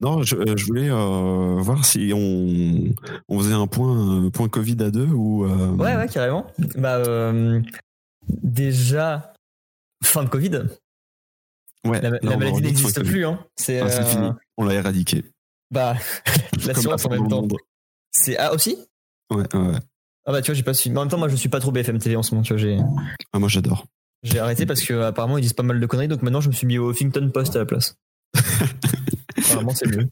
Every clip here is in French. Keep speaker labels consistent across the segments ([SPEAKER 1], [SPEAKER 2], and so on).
[SPEAKER 1] Non, je, je voulais euh, voir si on, on faisait un point, euh, point Covid à deux ou. euh,
[SPEAKER 2] Ouais, ouais, carrément. Bah, euh, déjà, fin de Covid.
[SPEAKER 1] ouais,
[SPEAKER 2] La, la
[SPEAKER 1] là, on en
[SPEAKER 2] maladie
[SPEAKER 1] revient sur
[SPEAKER 2] n'existe
[SPEAKER 1] Covid.
[SPEAKER 2] plus. Hein. C'est
[SPEAKER 1] Ah, c'est
[SPEAKER 2] euh,
[SPEAKER 1] fini. On l'a éradiqué.
[SPEAKER 2] Bah,
[SPEAKER 1] Comme
[SPEAKER 2] l'assurance en
[SPEAKER 1] la
[SPEAKER 2] même
[SPEAKER 1] fin
[SPEAKER 2] temps.
[SPEAKER 1] du monde.
[SPEAKER 2] C'est ah aussi.
[SPEAKER 1] Ouais, ouais, ouais.
[SPEAKER 2] Ah bah tu vois, j'ai pas suivi. Mais en même temps, moi, je suis pas trop BFM TV en ce moment. Tu vois, j'ai
[SPEAKER 1] Ah, moi, j'adore.
[SPEAKER 2] j'ai arrêté parce que apparemment ils disent pas mal de conneries. Donc maintenant, je me suis mis au Huffington Post à la place. Apparemment, c'est mieux.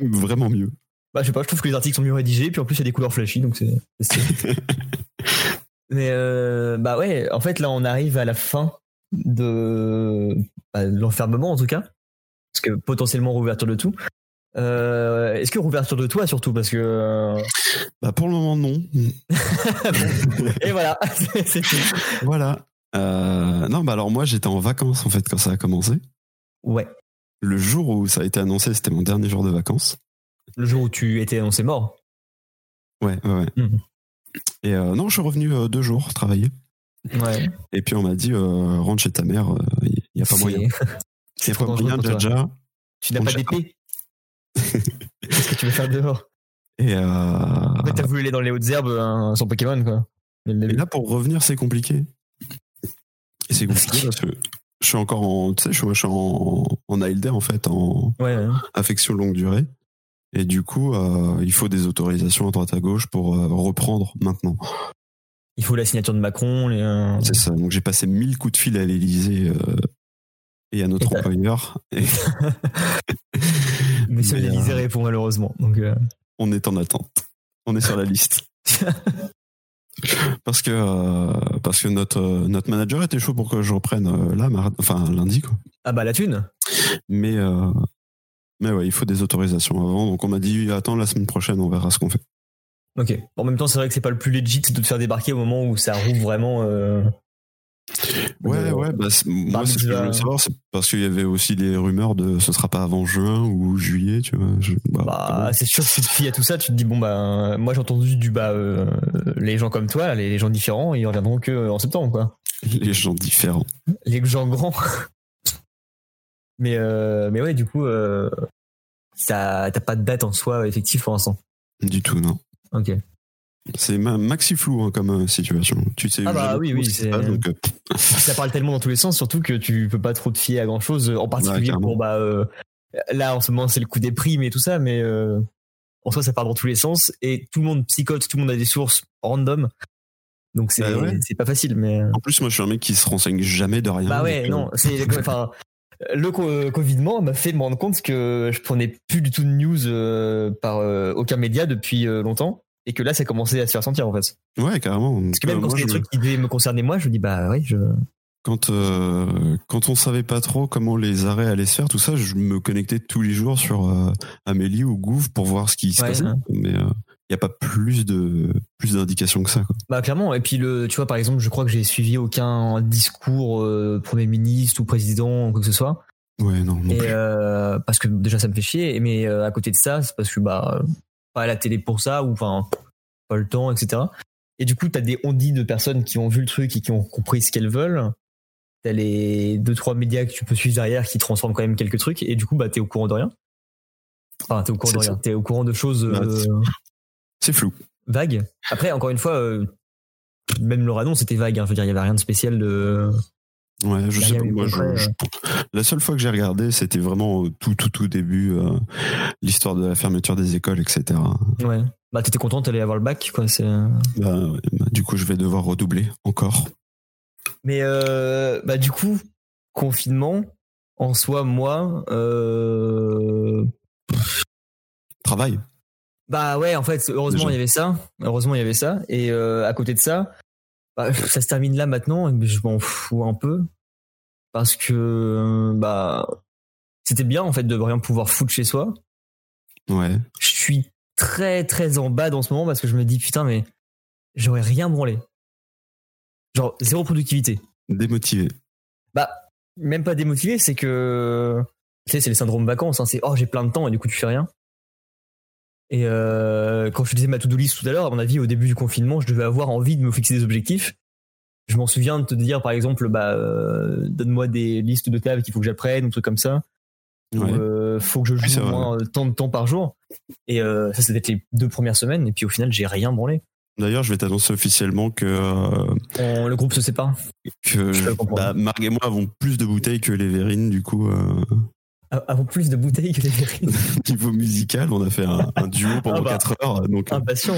[SPEAKER 1] Vraiment mieux.
[SPEAKER 2] Bah, je sais pas, je trouve que les articles sont mieux rédigés, puis en plus il y a des couleurs flashy, donc c'est. c'est stylé. Mais euh, bah ouais, en fait là on arrive à la fin de, bah, de l'enfermement en tout cas, parce que potentiellement réouverture de tout. Euh, Est-ce que réouverture de toi surtout parce que euh,
[SPEAKER 1] Bah, pour le moment, non.
[SPEAKER 2] et voilà c'est- c'est tout.
[SPEAKER 1] voilà. Euh, non, bah, alors, moi, j'étais en vacances, en fait, quand ça a commencé.
[SPEAKER 2] ouais
[SPEAKER 1] Le jour où ça a été annoncé, c'était mon dernier jour de vacances.
[SPEAKER 2] le jour où tu étais on s'est mort
[SPEAKER 1] Ouais, ouais, ouais.
[SPEAKER 2] Mhm.
[SPEAKER 1] Et euh, non, je suis revenu euh, deux jours travailler.
[SPEAKER 2] ouais
[SPEAKER 1] Et puis, on m'a dit, euh, rentre chez ta mère, il n'y a pas
[SPEAKER 2] C'est-
[SPEAKER 1] moyen. Y
[SPEAKER 2] c'est
[SPEAKER 1] a
[SPEAKER 2] trop
[SPEAKER 1] pas
[SPEAKER 2] dangereux
[SPEAKER 1] moyen,
[SPEAKER 2] pour toi.
[SPEAKER 1] Jaja.
[SPEAKER 2] tu n'as
[SPEAKER 1] On
[SPEAKER 2] pas
[SPEAKER 1] le jette.
[SPEAKER 2] d'épée qu'est-ce que tu veux faire dehors
[SPEAKER 1] Et, euh,
[SPEAKER 2] en fait t'as voulu aller dans les hautes herbes hein, sans Pokémon quoi Dès le
[SPEAKER 1] et
[SPEAKER 2] début.
[SPEAKER 1] là, pour revenir, c'est compliqué. Et c'est compliqué parce que je suis encore en, tu sais, je, je suis en, en ALD, en fait, en
[SPEAKER 2] ouais ouais.
[SPEAKER 1] affection longue durée. Et du coup, euh, il faut des autorisations à droite à gauche pour euh, reprendre maintenant.
[SPEAKER 2] Il faut la signature de Macron. Les, euh,
[SPEAKER 1] C'est ça. Donc j'ai passé 1000 coups de fil à l'Elysée euh, et à
[SPEAKER 2] Et
[SPEAKER 1] notre
[SPEAKER 2] t'as-
[SPEAKER 1] employeur. Et
[SPEAKER 2] mais seul
[SPEAKER 1] mais,
[SPEAKER 2] l'Élysée
[SPEAKER 1] euh,
[SPEAKER 2] répond malheureusement. Donc, euh,
[SPEAKER 1] on est en attente. On est sur la liste. Parce que, euh, parce que notre, euh, notre manager était chaud pour que je reprenne euh, là, mar- enfin lundi. Quoi.
[SPEAKER 2] Ah bah la thune
[SPEAKER 1] Mais, euh, mais ouais, il faut des autorisations avant. Donc on m'a dit attends, la semaine prochaine, on verra ce qu'on fait.
[SPEAKER 2] Ok. En même temps, c'est vrai que c'est pas le plus legit de te faire débarquer au moment où ça rouvre vraiment. euh,
[SPEAKER 1] Ouais,
[SPEAKER 2] le-
[SPEAKER 1] ouais, bah, c'est- moi,
[SPEAKER 2] parmi
[SPEAKER 1] c'est ce que je
[SPEAKER 2] déjà-
[SPEAKER 1] voulais savoir. C'est parce qu'il y avait aussi des rumeurs de ce sera pas avant juin ou juillet, tu vois. Je- bah,
[SPEAKER 2] Bah, c'est sûr, si tu te fies à tout ça, tu te dis, bon, bah, euh, moi j'ai entendu du bah, euh, les gens comme toi, les, les gens différents, ils reviendront que euh, en septembre, quoi.
[SPEAKER 1] comment Les gens différents.
[SPEAKER 2] Les gens grands. mais, euh, mais ouais, du coup, euh, ça- t'as pas de date en soi effective pour l'instant.
[SPEAKER 1] Du tout, non.
[SPEAKER 2] Ok.
[SPEAKER 1] C'est ma- maxi flou hein, comme euh, situation. Tu sais
[SPEAKER 2] Ah bah
[SPEAKER 1] jamais
[SPEAKER 2] oui,
[SPEAKER 1] trop
[SPEAKER 2] oui,
[SPEAKER 1] ce qui se
[SPEAKER 2] c'est-
[SPEAKER 1] passe, donc, euh,
[SPEAKER 2] ça parle tellement dans tous les sens, surtout que tu peux pas trop te fier à grand chose, en particulier
[SPEAKER 1] clairement.
[SPEAKER 2] pour bah euh, là en ce moment c'est le coup des primes et tout ça, mais euh, en soi ça part dans tous les sens et tout le monde psychote, tout le monde a des sources random, donc c'est
[SPEAKER 1] Bah ouais.
[SPEAKER 2] c'est pas facile, mais euh,
[SPEAKER 1] En plus, moi, je suis un mec qui se renseigne jamais de rien.
[SPEAKER 2] bah ouais
[SPEAKER 1] donc, euh,
[SPEAKER 2] non c'est enfin le co- euh, covidement m'a fait me rendre compte que je prenais plus du tout de news euh, par euh, aucun média depuis euh, longtemps et que là ça commençait à se faire sentir en fait
[SPEAKER 1] Ouais, carrément.
[SPEAKER 2] parce que même
[SPEAKER 1] Euh,
[SPEAKER 2] quand
[SPEAKER 1] moi,
[SPEAKER 2] c'est des
[SPEAKER 1] je-
[SPEAKER 2] trucs qui devaient me concerner moi je me dis bah ouais je
[SPEAKER 1] quand, euh, quand on savait pas trop comment les arrêts allaient se faire, tout ça, je me connectais tous les jours sur euh, Amélie ou Gouv pour voir ce qui se
[SPEAKER 2] Ouais,
[SPEAKER 1] passait.
[SPEAKER 2] hein.
[SPEAKER 1] Mais il n'y a pas plus de plus d'indications que ça. Quoi.
[SPEAKER 2] Bah clairement, et puis le, tu vois par exemple, je crois que j'ai suivi aucun discours euh, premier ministre ou président ou quoi que ce soit,
[SPEAKER 1] Ouais, non. non
[SPEAKER 2] et
[SPEAKER 1] plus.
[SPEAKER 2] euh, parce que déjà ça me fait chier, mais euh, à côté de ça, c'est parce que bah euh, pas à la télé pour ça ou enfin pas le temps, etc. Et du coup, t'as des ondits de personnes qui ont vu le truc et qui ont compris ce qu'elles veulent. T'as les deux trois médias que tu peux suivre derrière qui transforment quand même quelques trucs, et du coup bah t'es au courant de rien. Enfin t'es au courant
[SPEAKER 1] C'est
[SPEAKER 2] de rien, t'es au courant de choses.
[SPEAKER 1] Bah,
[SPEAKER 2] euh,
[SPEAKER 1] C'est flou.
[SPEAKER 2] vague. Après, encore une fois, euh, même leur annonce était vague. hein. Je veux dire, il y avait rien de spécial de.
[SPEAKER 1] Ouais, je
[SPEAKER 2] Bah,
[SPEAKER 1] sais
[SPEAKER 2] y a
[SPEAKER 1] pas.
[SPEAKER 2] eu hein.
[SPEAKER 1] Moi, je-
[SPEAKER 2] concret,
[SPEAKER 1] je- La seule fois que j'ai regardé, c'était vraiment au tout, tout, tout début, euh, l'histoire de la fermeture des écoles, etc.
[SPEAKER 2] Ouais. Bah, t'étais content, t'allais avoir le bac, quoi. c'est- euh.
[SPEAKER 1] Bah, ouais, bah, du coup, je vais devoir redoubler encore.
[SPEAKER 2] Mais euh, bah, du coup, confinement, en soi, moi, euh,
[SPEAKER 1] Travail.
[SPEAKER 2] bah ouais, en fait, heureusement,
[SPEAKER 1] Déjà.
[SPEAKER 2] il y avait ça. Heureusement, il y avait ça. Et euh, à côté de ça, bah, ça se termine là maintenant, mais je m'en fous un peu. Parce que, bah, c'était bien, en fait, de rien pouvoir foutre chez soi.
[SPEAKER 1] Ouais.
[SPEAKER 2] je suis très très en bas dans ce moment parce que je me dis putain mais j'aurais rien branlé. Genre zéro productivité.
[SPEAKER 1] Démotivé.
[SPEAKER 2] Bah même pas démotivé, c'est que tu sais c'est le syndrome vacances, hein, c'est oh j'ai plein de temps et du coup tu fais rien. Et euh, quand je disais ma to-do list tout à l'heure, à mon avis au début du confinement, je devais avoir envie de me fixer des objectifs. Je m'en souviens de te dire par exemple bah euh, donne-moi des listes de tables qu'il faut que j'apprenne ou trucs comme ça.
[SPEAKER 1] Ouais.
[SPEAKER 2] Ou, euh, euh, faut que je
[SPEAKER 1] c'est
[SPEAKER 2] joue au
[SPEAKER 1] vrai.
[SPEAKER 2] moins euh, tant de temps par jour. Et euh, ça, c'était les deux premières semaines. Et puis au final, j'ai rien branlé.
[SPEAKER 1] D'ailleurs, je vais t'annoncer officiellement que, euh,
[SPEAKER 2] On- le groupe se sépare.
[SPEAKER 1] que
[SPEAKER 2] Je peux comprendre.
[SPEAKER 1] bah, Marc et moi avons plus de bouteilles que les Vérines, du coup, euh,
[SPEAKER 2] A- Avons plus de bouteilles que des verrines.
[SPEAKER 1] niveau musical, on a fait un, un duo pendant
[SPEAKER 2] bah.
[SPEAKER 1] 4 heures, donc euh,
[SPEAKER 2] Impatient.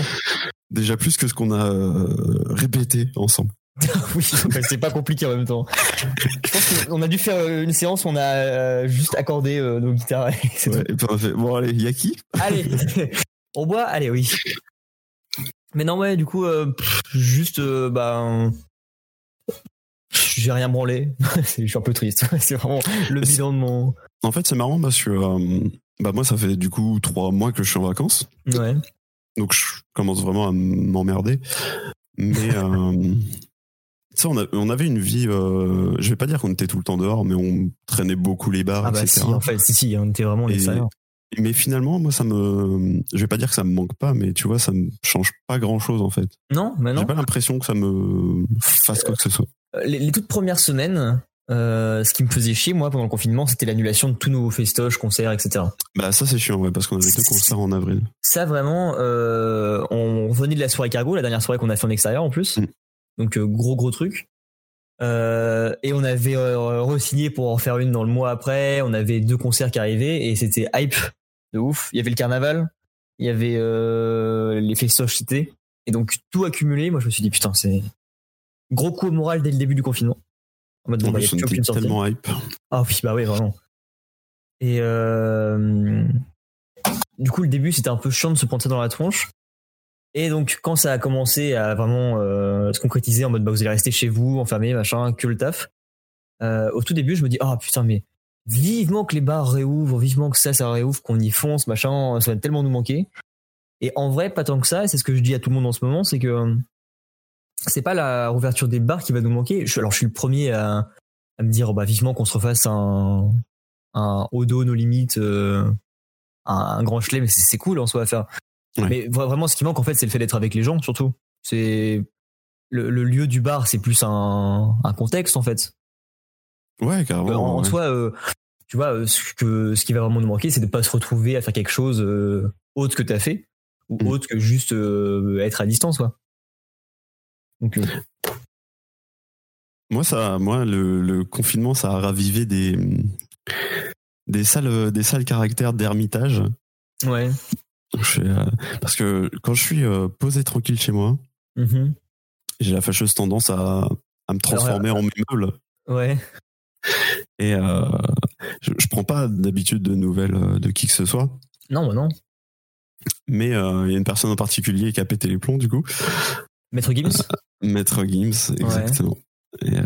[SPEAKER 1] déjà plus que ce qu'on a euh, répété ensemble.
[SPEAKER 2] oui, bah, c'est pas compliqué en même temps. Je pense qu'on a dû faire euh, une séance où on a euh, juste accordé euh, nos guitares. et c'est
[SPEAKER 1] Ouais, et puis on a fait, bon allez, y a qui
[SPEAKER 2] tout. Allez, on boit. Allez, oui. Mais non, ouais, du coup, euh, pff, juste, euh, bah, j'ai rien branlé. C'est- Je suis un peu triste. C'est vraiment le
[SPEAKER 1] C'est-
[SPEAKER 2] bilan de mon.
[SPEAKER 1] En fait, c'est marrant parce que euh, bah, moi, ça fait du coup 3 mois que je suis en vacances.
[SPEAKER 2] Ouais.
[SPEAKER 1] Donc je commence vraiment à m'emmerder. Mais euh, tu sais, on, a- on avait une vie. euh, je vais pas dire qu'on était tout le temps dehors, mais on traînait beaucoup les bars,
[SPEAKER 2] Ah bah si,
[SPEAKER 1] etc.
[SPEAKER 2] en fait, si, si, on était vraiment les
[SPEAKER 1] Et-
[SPEAKER 2] salaires.
[SPEAKER 1] Mais finalement, moi, ça me. Je vais pas dire que ça me manque pas, mais tu vois, ça me change pas grand chose en fait.
[SPEAKER 2] Non, mais non.
[SPEAKER 1] J'ai pas l'impression que ça me fasse quoi que ce soit.
[SPEAKER 2] Euh, les, les toutes premières semaines, euh, ce qui me faisait chier, moi, pendant le confinement, c'était l'annulation de tous nos festoches, concerts, etc.
[SPEAKER 1] Bah ça, c'est chiant, ouais, parce qu'on avait deux concerts en avril.
[SPEAKER 2] Ça, vraiment, euh, on revenait de la soirée cargo, la dernière soirée qu'on a fait en extérieur en plus.
[SPEAKER 1] Mm.
[SPEAKER 2] Donc, euh, gros, gros truc. Euh, et on avait euh, re-signé pour en faire une dans le mois après. On avait deux concerts qui arrivaient et c'était hype de ouf. Il y avait le carnaval, il y avait euh, les festoches cités. Et donc, tout accumulé, moi, je me suis dit, putain, c'est gros coup au moral dès le début du confinement. En mode, bon,
[SPEAKER 1] En
[SPEAKER 2] bah, il y
[SPEAKER 1] plus, on
[SPEAKER 2] a plus
[SPEAKER 1] était
[SPEAKER 2] aucune sortie.
[SPEAKER 1] tellement hype.
[SPEAKER 2] Ah oui, bah oui, vraiment. Et euh, du coup, le début, c'était un peu chiant de se prendre ça dans la tronche. Et donc, quand ça a commencé à vraiment euh, se concrétiser en mode bah, vous allez rester chez vous, enfermé, machin, que le taf, euh, au tout début, je me dis ah putain, mais vivement que les bars réouvrent, vivement que ça, ça réouvre, qu'on y fonce, machin, ça va tellement nous manquer. Et en vrai, pas tant que ça, et c'est ce que je dis à tout le monde en ce moment, c'est que euh, c'est pas la rouverture des bars qui va nous manquer. Je- alors, je suis le premier à à me dire oh bah vivement qu'on se refasse un un Odo nos limites euh, un, un grand chelem mais c'est c'est cool en soi à faire
[SPEAKER 1] Ouais.
[SPEAKER 2] mais vra- vraiment ce qui manque en fait c'est le fait d'être avec les gens surtout c'est le, le lieu du bar c'est plus un, un contexte en fait
[SPEAKER 1] Ah Ouais,
[SPEAKER 2] euh, en,
[SPEAKER 1] carrément.
[SPEAKER 2] en
[SPEAKER 1] ouais.
[SPEAKER 2] soi, euh, tu vois, euh, ce, que, ce qui va vraiment nous manquer, c'est de pas se retrouver à faire quelque chose euh, autre que tu as fait, ou
[SPEAKER 1] Mhm.
[SPEAKER 2] autre que juste euh, être à distance. Quoi. Donc, euh,
[SPEAKER 1] Moi, ça, moi, le, le confinement, ça a ravivé des des sales, des sales caractères d'ermitage.
[SPEAKER 2] ouais.
[SPEAKER 1] Je suis, euh, parce que quand je suis euh, posé tranquille chez moi,
[SPEAKER 2] Mhm.
[SPEAKER 1] j'ai la fâcheuse tendance à, à me transformer en meuble.
[SPEAKER 2] Ouais.
[SPEAKER 1] Et euh, je, je prends pas d'habitude de nouvelles euh, de qui que ce soit,
[SPEAKER 2] Non, bah non.
[SPEAKER 1] mais euh, il y a une personne en particulier qui a pété les plombs, du coup, Euh,
[SPEAKER 2] Maître Gims
[SPEAKER 1] Maître Gims, exactement. Et euh,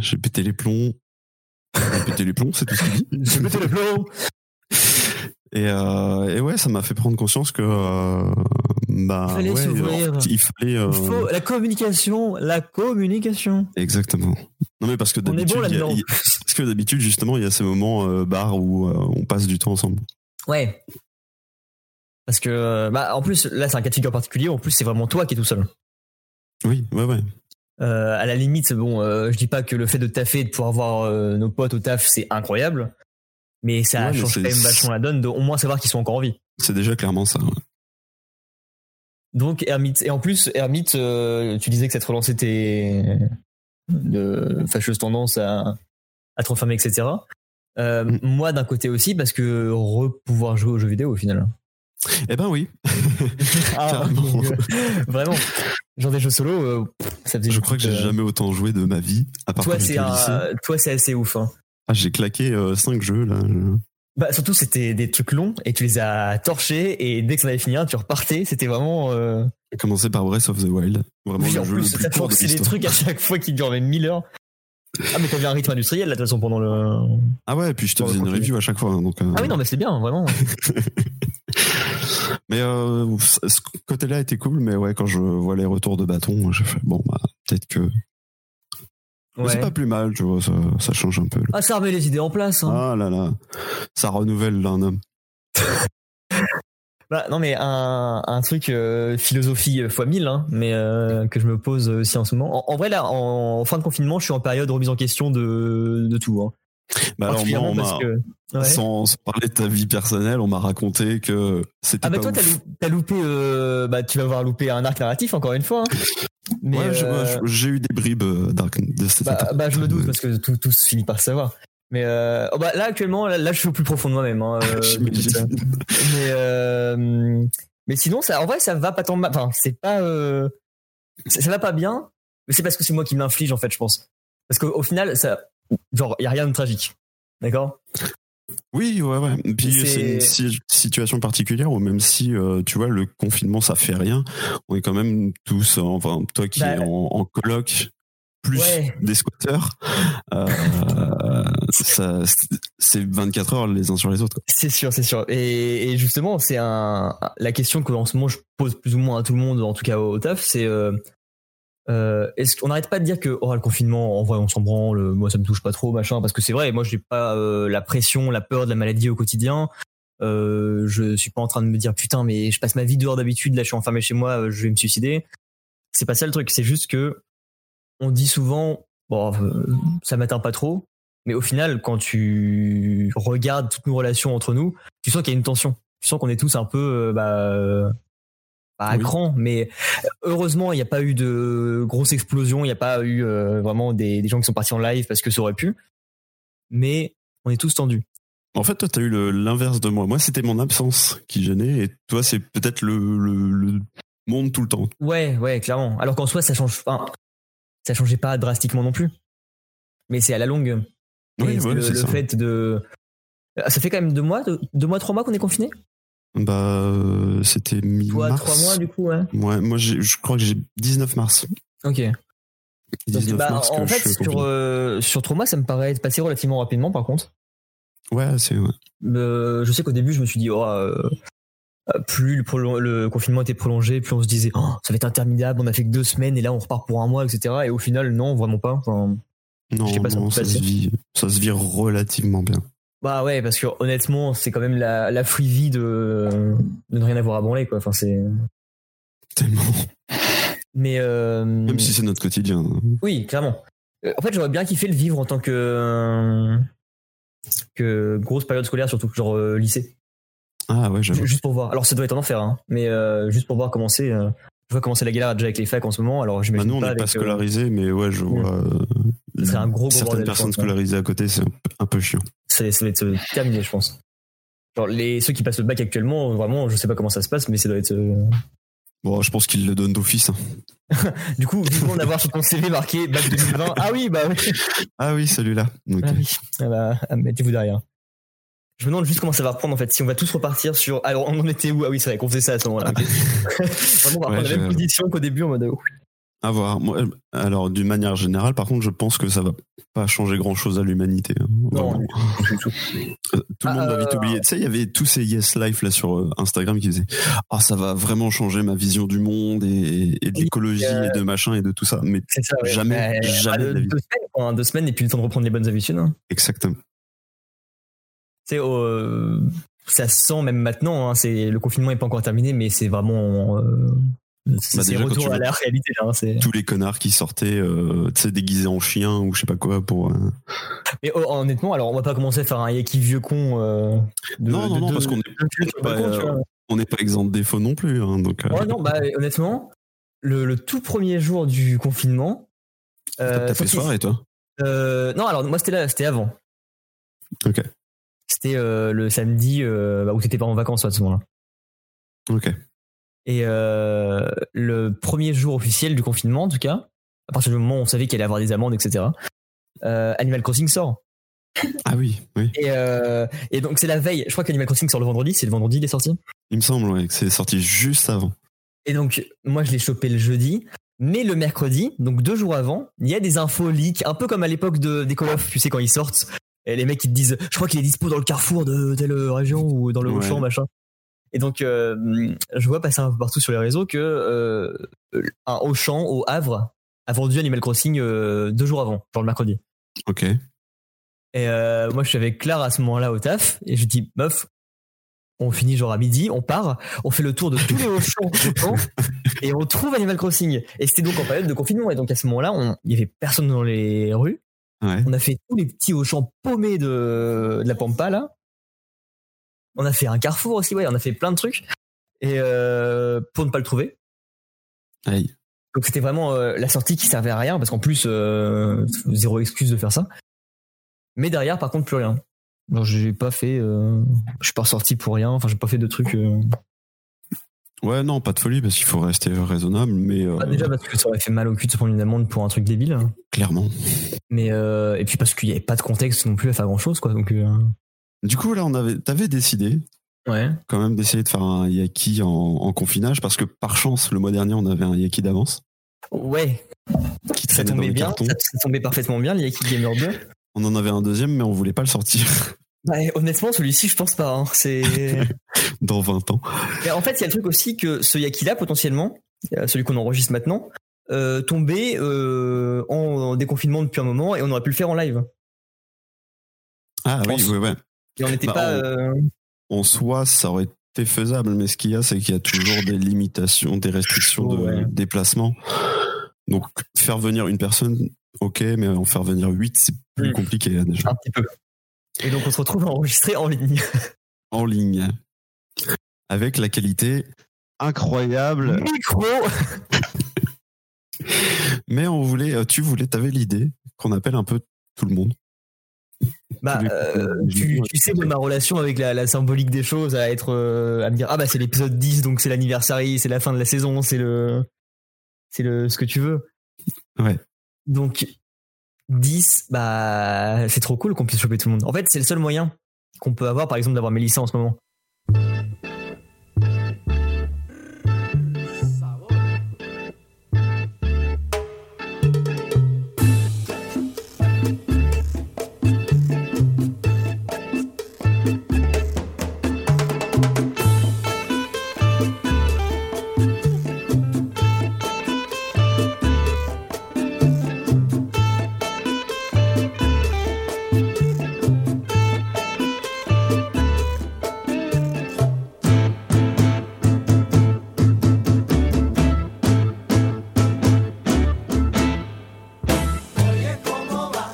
[SPEAKER 1] j'ai pété les plombs. J'ai pété les plombs, c'est tout ce qu'il dit.
[SPEAKER 2] J'ai pété le plomb
[SPEAKER 1] Et, euh, et ouais, ça m'a fait prendre conscience que euh, bah
[SPEAKER 2] Il fallait
[SPEAKER 1] ouais,
[SPEAKER 2] s'ouvrir.
[SPEAKER 1] en fait, il fallait euh,
[SPEAKER 2] Il faut la communication, la communication.
[SPEAKER 1] exactement. Non mais parce que
[SPEAKER 2] On est
[SPEAKER 1] d'habitude,
[SPEAKER 2] bon
[SPEAKER 1] il y a-
[SPEAKER 2] là-dedans.
[SPEAKER 1] il y a- parce que d'habitude justement il y a ces moments euh, bar où euh, on passe du temps ensemble.
[SPEAKER 2] Ouais. Parce que, euh, bah, en plus, là, c'est un cas de figure particulier. En plus, c'est vraiment toi qui es tout seul.
[SPEAKER 1] Oui, ouais, ouais.
[SPEAKER 2] Euh, à la limite, bon, euh, je dis pas que le fait de taffer et de pouvoir voir euh, nos potes au taf, c'est incroyable. Mais ça
[SPEAKER 1] Ouais, mais
[SPEAKER 2] change
[SPEAKER 1] c'est-
[SPEAKER 2] quand même vachement la donne de au moins savoir qu'ils sont encore en vie.
[SPEAKER 1] C'est déjà clairement ça. ouais.
[SPEAKER 2] Donc, Hermite. Et en plus, Hermite, euh, tu disais que ça te relançait tes euh, de fâcheuses tendances à, à te renfermer, etc. Euh,
[SPEAKER 1] Mm.
[SPEAKER 2] Moi, d'un côté aussi, parce que re-pouvoir jouer aux jeux vidéo au final.
[SPEAKER 1] Eh ben oui.
[SPEAKER 2] Ah,
[SPEAKER 1] Carrément.
[SPEAKER 2] vraiment. Genre des jeux solo, euh, ça faisait.
[SPEAKER 1] Je
[SPEAKER 2] une
[SPEAKER 1] crois que
[SPEAKER 2] petite,
[SPEAKER 1] j'ai
[SPEAKER 2] euh,
[SPEAKER 1] jamais autant joué de ma vie à part
[SPEAKER 2] Toi,
[SPEAKER 1] quand
[SPEAKER 2] c'est
[SPEAKER 1] j'étais au lycée.
[SPEAKER 2] un- euh, toi, c'est assez ouf. hein.
[SPEAKER 1] Ah, j'ai claqué 5 jeux là. je-
[SPEAKER 2] Bah, surtout, c'était des trucs longs et tu les as torchés et dès que t'en avais fini un, tu repartais. C'était vraiment. euh,
[SPEAKER 1] J'ai commencé par Breath of the Wild, vraiment
[SPEAKER 2] oui,
[SPEAKER 1] le
[SPEAKER 2] en
[SPEAKER 1] jeu
[SPEAKER 2] plus,
[SPEAKER 1] le plus
[SPEAKER 2] sachant
[SPEAKER 1] court
[SPEAKER 2] que
[SPEAKER 1] de
[SPEAKER 2] c'est des
[SPEAKER 1] l'histoire.
[SPEAKER 2] trucs à chaque fois qui durent même 1000 heures. Ah, mais t'avais un rythme industriel là, de toute façon, pendant le.
[SPEAKER 1] Ah ouais, et puis je te
[SPEAKER 2] Pour le
[SPEAKER 1] faisais une
[SPEAKER 2] continuer.
[SPEAKER 1] review à chaque fois. hein, donc, euh,
[SPEAKER 2] Ah oui, non, mais c'est bien, vraiment.
[SPEAKER 1] Mais euh, ce ce côté-là était cool, mais ouais, quand je vois les retours de bâton, j'ai fait bon, bah, peut-être que. Mais C'est
[SPEAKER 2] Ouais.
[SPEAKER 1] pas plus mal, tu vois, ça, ça change un peu. là.
[SPEAKER 2] Ah, ça remet les idées en place. hein.
[SPEAKER 1] Ah là là, ça renouvelle là, un homme.
[SPEAKER 2] Bah, non, mais un, un truc euh, philosophie x 1000, hein, mais euh, que je me pose aussi en ce moment. En, en vrai, là, en, en fin de confinement, je suis en période remise en question de, de tout. hein.
[SPEAKER 1] Bah alors, moi,
[SPEAKER 2] particulièrement
[SPEAKER 1] on
[SPEAKER 2] parce
[SPEAKER 1] m'a-
[SPEAKER 2] que. Ouais.
[SPEAKER 1] sans, sans parler de ta vie personnelle, on m'a raconté que c'était
[SPEAKER 2] Ah bah
[SPEAKER 1] pas
[SPEAKER 2] toi, t'as
[SPEAKER 1] ouf.
[SPEAKER 2] lou- t'as loupé, euh, bah tu vas avoir loupé un arc narratif encore une fois. hein. Mais
[SPEAKER 1] Ouais, je-
[SPEAKER 2] euh,
[SPEAKER 1] moi, je- j'ai eu des bribes euh, d'arc- de cette
[SPEAKER 2] bah,
[SPEAKER 1] étape.
[SPEAKER 2] bah, je me doute parce que tout, tout se finit par savoir. Mais euh, oh, bah, là actuellement, là, là, je suis au plus profond de moi-même. hein, euh,
[SPEAKER 1] J'imagine.
[SPEAKER 2] tout ça. mais euh, mais sinon, ça, en vrai, ça va pas tant mal. Enfin, c'est pas, euh, ça, ça va pas bien. Mais c'est parce que c'est moi qui m'inflige en fait, je pense. Parce qu'au au final, ça, genre, y a rien de tragique, d'accord
[SPEAKER 1] Oui, ouais, ouais. Et Puis
[SPEAKER 2] C'est-
[SPEAKER 1] c'est une si- situation particulière où même si, euh, tu vois, le confinement, ça fait rien, on est quand même tous, euh, enfin, toi qui
[SPEAKER 2] Bah,
[SPEAKER 1] es en, en coloc, plus
[SPEAKER 2] ouais.
[SPEAKER 1] des squatteurs, euh, ça- c'est 24 heures les uns sur les autres. quoi.
[SPEAKER 2] C'est sûr, c'est sûr. Et, et justement, c'est un la question que en ce moment je pose plus ou moins à tout le monde, en tout cas au, au taf, c'est euh, euh, est-ce qu'on n'arrête pas de dire que oh, le confinement, en vrai, on s'en branle, moi ça me touche pas trop, machin, parce que c'est vrai, moi j'ai pas euh, la pression, la peur de la maladie au quotidien. Euh, je suis pas en train de me dire putain, mais je passe ma vie dehors d'habitude, là je suis enfermé chez moi, euh, je vais me suicider. C'est pas ça le truc, c'est juste que on dit souvent bon, euh, ça m'atteint pas trop, mais au final, quand tu regardes toutes nos relations entre nous, tu sens qu'il y a une tension. Tu sens qu'on est tous un peu euh, bah, euh, pas à
[SPEAKER 1] Oui.
[SPEAKER 2] cran, mais heureusement, il n'y a pas eu de grosse explosion, il n'y a pas eu euh, vraiment des, des gens qui sont partis en live parce que ça aurait pu. Mais on est tous tendus.
[SPEAKER 1] En fait, toi, t'as eu le- l'inverse de moi. Moi, c'était mon absence qui gênait, et toi, c'est peut-être le, le- le monde tout le temps.
[SPEAKER 2] Ouais, ouais, clairement. Alors qu'en soi, ça change. Enfin, ça changeait pas drastiquement non plus. Mais c'est à la longue.
[SPEAKER 1] Oui,
[SPEAKER 2] Et
[SPEAKER 1] ouais,
[SPEAKER 2] le,
[SPEAKER 1] c'est
[SPEAKER 2] le
[SPEAKER 1] ça.
[SPEAKER 2] fait de. ah, Ça fait quand même deux mois, deux, deux mois, trois mois qu'on est confiné.
[SPEAKER 1] Bah, euh, c'était
[SPEAKER 2] Toi,
[SPEAKER 1] mi-mars.
[SPEAKER 2] trois mois du coup, ouais.
[SPEAKER 1] Ouais, moi, j'ai- je crois que j'ai 19 mars.
[SPEAKER 2] Ok. Donc,
[SPEAKER 1] 19
[SPEAKER 2] bah,
[SPEAKER 1] mars que
[SPEAKER 2] en
[SPEAKER 1] je
[SPEAKER 2] fait,
[SPEAKER 1] suis
[SPEAKER 2] sur,
[SPEAKER 1] confiné.
[SPEAKER 2] euh, sur trois mois, ça me paraît être passé relativement rapidement, par contre.
[SPEAKER 1] Ouais, c'est ouais.
[SPEAKER 2] Euh, je sais qu'au début, je me suis dit, oh, euh, euh, plus le, prolo- le confinement était prolongé, plus on se disait, oh, ça va être interminable, on a fait que deux semaines, et là, on repart pour un mois, etc. Et au final, non, vraiment pas. Enfin,
[SPEAKER 1] Non,
[SPEAKER 2] Je sais pas, ça
[SPEAKER 1] non,
[SPEAKER 2] me
[SPEAKER 1] ça,
[SPEAKER 2] passe.
[SPEAKER 1] se vit, ça se vit relativement bien.
[SPEAKER 2] bah ouais, parce que honnêtement, c'est quand même la, la free vie de, de ne rien avoir à branler, quoi. Enfin, c'est.
[SPEAKER 1] Tellement.
[SPEAKER 2] Mais. euh,
[SPEAKER 1] Même si c'est notre quotidien. hein.
[SPEAKER 2] Oui, clairement. Euh, En fait, j'aurais bien kiffé le vivre en tant que. euh, que grosse période scolaire, surtout, genre euh, lycée.
[SPEAKER 1] Ah ouais, j'avoue.
[SPEAKER 2] Ju- Juste pour voir. Alors ça doit être un enfer, hein. mais euh, juste pour voir comment c'est. euh, je vois comment c'est la galère déjà avec les facs en ce moment. Alors
[SPEAKER 1] Bah,
[SPEAKER 2] j'imagine
[SPEAKER 1] nous, on
[SPEAKER 2] pas
[SPEAKER 1] n'est pas
[SPEAKER 2] avec, euh,
[SPEAKER 1] scolarisés, mais ouais, je
[SPEAKER 2] Ouais.
[SPEAKER 1] vois. euh,
[SPEAKER 2] C'est un gros, gros
[SPEAKER 1] Certaines personnes
[SPEAKER 2] bordel, je pense, hein. ouais.
[SPEAKER 1] scolarisées à côté, c'est un, peu- un peu chiant.
[SPEAKER 2] ça, ça doit être euh, terminé, je pense. Genre les ceux qui passent le bac actuellement, vraiment, je sais pas comment ça se passe, mais ça doit être. euh,
[SPEAKER 1] Bon, je pense qu'ils le donnent d'office. hein.
[SPEAKER 2] Du coup, vivement d'avoir sur ton CV marqué bac 2020. Ah oui, bah oui.
[SPEAKER 1] Ah oui, celui-là. Ok.
[SPEAKER 2] Ah oui. Ah bah, ah, mettez-vous derrière. Je me demande juste comment ça va reprendre en fait. Si on va tous repartir sur. Alors on en était où Ah oui, c'est vrai qu'on faisait ça à ce moment-là. ok. Vraiment, on va
[SPEAKER 1] Ouais,
[SPEAKER 2] reprendre la même
[SPEAKER 1] je-
[SPEAKER 2] position qu'au début en mode. oh,
[SPEAKER 1] À voir. Moi, euh, alors, d'une manière générale, par contre, je pense que ça va pas changer grand-chose à l'humanité. hein.
[SPEAKER 2] Non,
[SPEAKER 1] Vraiment.
[SPEAKER 2] du tout.
[SPEAKER 1] Tout le
[SPEAKER 2] Ah,
[SPEAKER 1] monde
[SPEAKER 2] euh,
[SPEAKER 1] va vite oublier. Tu sais, il y avait tous ces Yes Life là sur euh, Instagram qui disaient Ah, ça va vraiment changer ma vision du monde et, et de
[SPEAKER 2] Oui,
[SPEAKER 1] l'écologie
[SPEAKER 2] euh,
[SPEAKER 1] et de machin et de tout ça. Mais
[SPEAKER 2] C'est ça, ouais.
[SPEAKER 1] Jamais,
[SPEAKER 2] Ouais,
[SPEAKER 1] jamais
[SPEAKER 2] bah,
[SPEAKER 1] de la vie.
[SPEAKER 2] deux semaines, quoi, hein, deux semaines, et puis le temps de reprendre les bonnes habitudes. hein.
[SPEAKER 1] exactement.
[SPEAKER 2] C'est euh, ça se sent même maintenant. hein, c'est le confinement est pas encore terminé, mais c'est vraiment euh, c'est
[SPEAKER 1] Bah,
[SPEAKER 2] c'est
[SPEAKER 1] déjà, quand
[SPEAKER 2] retour
[SPEAKER 1] tu
[SPEAKER 2] à
[SPEAKER 1] vas-
[SPEAKER 2] la réalité. là, hein, c'est-
[SPEAKER 1] Tous les connards qui sortaient, euh, tu sais, déguisés en chien ou je sais pas quoi pour. euh,
[SPEAKER 2] mais oh, honnêtement, alors on va pas commencer à faire un yaki vieux con. euh, de-
[SPEAKER 1] non, non,
[SPEAKER 2] de-
[SPEAKER 1] non,
[SPEAKER 2] de-
[SPEAKER 1] parce qu'on
[SPEAKER 2] de-
[SPEAKER 1] n'est
[SPEAKER 2] vieux sur le
[SPEAKER 1] pas,
[SPEAKER 2] balcon, tu
[SPEAKER 1] euh,
[SPEAKER 2] vois.
[SPEAKER 1] on n'est pas exempt de défauts non plus. hein, donc, euh,
[SPEAKER 2] Ouais, non, bah, honnêtement, le, le tout premier jour du confinement. euh,
[SPEAKER 1] t'as fait
[SPEAKER 2] sorti-
[SPEAKER 1] soirée, toi
[SPEAKER 2] Euh, non, alors moi c'était là, c'était avant.
[SPEAKER 1] Ok.
[SPEAKER 2] C'était euh, le samedi euh, bah, où t'étais pas en vacances à ce moment-là.
[SPEAKER 1] Ok.
[SPEAKER 2] Et euh, le premier jour officiel du confinement, en tout cas, à partir du moment où on savait qu'il allait y avoir des amendes, etc., euh, Animal Crossing sort.
[SPEAKER 1] Ah oui, oui.
[SPEAKER 2] Et, euh, et donc c'est la veille, je crois qu'Animal Crossing sort le vendredi, c'est le vendredi il est sorti.
[SPEAKER 1] Il me semble ouais, que c'est sorti juste avant.
[SPEAKER 2] Et donc moi je l'ai chopé le jeudi, mais le mercredi, donc deux jours avant, il y a des infos leaks, un peu comme à l'époque de, des Call of, tu sais, quand ils sortent, et les mecs ils te disent, je crois qu'il est dispo dans le carrefour de telle région ou dans le
[SPEAKER 1] Ouais.
[SPEAKER 2] Auchan, machin. Et donc, euh, je vois passer un peu partout sur les réseaux que euh, un Auchan au Havre a vendu Animal Crossing euh, deux jours avant, genre le mercredi.
[SPEAKER 1] Ok.
[SPEAKER 2] Et euh, moi, je suis avec Claire à ce moment-là au taf, et je dis, meuf, on finit genre à midi, on part, on fait le tour de tous les Auchan du camp, et on trouve Animal Crossing. Et c'était donc en période de confinement, et donc à ce moment-là, on- il y avait personne dans les rues,
[SPEAKER 1] Ouais.
[SPEAKER 2] On a fait tous les petits Auchan paumés de, de la Pampa, là. On a fait un carrefour aussi, ouais, on a fait plein de trucs. Et euh, pour ne pas le trouver.
[SPEAKER 1] Aïe.
[SPEAKER 2] Donc c'était vraiment euh, la sortie qui servait à rien, parce qu'en plus, euh, zéro excuse de faire ça. Mais derrière, par contre, plus rien. Alors j'ai pas fait. euh, je suis pas ressorti pour rien, enfin j'ai pas fait de trucs. euh,
[SPEAKER 1] Ouais, non, pas de folie, parce qu'il faut rester raisonnable, mais euh,
[SPEAKER 2] bah, déjà parce que ça aurait fait mal au cul de se prendre une amende pour un truc débile. hein.
[SPEAKER 1] clairement.
[SPEAKER 2] Mais euh, et puis parce qu'il n'y avait pas de contexte non plus à faire grand chose, quoi. Donc, euh,
[SPEAKER 1] Du coup, là, on avait, t'avais décidé
[SPEAKER 2] ouais.
[SPEAKER 1] quand même d'essayer de faire un yaki en, en confinage, parce que par chance, le mois dernier, on avait un yaki d'avance
[SPEAKER 2] Ouais,
[SPEAKER 1] qui traînait
[SPEAKER 2] ça
[SPEAKER 1] dans
[SPEAKER 2] tombait
[SPEAKER 1] les
[SPEAKER 2] bien,
[SPEAKER 1] cartons.
[SPEAKER 2] ça, ça tombait parfaitement bien, le Yaki Gamer 2.
[SPEAKER 1] On en avait un deuxième, mais on voulait pas le sortir
[SPEAKER 2] Ouais, Bah, honnêtement, celui-ci, je pense pas. hein. C'est.
[SPEAKER 1] dans 20 ans.
[SPEAKER 2] Mais en fait, il y a le truc aussi que ce Yaki-là, potentiellement, euh, celui qu'on enregistre maintenant, euh, tombait euh, en, en déconfinement depuis un moment et on aurait pu le faire en live.
[SPEAKER 1] Ah oui,
[SPEAKER 2] pense.
[SPEAKER 1] ouais, ouais.
[SPEAKER 2] Et on n'était
[SPEAKER 1] Bah,
[SPEAKER 2] pas.
[SPEAKER 1] on-
[SPEAKER 2] euh,
[SPEAKER 1] En soi, ça aurait été faisable, mais ce qu'il y a, c'est qu'il y a toujours des limitations, des restrictions de
[SPEAKER 2] Ouais.
[SPEAKER 1] déplacement. Donc, faire venir une personne, ok, mais en faire venir 8, c'est plus
[SPEAKER 2] Mm.
[SPEAKER 1] compliqué là, déjà.
[SPEAKER 2] un petit peu. Et donc, on se retrouve enregistré en ligne.
[SPEAKER 1] En ligne. Avec la qualité incroyable.
[SPEAKER 2] Micro
[SPEAKER 1] Mais on voulait, euh, tu voulais, t'avais l'idée qu'on appelle un peu tout le monde.
[SPEAKER 2] Bah,
[SPEAKER 1] Tous les-
[SPEAKER 2] euh, tu, tu sais, moi, ma relation avec la, la symbolique des choses, à être, euh, à me dire, ah bah c'est l'épisode 10, donc c'est l'anniversaire, c'est la fin de la saison, c'est le, c'est le, ce que tu veux.
[SPEAKER 1] Ouais.
[SPEAKER 2] Donc 10, bah c'est trop cool qu'on puisse choper tout le monde. En fait, c'est le seul moyen qu'on peut avoir, par exemple, d'avoir Mélissa en ce moment.
[SPEAKER 3] Oye, ¿cómo va?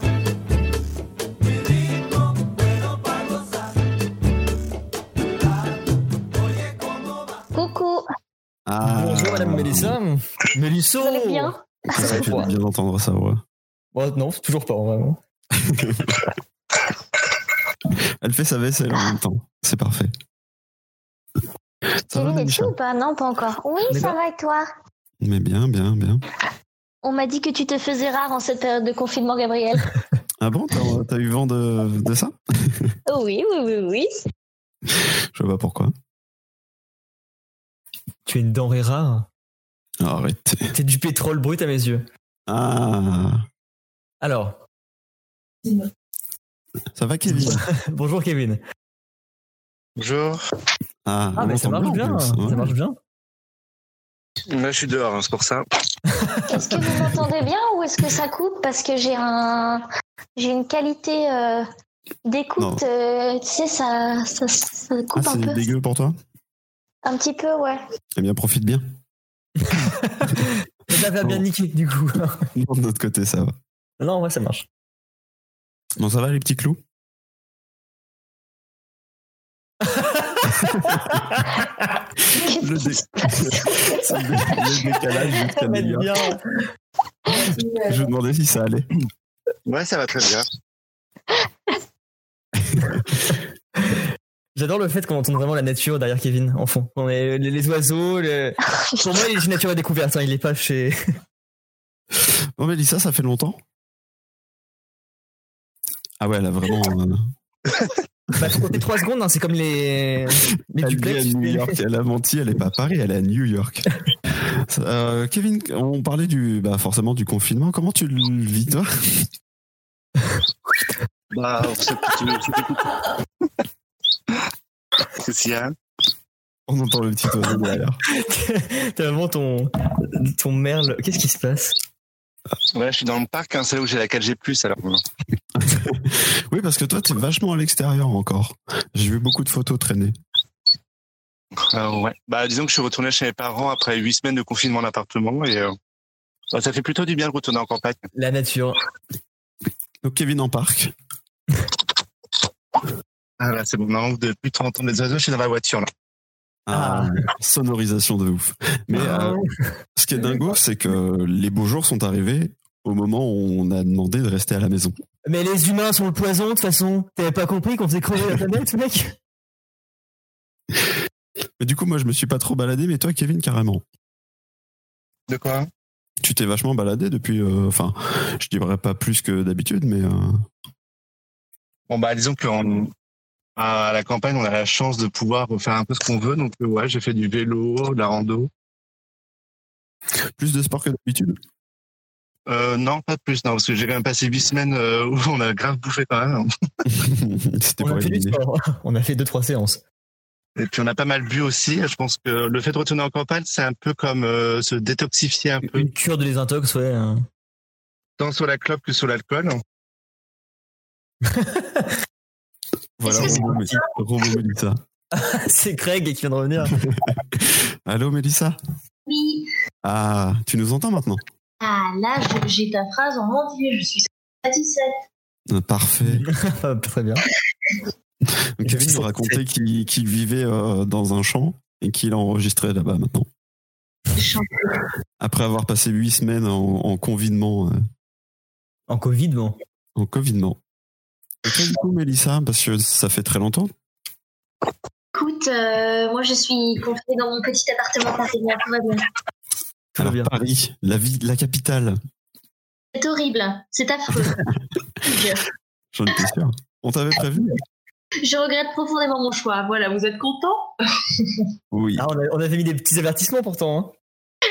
[SPEAKER 3] Mi ritmo bueno para gozar. Oye, ¿cómo va?
[SPEAKER 4] Coucou,
[SPEAKER 1] Ah.
[SPEAKER 2] Bonjour Madame Mélissa. Mélissa
[SPEAKER 4] vous allez bien
[SPEAKER 1] Ça aurait fait
[SPEAKER 2] Ouais.
[SPEAKER 1] bien d'entendre ça, ouais.
[SPEAKER 2] Bon, Non, toujours pas, vraiment.
[SPEAKER 1] Elle fait sa vaisselle en même temps. C'est parfait. Ça va,
[SPEAKER 4] Kevin, es-tu
[SPEAKER 1] Mélissa
[SPEAKER 4] ou pas Non, pas encore. Oui,
[SPEAKER 2] Mais
[SPEAKER 4] ça
[SPEAKER 2] non.
[SPEAKER 4] va et toi
[SPEAKER 1] Mais bien, bien, bien.
[SPEAKER 4] On m'a dit que tu te faisais rare en cette période de confinement, Gabriel.
[SPEAKER 1] Ah bon, t'as t'as eu vent de, de ça
[SPEAKER 4] Oh oui, oui, oui, oui.
[SPEAKER 1] Je vois pas pourquoi.
[SPEAKER 2] Tu es une denrée rare.
[SPEAKER 1] Arrêtez.
[SPEAKER 2] T'es du pétrole brut à mes yeux.
[SPEAKER 1] Ah,
[SPEAKER 2] Alors,
[SPEAKER 1] ça va Kevin
[SPEAKER 2] bonjour Kevin.
[SPEAKER 5] Bonjour.
[SPEAKER 1] Ah,
[SPEAKER 2] Ah,
[SPEAKER 1] on
[SPEAKER 2] mais ça
[SPEAKER 1] m'entend
[SPEAKER 2] marche
[SPEAKER 1] en
[SPEAKER 2] bien,
[SPEAKER 1] plus. hein. Ouais.
[SPEAKER 2] ça marche bien.
[SPEAKER 5] Là, je suis dehors, hein, c'est pour ça.
[SPEAKER 4] Est-ce que vous m'entendez bien ou est-ce que ça coupe Parce que j'ai un, j'ai une qualité euh, d'écoute. euh, tu sais, ça, ça, ça
[SPEAKER 1] Ah,
[SPEAKER 4] coupe un
[SPEAKER 1] c'est
[SPEAKER 4] peu.
[SPEAKER 1] dégueu pour toi
[SPEAKER 4] Un petit peu, ouais.
[SPEAKER 1] Eh bien, profite bien.
[SPEAKER 2] Mais ça va bien
[SPEAKER 1] Bon.
[SPEAKER 2] niquer du coup.
[SPEAKER 1] Non, de notre côté, ça va.
[SPEAKER 2] non, ouais, ça marche.
[SPEAKER 1] Bon, ça va les petits clous
[SPEAKER 4] Qu'est-ce
[SPEAKER 1] Le
[SPEAKER 4] qui se passe
[SPEAKER 1] Le Oh, le décalage jusqu'à délire. Je me demandais si ça allait.
[SPEAKER 5] Ouais, ça va très bien.
[SPEAKER 2] J'adore le fait qu'on entende vraiment la nature derrière Kevin en fond. On est les, les oiseaux. le- Pour moi, il est chez Nature et Découverte. hein, il est pas chez.
[SPEAKER 1] Bon, Mélissa, ça fait longtemps Ah ouais, elle a vraiment... euh,
[SPEAKER 2] Bah, faut compter 3 secondes. hein, c'est comme les. Les
[SPEAKER 1] elle
[SPEAKER 2] duplex,
[SPEAKER 1] vit à
[SPEAKER 2] tu
[SPEAKER 1] New
[SPEAKER 2] sais.
[SPEAKER 1] York. Elle a menti, elle est pas à Paris, elle est à New York. Ça, euh, Kevin, on parlait du, bah, forcément du confinement. Comment tu le vis, toi
[SPEAKER 5] Bah, on se continue, je t'écoute. Qu'est-ce qu'il y a
[SPEAKER 1] On entend le petit oiseau derrière.
[SPEAKER 2] T'as vraiment ton ton merle. Qu'est-ce qui se passe
[SPEAKER 5] Ouais, je suis dans le parc, hein, c'est là où j'ai la 4G+, alors. bon.
[SPEAKER 1] Oui, parce que toi, t'es vachement à l'extérieur encore. J'ai vu beaucoup de photos traîner.
[SPEAKER 5] Euh, ouais. Bah, disons que je suis retourné chez mes parents après huit semaines de confinement en appartement et euh, bah, ça fait plutôt du bien de retourner en campagne.
[SPEAKER 2] La nature.
[SPEAKER 1] Donc Kevin en parc.
[SPEAKER 5] Ah là, c'est bon. Maintenant, vous devez plus trop entendre les oiseaux, je suis dans la voiture, là.
[SPEAKER 1] Ah, sonorisation de ouf. Mais euh, ce qui est dingo, c'est que les beaux jours sont arrivés au moment où on a demandé de rester à la maison.
[SPEAKER 2] Mais les humains sont le poison, de toute façon. T'avais pas compris qu'on faisait crever la planète, mec
[SPEAKER 1] Mais du coup, moi, je me suis pas trop baladé, mais toi, Kevin, carrément.
[SPEAKER 5] De quoi
[SPEAKER 1] Tu t'es vachement baladé depuis. euh, Enfin, je dirais pas plus que d'habitude, mais. euh,
[SPEAKER 5] Bon, bah, disons qu'en. À la campagne, on a la chance de pouvoir faire un peu ce qu'on veut. Donc, euh, ouais, j'ai fait du vélo, de la rando.
[SPEAKER 1] plus de sport que d'habitude.
[SPEAKER 5] Euh, non, pas de plus, non, parce que j'ai quand même passé huit semaines euh, où on a grave bouffé quand même. hein.
[SPEAKER 1] C'était
[SPEAKER 2] On
[SPEAKER 1] pour
[SPEAKER 2] a fait du
[SPEAKER 1] éliminer.
[SPEAKER 2] sport. On a fait 2-3 séances.
[SPEAKER 5] Et puis, on a pas mal bu aussi. Je pense que le fait de retourner en campagne, c'est un peu comme euh, se détoxifier un peu,
[SPEAKER 2] Une cure de désintox, ouais. hein.
[SPEAKER 5] tant sur la clope que sur l'alcool.
[SPEAKER 1] Voilà,
[SPEAKER 4] Est-ce que
[SPEAKER 1] Robo Mé- Robo Mélissa.
[SPEAKER 2] C'est Craig qui vient de revenir.
[SPEAKER 1] Allô, Mélissa
[SPEAKER 6] Oui.
[SPEAKER 1] Ah, tu nous entends maintenant
[SPEAKER 6] Ah là, je- j'ai ta phrase en entier, je suis satisfaite.
[SPEAKER 1] Ah, Parfait.
[SPEAKER 2] Ah, Très bien.
[SPEAKER 1] Donc, Kevin nous racontait qu'il qu'il vivait euh, dans un champ et qu'il a enregistré là-bas maintenant.
[SPEAKER 6] Chant-
[SPEAKER 1] Après avoir passé huit semaines en, en confinement. euh,
[SPEAKER 2] En Covid, bon.
[SPEAKER 1] en confinement. Et toi, du coup, Mélissa, parce que ça fait très longtemps,
[SPEAKER 6] Écoute, euh, moi je suis confinée dans mon petit appartement parisien, tout va bien.
[SPEAKER 2] Tout va
[SPEAKER 1] alors
[SPEAKER 2] bien.
[SPEAKER 1] Paris, la, ville, la capitale,
[SPEAKER 6] C'est horrible, c'est affreux. je,
[SPEAKER 1] j'en étais sûr. On t'avait prévu
[SPEAKER 6] je regrette profondément mon choix. Voilà, vous êtes contents
[SPEAKER 1] Oui.
[SPEAKER 2] Ah, on, a, on avait mis des petits avertissements pourtant. hein.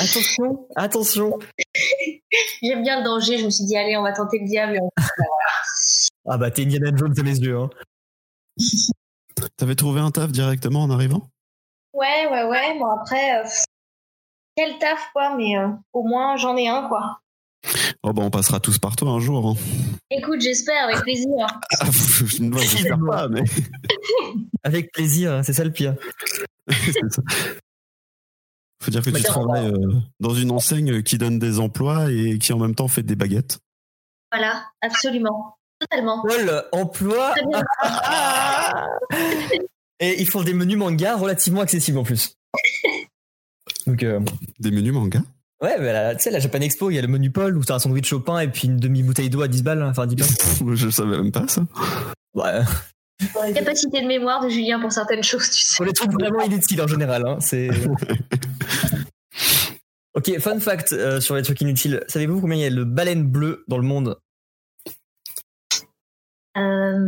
[SPEAKER 2] attention, attention.
[SPEAKER 6] J'aime bien le danger, je me suis dit, allez, on va tenter le diable. et on-
[SPEAKER 2] Ah bah t'es Indiana Jones à mes yeux. Hein.
[SPEAKER 1] T'avais trouvé un taf directement en arrivant
[SPEAKER 6] Ouais, ouais, ouais, bon après, euh, pff, quel taf quoi, mais euh, au moins j'en ai un quoi.
[SPEAKER 1] Oh, bah, on passera tous par toi un jour. hein.
[SPEAKER 6] Écoute, j'espère, avec plaisir.
[SPEAKER 1] Ah, je ne vois j'espère pas, mais
[SPEAKER 2] Avec plaisir, hein, c'est ça le pire.
[SPEAKER 1] c'est ça. Faut dire que
[SPEAKER 2] Mais
[SPEAKER 1] tu
[SPEAKER 2] tiens, on
[SPEAKER 1] travailles euh, dans une enseigne qui donne des emplois et qui en même temps fait des baguettes.
[SPEAKER 6] Voilà, absolument, totalement.
[SPEAKER 2] Paul, emploi.
[SPEAKER 6] Très bien.
[SPEAKER 2] Et ils font des menus manga relativement accessibles en plus. Donc euh,
[SPEAKER 1] Des menus manga
[SPEAKER 2] ouais, bah, là, tu sais la Japan Expo, il y a le menu Paul où t'as un sandwich au pain et puis une demi bouteille d'eau à 10 balles, hein, enfin 10 balles.
[SPEAKER 1] Je savais même pas ça.
[SPEAKER 2] Ouais.
[SPEAKER 6] Capacité de mémoire de Julien pour certaines choses, tu sais.
[SPEAKER 2] Pour les trucs vraiment inutiles en général, hein, c'est. ok, fun fact euh, sur les trucs inutiles. Savez-vous combien il y a de baleines bleues dans le monde
[SPEAKER 6] Euh,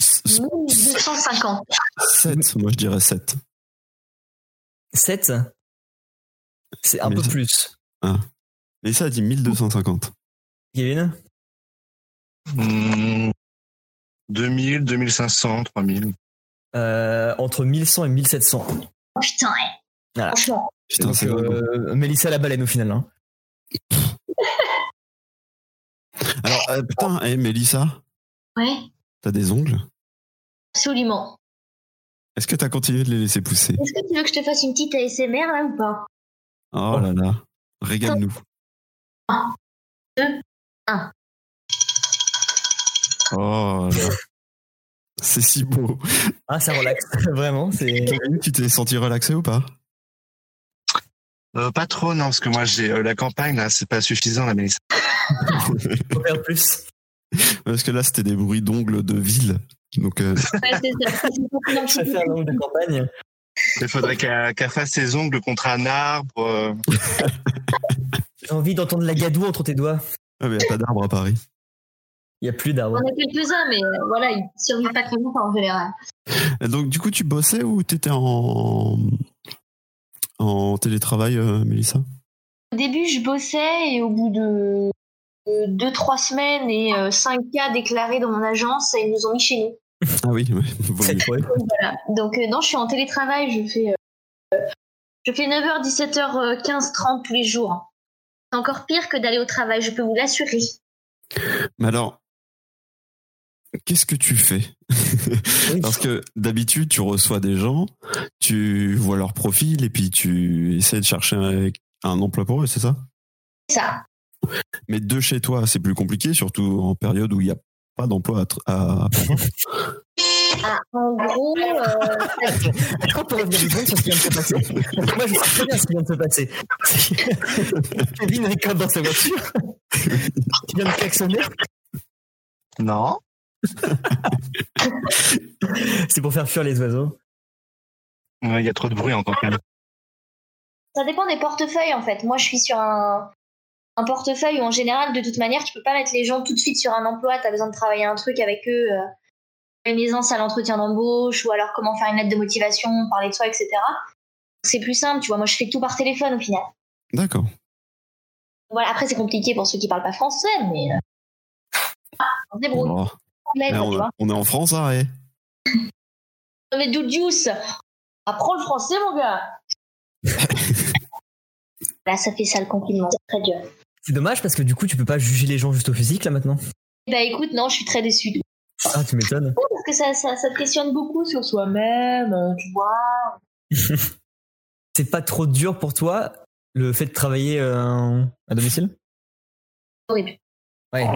[SPEAKER 1] S-
[SPEAKER 6] 1250.
[SPEAKER 1] 7, moi je dirais 7.
[SPEAKER 2] 7 C'est un
[SPEAKER 1] Mais
[SPEAKER 2] peu
[SPEAKER 1] ça-
[SPEAKER 2] plus.
[SPEAKER 1] Mais ça a dit 1250.
[SPEAKER 2] Kevin
[SPEAKER 5] Mmh. 2000, 2500, 3000.
[SPEAKER 2] Euh, Entre 1100 et 1700.
[SPEAKER 6] Putain, ouais.
[SPEAKER 2] Voilà.
[SPEAKER 6] franchement.
[SPEAKER 1] Putain,
[SPEAKER 2] Donc,
[SPEAKER 1] c'est dingue.
[SPEAKER 2] euh, Mélissa la baleine au final. hein.
[SPEAKER 1] Alors, euh, putain, hé, Mélissa,
[SPEAKER 6] Ouais,
[SPEAKER 1] t'as des ongles
[SPEAKER 6] absolument.
[SPEAKER 1] Est-ce que t'as continué de les laisser pousser
[SPEAKER 6] Est-ce que tu veux que je te fasse une petite ASMR là ou pas
[SPEAKER 1] Oh là là, régale-nous.
[SPEAKER 6] Un, deux, un.
[SPEAKER 1] Oh là là. C'est si beau.
[SPEAKER 2] Ah, ça relaxe, vraiment. C'est...
[SPEAKER 1] Kevin, tu t'es senti relaxé ou pas
[SPEAKER 5] Euh, pas trop, non, parce que moi, j'ai euh, la campagne, là, c'est pas suffisant, la Mélissa.
[SPEAKER 2] Faut faire plus.
[SPEAKER 1] Parce que là, c'était des bruits d'ongles de ville. Donc, euh,
[SPEAKER 6] Ouais, c'est ça. C'est un petit
[SPEAKER 2] Ça fait un nombre de campagne.
[SPEAKER 5] Il faudrait qu'elle qu'elle fasse ses ongles contre un arbre. euh.
[SPEAKER 2] J'ai envie d'entendre la gadoue entre tes doigts.
[SPEAKER 1] ah, mais y a pas d'arbre à Paris.
[SPEAKER 2] Il y a plus
[SPEAKER 6] On
[SPEAKER 2] d'arbres.
[SPEAKER 6] a quelques-uns, mais euh, voilà, ils survivent pas très longtemps en général.
[SPEAKER 1] Et donc, du coup, tu bossais ou t'étais en en télétravail, euh, Mélissa
[SPEAKER 6] Au début, je bossais et au bout de 2-3 semaines et 5 cas déclarés dans mon agence, ils nous ont mis chez nous.
[SPEAKER 1] Ah oui, ouais, vaut mieux.
[SPEAKER 2] Ouais.
[SPEAKER 6] Voilà. Donc euh, non, je suis en télétravail, je fais, euh, je fais 9h, 17h, 15, 30 euh, tous les jours. C'est encore pire que d'aller au travail, je peux vous l'assurer.
[SPEAKER 1] Mais alors, qu'est-ce que tu fais
[SPEAKER 2] Oui.
[SPEAKER 1] Parce que d'habitude, tu reçois des gens, tu vois leur profil et puis tu essaies de chercher un, un emploi pour eux, c'est ça
[SPEAKER 6] C'est ça.
[SPEAKER 1] Mais de chez toi, c'est plus compliqué, surtout en période où il n'y a pas d'emploi à, tr- à-
[SPEAKER 6] Ah, en gros, euh,
[SPEAKER 2] Je crois qu'on peut revenir deux secondes sur ce qui vient de se passer. Parce que Moi, je sais très bien ce qui vient de se passer. C'est que Kevin ricorde dans sa voiture. Il vient de klaxonner.
[SPEAKER 5] Non.
[SPEAKER 2] C'est pour faire fuir les oiseaux.
[SPEAKER 5] Ouais, Il y a trop de bruit en tant que
[SPEAKER 6] ça dépend des portefeuilles en fait. Moi, je suis sur un, un portefeuille où en général, de toute manière, tu peux pas mettre les gens tout de suite sur un emploi. Tu as besoin de travailler un truc avec eux. euh, une aisance à l'entretien d'embauche ou alors comment faire une lettre de motivation, parler de soi, etc. C'est plus simple, tu vois. Moi, je fais tout par téléphone au final.
[SPEAKER 1] D'accord.
[SPEAKER 6] Voilà, après, c'est compliqué pour ceux qui parlent pas français, mais. euh, ah, On se débrouille,
[SPEAKER 1] Oh,
[SPEAKER 6] on l'aide,
[SPEAKER 1] là,
[SPEAKER 6] tu
[SPEAKER 1] on,
[SPEAKER 6] vois.
[SPEAKER 1] on est en France, hein, ouais.
[SPEAKER 6] Mais d'où juice Apprends le français, mon gars Là, ça fait ça le confinement, c'est très dur.
[SPEAKER 2] C'est dommage parce que du coup, tu peux pas juger les gens juste au physique là maintenant.
[SPEAKER 6] Bah écoute, non, je suis très déçue.
[SPEAKER 2] Ah, tu m'étonnes.
[SPEAKER 6] Parce que ça, ça, ça te questionne beaucoup sur soi-même, euh, tu vois.
[SPEAKER 2] C'est pas trop dur pour toi le fait de travailler euh, à domicile
[SPEAKER 6] Horrible.
[SPEAKER 2] Ouais,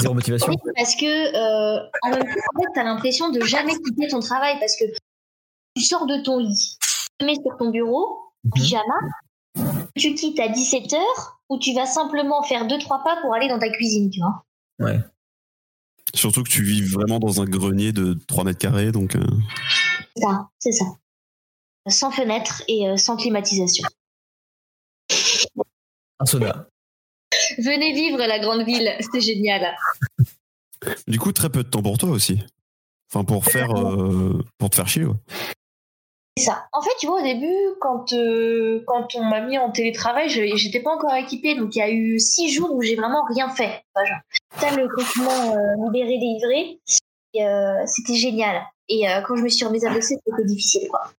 [SPEAKER 2] zéro motivation.
[SPEAKER 6] Oui, parce que euh, en même temps, en fait, t'as l'impression de jamais quitter ton travail parce que tu sors de ton lit, tu te mets sur ton bureau, en pyjama, tu quittes à 17h ou tu vas simplement faire 2-3 pas pour aller dans ta cuisine, tu vois.
[SPEAKER 1] Surtout que tu vis vraiment dans un grenier de 3 mètres carrés, donc. euh,
[SPEAKER 6] C'est ça, c'est ça. Sans fenêtre et euh, sans climatisation.
[SPEAKER 2] Un sauna.
[SPEAKER 6] Venez vivre la grande ville, c'est génial.
[SPEAKER 1] Du coup, très peu de temps pour toi aussi. Enfin, pour faire. euh, pour te faire chier, ouais.
[SPEAKER 6] C'est ça. En fait, tu vois, au début, quand, euh, quand on m'a mis en télétravail, j'avais- j'étais pas encore équipée. Donc, il y a eu six jours où j'ai vraiment rien fait. Enfin, genre, ça, le confinement euh, libéré, délivré, et, euh, c'était génial. Et euh, quand je me suis remise à bosser, c'était difficile, quoi.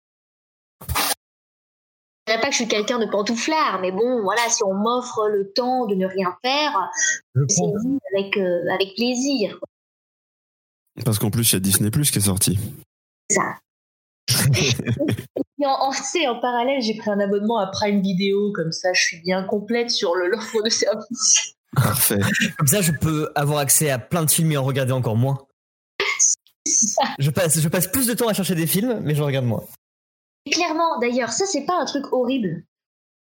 [SPEAKER 6] Je dirais pas que je suis quelqu'un de pantouflard, mais bon, voilà, si on m'offre le temps de ne rien faire,
[SPEAKER 2] Je
[SPEAKER 6] je
[SPEAKER 2] prends.
[SPEAKER 6] saisis avec, euh, avec plaisir. quoi.
[SPEAKER 1] Parce qu'en plus, il y a Disney Plus qui est sorti.
[SPEAKER 6] Et en, en, tu sais, en parallèle, j'ai pris un abonnement à Prime Video, comme ça, je suis bien complète sur le- l'offre de service.
[SPEAKER 1] Parfait.
[SPEAKER 2] Comme ça, je peux avoir accès à plein de films et en regarder encore moins. Je passe, je passe plus de temps à chercher des films, mais je regarde moins.
[SPEAKER 6] Et clairement, d'ailleurs, ça, c'est pas un truc horrible.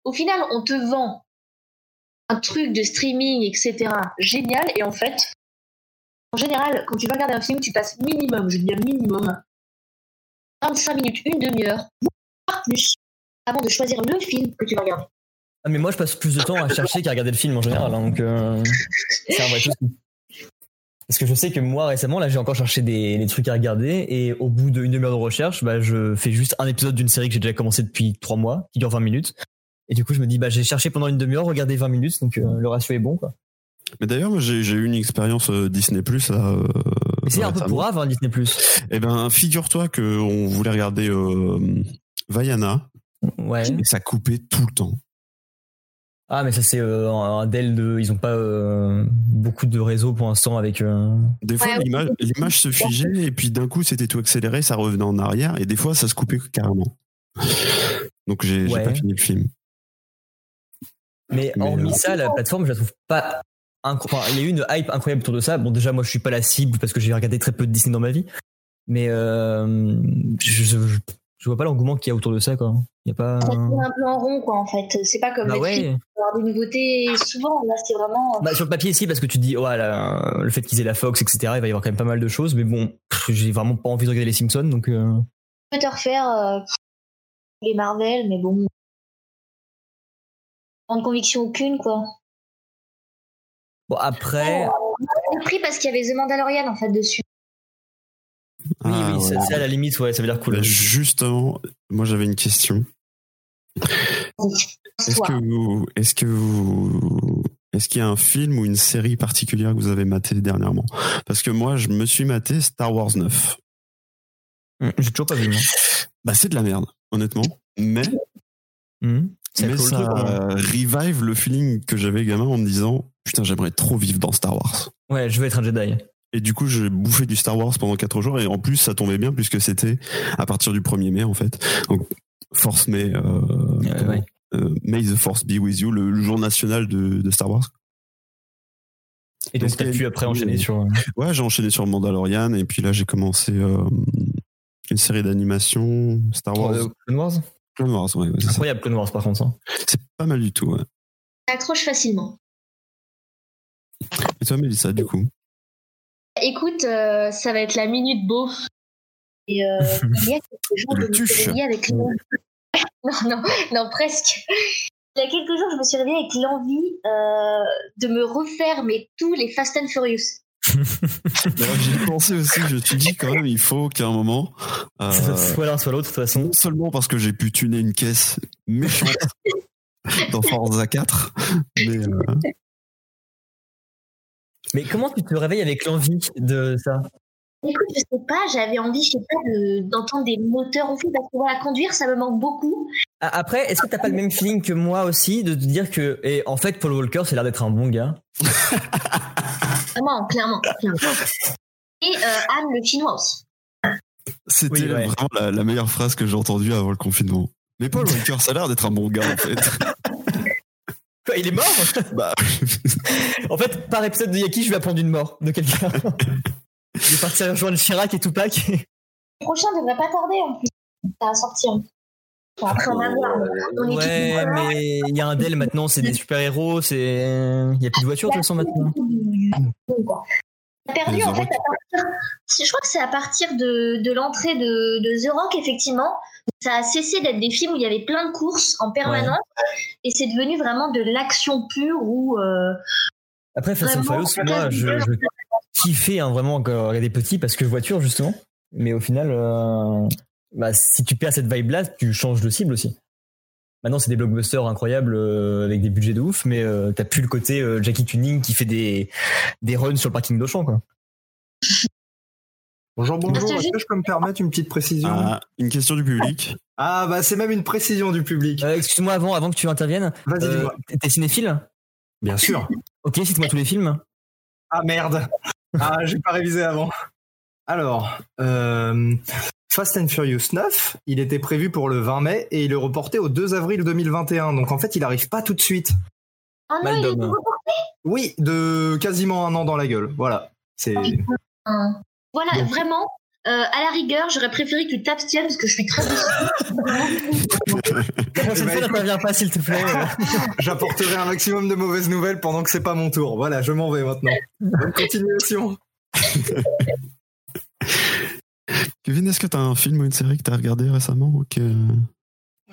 [SPEAKER 6] Au final, on te vend un truc de streaming, etc. Génial, et en fait, en général, quand tu vas regarder un film, tu passes minimum, je dis bien minimum, 25 minutes, une demi-heure, voire plus, avant de choisir le film que tu vas regarder.
[SPEAKER 2] Ah, mais moi, je passe plus de temps à chercher qu'à regarder le film en général. hein, donc, euh, c'est un vrai souci. Parce que je sais que moi, récemment, là, j'ai encore cherché des, des trucs à regarder. Et au bout d'une demi-heure de recherche, bah, je fais juste un épisode d'une série que j'ai déjà commencé depuis trois mois, qui dure 20 minutes. Et du coup, je me dis, bah, j'ai cherché pendant une demi-heure, regardé 20 minutes. Donc, euh, le ratio est bon, quoi.
[SPEAKER 1] Mais d'ailleurs, moi, j'ai j'ai eu une expérience euh, Disney Plus là. euh,
[SPEAKER 2] Mais C'est un peu
[SPEAKER 1] récemment.
[SPEAKER 2] pour avant Disney+.
[SPEAKER 1] Eh ben, figure-toi qu'on voulait regarder euh, Vaiana
[SPEAKER 2] Ouais.
[SPEAKER 1] et ça coupait tout le temps.
[SPEAKER 2] Ah, mais ça, c'est euh, un Dell de. Ils ont pas euh, beaucoup de réseau pour l'instant avec. euh,
[SPEAKER 1] Des fois,
[SPEAKER 6] Ouais,
[SPEAKER 1] l'image-
[SPEAKER 6] ouais.
[SPEAKER 1] l'image se figeait et puis d'un coup, c'était tout accéléré, ça revenait en arrière et des fois, ça se coupait carrément. Donc, j'ai j'ai
[SPEAKER 2] Ouais.
[SPEAKER 1] pas fini le film.
[SPEAKER 2] Mais
[SPEAKER 1] Mais,
[SPEAKER 2] hormis
[SPEAKER 1] euh,
[SPEAKER 2] ça, la plateforme, je la trouve pas. incro- Enfin, il y a eu une hype incroyable autour de ça. Bon, déjà, moi, je suis pas la cible parce que j'ai regardé très peu de Disney dans ma vie. Mais euh, je, je, je- je vois pas l'engouement qu'il y a autour de ça, quoi. Il y a pas.
[SPEAKER 6] Ça tourne un peu en rond, quoi, en fait. C'est pas comme
[SPEAKER 2] Euh. Bah
[SPEAKER 6] Netflix,
[SPEAKER 2] ouais.
[SPEAKER 6] on peut avoir des nouveautés souvent. Là, c'est vraiment... euh,
[SPEAKER 2] Bah, sur le papier, si, parce que tu te dis, ouais, la- le fait qu'ils aient la Fox, etc., il va y avoir quand même pas mal de choses. Mais bon, pff, j'ai vraiment pas envie de regarder les Simpsons, donc. euh,
[SPEAKER 6] Tu peux te refaire euh, les Marvel, mais bon... Grande conviction aucune, quoi.
[SPEAKER 2] Bon, après.
[SPEAKER 6] le prix parce qu'il y avait The Mandalorian en fait dessus.
[SPEAKER 2] oui,
[SPEAKER 1] Ah,
[SPEAKER 2] oui, ça-
[SPEAKER 1] ouais.
[SPEAKER 2] ça, à la limite, ouais, ça veut dire cool.
[SPEAKER 1] Bah, Justement, moi, j'avais une question. Est-ce
[SPEAKER 6] Toi.
[SPEAKER 1] que vous, est-ce que vous, est-ce qu'il y a un film ou une série particulière que vous avez maté dernièrement Parce que moi, je me suis maté Star Wars 9.
[SPEAKER 2] Hum, J'ai toujours pas vu, moi.
[SPEAKER 1] Bah, c'est de la merde, honnêtement. Mais,
[SPEAKER 2] Hum. Ça
[SPEAKER 1] mais
[SPEAKER 2] clôt le
[SPEAKER 1] ça
[SPEAKER 2] truc, hein.
[SPEAKER 1] revive le feeling que j'avais gamin en me disant putain, j'aimerais trop vivre dans Star Wars.
[SPEAKER 2] Ouais, je veux être un Jedi.
[SPEAKER 1] Et du coup, j'ai bouffé du Star Wars pendant 4 jours et en plus, ça tombait bien puisque c'était à partir du 1er mai en fait. Donc, Force May, euh,
[SPEAKER 2] Euh, ouais.
[SPEAKER 1] euh, May the Force be with you, le, le jour national de, de Star Wars.
[SPEAKER 2] Et donc,
[SPEAKER 1] Est-ce
[SPEAKER 2] t'as
[SPEAKER 1] qu'il y a
[SPEAKER 2] pu
[SPEAKER 1] une-
[SPEAKER 2] après enchaîner sur. euh,
[SPEAKER 1] Ouais, j'ai enchaîné sur Mandalorian et puis là j'ai commencé euh, une série d'animation Star Wars.
[SPEAKER 2] euh, Clone Wars
[SPEAKER 1] Clone Wars, ouais, ouais, c'est ça.
[SPEAKER 2] Incroyable Clone Wars par contre. hein.
[SPEAKER 1] C'est pas mal du tout. Ouais.
[SPEAKER 6] Accroche facilement.
[SPEAKER 1] Et toi, Mélissa, du coup
[SPEAKER 6] Écoute, euh, ça va être la minute beau. Et euh, il y a quelques jours,
[SPEAKER 1] Le
[SPEAKER 6] je me suis
[SPEAKER 1] tuche.
[SPEAKER 6] réveillée avec l'envie. Non, non, non, presque. Il y a quelques jours, je me suis réveillée avec l'envie euh, de me refaire mais tous les Fast and Furious.
[SPEAKER 1] D'ailleurs, J'y ai pensé aussi, je me suis dit quand même, il faut qu'à un moment, euh,
[SPEAKER 2] Soit l'un, soit l'autre, de toute façon.
[SPEAKER 1] non seulement parce que j'ai pu tuner une caisse méchante dans Forza 4, mais euh,
[SPEAKER 2] Mais comment tu te réveilles avec l'envie de ça
[SPEAKER 6] Écoute, je sais pas, j'avais envie, je sais pas, de- d'entendre des moteurs en fait, parce que voilà, conduire, ça me manque beaucoup.
[SPEAKER 2] Ah, Après, est-ce que t'as pas le même feeling que moi aussi de te dire que. Et en fait, Paul Walker, c'est l'air d'être un bon gars.
[SPEAKER 6] Vraiment, clairement. clairement. Et euh, Anne, le chinois aussi.
[SPEAKER 1] c'était
[SPEAKER 2] Oui, ouais.
[SPEAKER 1] vraiment la, la meilleure phrase que j'ai entendue avant le confinement. Mais Paul Walker, ça a l'air d'être un bon gars en fait.
[SPEAKER 2] Quoi, il est mort hein
[SPEAKER 1] Bah,
[SPEAKER 2] En fait, par épisode de Yaki, je vais apprendre une mort de quelqu'un. je vais partir rejoindre Chirac et Tupac.
[SPEAKER 6] Le prochain devrait pas tarder en plus. Ça va sortir. Bon, Après, on va voir. On est tous
[SPEAKER 2] Ouais, mais il y a un Dell maintenant, c'est des super-héros, c'est. Il y a plus de voitures de toute façon maintenant.
[SPEAKER 6] On a perdu
[SPEAKER 1] Les
[SPEAKER 6] en fait à
[SPEAKER 1] Europe.
[SPEAKER 6] partir. Je crois que c'est à partir de, de l'entrée de, de The Rock, effectivement. Ça a cessé d'être des films où il y avait plein de courses en permanence et c'est devenu vraiment de l'action pure où. euh,
[SPEAKER 2] Après, Fast and
[SPEAKER 6] Vraiment,
[SPEAKER 2] Furious, moi, je, je kiffais hein, vraiment quand des petits parce que voiture, justement. Mais au final, euh, bah, si tu perds cette vibe-là, tu changes de cible aussi. Maintenant, c'est des blockbusters incroyables euh, avec des budgets de ouf, mais euh, t'as plus le côté euh, Jackie Tuning qui fait des, des runs sur le parking d'Auchan, quoi.
[SPEAKER 7] Bonjour, bonjour.
[SPEAKER 6] Monsieur
[SPEAKER 7] Est-ce
[SPEAKER 6] Gilles.
[SPEAKER 7] que je peux me permettre une petite précision ah.
[SPEAKER 1] ah, une question du public.
[SPEAKER 7] bah c'est même une précision du public.
[SPEAKER 2] Euh, Excuse-moi, avant, avant que tu interviennes,
[SPEAKER 7] Vas-y,
[SPEAKER 2] euh,
[SPEAKER 7] dis-moi.
[SPEAKER 2] t'es- t'es cinéphile
[SPEAKER 7] Bien sûr.
[SPEAKER 2] Ok, cite-moi tous les films.
[SPEAKER 7] Ah merde. Ah, j'ai pas révisé avant. Alors, euh, Fast and Furious 9, il était prévu pour le 20 mai et il est reporté au 2 avril 2021. Donc en fait, il arrive pas tout de suite.
[SPEAKER 6] Oh non, il est
[SPEAKER 2] Malcolm.
[SPEAKER 6] nouveau.
[SPEAKER 7] Oui, de quasiment un an dans la gueule. Voilà. C'est
[SPEAKER 6] Ah,
[SPEAKER 7] Eh
[SPEAKER 6] Hein. Voilà,
[SPEAKER 7] Bon.
[SPEAKER 6] vraiment. euh, à la rigueur, j'aurais préféré que tu t'abstiennes parce que je suis très déçue.
[SPEAKER 2] La prochaine
[SPEAKER 7] bah,
[SPEAKER 2] fois,
[SPEAKER 7] écoute.
[SPEAKER 2] n'interviens pas, s'il te plaît.
[SPEAKER 7] J'apporterai un maximum de mauvaises nouvelles pendant que c'est pas mon tour. Voilà, je m'en vais maintenant. Bonne continuation.
[SPEAKER 1] Kevin, est-ce que t'as un film ou une série que t'as regardé récemment ou que...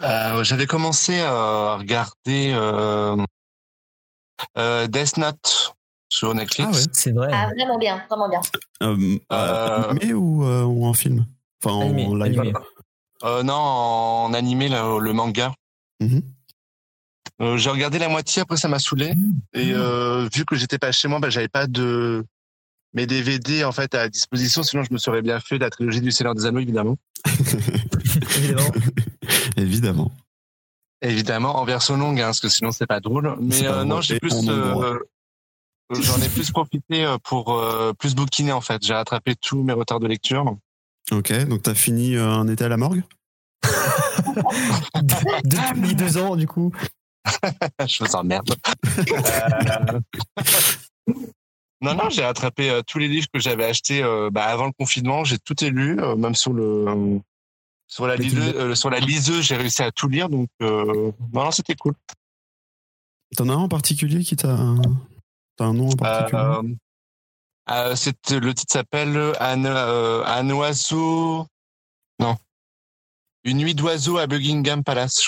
[SPEAKER 5] Euh, J'avais commencé à regarder euh, euh, Death Note sur Netflix.
[SPEAKER 2] C'est vrai.
[SPEAKER 6] Ah, vraiment bien, vraiment bien.
[SPEAKER 1] Euh,
[SPEAKER 5] Euh,
[SPEAKER 1] Animé ou, euh, ou un film Enfin, en
[SPEAKER 2] Animé,
[SPEAKER 1] live.
[SPEAKER 2] animé.
[SPEAKER 5] Euh, non, en animé, là, le manga.
[SPEAKER 1] Mhm.
[SPEAKER 5] Euh, j'ai regardé la moitié, après ça m'a saoulé.
[SPEAKER 1] Mm-hmm.
[SPEAKER 5] Et euh, vu que j'étais pas chez moi, bah, j'avais pas de mes DVD en fait à disposition. Sinon, je me serais bien fait la trilogie du Seigneur des Anneaux, évidemment.
[SPEAKER 2] Évidemment.
[SPEAKER 1] Évidemment.
[SPEAKER 5] Évidemment, en version longue, hein, parce que sinon c'est pas drôle. Mais
[SPEAKER 1] C'est pas
[SPEAKER 5] euh, non,
[SPEAKER 1] drôle,
[SPEAKER 5] j'ai
[SPEAKER 1] et
[SPEAKER 5] plus,
[SPEAKER 1] en nombre.
[SPEAKER 5] euh, j'en ai plus profité euh, pour euh, plus bouquiner en fait. J'ai rattrapé tous mes retards de lecture.
[SPEAKER 1] Ok, donc t'as fini euh, un été à la morgue
[SPEAKER 2] Depuis deux ans, du coup.
[SPEAKER 5] je vous emmerde. Euh, non, non, j'ai rattrapé euh, tous les livres que j'avais achetés euh, bah, avant le confinement. J'ai tout élu, euh, même sur le sur la
[SPEAKER 2] Mais tu
[SPEAKER 5] liseuse. euh, sur la liseuse, j'ai réussi à tout lire. Donc, euh, non, non, c'était cool.
[SPEAKER 1] T'en as un en particulier qui t'a. T'as un nom en particulier
[SPEAKER 5] Euh, euh, c'est- le titre s'appelle un, euh, un oiseau. Non. Une nuit d'oiseau à Buckingham Palace.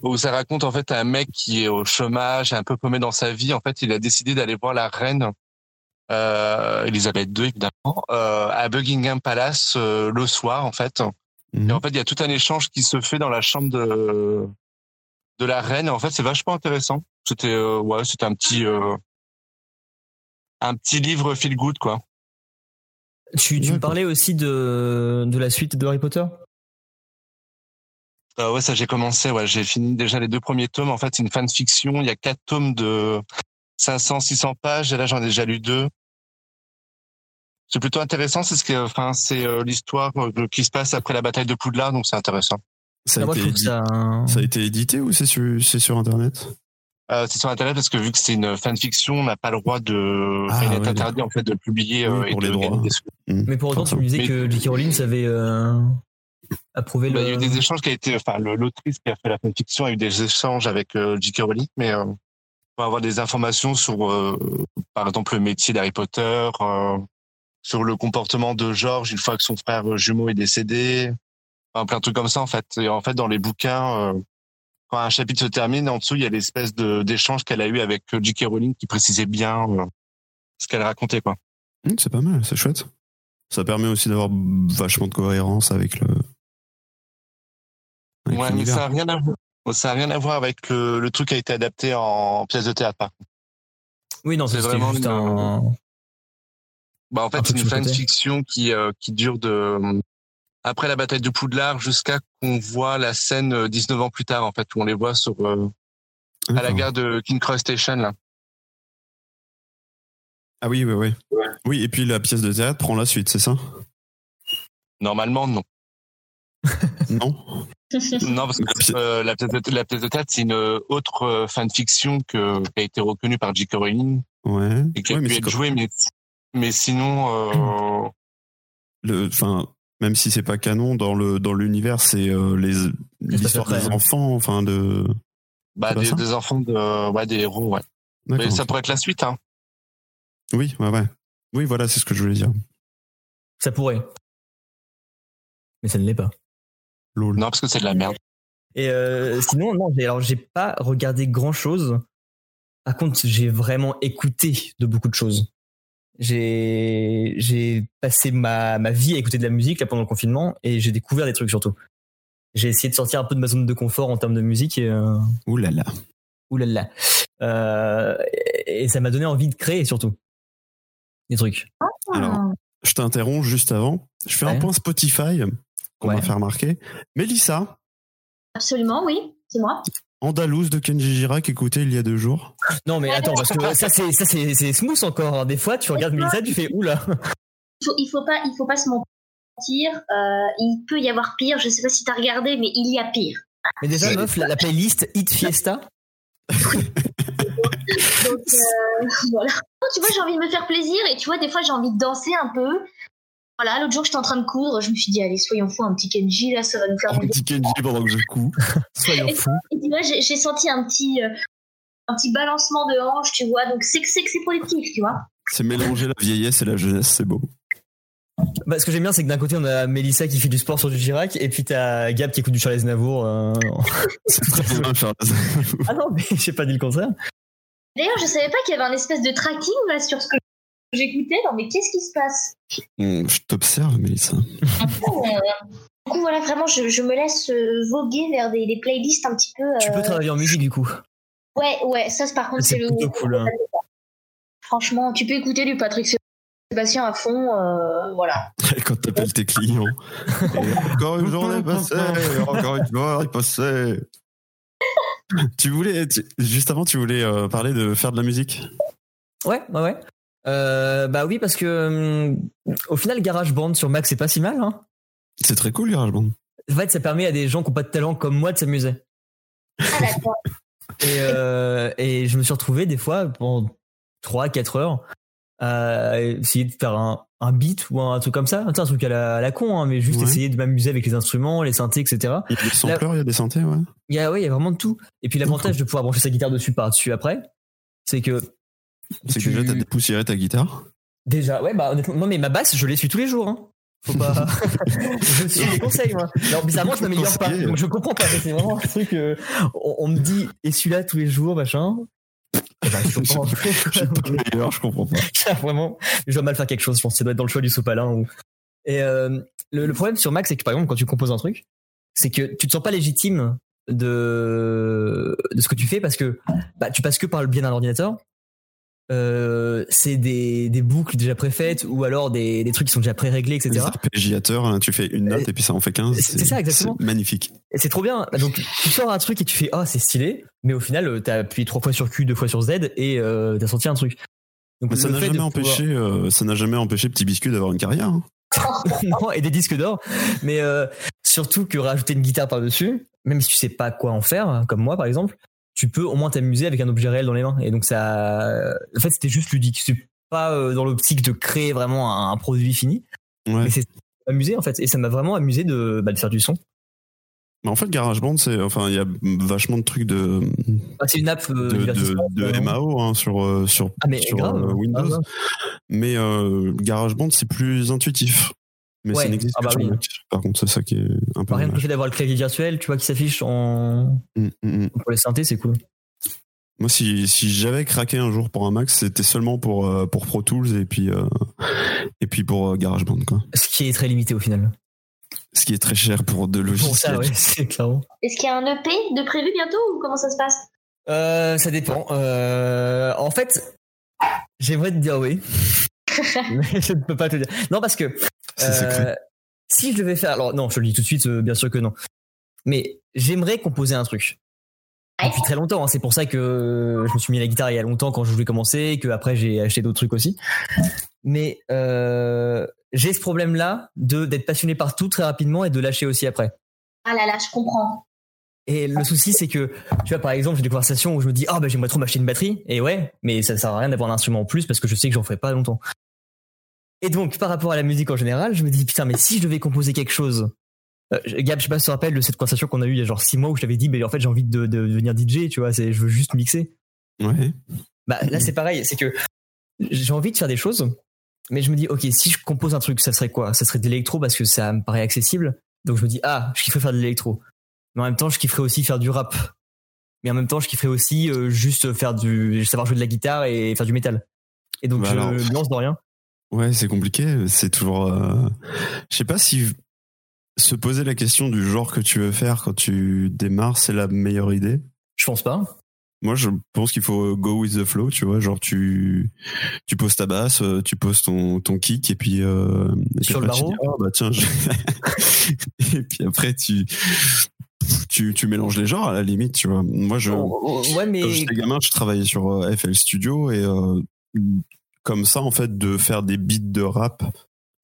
[SPEAKER 5] Où ça raconte en fait un mec qui est au chômage, un peu paumé dans sa vie. En fait, il a décidé d'aller voir la reine euh, Elisabeth II, évidemment, euh, à Buckingham Palace euh, le soir, en fait.
[SPEAKER 1] Mhm.
[SPEAKER 5] Et en fait, il y a tout un échange qui se fait dans la chambre de, de la reine. Et en fait, c'est vachement intéressant. C'était euh, ouais, c'était un petit euh, un petit livre feel good quoi.
[SPEAKER 2] Tu, tu me parlais aussi de, de la suite de Harry Potter
[SPEAKER 5] Euh, ouais, ça j'ai commencé. Ouais, j'ai fini déjà les deux premiers tomes. En fait, c'est une fanfiction. Il y a quatre tomes de 500 600 pages. Et là, j'en ai déjà lu deux. C'est plutôt intéressant. C'est ce que, enfin, c'est euh, l'histoire euh, de- qui se passe après la bataille de Poudlard. Donc c'est intéressant.
[SPEAKER 1] ça,
[SPEAKER 2] Ah,
[SPEAKER 1] a
[SPEAKER 2] Moi, je
[SPEAKER 1] été
[SPEAKER 2] trouve
[SPEAKER 1] édi-
[SPEAKER 2] ça. un-
[SPEAKER 1] ça a été édité ou c'est sur, c'est sur internet
[SPEAKER 5] Euh, c'est sur Internet parce que vu que c'est une fanfiction, on n'a pas le droit de.
[SPEAKER 1] Ah,
[SPEAKER 5] enfin, il est
[SPEAKER 1] oui,
[SPEAKER 5] interdit en fait de le publier
[SPEAKER 1] Oui,
[SPEAKER 5] euh, et
[SPEAKER 1] pour
[SPEAKER 5] de
[SPEAKER 1] les droits.
[SPEAKER 5] gagner des sous.
[SPEAKER 1] Mm.
[SPEAKER 2] Mais pour autant, tu me disais
[SPEAKER 5] Mais-
[SPEAKER 2] que J.K. Rowling avait euh, approuvé
[SPEAKER 5] Bah,
[SPEAKER 2] le.
[SPEAKER 5] il y a eu des échanges qui a été, enfin, le- l'autrice qui a fait la fanfiction a eu des échanges avec euh, J.K. Rowling, mais euh, pour avoir des informations sur, euh, par exemple, le métier d'Harry Potter, euh, sur le comportement de George une fois que son frère euh, jumeau est décédé, enfin, plein de trucs comme ça en fait. Et en fait, dans les bouquins, euh, quand un chapitre se termine, en dessous, il y a l'espèce de- d'échange qu'elle a eu avec euh, J.K. Rowling qui précisait bien euh, ce qu'elle racontait, quoi.
[SPEAKER 1] Hum, C'est pas mal, c'est chouette. Ça permet aussi d'avoir vachement de cohérence avec le. avec
[SPEAKER 5] Ouais, mais
[SPEAKER 1] l'univers.
[SPEAKER 5] ça n'a rien à voir. Ça a rien à voir avec le, le truc qui a été adapté en pièce de théâtre. par
[SPEAKER 2] Oui, non,
[SPEAKER 5] C'est
[SPEAKER 2] c'est
[SPEAKER 5] vraiment
[SPEAKER 2] vraiment juste
[SPEAKER 5] une-
[SPEAKER 2] un.
[SPEAKER 5] Bah, en
[SPEAKER 2] Un
[SPEAKER 5] fait,
[SPEAKER 2] peu
[SPEAKER 5] c'est une
[SPEAKER 2] sur le côté.
[SPEAKER 5] fanfiction qui, euh, qui dure de après la bataille du Poudlard jusqu'à qu'on voit la scène euh, 19 ans plus tard, en fait, où on les voit sur, euh, à la
[SPEAKER 1] D'accord.
[SPEAKER 5] gare de King Cross Station. Là.
[SPEAKER 1] Ah oui, oui, oui. Oui, et puis la pièce de théâtre prend la suite, c'est ça
[SPEAKER 5] Normalement, non.
[SPEAKER 1] Non
[SPEAKER 5] Non, parce
[SPEAKER 1] La pi-
[SPEAKER 5] que euh, la, pièce de, la pièce de théâtre, c'est une euh, autre euh, fanfiction que, qui a été reconnue par J.K. Rowling
[SPEAKER 1] Ouais.
[SPEAKER 5] et qui
[SPEAKER 1] Ouais,
[SPEAKER 5] a
[SPEAKER 1] mais
[SPEAKER 5] pu
[SPEAKER 1] c'est
[SPEAKER 5] être
[SPEAKER 1] comme-
[SPEAKER 5] jouée, mais, mais sinon, euh,
[SPEAKER 1] le- enfin même si c'est pas canon dans le dans l'univers c'est euh, les
[SPEAKER 2] se passe
[SPEAKER 1] l'histoire
[SPEAKER 2] après,
[SPEAKER 1] des
[SPEAKER 2] hein.
[SPEAKER 1] enfants enfin de
[SPEAKER 5] bah,
[SPEAKER 1] C'est pas
[SPEAKER 5] des,
[SPEAKER 1] ça
[SPEAKER 5] des enfants, de, euh, ouais, des héros, ouais. Mais
[SPEAKER 1] D'accord.
[SPEAKER 5] ça pourrait être la suite, hein.
[SPEAKER 1] oui ouais ouais oui voilà c'est ce que je voulais dire
[SPEAKER 2] Ça pourrait. Mais ça ne l'est pas.
[SPEAKER 1] lol
[SPEAKER 5] Non, parce que c'est de la merde.
[SPEAKER 2] Et euh, sinon, non, j'ai- alors j'ai pas regardé grand chose. Par contre, j'ai vraiment écouté de beaucoup de choses. J'ai j'ai passé ma, ma vie à écouter de la musique là, pendant le confinement et j'ai découvert des trucs surtout. J'ai essayé de sortir un peu de ma zone de confort en termes de musique et euh,
[SPEAKER 1] ouh là là
[SPEAKER 2] oulala. Euh, et, et ça m'a donné envie de créer surtout des trucs.
[SPEAKER 6] Ah.
[SPEAKER 1] alors je t'interromps juste avant je fais un
[SPEAKER 2] Ouais.
[SPEAKER 1] point Spotify qu'on m'a
[SPEAKER 2] Ouais.
[SPEAKER 1] fait remarquer Mélissa
[SPEAKER 6] Absolument, oui, c'est moi.
[SPEAKER 1] Andalouse de Kenji Girac écoutée il y a deux jours
[SPEAKER 2] Non mais attends parce que ça c'est ça c'est c'est smooth encore. hein. Des fois tu regardes Melissa tu fais oula.
[SPEAKER 6] Il faut, il faut pas, il faut pas se mentir. euh, il peut y avoir pire. Je sais pas si t'as regardé, mais il y a pire.
[SPEAKER 2] Mais déjà meuf la, la playlist Hit Fiesta
[SPEAKER 6] Donc euh, voilà. Tu vois, j'ai envie de me faire plaisir et tu vois, des fois, j'ai envie de danser un peu. Voilà, l'autre jour, j'étais en train de coudre. Je me suis dit, allez, soyons fous, un petit Kenji là, ça va nous faire.
[SPEAKER 1] un
[SPEAKER 6] du bien.
[SPEAKER 1] petit Kenji pendant que je couds
[SPEAKER 2] Oh, soyons fous.
[SPEAKER 6] Et tu vois, j'ai j'ai senti un petit, euh, un petit balancement de hanche, tu vois. Donc c'est que c'est que c'est pour les petits, tu vois.
[SPEAKER 1] c'est mélanger la vieillesse et la jeunesse c'est beau
[SPEAKER 2] Bah, ce que j'aime bien, c'est que d'un côté, on a Mélissa qui fait du sport sur du Girac, et puis t'as Gab qui écoute du Charles Aznavour. euh,
[SPEAKER 1] c'est très bien Charles
[SPEAKER 2] ah non, mais j'ai pas dit le contraire.
[SPEAKER 6] D'ailleurs, je savais pas qu'il y avait un espèce de tracking là sur ce que j'écoutais. Non, mais qu'est-ce qui se passe
[SPEAKER 1] Hum, je t'observe Mélissa
[SPEAKER 6] euh, Du coup, voilà, vraiment, je, je me laisse euh, voguer vers des, des playlists un petit peu.
[SPEAKER 2] Tu peux
[SPEAKER 6] euh,
[SPEAKER 2] travailler en musique, du coup.
[SPEAKER 6] Ouais, ouais, ça, c'est- par contre,
[SPEAKER 2] C'est
[SPEAKER 6] c'est le.
[SPEAKER 2] plutôt cool. hein.
[SPEAKER 6] Franchement, tu peux écouter du Patrick Sébastien à fond, euh, voilà.
[SPEAKER 1] quand t'appelles tes clients Et encore une journée passée encore une journée passée tu voulais tu- juste avant tu voulais euh, parler de faire de la musique
[SPEAKER 2] Ouais, ouais, ouais. Euh, bah oui, parce que hum, au final, GarageBand sur Mac, c'est pas si mal. Hein.
[SPEAKER 1] c'est très cool GarageBand
[SPEAKER 2] En fait, ça permet à des gens qui ont pas de talent comme moi de s'amuser.
[SPEAKER 6] Ah, d'accord.
[SPEAKER 2] Et, euh, et je me suis retrouvé des fois pendant 3-4 heures à essayer de faire un, un beat ou un truc comme ça. Tu sais, Un truc à la, à la con, hein, mais juste
[SPEAKER 1] Ouais.
[SPEAKER 2] essayer de m'amuser avec les instruments, les synthés, etc.
[SPEAKER 1] il y a des sampleurs il y a des synthés ouais
[SPEAKER 2] Il y a, ouais, il y a vraiment de tout. Et puis l'avantage de pouvoir brancher sa guitare dessus par-dessus après, c'est que
[SPEAKER 1] c'est que
[SPEAKER 2] Tu-
[SPEAKER 1] déjà t'as dépoussiéré ta guitare
[SPEAKER 2] déjà, ouais, bah honnêtement, moi, mais ma basse, je l'essuie tous les jours. hein. Faut pas. je suis les conseils, moi. Alors bizarrement, je m'améliore pas.
[SPEAKER 1] Conseiller.
[SPEAKER 2] Donc je comprends pas. mais C'est vraiment un truc. euh, on, on me dit essuie-la tous les jours, machin. Eh ben, je comprends.
[SPEAKER 1] je sais pas meilleur je comprends pas
[SPEAKER 2] Ça, vraiment, je dois mal faire quelque chose. Je pense que ça doit être dans le choix du sopalin. Ou... Et euh, le, le problème sur Mac, c'est que par exemple, quand tu composes un truc, c'est que tu te sens pas légitime de, de ce que tu fais parce que bah, tu passes que par le biais d'un ordinateur. Euh, c'est des, des boucles déjà préfaites ou alors des, des trucs qui sont déjà pré-réglés,
[SPEAKER 1] les
[SPEAKER 2] etc.
[SPEAKER 1] arpégiateurs là, hein, tu fais une note et puis ça en fait 15
[SPEAKER 2] C'est ça, exactement.
[SPEAKER 1] c'est magnifique
[SPEAKER 2] Et c'est trop bien. Donc tu sors un truc et tu fais ah c'est stylé, mais au final euh, t'as appuyé trois fois sur Q, deux fois sur Z et euh, t'as sorti un truc. Donc
[SPEAKER 1] mais ça
[SPEAKER 2] le
[SPEAKER 1] n'a
[SPEAKER 2] fait de
[SPEAKER 1] jamais
[SPEAKER 2] pouvoir-
[SPEAKER 1] empêché euh, ça n'a jamais empêché Petit Biscuit d'avoir une carrière hein.
[SPEAKER 2] non, et des disques d'or. Mais euh, surtout que rajouter une guitare par-dessus, même si tu sais pas quoi en faire, hein, comme moi par exemple, tu peux au moins t'amuser avec un objet réel dans les mains. Et donc ça, euh, en fait, c'était juste ludique. C'est pas euh, dans l'optique de créer vraiment un, un produit fini,
[SPEAKER 1] Ouais.
[SPEAKER 2] mais c'est amusé en fait. Et ça m'a vraiment amusé de, bah, de faire du son.
[SPEAKER 1] Mais en fait, GarageBand, c'est, enfin, il y a vachement de trucs de,
[SPEAKER 2] Bah, c'est une app euh,
[SPEAKER 1] de, de,
[SPEAKER 2] divertissement,
[SPEAKER 1] de
[SPEAKER 2] vraiment.
[SPEAKER 1] MAO hein, sur, euh, sur,
[SPEAKER 2] Ah, mais
[SPEAKER 1] sur
[SPEAKER 2] grave,
[SPEAKER 1] euh, Windows.
[SPEAKER 2] grave. hein.
[SPEAKER 1] Mais euh, GarageBand, c'est plus intuitif. Mais
[SPEAKER 2] Ouais.
[SPEAKER 1] ça n'existe
[SPEAKER 2] Ah
[SPEAKER 1] que
[SPEAKER 2] bah
[SPEAKER 1] sur
[SPEAKER 2] oui.
[SPEAKER 1] Mac. Par contre, c'est ça qui est un peu.
[SPEAKER 2] Bah, rien que le
[SPEAKER 1] dommage.
[SPEAKER 2] fait d'avoir le clavier virtuel, tu vois, qui s'affiche en
[SPEAKER 1] Mm, mm, mm.
[SPEAKER 2] pour les synthés, c'est cool.
[SPEAKER 1] Moi, si, si j'avais craqué un jour pour un Mac, c'était seulement pour, euh, pour Pro Tools et puis, euh, et puis pour euh, GarageBand. Quoi.
[SPEAKER 2] Ce qui est très limité au final.
[SPEAKER 1] Ce qui est très cher pour de logiciels.
[SPEAKER 2] Pour ça, ouais, c'est clairement.
[SPEAKER 6] Est-ce qu'il y a un EP de prévu bientôt ou comment ça se passe
[SPEAKER 2] Euh, ça dépend. Euh, en fait, j'aimerais te dire oui. mais je ne peux pas te le dire. Non, parce que. euh,
[SPEAKER 1] C'est secret.
[SPEAKER 2] Si je devais faire. Alors, non, je te le dis tout de suite, euh, bien sûr que non. Mais j'aimerais composer un truc. Depuis très longtemps. hein. C'est pour ça que je me suis mis à la guitare il y a longtemps quand je voulais commencer, que après j'ai acheté d'autres trucs aussi. Mais euh, j'ai ce problème-là de d'être passionné par tout très rapidement et de lâcher aussi après.
[SPEAKER 6] Ah là là, je comprends.
[SPEAKER 2] Et le souci, c'est que, tu vois, par exemple, j'ai des conversations où je me dis, ah, bah, j'aimerais trop m'acheter une batterie. Et ouais, mais ça sert à rien d'avoir un instrument en plus parce que je sais que j'en ferai pas longtemps. Et donc, par rapport à la musique en général, je me dis, putain, mais si je devais composer quelque chose, Euh, je- Gab, je sais pas si tu te rappelles de cette conversation qu'on a eue il y a genre six mois où je t'avais dit, mais en fait, j'ai envie de, de devenir DJ, tu vois, c'est, je veux juste mixer.
[SPEAKER 1] Ouais.
[SPEAKER 2] Bah, là, c'est pareil, c'est que j'ai envie de faire des choses, mais je me dis, ok, si je compose un truc, ça serait quoi Ça serait de l'électro parce que ça me paraît accessible. Donc je me dis, ah, je kifferais faire de l'électro. Mais en même temps, je kifferais aussi faire du rap. Mais en même temps, je kifferais aussi euh, juste faire du, savoir jouer de la guitare et faire du métal. Et donc,
[SPEAKER 1] Bah
[SPEAKER 2] je
[SPEAKER 1] alors.
[SPEAKER 2] me lance dans rien.
[SPEAKER 1] Ouais, c'est compliqué. C'est toujours. euh, Je sais pas si se poser la question du genre que tu veux faire quand tu démarres, c'est la meilleure idée.
[SPEAKER 2] Je pense pas.
[SPEAKER 1] Moi, je pense qu'il faut go with the flow, tu vois. Genre, tu, tu poses ta basse, euh, tu poses ton, ton kick, et puis. euh, et puis
[SPEAKER 2] Sur le
[SPEAKER 1] après, tu
[SPEAKER 2] barreau.
[SPEAKER 1] dis, Ah, bah tiens, je- Et puis après, tu, tu. Tu mélanges les genres à la limite, tu vois. Moi, je.
[SPEAKER 2] Oh, Ouais, mais.
[SPEAKER 1] Quand j'étais gamin, je travaillais sur euh, FL Studio et euh, comme ça, en fait, de faire des beats de rap,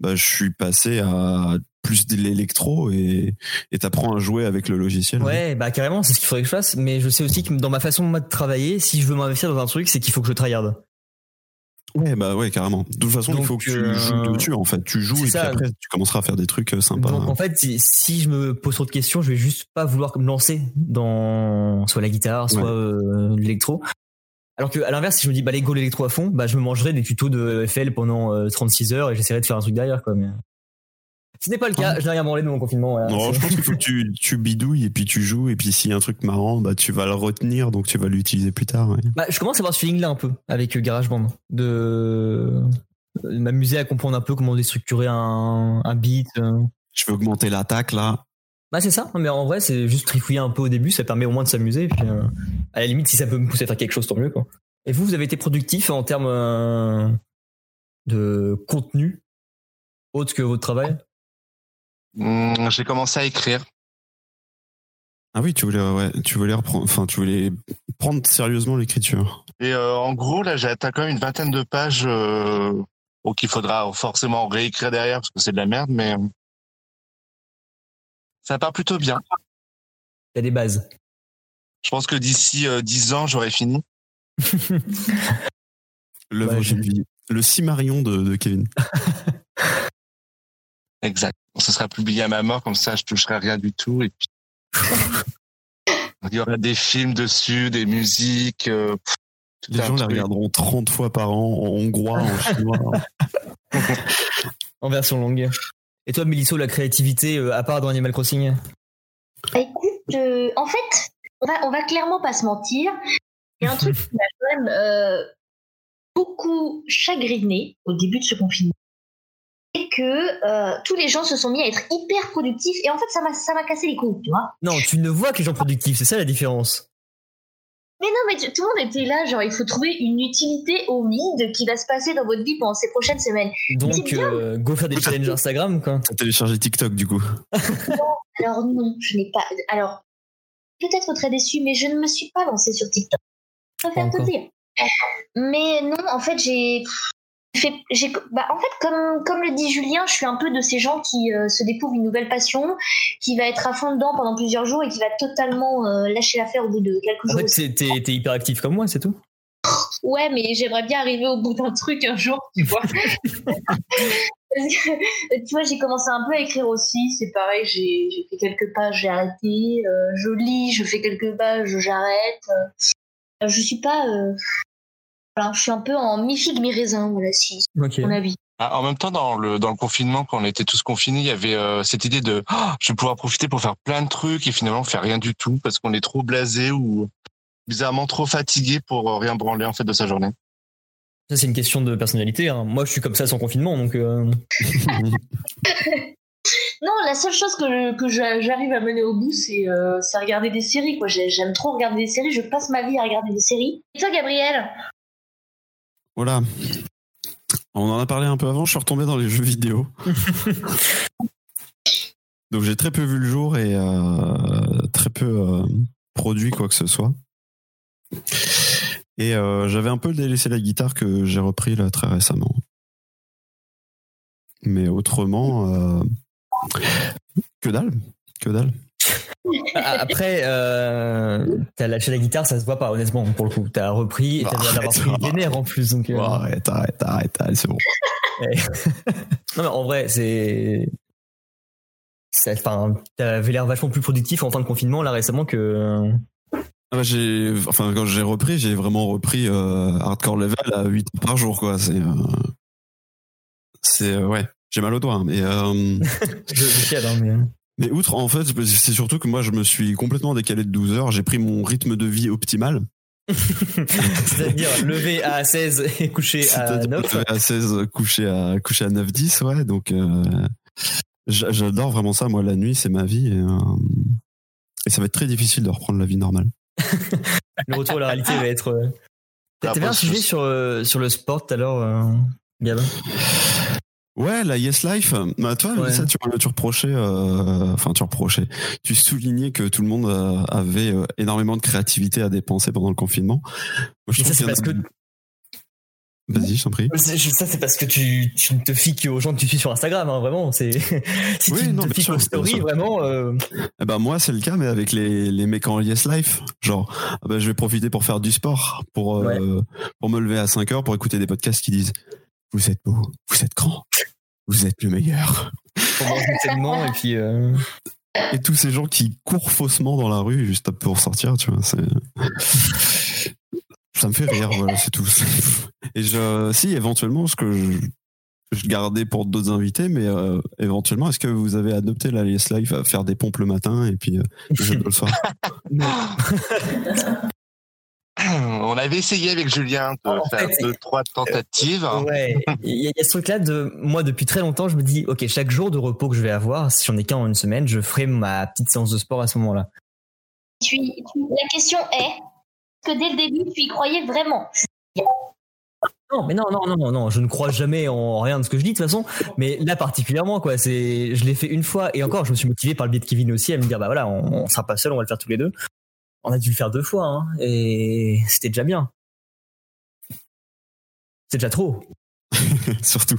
[SPEAKER 1] bah, je suis passé à plus de l'électro et et t'apprends à jouer avec le logiciel.
[SPEAKER 2] Ouais, bah carrément, c'est ce qu'il faudrait que je fasse. Mais je sais aussi que dans ma façon moi, de travailler, si je veux m'investir dans un truc, c'est qu'il faut que je tryhard.
[SPEAKER 1] Ouais, bah ouais, carrément. De toute façon,
[SPEAKER 2] Donc,
[SPEAKER 1] il faut que tu
[SPEAKER 2] euh,
[SPEAKER 1] joues dessus, en fait. Tu joues
[SPEAKER 2] c'est
[SPEAKER 1] et puis
[SPEAKER 2] ça.
[SPEAKER 1] après, tu commenceras à faire des trucs euh, sympas.
[SPEAKER 2] Donc en fait, si, si je me pose trop de questions, je vais juste pas vouloir me lancer dans soit la guitare, soit
[SPEAKER 1] Ouais.
[SPEAKER 2] euh, l'électro. Alors que à l'inverse, si je me dis bah les go l'électro à fond, bah je me mangerai des tutos de FL pendant euh, 36 heures et j'essaierai de faire un truc derrière quoi. Mais... euh. Ce n'est pas le cas, je n'ai rien branlé de mon confinement. voilà.
[SPEAKER 1] Ah. Non, je pense qu'il faut que tu, tu bidouilles et puis tu joues et puis s'il y a un truc marrant, bah tu vas le retenir donc tu vas l'utiliser plus tard. ouais.
[SPEAKER 2] Bah, je commence à avoir ce feeling là un peu avec euh, GarageBand de de m'amuser à comprendre un peu comment déstructurer un, un beat. euh.
[SPEAKER 1] Je veux augmenter l'attaque là.
[SPEAKER 2] Bah c'est ça, mais en vrai c'est juste trifouiller un peu au début, ça permet au moins de s'amuser, puis euh, à la limite si ça peut me pousser à faire quelque chose, tant mieux quoi. Et vous, vous avez été productif en termes euh, de contenu autre que votre travail
[SPEAKER 5] Hum, J'ai commencé à écrire.
[SPEAKER 1] Ah oui, tu voulais, ouais, tu voulais reprendre, enfin, tu voulais prendre sérieusement l'écriture.
[SPEAKER 5] Et euh, en gros, là, j'ai atteint quand même une vingtaine de pages euh, bon, qu'il faudra forcément réécrire derrière parce que c'est de la merde, mais euh, ça part plutôt bien.
[SPEAKER 2] Il y a des bases.
[SPEAKER 5] Je pense que d'ici euh, 10 ans, j'aurai fini.
[SPEAKER 1] Le
[SPEAKER 2] Bah,
[SPEAKER 1] Virgin Bee. Le Cimarion de, de Kevin.
[SPEAKER 5] Exact. Ce sera publié à ma mort, comme ça, je toucherai à rien du tout. Et puis... Il y aura des films dessus, des musiques. euh, pff, tout
[SPEAKER 1] Les
[SPEAKER 5] un
[SPEAKER 1] gens la
[SPEAKER 5] truc.
[SPEAKER 1] regarderont 30 fois par an en hongrois, en chinois.
[SPEAKER 2] En version longue. Et toi Mélisso, la créativité, euh, à part dans Animal Crossing
[SPEAKER 6] Bah, écoute, euh, en fait, on va, on va clairement pas se mentir. Il y a un truc qui m'a quand même euh, beaucoup chagriné au début de ce confinement. C'est que euh, tous les gens se sont mis à être hyper productifs. Et en fait, ça m'a ça m'a cassé les couilles, tu vois.
[SPEAKER 2] Non, tu ne vois que les gens productifs, c'est ça la différence.
[SPEAKER 6] Mais non, mais tu- tout le monde était là, genre, il faut trouver une utilité au vide qui va se passer dans votre vie pendant ces prochaines semaines. C'est
[SPEAKER 2] Donc,
[SPEAKER 6] bien.
[SPEAKER 2] euh, go faire des challenges Instagram quoi.
[SPEAKER 1] T'as téléchargé TikTok du coup.
[SPEAKER 6] Alors non, je n'ai pas. Alors, peut-être très déçue, mais je ne me suis pas lancée sur TikTok. Je préfère
[SPEAKER 2] Pas
[SPEAKER 6] te
[SPEAKER 2] encore.
[SPEAKER 6] dire. Mais non, en fait, j'ai. fait- j'ai- bah, en fait, comme, comme le dit Julien, je suis un peu de ces gens qui euh, se découvrent une nouvelle passion, qui va être à fond dedans pendant plusieurs jours et qui va totalement euh, lâcher l'affaire au bout de quelques
[SPEAKER 2] En
[SPEAKER 6] jours.
[SPEAKER 2] fait, c'est- t'es t'es hyper actif comme moi, c'est tout.
[SPEAKER 6] Ouais, mais j'aimerais bien arriver au bout d'un truc un jour, tu vois. Parce que, tu vois, j'ai commencé un peu à écrire aussi, c'est pareil, j'ai j'ai fait quelques pages, j'ai arrêté, euh, je lis, je fais quelques pages, j'arrête. euh. je suis pas. euh, voilà, je suis un peu en mi-figue, mi-raisin, voilà, si, c'est
[SPEAKER 2] Ok.
[SPEAKER 6] mon avis.
[SPEAKER 5] Ah, en même temps, dans le, dans le confinement, quand on était tous confinés, il y avait euh, cette idée de Ah, je vais pouvoir profiter pour faire plein de trucs et finalement on fait rien du tout parce qu'on est trop blasé ou bizarrement trop fatigué pour euh, rien branler en fait de sa journée.
[SPEAKER 2] Ça, c'est une question de personnalité. hein. Moi, je suis comme ça sans confinement, donc. euh,
[SPEAKER 6] Non, la seule chose que, je- que je- j'arrive à mener au bout, c'est euh, c'est regarder des séries, quoi. J'ai- J'aime trop regarder des séries, je passe ma vie à regarder des séries. Et toi, Gabriel
[SPEAKER 1] Voilà. On en a parlé un peu avant, je suis retombé dans les jeux vidéo. Donc j'ai très peu vu le jour et euh, très peu euh, produit quoi que ce soit. Et euh, j'avais un peu délaissé la guitare que j'ai repris là très récemment. Mais autrement, euh, que dalle, que dalle.
[SPEAKER 2] Ah, Après, euh, t'as lâché la guitare, ça se voit pas, honnêtement, pour le coup. T'as repris et t'as
[SPEAKER 1] Bah,
[SPEAKER 2] l'air d'avoir
[SPEAKER 1] arrête,
[SPEAKER 2] pris
[SPEAKER 1] ça va.
[SPEAKER 2] des nerfs en plus. Donc, euh,
[SPEAKER 1] Oh, arrête, arrête, arrête, arrête, c'est bon.
[SPEAKER 2] Non, mais en vrai, c'est. ça- Enfin, t'avais l'air vachement plus productif en fin de confinement, là, récemment, que.
[SPEAKER 1] Ah bah, j'ai, enfin quand j'ai repris, j'ai vraiment repris euh, hardcore level à 8 heures par jour quoi. C'est, euh, c'est euh, ouais, j'ai mal au doigt. hein, Mais euh,
[SPEAKER 2] Je, je chiale, hein, mais. euh,
[SPEAKER 1] mais outre en fait, c'est surtout que moi je me suis complètement décalé de 12 heures. J'ai pris mon rythme de vie optimal.
[SPEAKER 2] C'est-à-dire lever à 16 et coucher à
[SPEAKER 1] C'est-à-dire
[SPEAKER 2] 9.
[SPEAKER 1] lever à 16, couché à couché à 9 10 ouais. Donc euh, j'a- j'adore vraiment ça. Moi la nuit c'est ma vie et, euh, et ça va être très difficile de reprendre la vie normale.
[SPEAKER 2] Le retour à la réalité va être. euh,
[SPEAKER 5] Ah,
[SPEAKER 2] T'avais un
[SPEAKER 5] parce que
[SPEAKER 2] sujet
[SPEAKER 5] c'est-
[SPEAKER 2] sur, euh, sur le sport tout à l'heure, euh, Gab.
[SPEAKER 1] Ouais, la Yes Life. Bah, toi,
[SPEAKER 2] Ouais.
[SPEAKER 1] ça, tu, tu reprochais, euh, enfin, tu reprochais. Tu soulignais que tout le monde euh, avait euh, énormément de créativité à dépenser pendant le confinement. Moi, je
[SPEAKER 2] Mais
[SPEAKER 1] trouve
[SPEAKER 2] ça, c'est
[SPEAKER 1] qu'il y en
[SPEAKER 2] parce que.
[SPEAKER 1] a- Vas-y, je t'en prie.
[SPEAKER 2] c'est- je- Ça, c'est parce que tu, tu ne te fies qu'aux gens que tu suis sur Instagram, hein, vraiment. c'est- si
[SPEAKER 1] Oui,
[SPEAKER 2] tu
[SPEAKER 1] non,
[SPEAKER 2] te
[SPEAKER 1] bien
[SPEAKER 2] fies
[SPEAKER 1] sûr,
[SPEAKER 2] qu'aux
[SPEAKER 1] bien
[SPEAKER 2] stories,
[SPEAKER 1] sûr.
[SPEAKER 2] vraiment. euh,
[SPEAKER 1] Eh ben, moi, c'est le cas, mais avec les, les mecs en Yes Life. Genre, ah ben, je vais profiter pour faire du sport, pour, euh, pour me lever à 5 heures, pour écouter des podcasts qui disent Vous êtes beau, vous êtes grand, vous êtes le meilleur.
[SPEAKER 2] pour manger sainement et puis. euh,
[SPEAKER 1] Et tous ces gens qui courent faussement dans la rue juste pour sortir, tu vois, c'est- Ça me fait rire, voilà, c'est tout. Et je, si, éventuellement, ce que je, je gardais pour d'autres invités, mais euh, éventuellement, est-ce que vous avez adopté la Yes Life à faire des pompes le matin et puis euh, des abdos le soir
[SPEAKER 5] On avait essayé avec Julien de
[SPEAKER 2] En
[SPEAKER 5] faire
[SPEAKER 2] fait,
[SPEAKER 5] deux, trois tentatives.
[SPEAKER 2] Ouais, il y, a- il y a ce truc-là de moi depuis très longtemps, je me dis ok chaque jour de repos que je vais avoir, si j'en ai qu'un en une semaine, je ferai ma petite séance de sport à ce moment-là.
[SPEAKER 6] Tu y- tu- La question est que dès le début, tu y croyais vraiment
[SPEAKER 2] Non, mais non, non, non, non, non, je ne crois jamais en rien de ce que je dis de toute façon, mais là particulièrement quoi, c'est je l'ai fait une fois et encore je me suis motivé par le biais de Kevin aussi à me dire bah voilà on, on sera pas seul, on va le faire tous les deux. On a dû le faire deux fois hein, et c'était déjà bien. C'est déjà trop.
[SPEAKER 1] Surtout.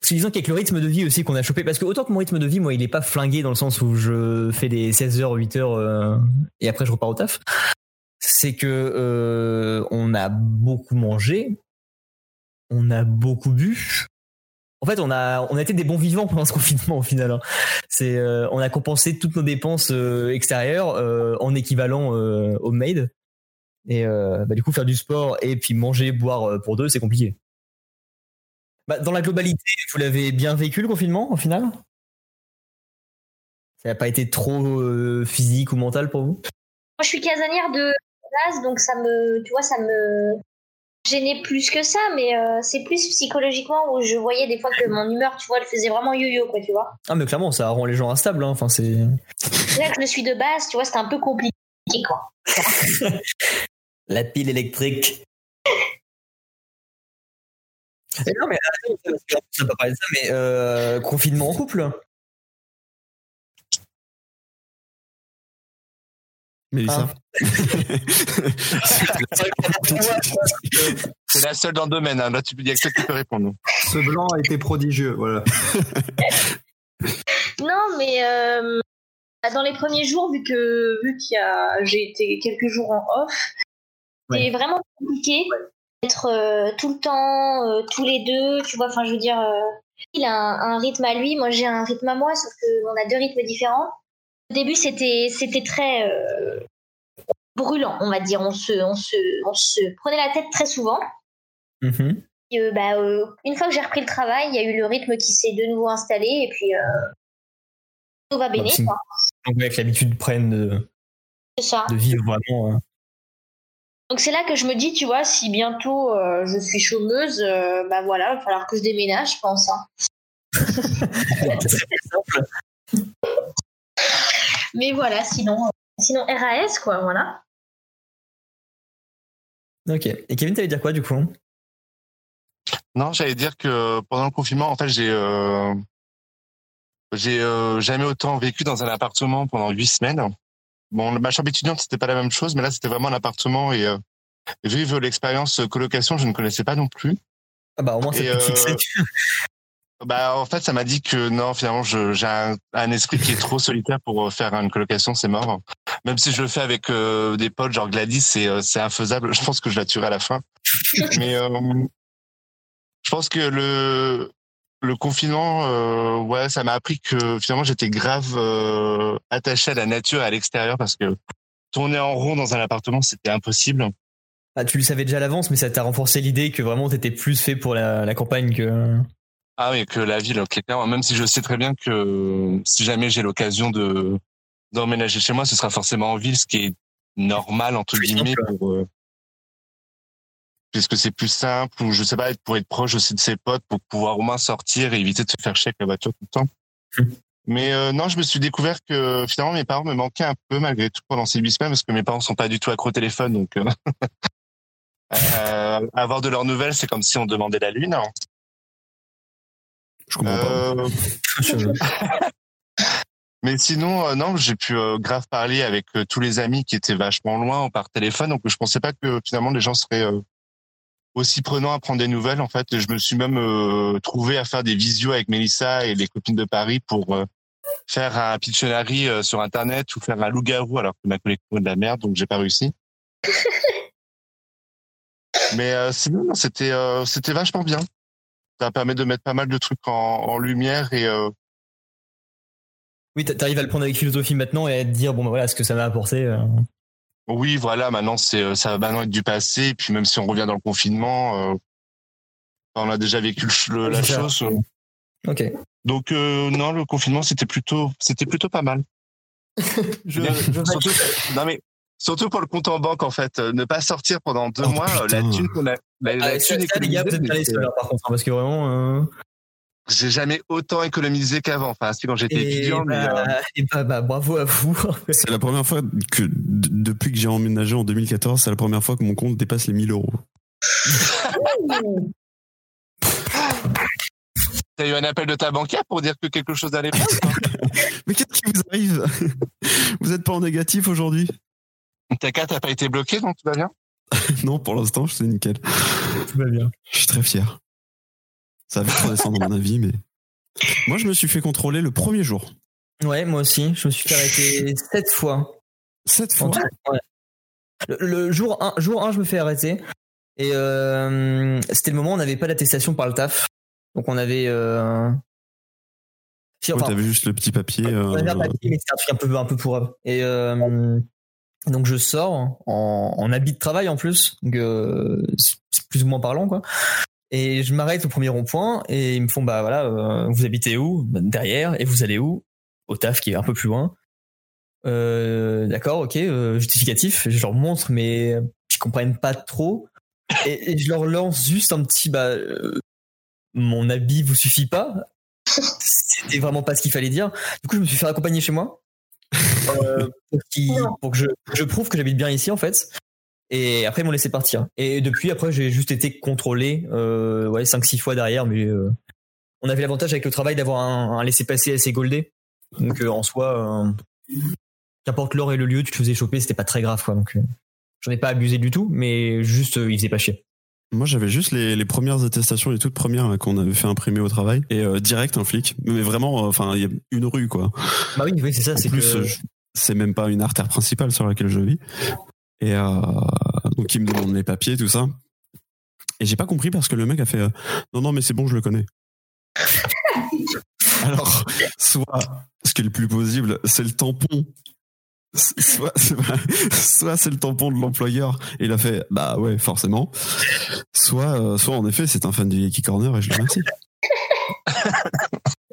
[SPEAKER 2] Parce que disons qu'avec le rythme de vie aussi qu'on a chopé, parce que autant que mon rythme de vie, moi, il est pas flingué dans le sens où je fais des 16h, 8h euh, et après je repars au taf, c'est que euh, on a beaucoup mangé, on a beaucoup bu. En fait, on a, on a été des bons vivants pendant ce confinement au final. hein. C'est, euh, on a compensé toutes nos dépenses euh, extérieures euh, en équivalent euh, homemade. Et euh, bah, du coup, faire du sport et puis manger, boire euh, pour deux, c'est compliqué. Bah, dans la globalité, vous l'avez bien vécu le confinement au final Ça n'a pas été trop euh, physique ou mental pour vous
[SPEAKER 6] Moi, je suis casanière de base, donc ça me, tu vois, ça me gênait plus que ça, mais euh, c'est plus psychologiquement où je voyais des fois que mon humeur, tu vois, elle faisait vraiment yo-yo, quoi, tu vois.
[SPEAKER 2] Ah mais clairement, ça rend les gens instables. hein. Enfin, c'est...
[SPEAKER 6] C'est Là que je le suis de base, tu vois, c'était un peu compliqué, quoi.
[SPEAKER 2] La pile électrique. Et non mais attends, parce que ça va pas parler de ça, mais euh, confinement en couple.
[SPEAKER 1] Mélissa.
[SPEAKER 2] Ah.
[SPEAKER 5] C'est la seule dans le domaine. hein. Là, tu peux dire que tu peux répondre.
[SPEAKER 7] Ce blanc a été prodigieux, voilà.
[SPEAKER 6] Non, mais euh, bah, dans les premiers jours, vu que vu qu'il y a, j'ai été quelques jours en off,
[SPEAKER 7] Ouais.
[SPEAKER 6] c'est vraiment compliqué d'être euh, tout le temps, euh, tous les deux. Tu vois, enfin, je veux dire, euh, il a un, un rythme à lui, moi j'ai un rythme à moi, sauf que on a deux rythmes différents. Au début, c'était c'était très euh, brûlant, on va dire. On se on se on se prenait la tête très souvent.
[SPEAKER 2] Mhm.
[SPEAKER 6] Et, euh, bah, euh, une fois que j'ai repris le travail, il y a eu le rythme qui s'est de nouveau installé et puis euh, tout va
[SPEAKER 2] Bah,
[SPEAKER 6] bénir.
[SPEAKER 2] c'est une- Donc, avec l'habitude prennent de,
[SPEAKER 6] C'est ça.
[SPEAKER 2] de vivre vraiment. hein.
[SPEAKER 6] Donc c'est là que je me dis, tu vois, si bientôt euh, je suis chômeuse, euh, bah voilà, il va falloir que je déménage, je pense. hein.
[SPEAKER 2] Ça serait plus simple.
[SPEAKER 6] Mais voilà, sinon, euh, sinon RAS, quoi, voilà.
[SPEAKER 2] Ok. Et Kevin, t'allais dire quoi du coup
[SPEAKER 5] Non, j'allais dire que pendant le confinement, en fait, j'ai euh, j'ai euh, jamais autant vécu dans un appartement pendant huit semaines. Bon, ma chambre étudiante, c'était pas la même chose, mais là, c'était vraiment un appartement et euh, vivre l'expérience colocation, je ne connaissais pas non plus.
[SPEAKER 2] Ah bah au moins c'est
[SPEAKER 5] Et,
[SPEAKER 2] plus
[SPEAKER 5] euh,
[SPEAKER 2] fixé.
[SPEAKER 5] Bah, en fait, ça m'a dit que non, finalement, je- j'ai un, un esprit qui est trop solitaire pour euh, faire une colocation, c'est mort. Même si je le fais avec euh, des potes, genre Gladys, c'est euh, c'est infaisable. Je pense que je la tuerai à la fin. Mais euh, je pense que le le confinement, euh, ouais, ça m'a appris que finalement, j'étais grave euh, attaché à la nature, et à l'extérieur, parce que tourner en rond dans un appartement, c'était impossible.
[SPEAKER 2] Ah, tu le savais déjà à l'avance, mais ça t'a renforcé l'idée que vraiment t'étais plus fait pour la, la campagne que.
[SPEAKER 5] Ah oui, que la ville, ok, clairement. Même si je sais très bien que euh, si jamais j'ai l'occasion de d'emménager chez moi, ce sera forcément en ville, ce qui est normal entre
[SPEAKER 2] Plus
[SPEAKER 5] guillemets, pour, euh, puisque c'est plus simple ou je sais pas, être- pour être proche aussi de ses potes, pour pouvoir au moins sortir et éviter de se faire chier avec la voiture tout le temps.
[SPEAKER 2] Mm.
[SPEAKER 5] Mais euh, non, je me suis découvert que finalement mes parents me manquaient un peu malgré tout pendant ces huit semaines parce que mes parents sont pas du tout accro au téléphone, donc euh, euh, avoir de leurs nouvelles, c'est comme si on demandait la lune. hein.
[SPEAKER 1] Je comprends pas.
[SPEAKER 5] Euh, Mais sinon, euh, non, j'ai pu euh, grave parler avec euh, tous les amis qui étaient vachement loin par téléphone. Donc, je pensais pas que finalement les gens seraient euh, aussi prenants à prendre des nouvelles. En fait, Et je me suis même euh, trouvé à faire des visios avec Mélissa et les copines de Paris pour euh, faire un Pictionary euh, sur Internet ou faire un loup-garou alors que ma collection est de la merde, donc j'ai pas réussi. Mais euh, sinon, non, c'était euh, c'était vachement bien. Ça permet de mettre pas mal de trucs en, en lumière et euh,
[SPEAKER 2] Oui, t'a- t'arrives à le prendre avec philosophie maintenant et à te dire bon bah voilà ce que ça m'a apporté. euh.
[SPEAKER 5] Oui, voilà, maintenant c'est euh, ça va maintenant être du passé. Et puis même si on revient dans le confinement, euh, on a déjà vécu le- le- la
[SPEAKER 2] C'est ça.
[SPEAKER 5] chose. euh.
[SPEAKER 2] Ok.
[SPEAKER 5] Donc euh, non, le confinement c'était plutôt c'était plutôt pas mal. Bien. surtout, non mais surtout pour le compte en banque en fait, euh, ne pas sortir pendant deux
[SPEAKER 1] Oh,
[SPEAKER 5] mois, euh, la
[SPEAKER 1] putain.
[SPEAKER 5] thune qu'on a, la, la
[SPEAKER 2] Ah, ça,
[SPEAKER 5] thune
[SPEAKER 2] ça, les gars, vous
[SPEAKER 5] économisée,
[SPEAKER 2] êtes pas les
[SPEAKER 5] mais,
[SPEAKER 2] seuls
[SPEAKER 5] euh,
[SPEAKER 2] hein, par contre, hein, parce que vraiment. euh,
[SPEAKER 5] j'ai jamais autant économisé qu'avant. Enfin, c'est quand j'étais
[SPEAKER 2] Et,
[SPEAKER 5] étudiant, mais euh,
[SPEAKER 2] bah, et bah, bah, bravo à vous.
[SPEAKER 1] C'est la première fois que, d- depuis que j'ai emménagé en 2014, c'est la première fois que mon compte dépasse les 1000 euros.
[SPEAKER 5] t'as eu un appel de ta banquière pour dire que quelque chose allait pas. ou pas
[SPEAKER 1] Mais qu'est-ce qui vous arrive Vous êtes pas en négatif aujourd'hui
[SPEAKER 5] Ta carte n'a pas été bloquée, donc tout va bien.
[SPEAKER 1] Non, pour l'instant, c'est nickel.
[SPEAKER 2] Tout va bien.
[SPEAKER 1] Je suis très fier. Ça va vite redescendre, à mon avis, mais. Moi, je me suis fait contrôler le premier jour.
[SPEAKER 2] Ouais, moi aussi, je me suis fait arrêter sept fois.
[SPEAKER 1] Cette fois.
[SPEAKER 2] En tout, ouais. Le, le jour 1, jour 1, je me fais arrêter. Et euh, c'était le moment où on n'avait pas d'attestation par le taf. Donc on avait. euh, si,
[SPEAKER 1] Ouais,
[SPEAKER 2] enfin,
[SPEAKER 1] T'avais juste le petit papier.
[SPEAKER 2] on avait un
[SPEAKER 1] euh,
[SPEAKER 2] papier, mais c'était un truc un peu, un peu pourrave. Et euh, donc je sors en, en habit de travail en plus. Donc euh, c'est c'est plus ou moins parlant, quoi. Et je m'arrête au premier rond-point et ils me font bah voilà, euh, vous habitez où Bah, Derrière. Et vous allez où Au taf qui est un peu plus loin. Euh, d'accord, ok, euh, justificatif. Je leur montre, mais je comprennent pas trop. Et, et je leur lance juste un petit bah euh, mon habit vous suffit pas. C'était vraiment pas ce qu'il fallait dire. Du coup, je me suis fait accompagner chez moi euh, pour, qu'il-
[SPEAKER 6] Non.
[SPEAKER 2] pour que je, je prouve que j'habite bien ici en fait. Et après, ils m'ont laissé partir. Et depuis, après, j'ai juste été contrôlé euh, ouais, 5-6 fois derrière. Mais euh, on avait l'avantage avec le travail d'avoir un, un laissé-passer assez goldé. Donc euh, en soi, euh, qu'importe l'heure et le lieu, tu te faisais choper, c'était pas très grave. Quoi. Donc euh, j'en ai pas abusé du tout, mais juste, euh, il faisait pas chier.
[SPEAKER 1] Moi, j'avais juste les, les premières attestations, les toutes premières là, qu'on avait fait imprimer au travail. Et euh, direct, un flic. Mais vraiment, euh, enfin, il y a une rue, quoi.
[SPEAKER 2] Bah oui, oui, c'est ça,
[SPEAKER 1] En
[SPEAKER 2] c'est
[SPEAKER 1] plus,
[SPEAKER 2] que.
[SPEAKER 1] euh, je- c'est même pas une artère principale sur laquelle je vis. Et euh, donc, il me demande les papiers, tout ça. Et j'ai pas compris parce que le mec a fait euh, Non, non, mais c'est bon, je le connais. Alors, soit ce qui est le plus possible, c'est le tampon. S- Soit, soit c'est le tampon de l'employeur et il a fait bah ouais forcément soit euh, soit en effet c'est un fan du Yankee Corner et je le remercie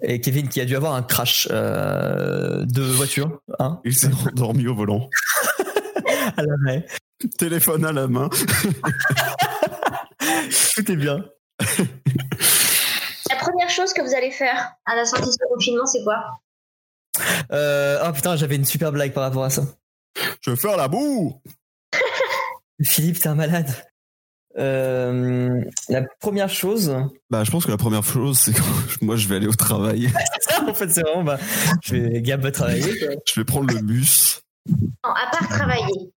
[SPEAKER 2] Et Kevin qui a dû avoir un crash euh, de voiture, hein,
[SPEAKER 1] il s'est endormi au volant
[SPEAKER 2] à l'arrêt.
[SPEAKER 1] téléphone à la main
[SPEAKER 2] Tout est bien.
[SPEAKER 6] La première chose que vous allez faire à la sortie de ce confinement, c'est quoi
[SPEAKER 2] Euh, oh putain, j'avais une super blague par rapport à ça.
[SPEAKER 1] je veux faire la boue
[SPEAKER 2] Philippe, t'es un malade. Euh, la première chose,
[SPEAKER 1] Bah, je pense que la première chose, c'est que moi, je vais aller au travail.
[SPEAKER 2] en fait, c'est vraiment, bah, je vais Gab va travailler. quoi.
[SPEAKER 1] Je vais prendre le bus.
[SPEAKER 6] Non, à part travailler.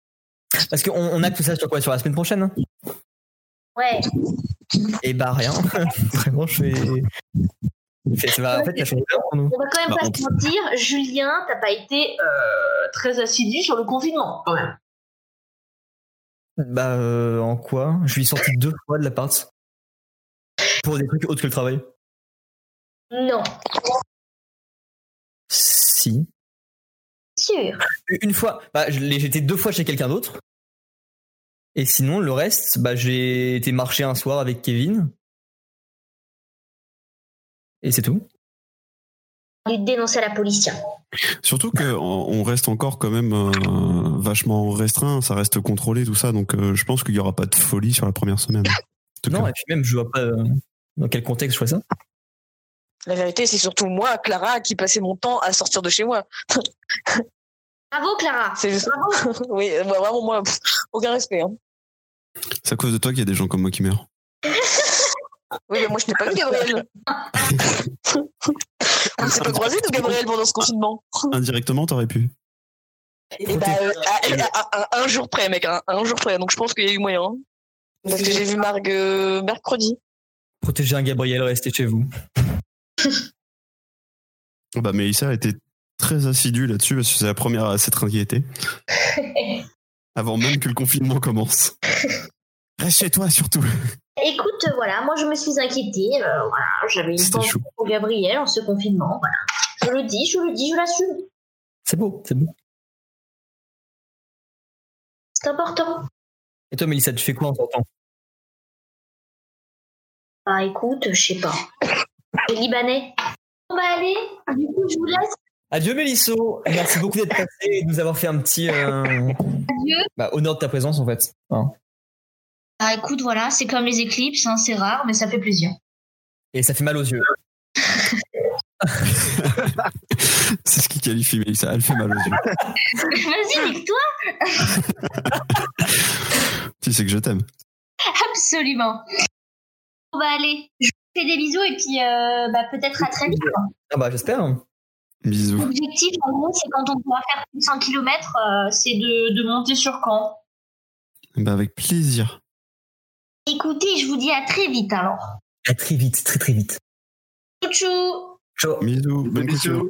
[SPEAKER 2] Parce qu'on on a tout ça sur quoi Sur la semaine prochaine hein
[SPEAKER 6] Ouais.
[SPEAKER 2] Et bah rien. vraiment, je vais. Fait- ça va- en fait, ça change rien pour nous.
[SPEAKER 6] On va quand même
[SPEAKER 1] Bah,
[SPEAKER 6] pas
[SPEAKER 1] on-
[SPEAKER 6] se mentir, Julien, t'as pas été euh, très assidu sur le confinement, quand même.
[SPEAKER 2] Bah, euh, en quoi Je suis sorti deux fois de l'appart. Pour des trucs autres que le travail.
[SPEAKER 6] Non,
[SPEAKER 2] Si.
[SPEAKER 6] sûr.
[SPEAKER 2] Une fois, bah, je l'ai- j'étais deux fois chez quelqu'un d'autre. Et sinon, le reste, bah, j'ai été marcher un soir avec Kevin. Et c'est tout.
[SPEAKER 6] Il dénonçait la police, tiens.
[SPEAKER 1] Surtout que on on reste encore quand même euh, vachement restreint. Ça reste contrôlé, tout ça. Donc, euh, je pense qu'il n'y aura pas de folie sur la première semaine. En tout
[SPEAKER 2] Non,
[SPEAKER 1] cas.
[SPEAKER 2] et puis même, je vois pas euh, dans quel contexte je vois ça.
[SPEAKER 8] La vérité, c'est surtout moi, Clara, qui passais mon temps à sortir de chez moi.
[SPEAKER 6] Bravo, Clara.
[SPEAKER 8] C'est juste. oui, euh, bah, vraiment, moi, pff, aucun respect. hein.
[SPEAKER 1] C'est à cause de toi qu'il y a des gens comme moi qui meurent.
[SPEAKER 8] Oui, mais moi, je n'ai pas vu Gabriel. On ne s'est pas croisés, nous, Gabriel, pendant ce confinement.
[SPEAKER 1] Indirectement, t'aurais pu.
[SPEAKER 8] Et bah, euh, à- à- à- à- un jour près, mec, un, un jour près. Donc, je pense qu'il y a eu moyen. hein. Parce que j'ai vu Marg euh, mercredi.
[SPEAKER 2] Protéger un Gabriel, restez chez vous.
[SPEAKER 1] Bah, mais Issa a été très assidu là-dessus parce que c'est la première à s'être inquiétée. Avant même que le confinement commence. Reste chez toi, surtout.
[SPEAKER 6] Écoute, euh, voilà, moi je me suis inquiétée. euh, voilà, j'avais une
[SPEAKER 1] C'était
[SPEAKER 6] pensée
[SPEAKER 1] chaud.
[SPEAKER 6] pour Gabriel en ce confinement. Voilà. Je le dis, je le dis, je l'assume.
[SPEAKER 2] C'est beau, c'est beau.
[SPEAKER 6] C'est important.
[SPEAKER 2] Et toi, Mélissa, tu fais quoi en sortant
[SPEAKER 6] Bah écoute, je sais pas. Les Libanais. On va aller. Du coup, je vous laisse.
[SPEAKER 2] Adieu, Mélisso. Merci beaucoup d'être passé et de nous avoir fait un petit euh,
[SPEAKER 6] Adieu.
[SPEAKER 2] bah, honneur de ta présence, en fait. Hein.
[SPEAKER 6] Bah écoute, voilà, c'est comme les éclipses, hein, c'est rare, mais ça fait plaisir.
[SPEAKER 2] Et ça fait mal aux yeux.
[SPEAKER 1] C'est ce qui qualifie Mélissa. Elle fait mal aux yeux.
[SPEAKER 6] Vas-y, nique-toi.
[SPEAKER 1] Tu sais que je t'aime.
[SPEAKER 6] Absolument. On va aller. Je vous fais des bisous et puis euh, bah, peut-être à très vite.
[SPEAKER 2] Ah bah, j'espère.
[SPEAKER 1] Bisous.
[SPEAKER 6] L'objectif, en gros, c'est quand on pourra faire plus de 100 km, c'est de, de monter sur Caen.
[SPEAKER 1] Bah, avec plaisir.
[SPEAKER 6] Écoutez, je vous dis à très vite alors.
[SPEAKER 2] À très vite, très très vite.
[SPEAKER 6] Tchou
[SPEAKER 2] Ciao.
[SPEAKER 1] Bisous. Bonne couture.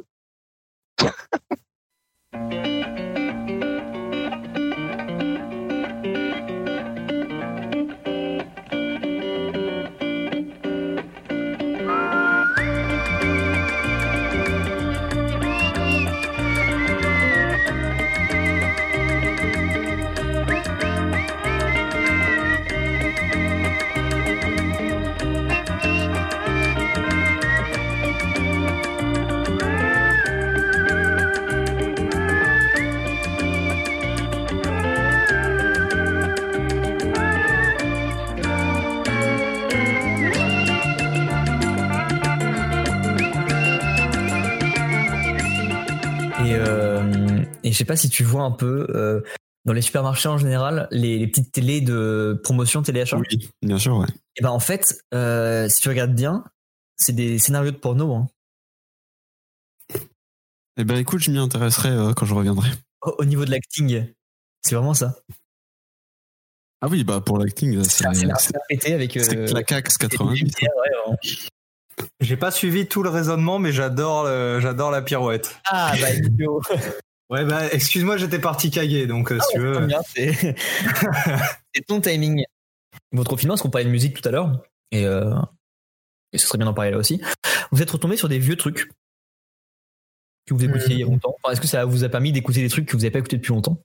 [SPEAKER 2] Et, euh, et je sais pas si tu vois un peu euh, dans les supermarchés en général les, les petites télés de promotion téléachat.
[SPEAKER 1] Oui, bien sûr, ouais.
[SPEAKER 2] Et ben en fait, euh, si tu regardes bien, c'est des scénarios de porno. hein.
[SPEAKER 1] Eh ben écoute, je m'y intéresserai euh, quand je reviendrai.
[SPEAKER 2] Au, au niveau de l'acting, c'est vraiment ça.
[SPEAKER 1] Ah oui, bah pour l'acting, là, c'est
[SPEAKER 2] Ah, C'est la c'est la pété avec.
[SPEAKER 1] c'est
[SPEAKER 2] euh,
[SPEAKER 1] Clacax
[SPEAKER 2] des
[SPEAKER 1] 90.
[SPEAKER 2] lumières, ouais, vraiment.
[SPEAKER 7] J'ai pas suivi tout le raisonnement, mais j'adore le- j'adore la pirouette.
[SPEAKER 2] Ah, bah, idiot.
[SPEAKER 7] Ouais, bah, excuse-moi, j'étais parti caguer, donc euh, si tu veux.
[SPEAKER 2] Ah, Très bien, C'est c'est ton timing. Votre confinement, parce qu'on parlait de musique tout à l'heure, et, euh, et ce serait bien d'en parler là aussi, vous êtes retombé sur des vieux trucs que vous écoutiez il y a longtemps. Enfin, Est-ce que ça vous a permis d'écouter des trucs que vous n'avez pas écouté depuis longtemps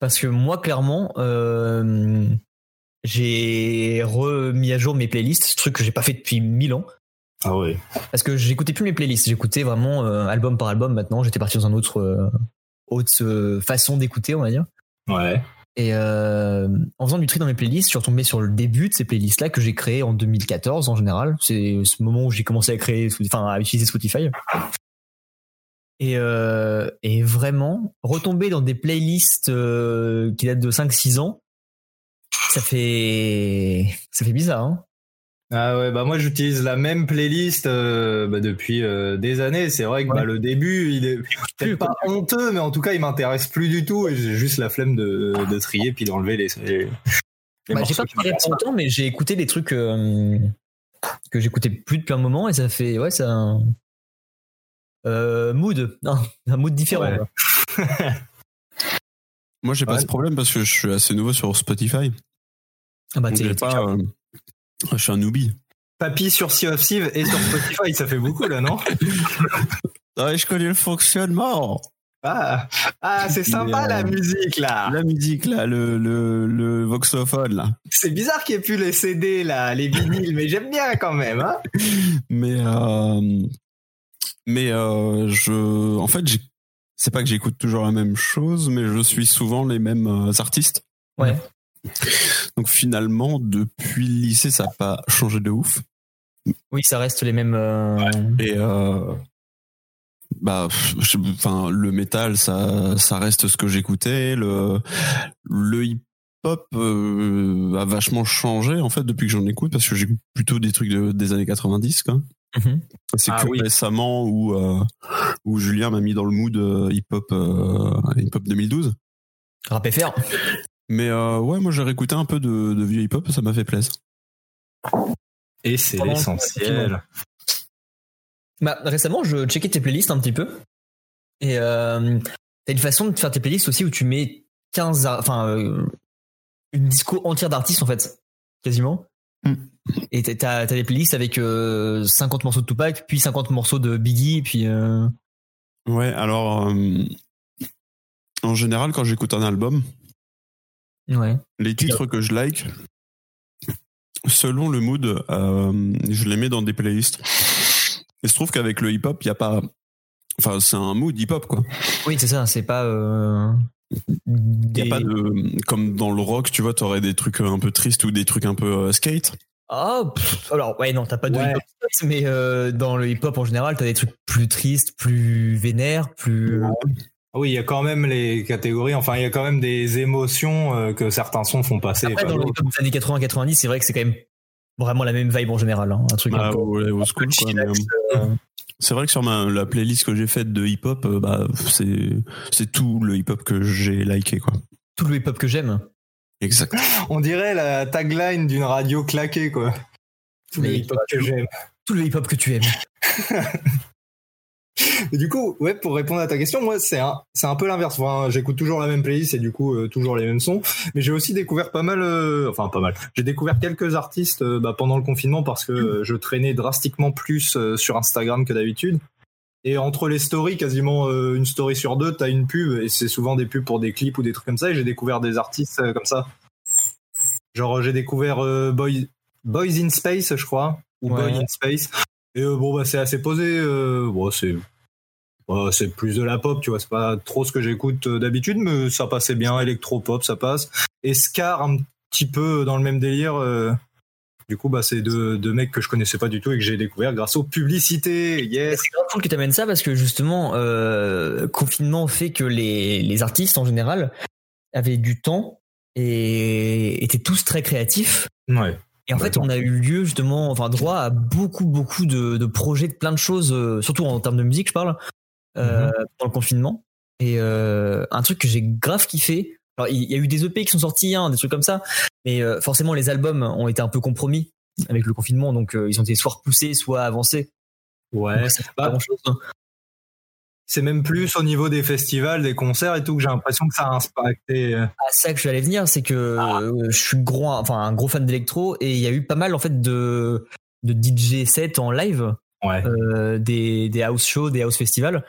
[SPEAKER 2] Parce que moi, clairement, euh, j'ai remis à jour mes playlists, truc que j'ai pas fait depuis mille ans.
[SPEAKER 7] Ah oui.
[SPEAKER 2] Parce que j'écoutais plus mes playlists, j'écoutais vraiment euh, album par album maintenant, j'étais parti dans un autre, euh, autre euh, façon d'écouter, on va dire.
[SPEAKER 7] Ouais.
[SPEAKER 2] Et euh, en faisant du tri dans mes playlists, je suis retombé sur le début de ces playlists-là que j'ai créées en 2014 en général. C'est ce moment où j'ai commencé à créer, enfin à utiliser Spotify. Et, euh, et vraiment, retomber dans des playlists euh, qui datent de 5-6 ans, ça fait, ça fait bizarre. Hein
[SPEAKER 7] Ah ouais, bah moi j'utilise la même playlist euh, bah, depuis euh, des années. C'est vrai que bah, le début, il est peut-être pas honteux, mais en tout cas, il m'intéresse plus du tout. Et j'ai juste la flemme de, de trier puis d'enlever les. les, les
[SPEAKER 2] Bah, j'ai
[SPEAKER 7] morceaux
[SPEAKER 2] pas
[SPEAKER 7] qui
[SPEAKER 2] parlé
[SPEAKER 7] m'intéressent
[SPEAKER 2] longtemps, mais j'ai écouté des trucs euh, que j'écoutais plus depuis un moment et ça fait. Ouais, ça. Euh, mood. Un, un mood différent.
[SPEAKER 7] Ouais.
[SPEAKER 2] quoi.
[SPEAKER 1] Moi, j'ai pas
[SPEAKER 7] Ouais.
[SPEAKER 1] ce problème parce que je suis assez nouveau sur Spotify.
[SPEAKER 2] Ah bah,
[SPEAKER 1] Donc,
[SPEAKER 2] t'es-
[SPEAKER 1] j'ai
[SPEAKER 2] t'es
[SPEAKER 1] pas. euh, je suis un newbie.
[SPEAKER 7] Papy sur Sea of Thieves et sur Spotify, ça fait beaucoup là, non
[SPEAKER 1] Ah, je connais le fonctionnement.
[SPEAKER 7] Ah, ah c'est sympa
[SPEAKER 1] Mais, euh,
[SPEAKER 7] la musique là.
[SPEAKER 1] La musique, là, le, le, le voxophone, là.
[SPEAKER 7] C'est bizarre qu'il n'y ait plus les CD là, les vinyles, mais j'aime bien quand même. Hein
[SPEAKER 1] Mais, euh, mais euh, je, en fait, j'ai- c'est pas que j'écoute toujours la même chose, mais je suis souvent les mêmes euh, artistes.
[SPEAKER 2] Ouais.
[SPEAKER 1] Donc finalement, depuis le lycée, ça n'a pas changé de ouf.
[SPEAKER 2] Oui, ça reste les mêmes. euh,
[SPEAKER 1] Et euh, bah, pff, je- enfin, le métal, ça, ça reste ce que j'écoutais. Le, le hip hop euh, a vachement changé en fait depuis que j'en écoute parce que j'écoute plutôt des trucs de- des années 90. quoi.
[SPEAKER 2] Mhm.
[SPEAKER 1] C'est
[SPEAKER 7] Ah
[SPEAKER 1] que
[SPEAKER 7] oui.
[SPEAKER 1] récemment où euh, où Julien m'a mis dans le mood euh, hip hop hip hop 2012.
[SPEAKER 2] Rap FR.
[SPEAKER 1] Mais euh, ouais, moi j'ai réécouté un peu de, de vieux hip hop, ça m'a fait plaisir.
[SPEAKER 7] Et c'est
[SPEAKER 2] Pendant le
[SPEAKER 7] l'essentiel.
[SPEAKER 2] Bah, récemment, je checkais tes playlists un petit peu. Et euh, t'as une façon de faire tes playlists aussi où tu mets 15. ar- Enfin, euh, une disco entière d'artistes en fait. Quasiment.
[SPEAKER 1] Hmm.
[SPEAKER 2] Et t'as- t'as t'as des playlists avec euh, 50 morceaux de Tupac, puis 50 morceaux de Biggie, puis. euh,
[SPEAKER 1] Ouais, alors euh, en général quand j'écoute un album,
[SPEAKER 2] Ouais.
[SPEAKER 1] Les titres que je like, selon le mood, euh, je les mets dans des playlists. Il se trouve qu'avec le hip-hop, il n'y a pas. Enfin, c'est un mood hip-hop, quoi.
[SPEAKER 2] Oui, c'est ça, c'est pas. euh,
[SPEAKER 1] Il
[SPEAKER 2] des-
[SPEAKER 1] n'y a pas de. Comme dans le rock, tu vois, tu aurais des trucs un peu tristes ou des trucs un peu euh, skate.
[SPEAKER 2] Ah, pff, alors, ouais, non, t'as pas de
[SPEAKER 7] Ouais.
[SPEAKER 2] hip-hop, mais euh, dans le hip-hop en général, t'as des trucs plus tristes, plus vénères, plus.
[SPEAKER 7] Ah Oui, il y a quand même les catégories, enfin, il y a quand même des émotions euh, que certains sons font passer.
[SPEAKER 2] Après,
[SPEAKER 7] Pas
[SPEAKER 2] dans le
[SPEAKER 7] d'autres.
[SPEAKER 2] hip-hop des années 80-90, c'est vrai que c'est quand même vraiment la même vibe en général. hein, un truc un
[SPEAKER 1] Bah,
[SPEAKER 2] peu-
[SPEAKER 1] ouais, au school, quoi, mais, euh,
[SPEAKER 2] euh.
[SPEAKER 1] C'est vrai que sur ma, la playlist que j'ai faite de hip-hop, euh, bah, c'est c'est tout le hip-hop que j'ai liké, quoi.
[SPEAKER 2] tout le hip-hop que j'aime.
[SPEAKER 1] Exact.
[SPEAKER 7] On dirait la tagline d'une radio claquée, quoi. Tous
[SPEAKER 2] Mais
[SPEAKER 7] les hip-hop que j'aime.
[SPEAKER 2] Tout le hip-hop que tu aimes.
[SPEAKER 7] Et Du coup, ouais, pour répondre à ta question, moi, c'est un, c'est un peu l'inverse. Enfin, j'écoute toujours la même playlist et du coup, euh, toujours les mêmes sons. Mais j'ai aussi découvert pas mal, euh, enfin, pas mal. J'ai découvert quelques artistes euh, bah, pendant le confinement parce que euh, je traînais drastiquement plus euh, sur Instagram que d'habitude. Et entre les stories, quasiment euh, une story sur deux, t'as une pub et c'est souvent des pubs pour des clips ou des trucs comme ça. Et j'ai découvert des artistes euh, comme ça. Genre, euh, j'ai découvert euh, Boy- Boys in Space, je crois, ou
[SPEAKER 2] Ouais.
[SPEAKER 7] Boy in Space. Et euh, bon, bah, c'est assez posé. euh, bon, c'est euh, c'est plus de la pop, tu vois, c'est pas trop ce que j'écoute euh, d'habitude, mais ça passait bien, électro-pop, ça passe. Et Scar, un petit peu dans le même délire. euh, du coup, bah, c'est deux, deux mecs que je connaissais pas du tout et que j'ai découvert grâce aux publicités.
[SPEAKER 2] Et
[SPEAKER 7] Yes!
[SPEAKER 2] C'est grave cool que tu amènes ça parce que justement, euh, confinement fait que les, les artistes en général avaient du temps et étaient tous très créatifs.
[SPEAKER 7] Ouais.
[SPEAKER 2] Et en
[SPEAKER 7] Bah,
[SPEAKER 2] fait, on a eu lieu justement, enfin, droit à beaucoup, beaucoup de, de projets, de plein de choses, euh, surtout en termes de
[SPEAKER 7] Mhm.
[SPEAKER 2] musique, je parle, euh, dans le confinement. Et euh, un truc que j'ai grave kiffé, Alors, il y a eu des EP qui sont sortis, hein, des trucs comme ça, mais euh, forcément, les albums ont été un peu compromis avec le confinement, donc euh, ils ont été soit repoussés, soit avancés.
[SPEAKER 7] Ouais, Bah,
[SPEAKER 2] Donc, ça fait pas grand chose.
[SPEAKER 7] c'est même plus au niveau des festivals, des concerts et tout que j'ai l'impression que ça a impacté. euh,
[SPEAKER 2] à ça que je suis allé venir, Ah, c'est que
[SPEAKER 7] Ah.
[SPEAKER 2] euh, je suis gros, enfin un gros fan d'électro et il y a eu pas mal en fait de de DJ sets en live,
[SPEAKER 7] Ouais.
[SPEAKER 2] euh, des, des house shows, des house festivals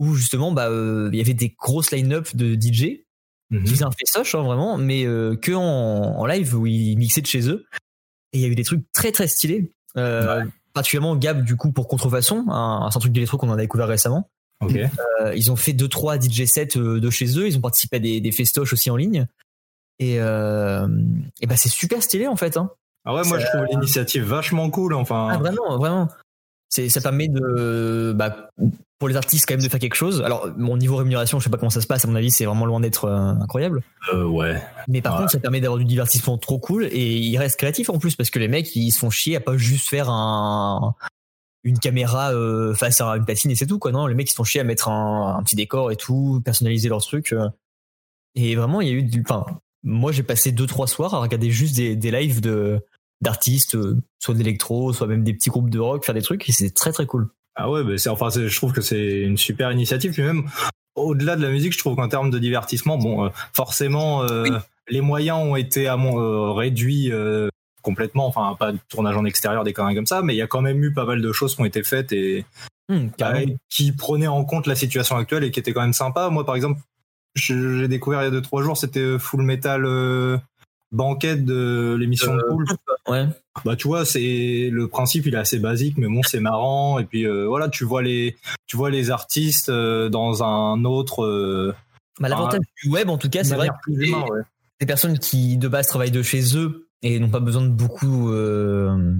[SPEAKER 2] où justement bah euh, il y avait des grosses line-up de DJ
[SPEAKER 7] Mhm.
[SPEAKER 2] qui faisaient un festoche hein, vraiment, mais euh, que en, en live où ils mixaient de chez eux et il y a eu des trucs très très stylés. Euh, Particulièrement Gab du coup pour contrefaçon, un, un truc d'électro qu'on a découvert récemment.
[SPEAKER 7] Ok.
[SPEAKER 2] Euh, ils ont fait deux trois DJ sets euh, de chez eux. Ils ont participé à des, des festoches aussi en ligne. Et, euh, et bah c'est super stylé en fait. hein.
[SPEAKER 7] Ah ouais, moi je trouve l'initiative vachement cool. Enfin,
[SPEAKER 2] Ah, vraiment, vraiment. C'est ça permet de bah, pour les artistes quand même de faire quelque chose. Alors mon niveau rémunération, je sais pas comment ça se passe. À mon avis, c'est vraiment loin d'être euh, incroyable.
[SPEAKER 7] euh, ouais.
[SPEAKER 2] Mais par
[SPEAKER 7] Ouais.
[SPEAKER 2] contre, ça permet d'avoir du divertissement trop cool et ils restent créatifs en plus parce que les mecs ils se font chier à pas juste faire un une caméra euh, face à une platine et c'est tout quoi. Non, les mecs ils se font chier à mettre un, un petit décor et tout, personnaliser leur truc. euh. Et vraiment, il y a eu du. Enfin, moi j'ai passé deux trois soirs à regarder juste des, des lives de d'artistes, euh, soit de l'électro, soit même des petits groupes de rock faire des trucs et c'est très très cool.
[SPEAKER 7] Ah ouais, bah c'est enfin, c'est- je trouve que c'est une super initiative. Puis même au-delà de la musique, je trouve qu'en termes de divertissement, bon, euh, forcément, euh, les moyens ont été à mon, euh, réduits euh, complètement. Enfin, pas de tournage en extérieur, des conneries comme ça, mais il y a quand même eu pas mal de choses qui ont été faites et
[SPEAKER 2] Hum, carrément.
[SPEAKER 7] bah, qui prenaient en compte la situation actuelle et qui étaient quand même sympas. Moi, par exemple, je- j'ai découvert il y a deux trois jours, c'était Full Metal euh, Banquet de l'émission de Poulpe.
[SPEAKER 2] Euh, ouais.
[SPEAKER 7] Bah tu vois, c'est le principe, il est assez basique, mais bon, c'est marrant. Et puis euh, voilà, tu vois les, tu vois les artistes euh, dans un autre. euh,
[SPEAKER 2] Bah, L'avantage du web en tout cas, c'est vrai
[SPEAKER 7] manière plus
[SPEAKER 2] les-
[SPEAKER 7] humain, ouais.
[SPEAKER 2] des personnes qui de base travaillent de chez eux et n'ont pas besoin de beaucoup. Euh...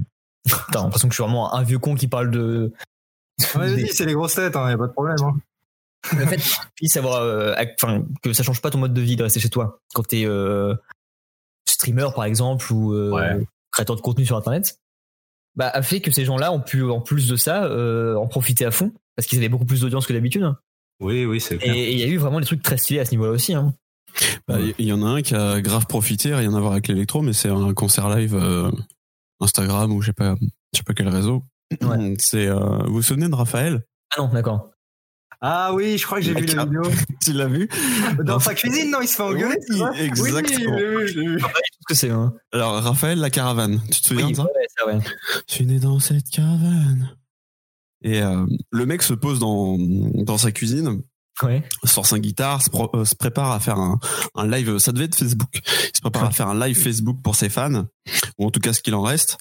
[SPEAKER 2] Putain, j'ai l'impression que je suis vraiment un vieux con qui parle de.
[SPEAKER 7] Ouais,
[SPEAKER 2] des-
[SPEAKER 7] Ah, vas-y, c'est les grosses têtes, hein, y a pas de problème. hein.
[SPEAKER 2] Le fait que puisse avoir, euh, ac- enfin, que ça change pas ton mode de vie de rester chez toi quand t'es euh, streamer par exemple ou euh,
[SPEAKER 7] Ouais.
[SPEAKER 2] créateur de contenu sur internet, bah a fait que ces gens-là ont pu en plus de ça euh, en profiter à fond parce qu'ils avaient beaucoup plus d'audience que d'habitude
[SPEAKER 7] Oui, oui, c'est clair.
[SPEAKER 2] et il y a eu vraiment des trucs très stylés à ce niveau-là aussi. Hein.
[SPEAKER 1] Bah, Il y en a un qui a grave profité, rien à voir avec l'électro, mais c'est un concert live euh, Instagram ou je sais pas, je sais pas quel réseau.
[SPEAKER 2] Ouais.
[SPEAKER 1] C'est, euh, vous vous souvenez de Raphaël
[SPEAKER 2] Ah non, d'accord.
[SPEAKER 7] Ah oui, je crois que j'ai
[SPEAKER 1] La
[SPEAKER 7] vu la
[SPEAKER 1] carte.
[SPEAKER 7] vidéo.
[SPEAKER 1] Tu l'as vu
[SPEAKER 7] Dans sa cuisine, non, il se fait engueuler. c'est
[SPEAKER 1] Oui,
[SPEAKER 7] ça
[SPEAKER 1] exactement.
[SPEAKER 7] Oui, oui, oui, je l'ai vu.
[SPEAKER 2] Qu'est-ce que c'est hein
[SPEAKER 1] Alors Raphaël la caravane, tu te souviens
[SPEAKER 2] Oui,
[SPEAKER 1] de ça
[SPEAKER 2] ouais, ça, ouais.
[SPEAKER 1] Je suis né dans cette caravane. Et euh, le mec se pose dans, dans sa cuisine,
[SPEAKER 2] Ouais.
[SPEAKER 1] sort sa guitare, se, pro- euh, se prépare à faire un, un live. Ça devait être Facebook. Il se prépare à faire un live Facebook pour ses fans, ou en tout cas ce qu'il en reste.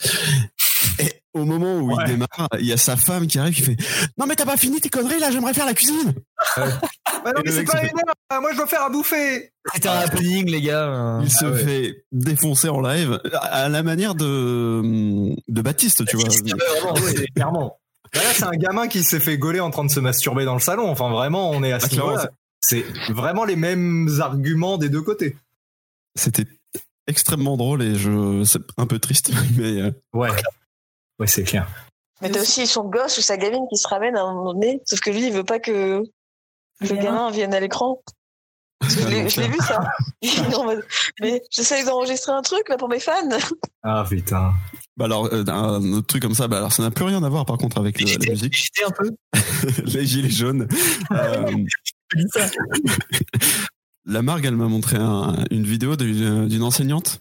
[SPEAKER 1] Et au moment où
[SPEAKER 7] Ouais.
[SPEAKER 1] il démarre, il y a sa femme qui arrive qui fait Non mais t'as pas fini tes conneries là, j'aimerais faire la cuisine.
[SPEAKER 7] Bah non,
[SPEAKER 1] Et
[SPEAKER 7] mais
[SPEAKER 1] le
[SPEAKER 7] c'est
[SPEAKER 1] mec
[SPEAKER 7] pas
[SPEAKER 1] se
[SPEAKER 7] une heure. ah, Moi, je dois faire à bouffer.
[SPEAKER 2] C'était un happening, les gars. hein.
[SPEAKER 1] Il se
[SPEAKER 7] Ah ouais.
[SPEAKER 1] fait défoncer en live à à la manière de, de Baptiste, tu vois.
[SPEAKER 7] clairement. Bah là, c'est un gamin qui s'est fait gauler en train de se masturber dans le salon. Enfin, vraiment, on est à
[SPEAKER 1] Ah,
[SPEAKER 7] ce
[SPEAKER 1] clairement,
[SPEAKER 7] niveau-là. C'est vraiment les mêmes arguments des deux côtés.
[SPEAKER 1] C'était extrêmement drôle et je c'est un peu triste, mais euh,
[SPEAKER 7] Ouais. Ouais, c'est clair.
[SPEAKER 8] Mais t'as aussi son gosse ou sa gamine qui se ramène à un moment donné, sauf que lui, il veut pas que le gamin vienne à l'écran. Je l'ai euh, je l'ai vu ça. Il est en mode, Mais j'essaye d'enregistrer un truc là pour mes fans.
[SPEAKER 7] Ah putain.
[SPEAKER 1] Bah alors, euh, un autre truc comme ça, bah alors ça n'a plus rien à voir par contre avec euh, la musique,
[SPEAKER 2] J'étais un peu.
[SPEAKER 1] les gilets jaunes. Euh, la margue, elle m'a montré un- une vidéo euh, d'une d'une enseignante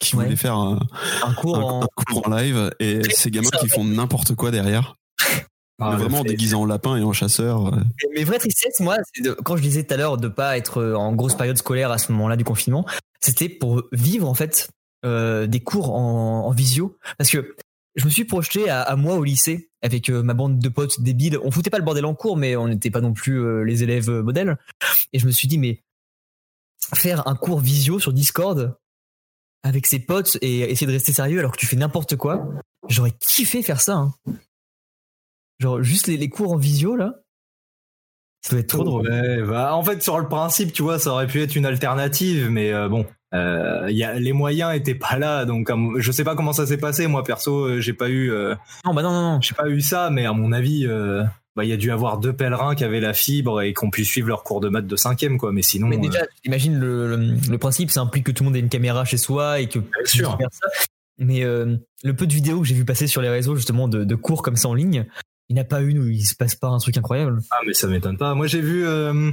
[SPEAKER 1] qui
[SPEAKER 2] Ouais.
[SPEAKER 1] voulait faire un,
[SPEAKER 2] Un cours
[SPEAKER 1] un-
[SPEAKER 2] en.
[SPEAKER 1] un cours en live et ces gamins qui font n'importe quoi derrière, mais
[SPEAKER 7] Ah, le
[SPEAKER 1] vraiment en
[SPEAKER 7] fait-
[SPEAKER 1] déguisé en lapin et en chasseur. euh.
[SPEAKER 2] Mais- Mes vraies tristesses, moi, c'est de- quand je disais tout à l'heure de pas être euh, en grosse période scolaire à ce moment-là du confinement, c'était pour vivre en fait euh, des cours en, en visio, parce que je me suis projeté à, à moi au lycée avec euh, ma bande de potes débiles. On foutait pas le bordel en cours, mais on n'était pas non plus euh, les élèves euh, modèles. Et je me suis dit, mais faire un cours visio sur Discord avec ses potes et essayer de rester sérieux alors que tu fais n'importe quoi, j'aurais kiffé faire ça. hein. Genre juste les, les cours en visio là. Ça doit être trop drôle.
[SPEAKER 7] Ouais, bah, en fait, sur le principe, tu vois, ça aurait pu être une alternative, mais euh, bon, euh, y a, les moyens étaient pas là, donc à mon- je sais pas comment ça s'est passé. Moi, perso, euh, j'ai pas eu, euh,
[SPEAKER 2] Non, bah non, non, non.
[SPEAKER 7] j'ai pas eu ça, mais à mon avis, euh, bah, il y a dû avoir deux pèlerins qui avaient la fibre et qu'on pu suivre leur cours de maths de cinquième, quoi. Mais sinon,
[SPEAKER 2] Mais
[SPEAKER 7] euh,
[SPEAKER 2] déjà, imagine le, le, le principe, ça implique que tout le monde ait une caméra chez soi et que. Bien
[SPEAKER 7] sûr.
[SPEAKER 2] Mais euh, le peu de vidéos que j'ai vu passer sur les réseaux, justement, de, de cours comme ça en ligne, il n'y en a pas une où il se passe pas un truc incroyable.
[SPEAKER 7] Ah mais ça m'étonne pas. Moi j'ai vu, euh,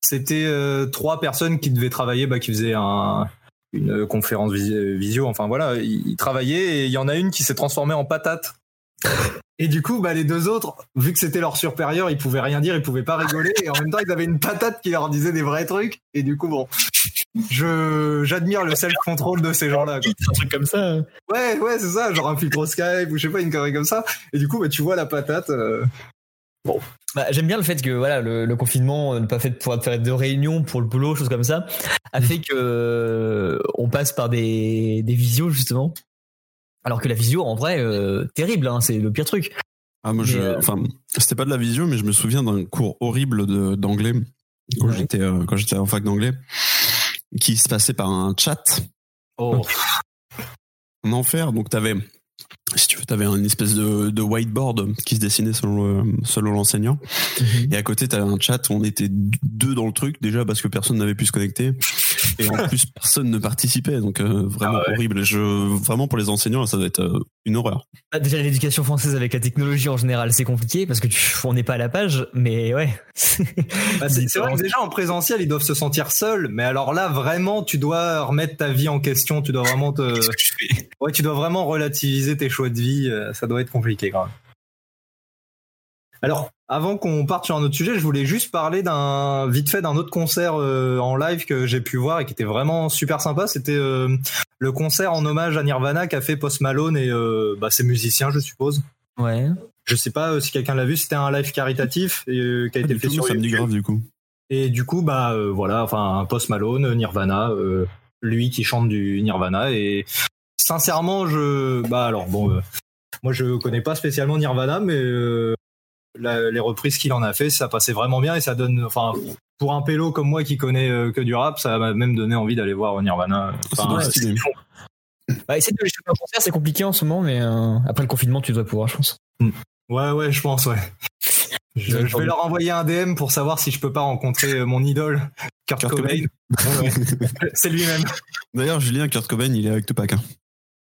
[SPEAKER 7] c'était euh, trois personnes qui devaient travailler, bah, qui faisaient un- une euh, conférence visi- euh, visio. Enfin voilà, ils, ils travaillaient et il y en a une qui s'est transformée en patate. Et du coup, bah, les deux autres, vu que c'était leur supérieur, ils pouvaient rien dire, ils pouvaient pas rigoler. Et en même temps, ils avaient une patate qui leur disait des vrais trucs. Et du coup, bon, je j'admire le self-control de ces gens-là. quoi.
[SPEAKER 2] Un truc comme ça. hein.
[SPEAKER 7] Ouais, ouais, c'est ça, genre un filtre Skype ou je sais pas, une connerie comme ça. Et du coup, bah, tu vois la patate. euh,
[SPEAKER 2] Bah, J'aime bien le fait que voilà, le, le confinement, euh, ne pas fait de pouvoir faire de réunions pour le boulot, choses comme ça, a fait que euh, on passe par des, des visios, justement. Alors que la visio, en vrai, euh, terrible, hein, c'est le pire truc.
[SPEAKER 1] Ah, moi, je,
[SPEAKER 2] Mais, euh,
[SPEAKER 1] enfin, c'était pas de la visio, mais je me souviens d'un cours horrible de- d'anglais quand
[SPEAKER 2] Ouais.
[SPEAKER 1] j'étais euh, quand j'étais en fac d'anglais, qui se passait par un chat,
[SPEAKER 7] Oh.
[SPEAKER 1] un enfer. Donc t'avais, si tu veux, t'avais une espèce de, de whiteboard qui se dessinait selon le- selon l'enseignant, et à côté t'avais un chat où on était deux dans le truc déjà parce que personne n'avait pu se connecter. Et en plus, personne ne participait, donc euh, vraiment horrible. Je, vraiment pour les enseignants, ça doit être euh, une horreur.
[SPEAKER 2] Bah, déjà, l'éducation française avec la technologie en général, c'est compliqué parce que tu, on n'est pas à la page, mais ouais.
[SPEAKER 7] Bah, c'est c'est vrai que déjà en présentiel, ils doivent se sentir seuls, mais alors là, vraiment, tu dois remettre ta vie en question, tu dois vraiment te. Ouais, tu dois vraiment relativiser tes choix de vie, euh, ça doit être compliqué quand même. Alors, avant qu'on parte sur un autre sujet, je voulais juste parler d'un vite fait d'un autre concert euh, en live que j'ai pu voir et qui était vraiment super sympa. C'était euh, le concert en hommage à Nirvana qu'a fait Post Malone et euh, bah, ses musiciens, je suppose.
[SPEAKER 2] Ouais.
[SPEAKER 7] Je sais pas euh, si quelqu'un l'a vu. C'était un live caritatif et, euh, qui a été
[SPEAKER 1] Du
[SPEAKER 7] fait
[SPEAKER 1] tout,
[SPEAKER 7] sur
[SPEAKER 1] ça me dit
[SPEAKER 7] YouTube.
[SPEAKER 1] grave du coup.
[SPEAKER 7] Et du coup, bah euh, voilà, enfin, Post Malone, Nirvana, euh, lui qui chante du Nirvana. Et sincèrement, je, bah alors bon, euh, moi je connais pas spécialement Nirvana, mais euh, la- les reprises qu'il en a fait, ça passait vraiment bien et ça donne, enfin, pour un pélo comme moi qui connaît euh, que du rap, ça m'a même donné envie d'aller voir Nirvana.
[SPEAKER 1] Ça
[SPEAKER 7] Enfin,
[SPEAKER 1] doit être stylé.
[SPEAKER 2] Bah, essayer de les choper en concert, c'est compliqué en ce moment, mais euh, après le confinement, tu dois pouvoir, je pense.
[SPEAKER 7] ouais, ouais, je pense, ouais. Je, je vais leur envoyer un DM pour savoir si je peux pas rencontrer euh, mon idole, Kurt,
[SPEAKER 1] Kurt
[SPEAKER 7] Cobain.
[SPEAKER 1] Cobain.
[SPEAKER 7] Ouais, C'est lui-même.
[SPEAKER 1] D'ailleurs, Julien Kurt Cobain, il est avec Tupac. hein.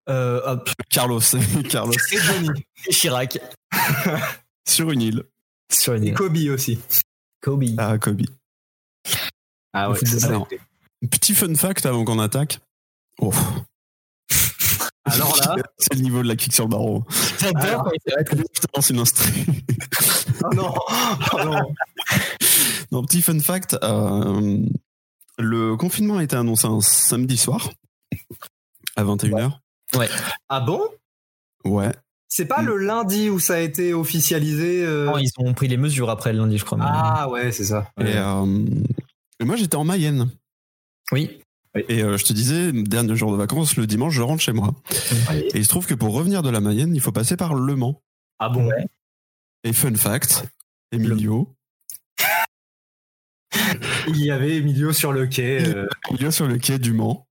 [SPEAKER 2] Euh, hop,
[SPEAKER 1] Carlos, Carlos
[SPEAKER 7] Et Johnny.
[SPEAKER 2] Chirac
[SPEAKER 1] sur une île
[SPEAKER 2] sur
[SPEAKER 7] Et
[SPEAKER 2] une
[SPEAKER 7] Kobe aussi.
[SPEAKER 2] Kobe.
[SPEAKER 1] à Kobe.
[SPEAKER 7] Ah
[SPEAKER 2] ouais, ça,
[SPEAKER 1] Alors, petit fun fact avant qu'on attaque. Oh.
[SPEAKER 7] Alors là,
[SPEAKER 1] c'est le niveau de la kick sur le barreau.
[SPEAKER 2] J'adore quand il s'arrête comme
[SPEAKER 1] Je te lance une instru.
[SPEAKER 7] oh non, oh non.
[SPEAKER 1] Non, petit fun fact. euh, le confinement a été annoncé un samedi soir à 21h.
[SPEAKER 7] Ah bon
[SPEAKER 1] Ouais.
[SPEAKER 7] C'est pas le lundi où ça a été officialisé euh,
[SPEAKER 2] ça. Mm. Ils ont pris les mesures après le lundi, je crois. mais-
[SPEAKER 7] Ah ouais, c'est ça.
[SPEAKER 1] Et, euh, et moi, j'étais en Mayenne.
[SPEAKER 2] Oui.
[SPEAKER 1] Et euh, je te disais, dernier jour de vacances, le dimanche, je rentre chez moi.
[SPEAKER 7] Ouais.
[SPEAKER 1] Et il se trouve que pour revenir de la Mayenne, il faut passer par Le Mans.
[SPEAKER 7] Ah bon
[SPEAKER 1] Et fun fact, Emilio,
[SPEAKER 7] Il y avait Emilio sur le quai. euh,
[SPEAKER 1] Emilio sur le quai du Mans.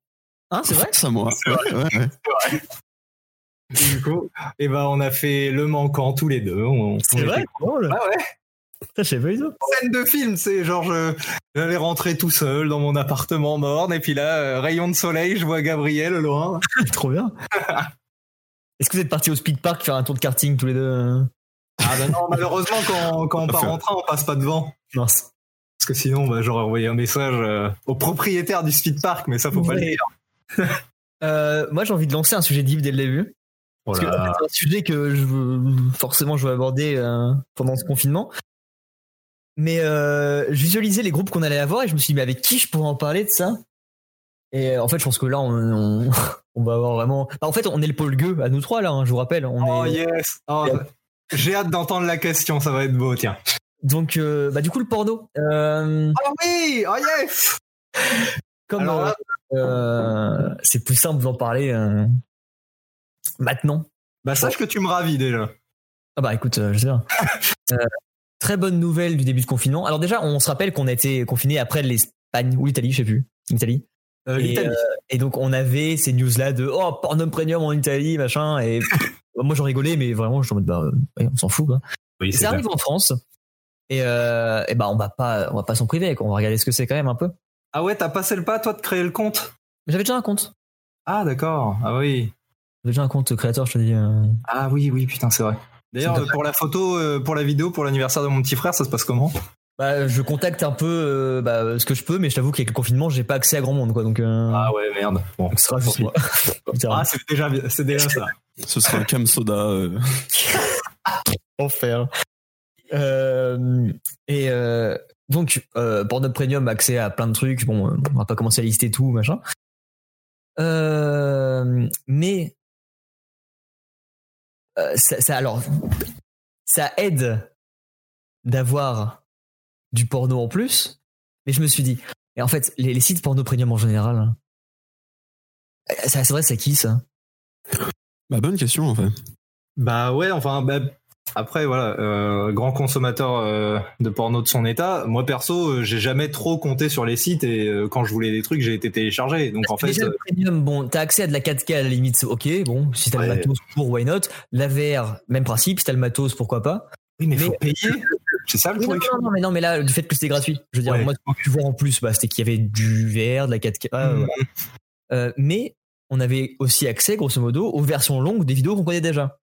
[SPEAKER 2] Hein, c'est vrai
[SPEAKER 1] Face à moi. Ouais, ouais, ouais.
[SPEAKER 7] et du coup, et ben on a fait le manquant tous les deux. on- on
[SPEAKER 2] C'est
[SPEAKER 7] était-
[SPEAKER 2] vrai Drôle.
[SPEAKER 7] Ah ouais,
[SPEAKER 2] Ça, je sais pas du tout.
[SPEAKER 7] scène de film, c'est genre je- j'allais rentrer tout seul dans mon appartement morne et puis là euh, rayon de soleil, je vois Gabriel au loin.
[SPEAKER 2] Trop bien. Est-ce que vous êtes partis au Speed Park faire un tour de karting tous les deux euh
[SPEAKER 7] Ah bah non, malheureusement quand, quand on part en train, on passe pas devant.
[SPEAKER 2] Mince.
[SPEAKER 7] Parce que sinon, bah, j'aurais envoyé un message euh, au propriétaire du speed park, mais ça, faut pas le
[SPEAKER 2] Ouais.
[SPEAKER 7] dire.
[SPEAKER 2] Euh, moi, j'ai envie de lancer un sujet deep dès le début. Parce que en fait, c'est un sujet que je veux- forcément je veux aborder euh, pendant ce confinement. Mais euh, je visualisais les groupes qu'on allait avoir et je me suis dit, mais avec qui je pourrais en parler de ça Et euh, en fait, je pense que là, on, on, on va avoir vraiment. Bah, en fait, on est le pôle gueux à nous trois, là, hein, je vous rappelle. On
[SPEAKER 7] Oh
[SPEAKER 2] est...
[SPEAKER 7] yes Oh, J'ai hâte d'entendre la question, ça va être beau, tiens.
[SPEAKER 2] Donc, euh, bah, du coup, le porno. Euh,
[SPEAKER 7] Oh oui Oh yes
[SPEAKER 2] comme
[SPEAKER 7] Alors là,
[SPEAKER 2] euh, euh, c'est plus simple d'en parler euh, maintenant.
[SPEAKER 7] bah, sache que tu me ravis déjà.
[SPEAKER 2] Ah bah écoute, euh, je sais bien. Euh, très bonne nouvelle du début de confinement. Alors déjà, on se rappelle qu'on a été confiné après l'Espagne ou l'Italie, je sais plus. L'Italie.
[SPEAKER 7] Euh,
[SPEAKER 2] Et,
[SPEAKER 7] L'Italie.
[SPEAKER 2] euh, Et donc on avait ces news là de oh Pornhub Premium en Italie, machin. Et moi j'en rigolais, mais vraiment je suis en mode bah euh, ouais, on s'en fout quoi.
[SPEAKER 7] oui,
[SPEAKER 2] Ça arrive en France Et, euh, et bah on va pas, on va pas s'en priver. quoi. On va regarder ce que c'est quand même un peu.
[SPEAKER 7] Ah ouais, t'as passé le pas, toi, de créer le compte
[SPEAKER 2] Mais J'avais déjà un compte.
[SPEAKER 7] Ah d'accord, ah oui.
[SPEAKER 2] J'avais déjà un compte créateur. Je te dis. euh,
[SPEAKER 7] Ah oui, oui, putain, c'est vrai. D'ailleurs,
[SPEAKER 2] C'est
[SPEAKER 7] euh, pour la photo, euh, pour la vidéo, pour l'anniversaire de mon petit frère, ça se passe comment
[SPEAKER 2] Bah, je contacte un peu euh, bah, ce que je peux, mais je t'avoue qu'avec le confinement, j'ai pas accès à grand monde, quoi. Donc, euh,
[SPEAKER 7] Ah ouais, merde. Bon.
[SPEAKER 2] donc ce sera juste moi.
[SPEAKER 7] Ah, c'est déjà, c'est déjà ça.
[SPEAKER 1] Ce sera un cam soda. euh.
[SPEAKER 2] Enfer. Euh, et euh, donc, euh, Pornhub Premium, accès à plein de trucs. Bon, euh, on va pas commencer à lister tout, machin. Euh, mais euh, ça, ça- alors, ça aide d'avoir du porno en plus. Mais je me suis dit, et en fait, les, les sites porno premium en général, hein, Euh, ça, c'est vrai, c'est qui ça
[SPEAKER 1] Bah, bonne question, en fait.
[SPEAKER 7] Bah ouais, enfin, bah, après, voilà, euh, grand consommateur euh, de porno de son état, moi perso, euh, j'ai jamais trop compté sur les sites et euh, quand je voulais des trucs, j'ai été téléchargé. Donc en
[SPEAKER 2] Parce que
[SPEAKER 7] fait,
[SPEAKER 2] déjà,
[SPEAKER 7] euh,
[SPEAKER 2] le premium, bon, t'as accès à de la 4K à la limite, c'est ok, bon, si t'as le
[SPEAKER 7] Ouais.
[SPEAKER 2] matos pour, why not La VR, même principe, si t'as le matos, pourquoi pas
[SPEAKER 7] oui, mais faut
[SPEAKER 2] mais-
[SPEAKER 7] payer. C'est ça le
[SPEAKER 2] Oui, non,
[SPEAKER 7] truc.
[SPEAKER 2] non, non, mais non, mais là, le fait que c'était gratuit, je veux dire,
[SPEAKER 7] Ouais.
[SPEAKER 2] moi, ce que je vois en plus, bah, c'était qu'il y avait du VR, de la 4K, euh,
[SPEAKER 7] Mm.
[SPEAKER 2] voilà. Euh, mais on avait aussi accès, grosso modo, aux versions longues des vidéos qu'on connaît déjà.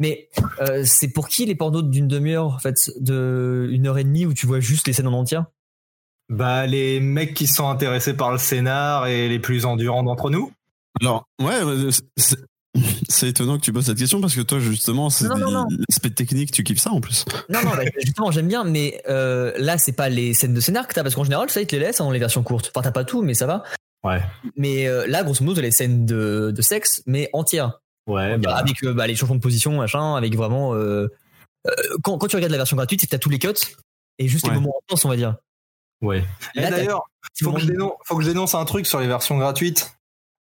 [SPEAKER 2] Mais euh, c'est pour qui les pornos d'une demi-heure, en fait, de une heure et demie où tu vois juste les scènes en entière
[SPEAKER 7] Bah les mecs qui sont intéressés par le scénar et les plus endurants d'entre nous.
[SPEAKER 1] Alors, ouais, euh, c'est- c'est- c'est étonnant que tu poses cette question parce que toi, justement, c'est
[SPEAKER 2] Non, non,
[SPEAKER 1] des-
[SPEAKER 2] non.
[SPEAKER 1] l'aspect technique, tu kiffes ça en plus.
[SPEAKER 2] Non, non, bah, justement, j'aime bien, mais euh, là, c'est pas les scènes de scénar que t'as, parce qu'en général, ça, ils te les laissent dans les versions courtes. Enfin, t'as pas tout, mais ça va.
[SPEAKER 7] Ouais.
[SPEAKER 2] Mais euh, là, grosso modo, t'as les scènes de, de sexe, mais entières.
[SPEAKER 7] Ouais,
[SPEAKER 2] Avec euh, bah, les changements de position, machin, avec vraiment. euh, euh, quand, quand tu regardes la version gratuite, c'est que t'as tous les cuts et juste
[SPEAKER 1] Ouais.
[SPEAKER 2] les moments intenses, on va dire.
[SPEAKER 7] ouais. Et
[SPEAKER 2] Là, t'as-
[SPEAKER 7] d'ailleurs,
[SPEAKER 2] C'est
[SPEAKER 7] faut
[SPEAKER 2] vraiment-
[SPEAKER 7] que, je dénonce, faut que je dénonce un truc sur les versions gratuites.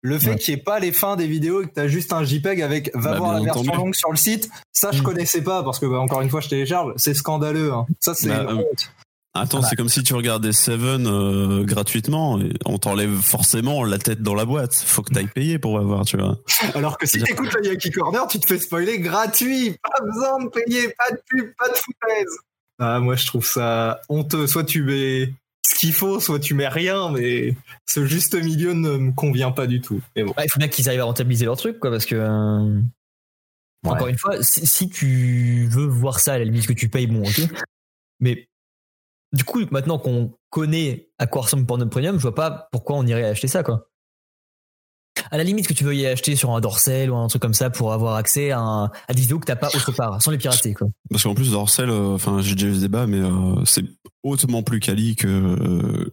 [SPEAKER 7] Le fait
[SPEAKER 2] Ouais.
[SPEAKER 7] qu'il n'y ait pas les fins des vidéos et que t'as juste un JPEG avec va
[SPEAKER 1] Bah,
[SPEAKER 7] voir la
[SPEAKER 1] bien
[SPEAKER 7] version
[SPEAKER 1] entendu.
[SPEAKER 7] longue sur le site, ça je
[SPEAKER 2] Mm.
[SPEAKER 7] connaissais pas parce que bah, encore une fois je télécharge, c'est scandaleux. hein. Ça c'est
[SPEAKER 1] Bah,
[SPEAKER 7] une
[SPEAKER 1] euh,
[SPEAKER 7] honte.
[SPEAKER 1] Attends,
[SPEAKER 2] Ah bah.
[SPEAKER 1] c'est comme si tu regardais Seven euh, gratuitement. et on t'enlève forcément la tête dans la boîte. Faut que t'ailles payer pour avoir, tu vois.
[SPEAKER 7] Alors que si t'écoutes le Yaki Corner, tu te fais spoiler gratuit, pas besoin de payer, pas de pub, pas de foutaise. Ah moi je trouve ça honteux. Soit tu mets ce qu'il faut, soit tu mets rien, mais ce juste milieu ne me convient pas du tout. Mais bon.
[SPEAKER 2] Ouais, il faut bien qu'ils arrivent à rentabiliser leur truc, quoi, parce que. euh,
[SPEAKER 7] Ouais.
[SPEAKER 2] Encore une fois, si, si tu veux voir ça à la limite que tu payes, bon, ok. Mais du coup, maintenant qu'on connaît à quoi ressemble Pornhub Premium, je vois pas pourquoi on irait acheter ça, quoi. À la limite que tu veux y acheter sur un dorsel ou un truc comme ça pour avoir accès à, un- à des vidéos que t'as pas autre part, sans les pirater, quoi.
[SPEAKER 1] Parce qu'en plus, Dorsel, euh, enfin, j'ai déjà eu ce débat, mais euh, c'est hautement plus quali que, euh,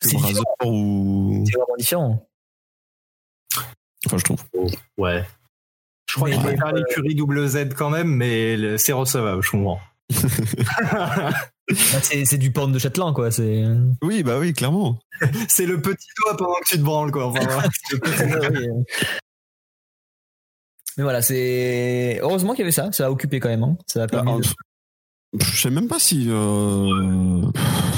[SPEAKER 1] que
[SPEAKER 2] C'est
[SPEAKER 1] Brazor ou.
[SPEAKER 2] C'est vraiment différent.
[SPEAKER 1] Enfin, je trouve.
[SPEAKER 7] Ouais. Je crois
[SPEAKER 2] Mais-
[SPEAKER 7] qu'il faut faire l'écurie double Z quand même, mais le- c'est recevable, je comprends.
[SPEAKER 2] Là, Bah, C'est c'est du porn de Châtelain, quoi. C'est.
[SPEAKER 1] Oui, bah oui, clairement.
[SPEAKER 7] c'est le petit doigt pendant que tu te branles, quoi. Enfin, voilà.
[SPEAKER 2] Mais voilà, c'est. Heureusement qu'il y avait ça, ça a occupé quand même. hein. Ça a
[SPEAKER 1] Bah,
[SPEAKER 2] permis de-
[SPEAKER 1] en- Je sais même pas si euh,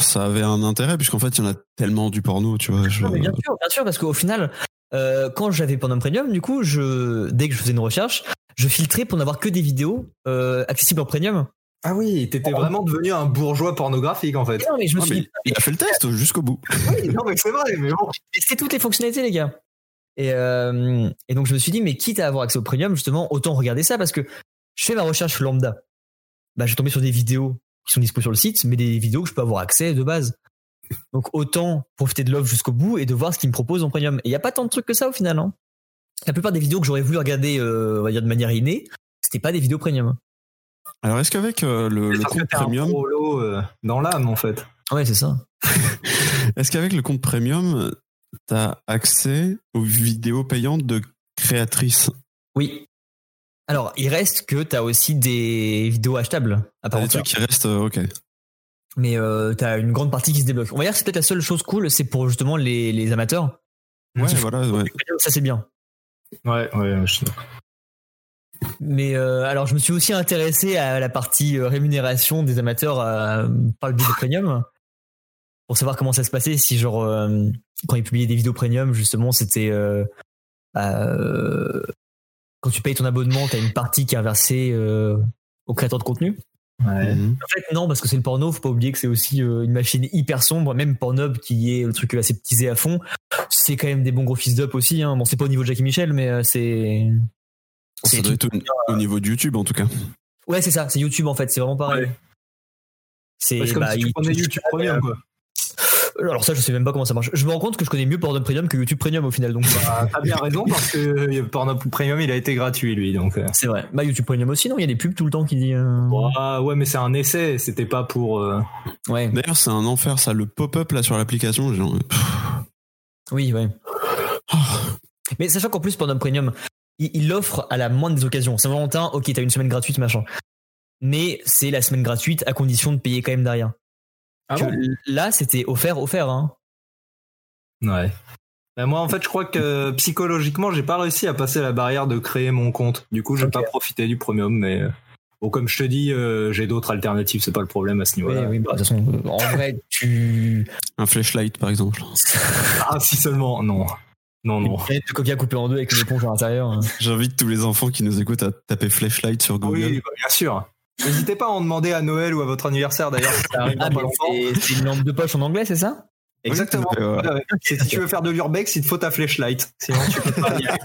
[SPEAKER 1] ça avait un intérêt, puisqu'en fait, il y en a tellement du porno, tu vois. je-
[SPEAKER 2] Non, Ah, mais bien sûr, bien sûr, parce qu'au final, euh, quand j'avais Pornhub Premium, du coup, je, dès que je faisais une recherche, je filtrais pour n'avoir que des vidéos euh, accessibles en premium. Oh.
[SPEAKER 7] ah oui, t'étais vraiment devenu un bourgeois pornographique, en fait.
[SPEAKER 2] Non, mais je me
[SPEAKER 1] Ouais,
[SPEAKER 2] suis
[SPEAKER 1] mais
[SPEAKER 2] dit,
[SPEAKER 1] il a fait le test jusqu'au bout.
[SPEAKER 7] Oui, non, mais c'est vrai, mais bon.
[SPEAKER 2] c'est toutes les fonctionnalités, les gars. Et, euh, et donc, je me suis dit, mais quitte à avoir accès au premium, justement, autant regarder ça, parce que je fais ma recherche lambda. Bah, je tombé sur des vidéos qui sont disponibles sur le site, mais des vidéos que je peux avoir accès de base. Donc, autant profiter de l'offre jusqu'au bout et de voir ce qu'ils me proposent en premium. Et il n'y a pas tant de trucs que ça au final. hein. La plupart des vidéos que j'aurais voulu regarder, euh, on va dire de manière innée, c'était pas des vidéos premium.
[SPEAKER 1] Alors, est-ce qu'avec euh, le, le
[SPEAKER 7] Parce que
[SPEAKER 1] compte
[SPEAKER 7] t'es un
[SPEAKER 1] premium,
[SPEAKER 7] prolo, euh, dans l'âme, en fait.
[SPEAKER 2] Ouais, c'est ça.
[SPEAKER 1] est-ce qu'avec le compte premium, t'as accès aux vidéos payantes de créatrices
[SPEAKER 2] Oui. Alors, il reste que t'as aussi des vidéos achetables. À
[SPEAKER 1] T'as
[SPEAKER 2] part
[SPEAKER 1] des trucs qui restent, euh, ok.
[SPEAKER 2] mais euh, t'as une grande partie qui se débloque. On va dire que c'est peut-être la seule chose cool, c'est pour justement les, les amateurs.
[SPEAKER 1] Ouais, voilà, ouais.
[SPEAKER 2] Ça c'est bien.
[SPEAKER 7] Ouais, ouais, je-
[SPEAKER 2] Mais euh, alors je me suis aussi intéressé à la partie euh, rémunération des amateurs euh, par le biais de premium pour savoir comment ça se passait. Si genre euh, quand ils publiaient des vidéos premium, justement c'était euh, euh, quand tu payes ton abonnement, t'as une partie qui est inversée euh, aux créateurs de contenu.
[SPEAKER 7] Ouais.
[SPEAKER 1] Mhm.
[SPEAKER 2] En fait, non, parce que c'est le porno, faut pas oublier que c'est aussi euh, une machine hyper sombre, même Pornhub qui est le truc aseptisé à fond. C'est quand même des bons gros fils d'up aussi. Hein. Bon, c'est pas au niveau de Jackie Michel, mais euh, c'est.
[SPEAKER 1] Ça
[SPEAKER 2] c'est
[SPEAKER 1] doit être au, au niveau de YouTube en tout cas.
[SPEAKER 2] Ouais, c'est ça, c'est YouTube en fait, c'est vraiment pareil.
[SPEAKER 7] Ouais.
[SPEAKER 2] C'est
[SPEAKER 7] C'est comme
[SPEAKER 2] bah,
[SPEAKER 7] si tu
[SPEAKER 2] il-
[SPEAKER 7] prenais YouTube Premium, quoi.
[SPEAKER 2] Alors ça, je sais même pas comment ça marche. Je me rends compte que je connais mieux Pornhub Premium que YouTube Premium au final, donc
[SPEAKER 7] Bah, T'as bien raison parce que euh, Pornhub Premium il a été gratuit lui donc. euh.
[SPEAKER 2] c'est vrai. Bah YouTube Premium aussi, non Il y a des pubs tout le temps qui dit. euh,
[SPEAKER 7] Ah, ouais mais c'est un essai, c'était pas pour. euh,
[SPEAKER 2] Ouais.
[SPEAKER 1] D'ailleurs, c'est un enfer ça, le pop-up là sur l'application. genre, pff,
[SPEAKER 2] Oui, ouais. Oh. Mais sachant qu'en plus, Pornhub Premium, il il l'offre à la moindre des occasions. Saint-Valentin, ok, t'as une semaine gratuite, machin. Mais c'est la semaine gratuite à condition de payer quand même derrière. Tu vois, là, c'était offert, offert. Hein.
[SPEAKER 7] Ouais. Bah, moi en fait je crois que euh, psychologiquement j'ai pas réussi à passer la barrière de créer mon compte. Du coup j'ai pas profité du Premium mais euh, bon comme je te dis euh, j'ai d'autres alternatives c'est pas le problème à ce niveau.
[SPEAKER 2] Oui, oui, bah, de toute façon, euh, en vrai, tu.
[SPEAKER 1] un flashlight par exemple.
[SPEAKER 7] Ah si seulement non non
[SPEAKER 2] Une
[SPEAKER 7] non.
[SPEAKER 2] canette de coca coupée en deux avec une éponge à l'intérieur. hein.
[SPEAKER 1] J'invite tous les enfants qui nous écoutent à taper flashlight sur
[SPEAKER 2] Ah
[SPEAKER 1] Google.
[SPEAKER 7] Oui bah, bien sûr. N'hésitez pas à en demander à Noël ou à votre anniversaire d'ailleurs. si ça arrive dans
[SPEAKER 2] Ah,
[SPEAKER 7] pas
[SPEAKER 2] mais
[SPEAKER 7] longtemps.
[SPEAKER 2] c'est- c'est une lampe de poche en anglais, c'est ça
[SPEAKER 7] Exactement.
[SPEAKER 1] Oui, tout à fait, ouais. Ah,
[SPEAKER 7] Ouais, ouais. C'est si tu veux faire de l'urbex, il te faut ta flashlight. Sinon, tu peux pas y aller.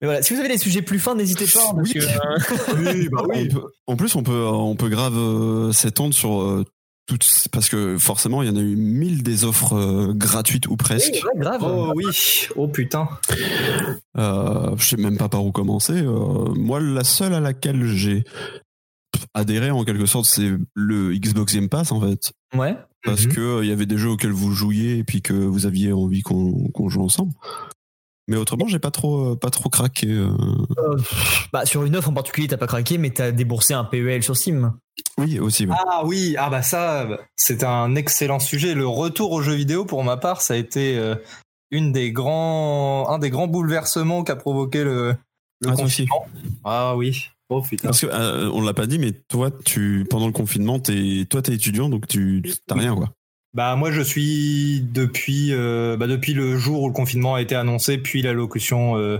[SPEAKER 2] Mais voilà, si vous avez des sujets plus fins, n'hésitez pas. hein, parce que, euh,
[SPEAKER 7] Oui, bah oui.
[SPEAKER 1] On peut- en plus, on peut, euh, on peut grave euh, s'étendre sur euh, toutes. ces- Parce que forcément, il y en a eu mille des offres euh, gratuites ou
[SPEAKER 2] oui,
[SPEAKER 1] presque.
[SPEAKER 2] ouais, grave.
[SPEAKER 7] Oh oui, oh putain.
[SPEAKER 1] Euh, je sais même pas par où commencer. Euh, moi, la seule à laquelle j'ai adhéré en quelque sorte, c'est le Xbox Game Pass en fait.
[SPEAKER 2] Ouais.
[SPEAKER 1] Parce
[SPEAKER 7] Mhm.
[SPEAKER 1] que euh, il y avait des jeux auxquels vous jouiez et puis que vous aviez envie qu'on qu'on joue ensemble. Mais autrement, j'ai pas trop, euh, pas trop craqué. euh.
[SPEAKER 2] Bah, sur une offre en particulier, t'as pas craqué, mais t'as déboursé un PEL sur Steam.
[SPEAKER 1] Oui, aussi. ouais.
[SPEAKER 7] Ah oui, ah bah ça, c'est un excellent sujet. Le retour aux jeux vidéo, pour ma part, ça a été euh, une des grands, un des grands bouleversements qu'a provoqué le, le
[SPEAKER 1] Ah, toi aussi.
[SPEAKER 7] confinement. Ah oui. Oh putain.
[SPEAKER 1] Parce que euh, on l'a pas dit, mais toi, tu pendant le confinement, t'es, toi, t'es étudiant, donc tu t'as rien quoi.
[SPEAKER 7] Bah moi je suis depuis euh, bah, depuis le jour où le confinement a été annoncé, puis l'allocution euh,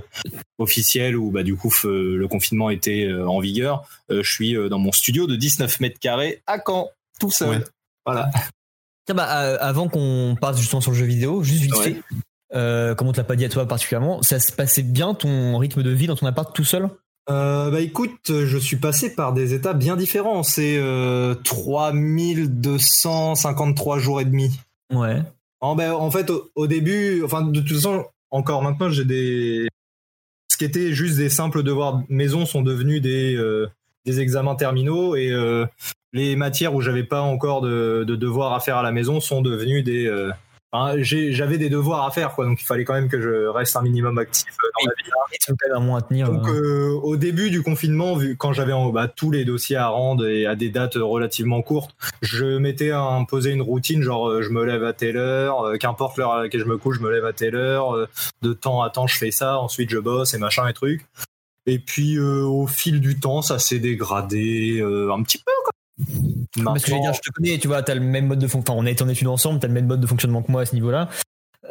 [SPEAKER 7] officielle où bah du coup f- euh, le confinement était euh, en vigueur. euh, je suis euh, dans mon studio de 19 mètres carrés à Caen, tout seul.
[SPEAKER 1] Ouais.
[SPEAKER 7] Voilà.
[SPEAKER 2] Tiens, bah, euh, avant qu'on passe justement sur le jeu vidéo, juste vite
[SPEAKER 7] Ouais.
[SPEAKER 2] fait, euh, comme on te l'a pas dit à toi particulièrement, ça se passait bien ton rythme de vie dans ton appart tout seul
[SPEAKER 7] Euh, bah écoute, je suis passé par des états bien différents. C'est euh, 3253 jours et demi.
[SPEAKER 2] Ouais.
[SPEAKER 7] En, ben, en fait, au, au début, enfin, de toute façon, encore maintenant, j'ai des. Ce qui était juste des simples devoirs maison sont devenus des, euh, des examens terminaux et euh, les matières où j'avais pas encore de, de devoirs à faire à la maison sont devenues des. euh, enfin, j'ai- j'avais des devoirs à faire, quoi, donc il fallait quand même que je reste un minimum actif euh, dans la vie.
[SPEAKER 2] Un rythme quand même à moins à tenir.
[SPEAKER 7] Donc
[SPEAKER 2] euh.
[SPEAKER 7] euh, au début du confinement, vu quand j'avais en bas tous les dossiers à rendre et à des dates euh, relativement courtes, je m'étais imposé une routine, genre euh, je me lève à telle heure, euh, qu'importe l'heure à laquelle je me couche, je me lève à telle heure, euh, de temps à temps je fais ça, ensuite je bosse et machin et truc. Et puis euh, au fil du temps, ça s'est dégradé euh, un petit peu. Quoi.
[SPEAKER 2] Parce que j'allais dire, je te connais, tu vois, t'as le même mode de fonctionnement. Enfin, on a été en études ensemble, t'as le même mode de fonctionnement que moi à ce niveau-là.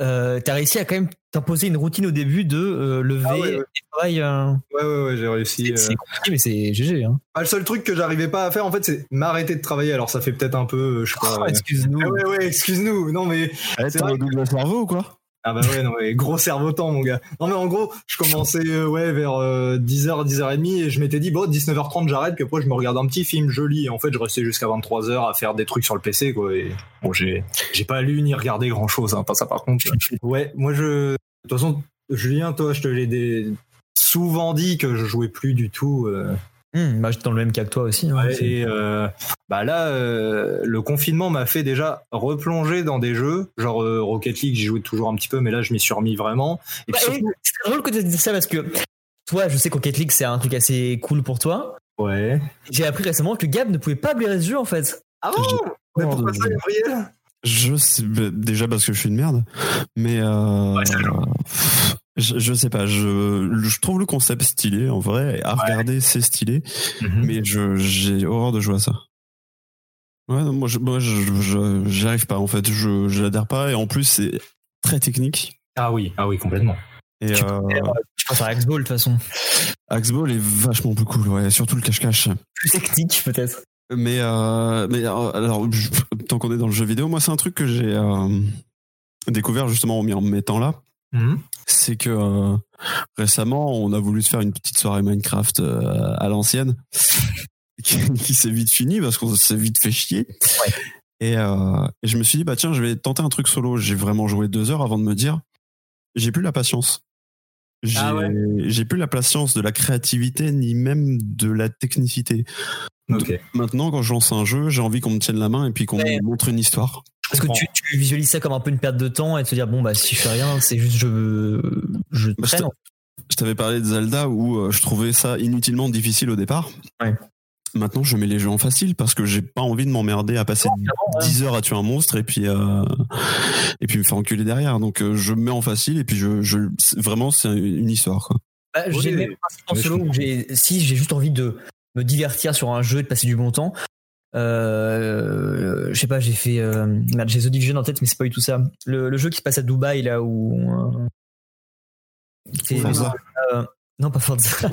[SPEAKER 2] Euh, t'as réussi à quand même t'imposer une routine au début de euh, lever
[SPEAKER 7] Ah ouais, ouais.
[SPEAKER 2] et travail. euh,
[SPEAKER 7] Ouais, ouais, ouais, j'ai réussi. euh,
[SPEAKER 2] C'est compliqué, mais c'est GG. Hein.
[SPEAKER 7] ah, le seul truc que j'arrivais pas à faire, en fait, c'est m'arrêter de travailler. Alors ça fait peut-être un peu, euh, je sais pas. euh,
[SPEAKER 2] Ah, Excuse-nous.
[SPEAKER 7] Ouais, ouais, ouais, excuse-nous. Non, mais
[SPEAKER 1] Eh,
[SPEAKER 7] c'est vrai
[SPEAKER 1] double cerveau ou quoi
[SPEAKER 7] Ah bah ouais, non mais gros cerveau temps mon gars. Non mais en gros, je commençais euh, ouais vers euh, 10h, 10h30 et je m'étais dit bon 19h30 j'arrête, puis après je me regarde un petit film, je lis. Et en fait je restais jusqu'à 23h à faire des trucs sur le PC quoi. Et bon j'ai j'ai pas lu ni regardé grand chose, hein, pas ça par contre. Ouais, moi je... De toute façon Julien, toi je te l'ai des- souvent dit que je jouais plus du tout. euh,
[SPEAKER 2] Hum, bah, j'étais dans le même cas que toi aussi. hein.
[SPEAKER 7] Ouais,
[SPEAKER 2] C'est-
[SPEAKER 7] et euh, bah là, euh, le confinement m'a fait déjà replonger dans des jeux, genre euh, Rocket League, j'y jouais toujours un petit peu, mais là je m'y suis remis vraiment. Et
[SPEAKER 2] Bah,
[SPEAKER 7] puis surtout-
[SPEAKER 2] et c'est drôle que tu dises ça parce que toi, je sais qu'en League, c'est un truc assez cool pour toi.
[SPEAKER 7] ouais.
[SPEAKER 2] J'ai appris récemment que Gab ne pouvait pas blairer ce jeu en fait.
[SPEAKER 7] Ah
[SPEAKER 1] bon
[SPEAKER 7] Mais
[SPEAKER 1] Oh,
[SPEAKER 7] pourquoi
[SPEAKER 1] je-
[SPEAKER 7] ça, Gabriel
[SPEAKER 1] Je sais, bah, déjà parce que je suis une merde, mais euh, je, je sais pas. Je, je trouve le concept stylé en vrai. À regarder, c'est stylé, mais je j'ai horreur de jouer à ça. Ouais, non, moi, je, moi, je- je- j'y arrive pas en fait. Je, j'adhère pas et en plus c'est très technique.
[SPEAKER 7] Ah oui, ah oui, complètement.
[SPEAKER 1] Et euh,
[SPEAKER 2] Tu Je préfère Axball de toute façon.
[SPEAKER 1] Axball est vachement plus cool, ouais, surtout le cache-cache.
[SPEAKER 2] Plus tactique peut-être.
[SPEAKER 1] Mais, euh, mais euh, alors, je- tant qu'on est dans le jeu vidéo, moi, c'est un truc que j'ai euh, découvert justement en m'y mettant là.
[SPEAKER 7] Mhm.
[SPEAKER 1] C'est que euh, récemment, on a voulu se faire une petite soirée Minecraft euh, à l'ancienne, qui, qui s'est vite finie parce qu'on s'est vite fait chier. Et, euh, et je me suis dit, bah tiens, je vais tenter un truc solo. J'ai vraiment joué deux heures avant de me dire, j'ai plus la patience. J'ai
[SPEAKER 7] Ah ouais.
[SPEAKER 1] j'ai plus la patience de la créativité ni même de la technicité.
[SPEAKER 7] Ok.
[SPEAKER 1] Maintenant, quand je lance un jeu, j'ai envie qu'on me tienne la main et puis qu'on
[SPEAKER 2] Ouais.
[SPEAKER 1] me montre une histoire.
[SPEAKER 2] Parce que
[SPEAKER 7] comprends.
[SPEAKER 2] tu, tu visualises ça comme un peu une perte de temps et de se dire bon bah si je fais rien c'est juste je je
[SPEAKER 1] Bah, je
[SPEAKER 2] traîne.
[SPEAKER 1] Je t'avais parlé de Zelda où euh, je trouvais ça inutilement difficile au départ.
[SPEAKER 2] Ouais.
[SPEAKER 1] Maintenant, je mets les jeux en facile parce que j'ai pas envie de m'emmerder à passer 10 heures à tuer un monstre et puis euh, et puis me faire enculer derrière. Donc, euh, je mets en facile et puis je, je c'est- vraiment c'est une histoire. Quoi.
[SPEAKER 2] Bah,
[SPEAKER 7] Oui,
[SPEAKER 2] j'ai le
[SPEAKER 7] oui.
[SPEAKER 2] même principe en
[SPEAKER 7] Oui, je
[SPEAKER 2] solo où
[SPEAKER 7] comprends.
[SPEAKER 2] j'ai si j'ai juste envie de me divertir sur un jeu et de passer du bon temps. Euh, je sais pas, j'ai fait euh, merde, j'ai The Division en tête mais c'est pas du tout ça. Le, le jeu qui se passe à Dubaï là où euh, c'est-
[SPEAKER 1] Forza.
[SPEAKER 2] euh, non pas Forza.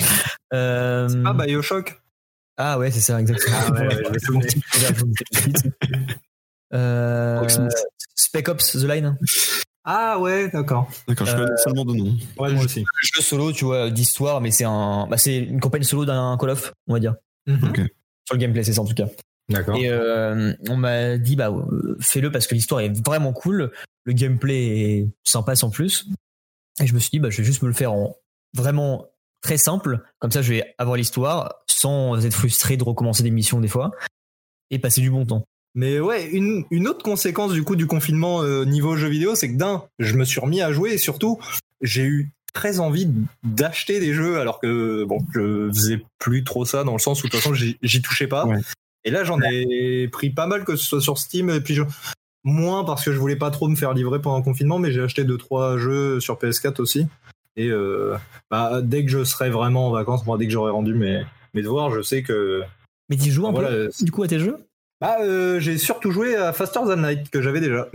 [SPEAKER 2] Euh,
[SPEAKER 7] Ah, Bioshock
[SPEAKER 2] Ah ouais, c'est ça, exactement.
[SPEAKER 7] Ah ouais, ouais, je me
[SPEAKER 2] C'est
[SPEAKER 7] souviens.
[SPEAKER 2] mon petit plaisir, je vous le dis tout de suite. Euh,
[SPEAKER 1] Rocksmith.
[SPEAKER 2] Spec Ops The Line. hein.
[SPEAKER 7] Ah, ouais, d'accord.
[SPEAKER 1] D'accord, je
[SPEAKER 2] Euh,
[SPEAKER 1] connais seulement de nom.
[SPEAKER 7] Ouais, moi aussi.
[SPEAKER 2] Jeu solo, tu vois, d'histoire, mais c'est un, bah, c'est une campagne solo d'un Call of, on va dire.
[SPEAKER 7] Mhm.
[SPEAKER 2] Sur le gameplay, c'est ça en tout cas.
[SPEAKER 7] D'accord.
[SPEAKER 2] Et euh, on m'a dit, bah, euh, fais-le parce que l'histoire est vraiment cool. Le gameplay est sympa sans plus. Et je me suis dit, bah, je vais juste me le faire en vraiment très simple. Comme ça, je vais avoir l'histoire sans être frustré de recommencer des missions des fois et passer du bon temps.
[SPEAKER 7] Mais ouais, une, une autre conséquence du coup du confinement euh, niveau jeux vidéo, c'est que d'un, je me suis remis à jouer et surtout, j'ai eu très envie d'acheter des jeux alors que bon, je faisais plus trop ça dans le sens où de toute façon j'y j'y touchais pas.
[SPEAKER 1] Ouais.
[SPEAKER 7] Et là, j'en ai pris pas mal que ce soit sur Steam et puis je- moins parce que je voulais pas trop me faire livrer pendant le confinement, mais j'ai acheté deux trois jeux sur PS4 aussi. Et euh, bah, dès que je serai vraiment en vacances, moi, dès que j'aurai rendu mes mes devoirs, je sais que
[SPEAKER 2] Mais tu joues un
[SPEAKER 7] voilà,
[SPEAKER 2] peu du coup à tes jeux
[SPEAKER 7] bah, euh, j'ai surtout joué à Faster Than Light que j'avais déjà.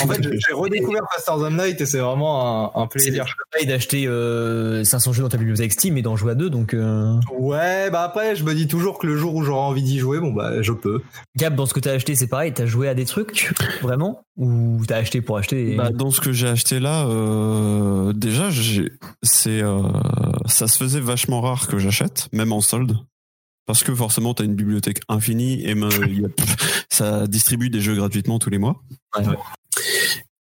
[SPEAKER 7] en fait, j'ai j'ai redécouvert Faster Than Light et c'est vraiment un, un
[SPEAKER 2] C'est bien
[SPEAKER 7] plaisir.
[SPEAKER 2] et d'acheter euh, 500 jeux dans ta bibliothèque Steam et d'en jouer à deux. Donc, euh,
[SPEAKER 7] Ouais, bah après, je me dis toujours que le jour où j'aurai envie d'y jouer, bon bah je peux.
[SPEAKER 2] Gab, dans ce que t'as acheté, c'est pareil. T'as joué à des trucs vraiment ou t'as acheté pour acheter et-
[SPEAKER 1] Bah, dans ce que j'ai acheté là, euh, déjà, j'ai- c'est euh, ça se faisait vachement rare que j'achète, même en solde. Parce que forcément, t'as une bibliothèque infinie et me- y a- pff, ça distribue des jeux gratuitement tous les mois.
[SPEAKER 2] Ouais.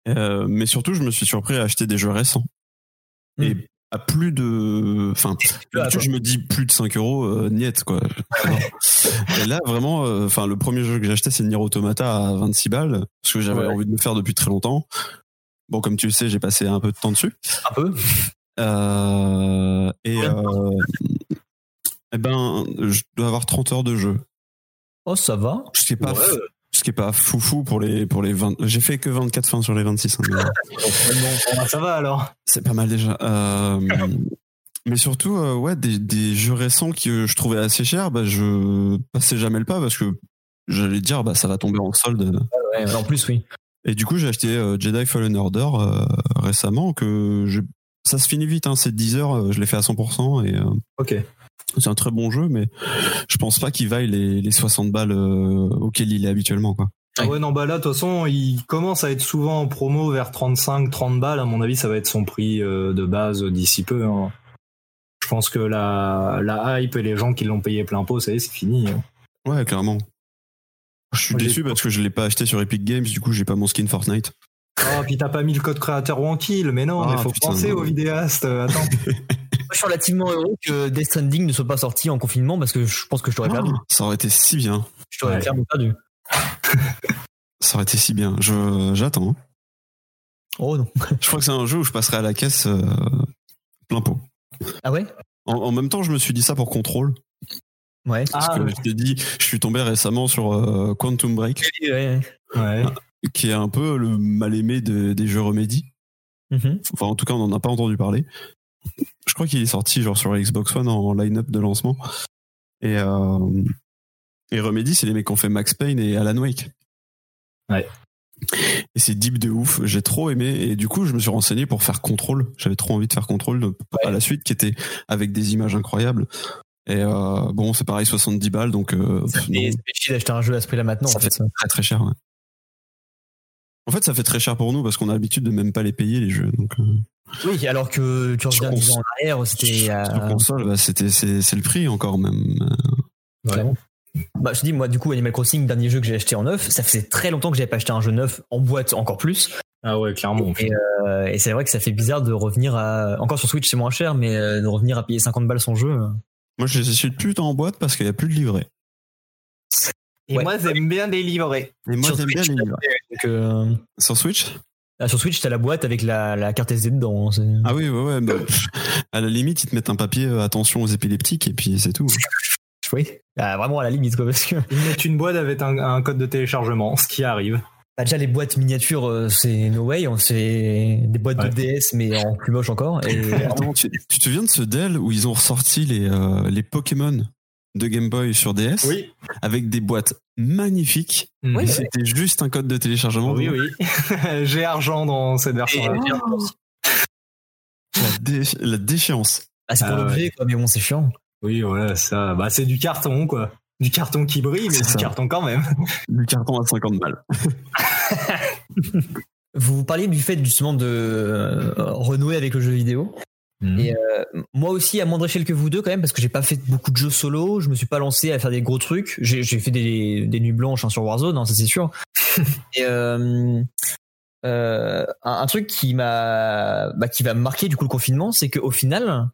[SPEAKER 1] Euh, mais surtout, je me suis surpris à acheter des jeux récents.
[SPEAKER 2] Hmm. Ah,
[SPEAKER 1] Et à plus de. Enfin, d'habitude, je me dis plus de 5 euros, euh, niet, quoi. Non. Et là, vraiment, euh, enfin, le premier jeu que j'ai acheté, c'est Nier Automata à 26 balles, parce que j'avais
[SPEAKER 2] Ouais.
[SPEAKER 1] envie de le faire depuis très longtemps. Bon, comme tu le sais, j'ai passé un peu de temps dessus.
[SPEAKER 2] un peu.
[SPEAKER 1] Euh, et euh, eh ben, je dois avoir 30 heures de jeu,
[SPEAKER 2] Oh, ça va.
[SPEAKER 1] ce qui est pas,
[SPEAKER 7] Ouais.
[SPEAKER 1] fou- ce qui est pas foufou pour les pour les 20. J'ai fait que 24 fins sur les 26. hein, mais-
[SPEAKER 7] Ah, ça va alors.
[SPEAKER 1] C'est pas mal déjà. Euh, mais surtout, euh, ouais, des, des jeux récents que je trouvais assez chers, bah, je passais jamais le pas parce que j'allais dire, bah, ça va tomber en solde.
[SPEAKER 2] Ouais, ouais, en plus, oui.
[SPEAKER 1] Et du coup, j'ai acheté euh, Jedi Fallen Order euh, récemment. que je... Ça se finit vite, hein, c'est 10 heures, euh, je l'ai fait à 100%. Et, euh,
[SPEAKER 7] Ok.
[SPEAKER 1] c'est un très bon jeu, mais je pense pas qu'il vaille les, les 60 balles euh, auxquelles il est habituellement. Quoi.
[SPEAKER 7] Ah ouais, non, bah là, de toute façon, il commence à être souvent en promo vers 35-30 balles. À mon avis, ça va être son prix euh, de base d'ici peu. hein. Je pense que la, la hype et les gens qui l'ont payé plein pot, ça y est, c'est fini. hein.
[SPEAKER 1] Ouais, clairement. Je suis
[SPEAKER 7] Moi, j'ai-
[SPEAKER 1] déçu parce que je l'ai pas acheté sur Epic Games, du coup, j'ai pas mon skin Fortnite.
[SPEAKER 7] Oh, puis t'as pas mis le code créateur Wankill, mais non,
[SPEAKER 1] Ah,
[SPEAKER 7] il faut
[SPEAKER 1] putain.
[SPEAKER 7] penser aux vidéastes. euh, Attends.
[SPEAKER 2] Moi, je suis relativement heureux que Death Stranding ne soit pas sorti en confinement parce que je pense que je t'aurais perdu.
[SPEAKER 1] Ah, ça aurait été si bien.
[SPEAKER 2] Je t'aurais
[SPEAKER 7] Ouais.
[SPEAKER 2] clairement perdu.
[SPEAKER 1] Ça aurait été si bien. Je j'attends. hein.
[SPEAKER 2] Oh non.
[SPEAKER 1] Je crois que c'est un jeu où je passerai à la caisse euh, plein pot.
[SPEAKER 2] Ah ouais.
[SPEAKER 1] En, en même temps, je me suis dit ça pour contrôle
[SPEAKER 2] Ouais.
[SPEAKER 1] parce
[SPEAKER 7] Ah,
[SPEAKER 1] que
[SPEAKER 7] ouais.
[SPEAKER 1] je t'ai dit, je suis tombé récemment sur euh, Quantum Break,
[SPEAKER 2] Ouais, ouais.
[SPEAKER 7] Ouais.
[SPEAKER 1] qui est un peu le mal aimé de- des jeux Remedy.
[SPEAKER 2] Mhm.
[SPEAKER 1] Enfin, en tout cas, on n'en a pas entendu parler. Je crois qu'il est sorti genre sur Xbox One en line-up de lancement. Et euh, et Remedy, c'est les mecs qui ont fait Max Payne et Alan Wake.
[SPEAKER 7] Ouais.
[SPEAKER 1] Et c'est deep de ouf. J'ai trop aimé. Et du coup, je me suis renseigné pour faire contrôle. J'avais trop envie de faire contrôle de- à la suite, qui était avec des images incroyables. Et euh, bon, c'est pareil, 70 balles, donc euh,
[SPEAKER 2] Ça fait-
[SPEAKER 1] non,
[SPEAKER 2] ça fait chier d'acheter un jeu à ce prix-là maintenant.
[SPEAKER 1] Ça
[SPEAKER 2] en fait. Oui, alors que tu
[SPEAKER 1] Sur
[SPEAKER 2] reviens 10 ans en
[SPEAKER 1] console.
[SPEAKER 2] arrière, c'était.
[SPEAKER 1] sur
[SPEAKER 2] euh,
[SPEAKER 1] console, bah, c'était c'est c'est le prix encore même.
[SPEAKER 2] Clairement. Bah, je te dis, moi, du coup, Animal Crossing, dernier jeu que j'ai acheté en neuf, ça faisait très longtemps que j'avais pas acheté un jeu neuf en boîte encore plus.
[SPEAKER 9] Ah ouais, clairement.
[SPEAKER 2] Et, euh, et c'est vrai que ça fait bizarre de revenir à. Encore sur Switch, c'est moins cher, mais euh, de revenir à payer 50 balles son jeu. euh.
[SPEAKER 1] Moi, je les achète plus en boîte parce qu'il y a plus de livret.
[SPEAKER 7] Et
[SPEAKER 2] Ouais.
[SPEAKER 7] moi, j'aime bien les livrets.
[SPEAKER 1] Et moi,
[SPEAKER 2] sur,
[SPEAKER 1] j'aime bien
[SPEAKER 2] Switch,
[SPEAKER 1] les
[SPEAKER 2] t'as-
[SPEAKER 1] livrets.
[SPEAKER 2] donc, euh,
[SPEAKER 1] Sur Switch
[SPEAKER 2] là, sur Switch, t'as la boîte avec la, la carte SD dedans. hein, c'est-
[SPEAKER 1] Ah oui, ouais, ouais. bah, pff, à la limite, ils te mettent un papier euh, attention aux épileptiques et puis c'est tout.
[SPEAKER 2] Oui. Ah, vraiment à la limite, quoi, parce que.
[SPEAKER 7] euh, Ils mettent une boîte avec un, un code de téléchargement, ce qui arrive.
[SPEAKER 2] Bah, déjà, les boîtes miniatures, euh, c'est No Way, on- c'est des boîtes
[SPEAKER 9] Ouais.
[SPEAKER 2] de DS, mais en plus moche encore. Et
[SPEAKER 1] Attends, tu, tu te souviens de ce Dell où ils ont ressorti les, euh, les Pokémon de Game Boy sur DS
[SPEAKER 7] Oui.
[SPEAKER 1] avec des boîtes magnifiques
[SPEAKER 7] Oui,
[SPEAKER 2] Mhm.
[SPEAKER 1] Et C'était juste un code de téléchargement.
[SPEAKER 7] oui. J'ai argent dans cette version-là.
[SPEAKER 1] La, dé- la déchéance. Euh,
[SPEAKER 2] Ah, c'est pour
[SPEAKER 7] Ah,
[SPEAKER 2] l'objet, quoi, mais bon, c'est chiant.
[SPEAKER 7] Oui, ouais, ça, bah, c'est du carton, quoi. Du carton qui brille, mais
[SPEAKER 1] C'est
[SPEAKER 7] du
[SPEAKER 1] ça.
[SPEAKER 7] carton quand même.
[SPEAKER 1] Du carton à 50 balles.
[SPEAKER 2] Vous parliez du fait justement de euh, renouer avec le jeu vidéo.
[SPEAKER 9] Mhm.
[SPEAKER 2] Et euh, moi aussi, à moindre échelle que vous deux, quand même, parce que j'ai pas fait beaucoup de jeux solo, je me suis pas lancé à faire des gros trucs. J'ai j'ai fait des, des nuits blanches hein, sur Warzone, hein, ça c'est sûr. Et euh, euh, un, un truc qui m'a, bah, qui va me marquer du coup le confinement, c'est qu'au final,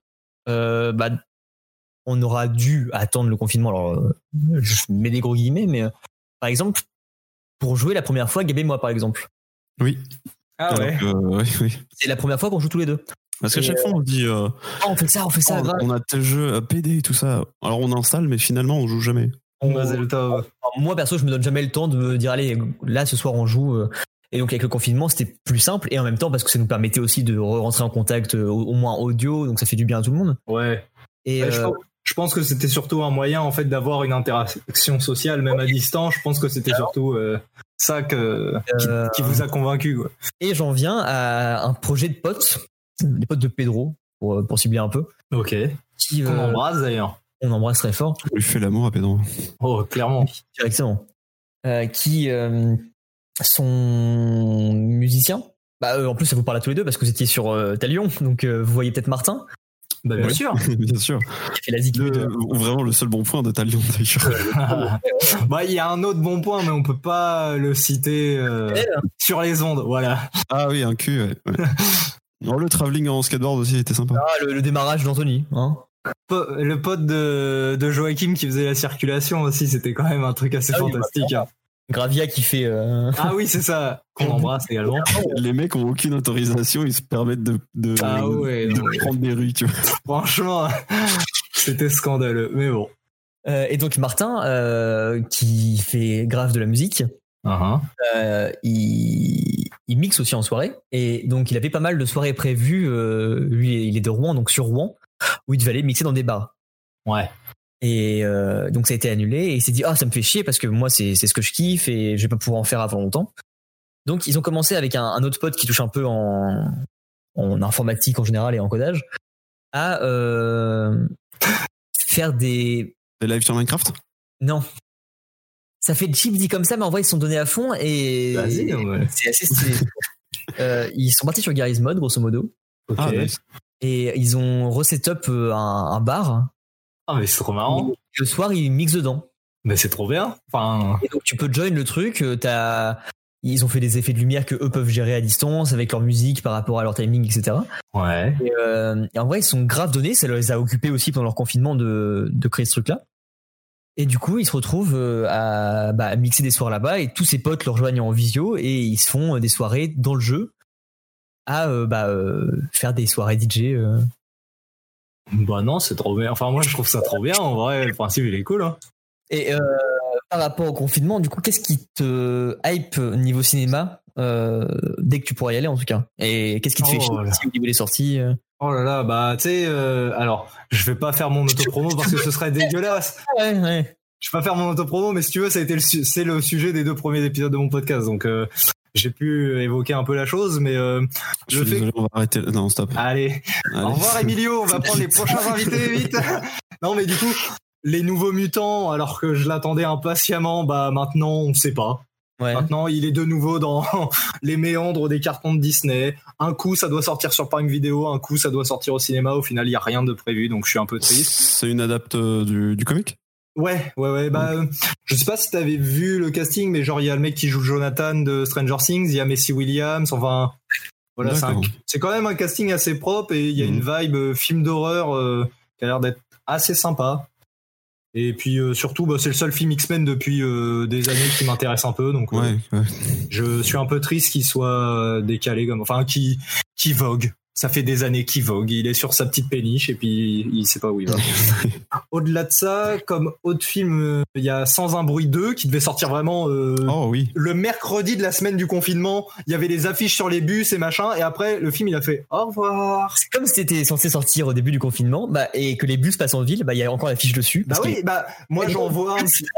[SPEAKER 2] euh, bah, on aura dû attendre le confinement. Alors, euh, je mets des gros guillemets, mais euh, par exemple, pour jouer la première fois, Gab et moi, par exemple.
[SPEAKER 1] Oui.
[SPEAKER 7] Ah
[SPEAKER 1] Alors que, euh, oui, oui.
[SPEAKER 2] C'est la première fois qu'on joue tous les deux.
[SPEAKER 1] Parce qu'à
[SPEAKER 2] Et,
[SPEAKER 1] chaque fois, on dit euh,
[SPEAKER 2] Oh, on fait ça, on fait ça.
[SPEAKER 1] on, on a tel jeu euh, PD et tout ça. Alors on installe, mais finalement, on joue jamais.
[SPEAKER 2] Moi perso, je me donne jamais le temps de me dire allez, là ce soir on joue. euh. Et donc avec le confinement, c'était plus simple et en même temps parce que ça nous permettait aussi de rentrer en contact euh, au, au moins audio, donc ça fait du bien à tout le monde.
[SPEAKER 9] Ouais.
[SPEAKER 2] Et
[SPEAKER 7] Ouais, je,
[SPEAKER 2] euh,
[SPEAKER 7] pense, je pense que c'était surtout un moyen en fait d'avoir une interaction sociale même à distance. Je pense que c'était surtout euh, ça que, qui,
[SPEAKER 2] Euh,
[SPEAKER 7] qui vous a convaincu. quoi.
[SPEAKER 2] et j'en viens à un projet de potes, des potes de Pedro pour, euh, pour cibler un peu,
[SPEAKER 7] Ok.
[SPEAKER 2] qui
[SPEAKER 7] Qu'on
[SPEAKER 2] euh,
[SPEAKER 7] embrasse d'ailleurs.
[SPEAKER 2] on embrasse très fort.
[SPEAKER 1] On lui fait l'amour à Pedro.
[SPEAKER 7] Oh, clairement.
[SPEAKER 2] directement, euh, qui euh, sont musiciens. Bah, euh, en plus, ça vous parle à tous les deux parce que vous étiez sur euh, Talion, donc euh, vous voyez peut-être Martin
[SPEAKER 7] Bah, bien
[SPEAKER 1] Oui.
[SPEAKER 7] sûr.
[SPEAKER 1] Bien sûr.
[SPEAKER 2] qui a fait la zik.
[SPEAKER 1] Le- vraiment le seul bon point de Talion, d'ailleurs.
[SPEAKER 7] bah, il y a un autre bon point, mais on peut pas le citer euh,
[SPEAKER 2] Eh,
[SPEAKER 7] sur les ondes. Voilà.
[SPEAKER 1] Ah oui, un cul, ouais. ouais. Oh, le travelling en skateboard aussi était sympa.
[SPEAKER 2] ah, le, le démarrage d'Anthony. Hein.
[SPEAKER 7] Po- Le pote de, de Joachim qui faisait la circulation aussi, c'était quand même un truc assez
[SPEAKER 2] Ah oui,
[SPEAKER 7] fantastique. hein.
[SPEAKER 2] Gravia qui fait. euh, Ah
[SPEAKER 7] Ah oui, c'est ça. Qu'on embrasse également.
[SPEAKER 1] Les mecs ont aucune autorisation, ils se permettent de, de,
[SPEAKER 7] Ah ouais,
[SPEAKER 1] de
[SPEAKER 7] non, mais-
[SPEAKER 1] prendre des rues, tu vois.
[SPEAKER 7] Franchement, c'était scandaleux. Mais bon.
[SPEAKER 2] euh, et donc Martin, euh, qui fait grave de la musique,
[SPEAKER 7] Ah,
[SPEAKER 2] euh, il, il mixe aussi en soirée. Et donc, il avait pas mal de soirées prévues. euh, lui, il est de Rouen, donc sur Rouen, où il devait aller mixer dans des bars.
[SPEAKER 7] Ouais.
[SPEAKER 2] Et euh, donc ça a été annulé et il s'est dit ah ça me fait chier parce que moi c'est c'est ce que je kiffe et je vais pas pouvoir en faire avant longtemps. Donc ils ont commencé avec un, un autre pote qui touche un peu en, en informatique en général et en codage à euh, faire des
[SPEAKER 1] Des lives sur Minecraft
[SPEAKER 2] non ça fait cheap dit comme ça mais en vrai ils se sont donnés à fond et
[SPEAKER 7] Vas-y, ouais.
[SPEAKER 2] c'est assez stylé. Euh, ils sont partis sur Garry's Mod grosso modo
[SPEAKER 7] Ok.
[SPEAKER 1] Ah, nice.
[SPEAKER 2] et ils ont reset-up un, un bar.
[SPEAKER 7] Ah, mais c'est trop marrant.
[SPEAKER 2] Le soir ils mixent dedans.
[SPEAKER 7] Mais c'est trop bien. Enfin,
[SPEAKER 2] Et donc tu peux join le truc, euh, t'as- ils ont fait des effets de lumière que eux peuvent gérer à distance avec leur musique par rapport à leur timing, etc.
[SPEAKER 7] ouais.
[SPEAKER 2] Et, euh, et en vrai, ils sont grave donnés, ça les a occupés aussi pendant leur confinement de, de créer ce truc-là. Et du coup, ils se retrouvent euh, à, bah, à mixer des soirs là-bas et tous ses potes leur rejoignent en visio et ils se font euh, des soirées dans le jeu à euh, bah, euh, faire des soirées DJ. euh.
[SPEAKER 7] Bah non, c'est trop bien. Enfin, moi, je trouve ça trop bien. En vrai, le principe, il est cool. hein.
[SPEAKER 2] Et euh, par rapport au confinement, du coup, qu'est-ce qui te hype niveau cinéma euh, dès que tu pourras y aller en tout cas Et qu'est-ce qui te fait
[SPEAKER 7] Oh
[SPEAKER 2] chier
[SPEAKER 7] là.
[SPEAKER 2] aussi au niveau des sorties euh
[SPEAKER 7] Oh là là, bah, tu sais, euh, alors, je vais pas faire mon autopromo parce que ce serait dégueulasse.
[SPEAKER 2] Ouais, ouais.
[SPEAKER 7] Je vais pas faire mon autopromo, mais si tu veux, ça a été le, su- c'est le sujet des deux premiers épisodes de mon podcast. Donc, euh, j'ai pu évoquer un peu la chose, mais euh,
[SPEAKER 1] Je
[SPEAKER 7] le
[SPEAKER 1] suis
[SPEAKER 7] fait-
[SPEAKER 1] désolé, on va arrêter. là. Non, stop.
[SPEAKER 7] Allez,
[SPEAKER 1] Allez.
[SPEAKER 7] Au revoir Emilio, on va prendre les prochains invités vite. non mais du coup, les nouveaux mutants, alors que je l'attendais impatiemment, bah maintenant on sait pas.
[SPEAKER 2] Ouais.
[SPEAKER 7] Maintenant il est de nouveau dans les méandres des cartons de Disney. Un coup ça doit sortir sur Prime Video, un coup ça doit sortir au cinéma. Au final il y a rien de prévu, donc je suis un peu triste.
[SPEAKER 1] C'est une adapte euh, du, du comic
[SPEAKER 7] Ouais, ouais, ouais. Bah,
[SPEAKER 1] Mm.
[SPEAKER 7] euh, je sais pas si t'avais vu le casting, mais genre il y a le mec qui joue Jonathan de Stranger Things, il y a Messi Williams, enfin. Voilà, c'est un-
[SPEAKER 1] D'accord. Mm.
[SPEAKER 7] c'est quand même un casting assez propre et il y a une vibe euh, film d'horreur euh, qui a l'air d'être assez sympa. Et puis euh, surtout, bah, c'est le seul film X-Men depuis euh, des années qui m'intéresse un peu, donc euh,
[SPEAKER 1] Ouais, ouais.
[SPEAKER 7] je suis un peu triste qu'il soit euh, décalé comme, enfin, qui qui vogue. Ça fait des années qu'il vogue. Il est sur sa petite péniche et puis il sait pas bah. où il va. Au-delà de ça, comme autre film, euh, il y a Sans un bruit 2 qui devait sortir vraiment euh,
[SPEAKER 1] Oh oui.
[SPEAKER 7] le mercredi de la semaine du confinement. Il y avait les affiches sur les bus et machin. Et après, le film, il a fait ah, au revoir.
[SPEAKER 2] C'est comme c'était censé sortir au début du confinement, bah, et que les bus passent en ville, bah, il y a encore la fiche dessus.
[SPEAKER 7] Bah
[SPEAKER 2] parce que-
[SPEAKER 7] oui, bah moi
[SPEAKER 2] Mais
[SPEAKER 7] j'en
[SPEAKER 2] bon.
[SPEAKER 7] vois un petit-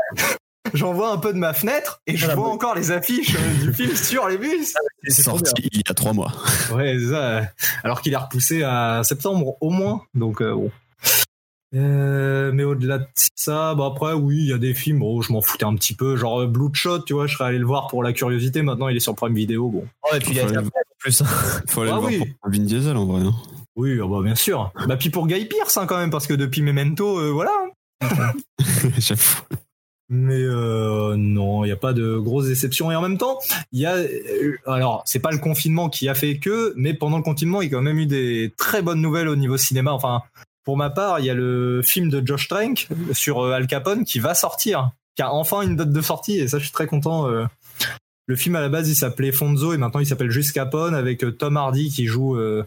[SPEAKER 7] J'en vois un peu de ma fenêtre et je
[SPEAKER 2] Voilà,
[SPEAKER 7] vois
[SPEAKER 2] bon.
[SPEAKER 7] encore les affiches euh, du film sur les bus.
[SPEAKER 2] c'est trop
[SPEAKER 1] Sorti il y a trois mois.
[SPEAKER 7] Ouais, c'est ça. euh, Alors qu'il est repoussé à septembre au moins. Donc euh, bon. Euh, mais au-delà de ça, bah après oui, il y a des films. Bon, je m'en foutais un petit peu. Genre euh, Bloodshot, tu vois, je serais allé le voir pour la curiosité. Maintenant, il est sur Prime Vidéo. Bon.
[SPEAKER 2] Oh, et puis il y a
[SPEAKER 1] Ouais.
[SPEAKER 2] Internet, en plus.
[SPEAKER 1] Faut aller
[SPEAKER 7] Ah
[SPEAKER 1] le voir
[SPEAKER 7] oui.
[SPEAKER 1] pour Vin Diesel en vrai. hein.
[SPEAKER 7] Oui, ah bah bien sûr. Bah puis pour Guy Pierce hein, quand même, parce que depuis Memento, euh, voilà.
[SPEAKER 1] J'avoue.
[SPEAKER 7] Mais euh, non, il n'y a pas de grosses déceptions. Et en même temps, il y a. euh, Alors, c'est pas le confinement qui a fait que, mais pendant le confinement, il y a quand même eu des très bonnes nouvelles au niveau cinéma. Enfin, pour ma part, il y a le film de Josh Trank sur euh, Al Capone qui va sortir, qui a enfin une date de sortie, et ça, je suis très content. euh. Le film à la base, il s'appelait Fonzo, et maintenant il s'appelle juste Capone, avec euh, Tom Hardy qui joue euh,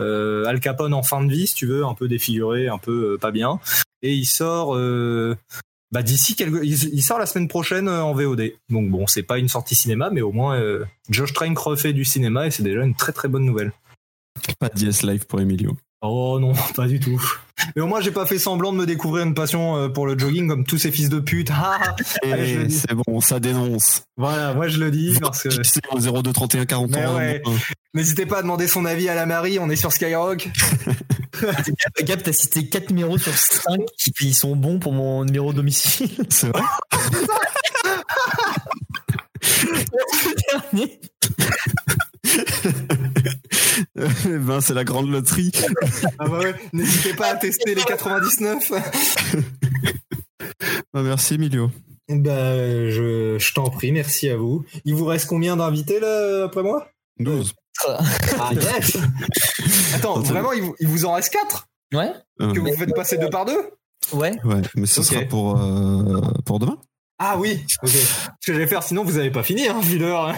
[SPEAKER 7] euh, Al Capone en fin de vie, si tu veux, un peu défiguré, un peu euh, pas bien. Et il sort. euh, bah d'ici quelques, il, il sort la semaine prochaine euh, en VOD. Donc bon, c'est pas une sortie cinéma, mais au moins euh, Josh Trank refait du cinéma et c'est déjà une très très bonne nouvelle.
[SPEAKER 1] Pas de DS Live pour Emilio.
[SPEAKER 7] Oh non, pas du tout. Mais au moins j'ai pas fait semblant de me découvrir une passion euh, pour le jogging comme tous ces fils de pute. Ah, Ouais, je le
[SPEAKER 1] Eh,
[SPEAKER 7] dis.
[SPEAKER 1] c'est bon, ça dénonce.
[SPEAKER 7] voilà, moi je le dis parce que
[SPEAKER 1] C'est au 02 31 40
[SPEAKER 7] Mais
[SPEAKER 1] ans,
[SPEAKER 7] ouais.
[SPEAKER 1] hein.
[SPEAKER 7] n'hésitez pas à demander son avis à la Marie. On est sur Skyrock.
[SPEAKER 2] Gab- Gab, t'as cité 4 numéros sur 5 qui qui sont bons pour mon numéro domicile.
[SPEAKER 1] C'est vrai.
[SPEAKER 2] Le dernier.
[SPEAKER 1] Eh ben, c'est la grande loterie.
[SPEAKER 7] Ah bah ouais, n'hésitez pas à tester les 99.
[SPEAKER 1] Ah, merci Emilio.
[SPEAKER 7] Bah euh, je, je t'en prie, merci à vous. Il vous reste combien d'invités là après moi
[SPEAKER 1] 12.
[SPEAKER 7] Ah yes. Attends, vraiment il vous, il vous en reste 4
[SPEAKER 2] Ouais,
[SPEAKER 1] Euh,
[SPEAKER 7] que vous faites passer deux par deux
[SPEAKER 2] ouais.
[SPEAKER 1] ouais, mais ce
[SPEAKER 7] Ok.
[SPEAKER 1] sera pour, euh, pour demain.
[SPEAKER 7] Ah oui, ok. Ce que j'allais faire, sinon vous avez pas fini, hein, vu l'heure.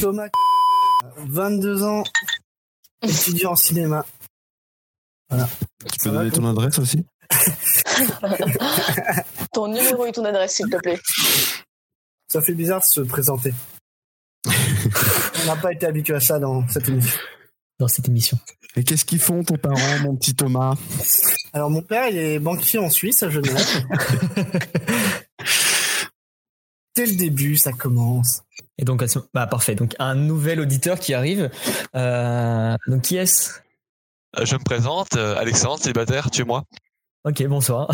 [SPEAKER 9] Thomas, 22 ans, étudiant en cinéma.
[SPEAKER 1] Tu
[SPEAKER 9] Ça
[SPEAKER 1] peux
[SPEAKER 9] va,
[SPEAKER 1] donner ton adresse aussi
[SPEAKER 8] Ton numéro et ton adresse, s'il te plaît.
[SPEAKER 9] Ça fait bizarre de se présenter. On n'a pas été habitué à ça dans cette émission.
[SPEAKER 2] Dans cette émission.
[SPEAKER 1] Et qu'est-ce qu'ils font tes parents, mon petit Thomas
[SPEAKER 9] Alors, mon père, il est banquier en Suisse, à Genève. Dès le début, ça commence.
[SPEAKER 2] Et donc, à ce- bah, parfait. Donc, un nouvel auditeur qui arrive. Euh, donc, qui est-ce
[SPEAKER 10] Euh, Je me présente, euh, Alexandre, célibataire, tu es moi.
[SPEAKER 2] Ok, bonsoir.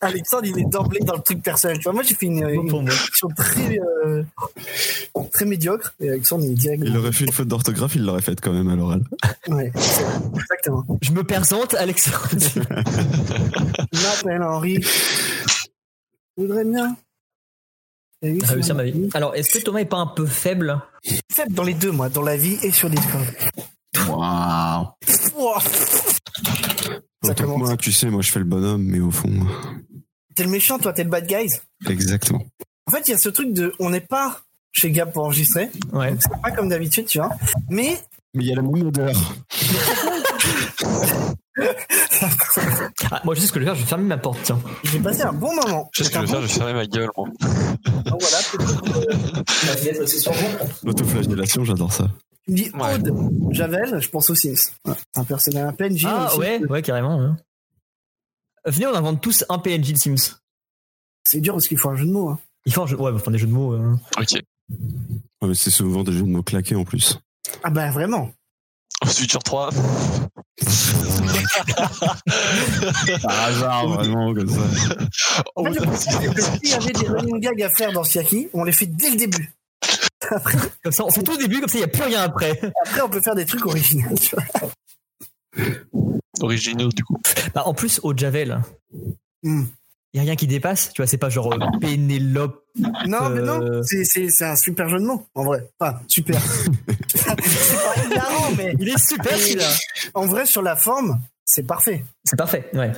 [SPEAKER 9] Alexandre, il est d'emblée dans le truc personnel. Tu vois, moi, j'ai fait une,
[SPEAKER 2] Bon
[SPEAKER 9] une
[SPEAKER 2] pour moi.
[SPEAKER 9] émission très, euh, très médiocre. Et Alexandre, il est direct.
[SPEAKER 1] Il aurait fait une faute d'orthographe, il l'aurait faite quand même à l'oral.
[SPEAKER 9] Ouais, c'est- exactement.
[SPEAKER 2] Je me présente, Alexandre.
[SPEAKER 9] Je m'appelle Henri. Je voudrais bien
[SPEAKER 2] Réussir ma vie. Alors, est-ce que Thomas est pas un peu faible
[SPEAKER 9] Faible dans les deux, moi, dans la vie et sur Discord.
[SPEAKER 1] Waouh.
[SPEAKER 9] Ouah, Ça
[SPEAKER 1] Autant que
[SPEAKER 9] commence.
[SPEAKER 1] Moi, tu sais, moi, je fais le bonhomme, mais au fond, euh,
[SPEAKER 9] T'es le méchant, toi, t'es le bad guys.
[SPEAKER 1] exactement.
[SPEAKER 9] En fait, il y a ce truc de. On n'est pas chez Gab pour enregistrer.
[SPEAKER 2] Ouais.
[SPEAKER 9] C'est pas comme d'habitude, tu vois. Mais.
[SPEAKER 1] Mais il y a la même odeur.
[SPEAKER 2] Ah, moi, je sais ce que je vais faire, je vais fermer ma porte, tiens.
[SPEAKER 9] J'ai passé un bon moment.
[SPEAKER 10] Je sais ce que je vais faire, je vais fermer ma gueule, moi.
[SPEAKER 9] Ah, voilà, euh,
[SPEAKER 1] L'autoflagellation, j'adore ça.
[SPEAKER 9] tu me dis Aude, Javel, je pense aussi. Un personnage, un PNJ.
[SPEAKER 2] Ah
[SPEAKER 9] aussi.
[SPEAKER 2] ouais, ouais, carrément. ouais. Venez, on invente tous un PNJ de Sims.
[SPEAKER 9] C'est dur parce qu'il faut un jeu de mots. hein.
[SPEAKER 2] Il faut un jeu- ouais, enfin des jeux de mots. euh.
[SPEAKER 10] Ok.
[SPEAKER 1] Ouais, mais c'est souvent des jeux de mots claqués en plus.
[SPEAKER 9] Ah bah vraiment.
[SPEAKER 10] Future 3.
[SPEAKER 1] Par hasard, vraiment, comme ça.
[SPEAKER 9] En fait, le principe, c'est que s'il y avait des running gags à faire dans Siaki, on les fait dès le début.
[SPEAKER 2] Comme ça, on fait tout au début, comme ça, il n'y a plus rien après.
[SPEAKER 9] Après, on peut faire des trucs originaux. tu vois.
[SPEAKER 10] Originaux, du coup.
[SPEAKER 2] Bah, en plus, au Javel, il
[SPEAKER 9] Hmm.
[SPEAKER 2] n'y a rien qui dépasse. Tu vois, c'est pas genre
[SPEAKER 10] Ah
[SPEAKER 2] euh, Pénélope.
[SPEAKER 9] Non, mais non,
[SPEAKER 2] Euh.
[SPEAKER 9] c'est- c'est c'est un super jeu de mots, en vrai. Enfin, super. c'est pas hilarant, mais
[SPEAKER 2] Il est super, celui-là.
[SPEAKER 9] en vrai, sur la forme, c'est parfait.
[SPEAKER 2] C'est parfait, ouais.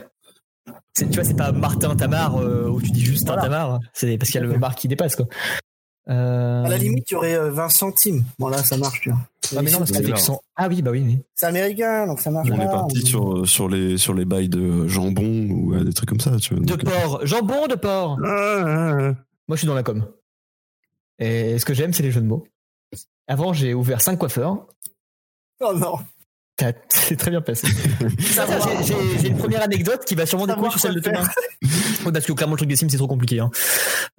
[SPEAKER 2] C'est- Tu vois, c'est pas Martin Tamar euh, où tu dis juste un
[SPEAKER 9] Voilà.
[SPEAKER 2] Tamar. C'est parce qu'il y a le Marc qui dépasse, quoi. Euh,
[SPEAKER 9] À la limite, il y aurait euh, 20 centimes. Bon, là, ça marche, tu vois.
[SPEAKER 2] ah, mais non, parce que
[SPEAKER 1] c'est
[SPEAKER 2] les
[SPEAKER 1] bizarre.
[SPEAKER 2] mecs sont- Ah oui, bah oui, oui.
[SPEAKER 9] C'est américain, donc ça marche
[SPEAKER 1] On
[SPEAKER 9] pas.
[SPEAKER 1] est parti sur, euh, sur, les, sur les bails de jambon ou euh, des trucs comme ça, tu vois.
[SPEAKER 2] De
[SPEAKER 1] Donc,
[SPEAKER 2] porc, jambon de porc.
[SPEAKER 9] Ah,
[SPEAKER 2] Moi, je suis dans la com. Et ce que j'aime, c'est les jeux de mots. Avant, j'ai ouvert 5 coiffeurs.
[SPEAKER 9] Oh non.
[SPEAKER 2] T'as- C'est très bien passé. Ça, ça, j'ai- J'ai j'ai une première anecdote qui va sûrement découler
[SPEAKER 9] Savoir
[SPEAKER 2] sur celle de
[SPEAKER 9] quoi
[SPEAKER 2] Thomas. Oui, parce que clairement, le truc des Sims, c'est trop compliqué. hein.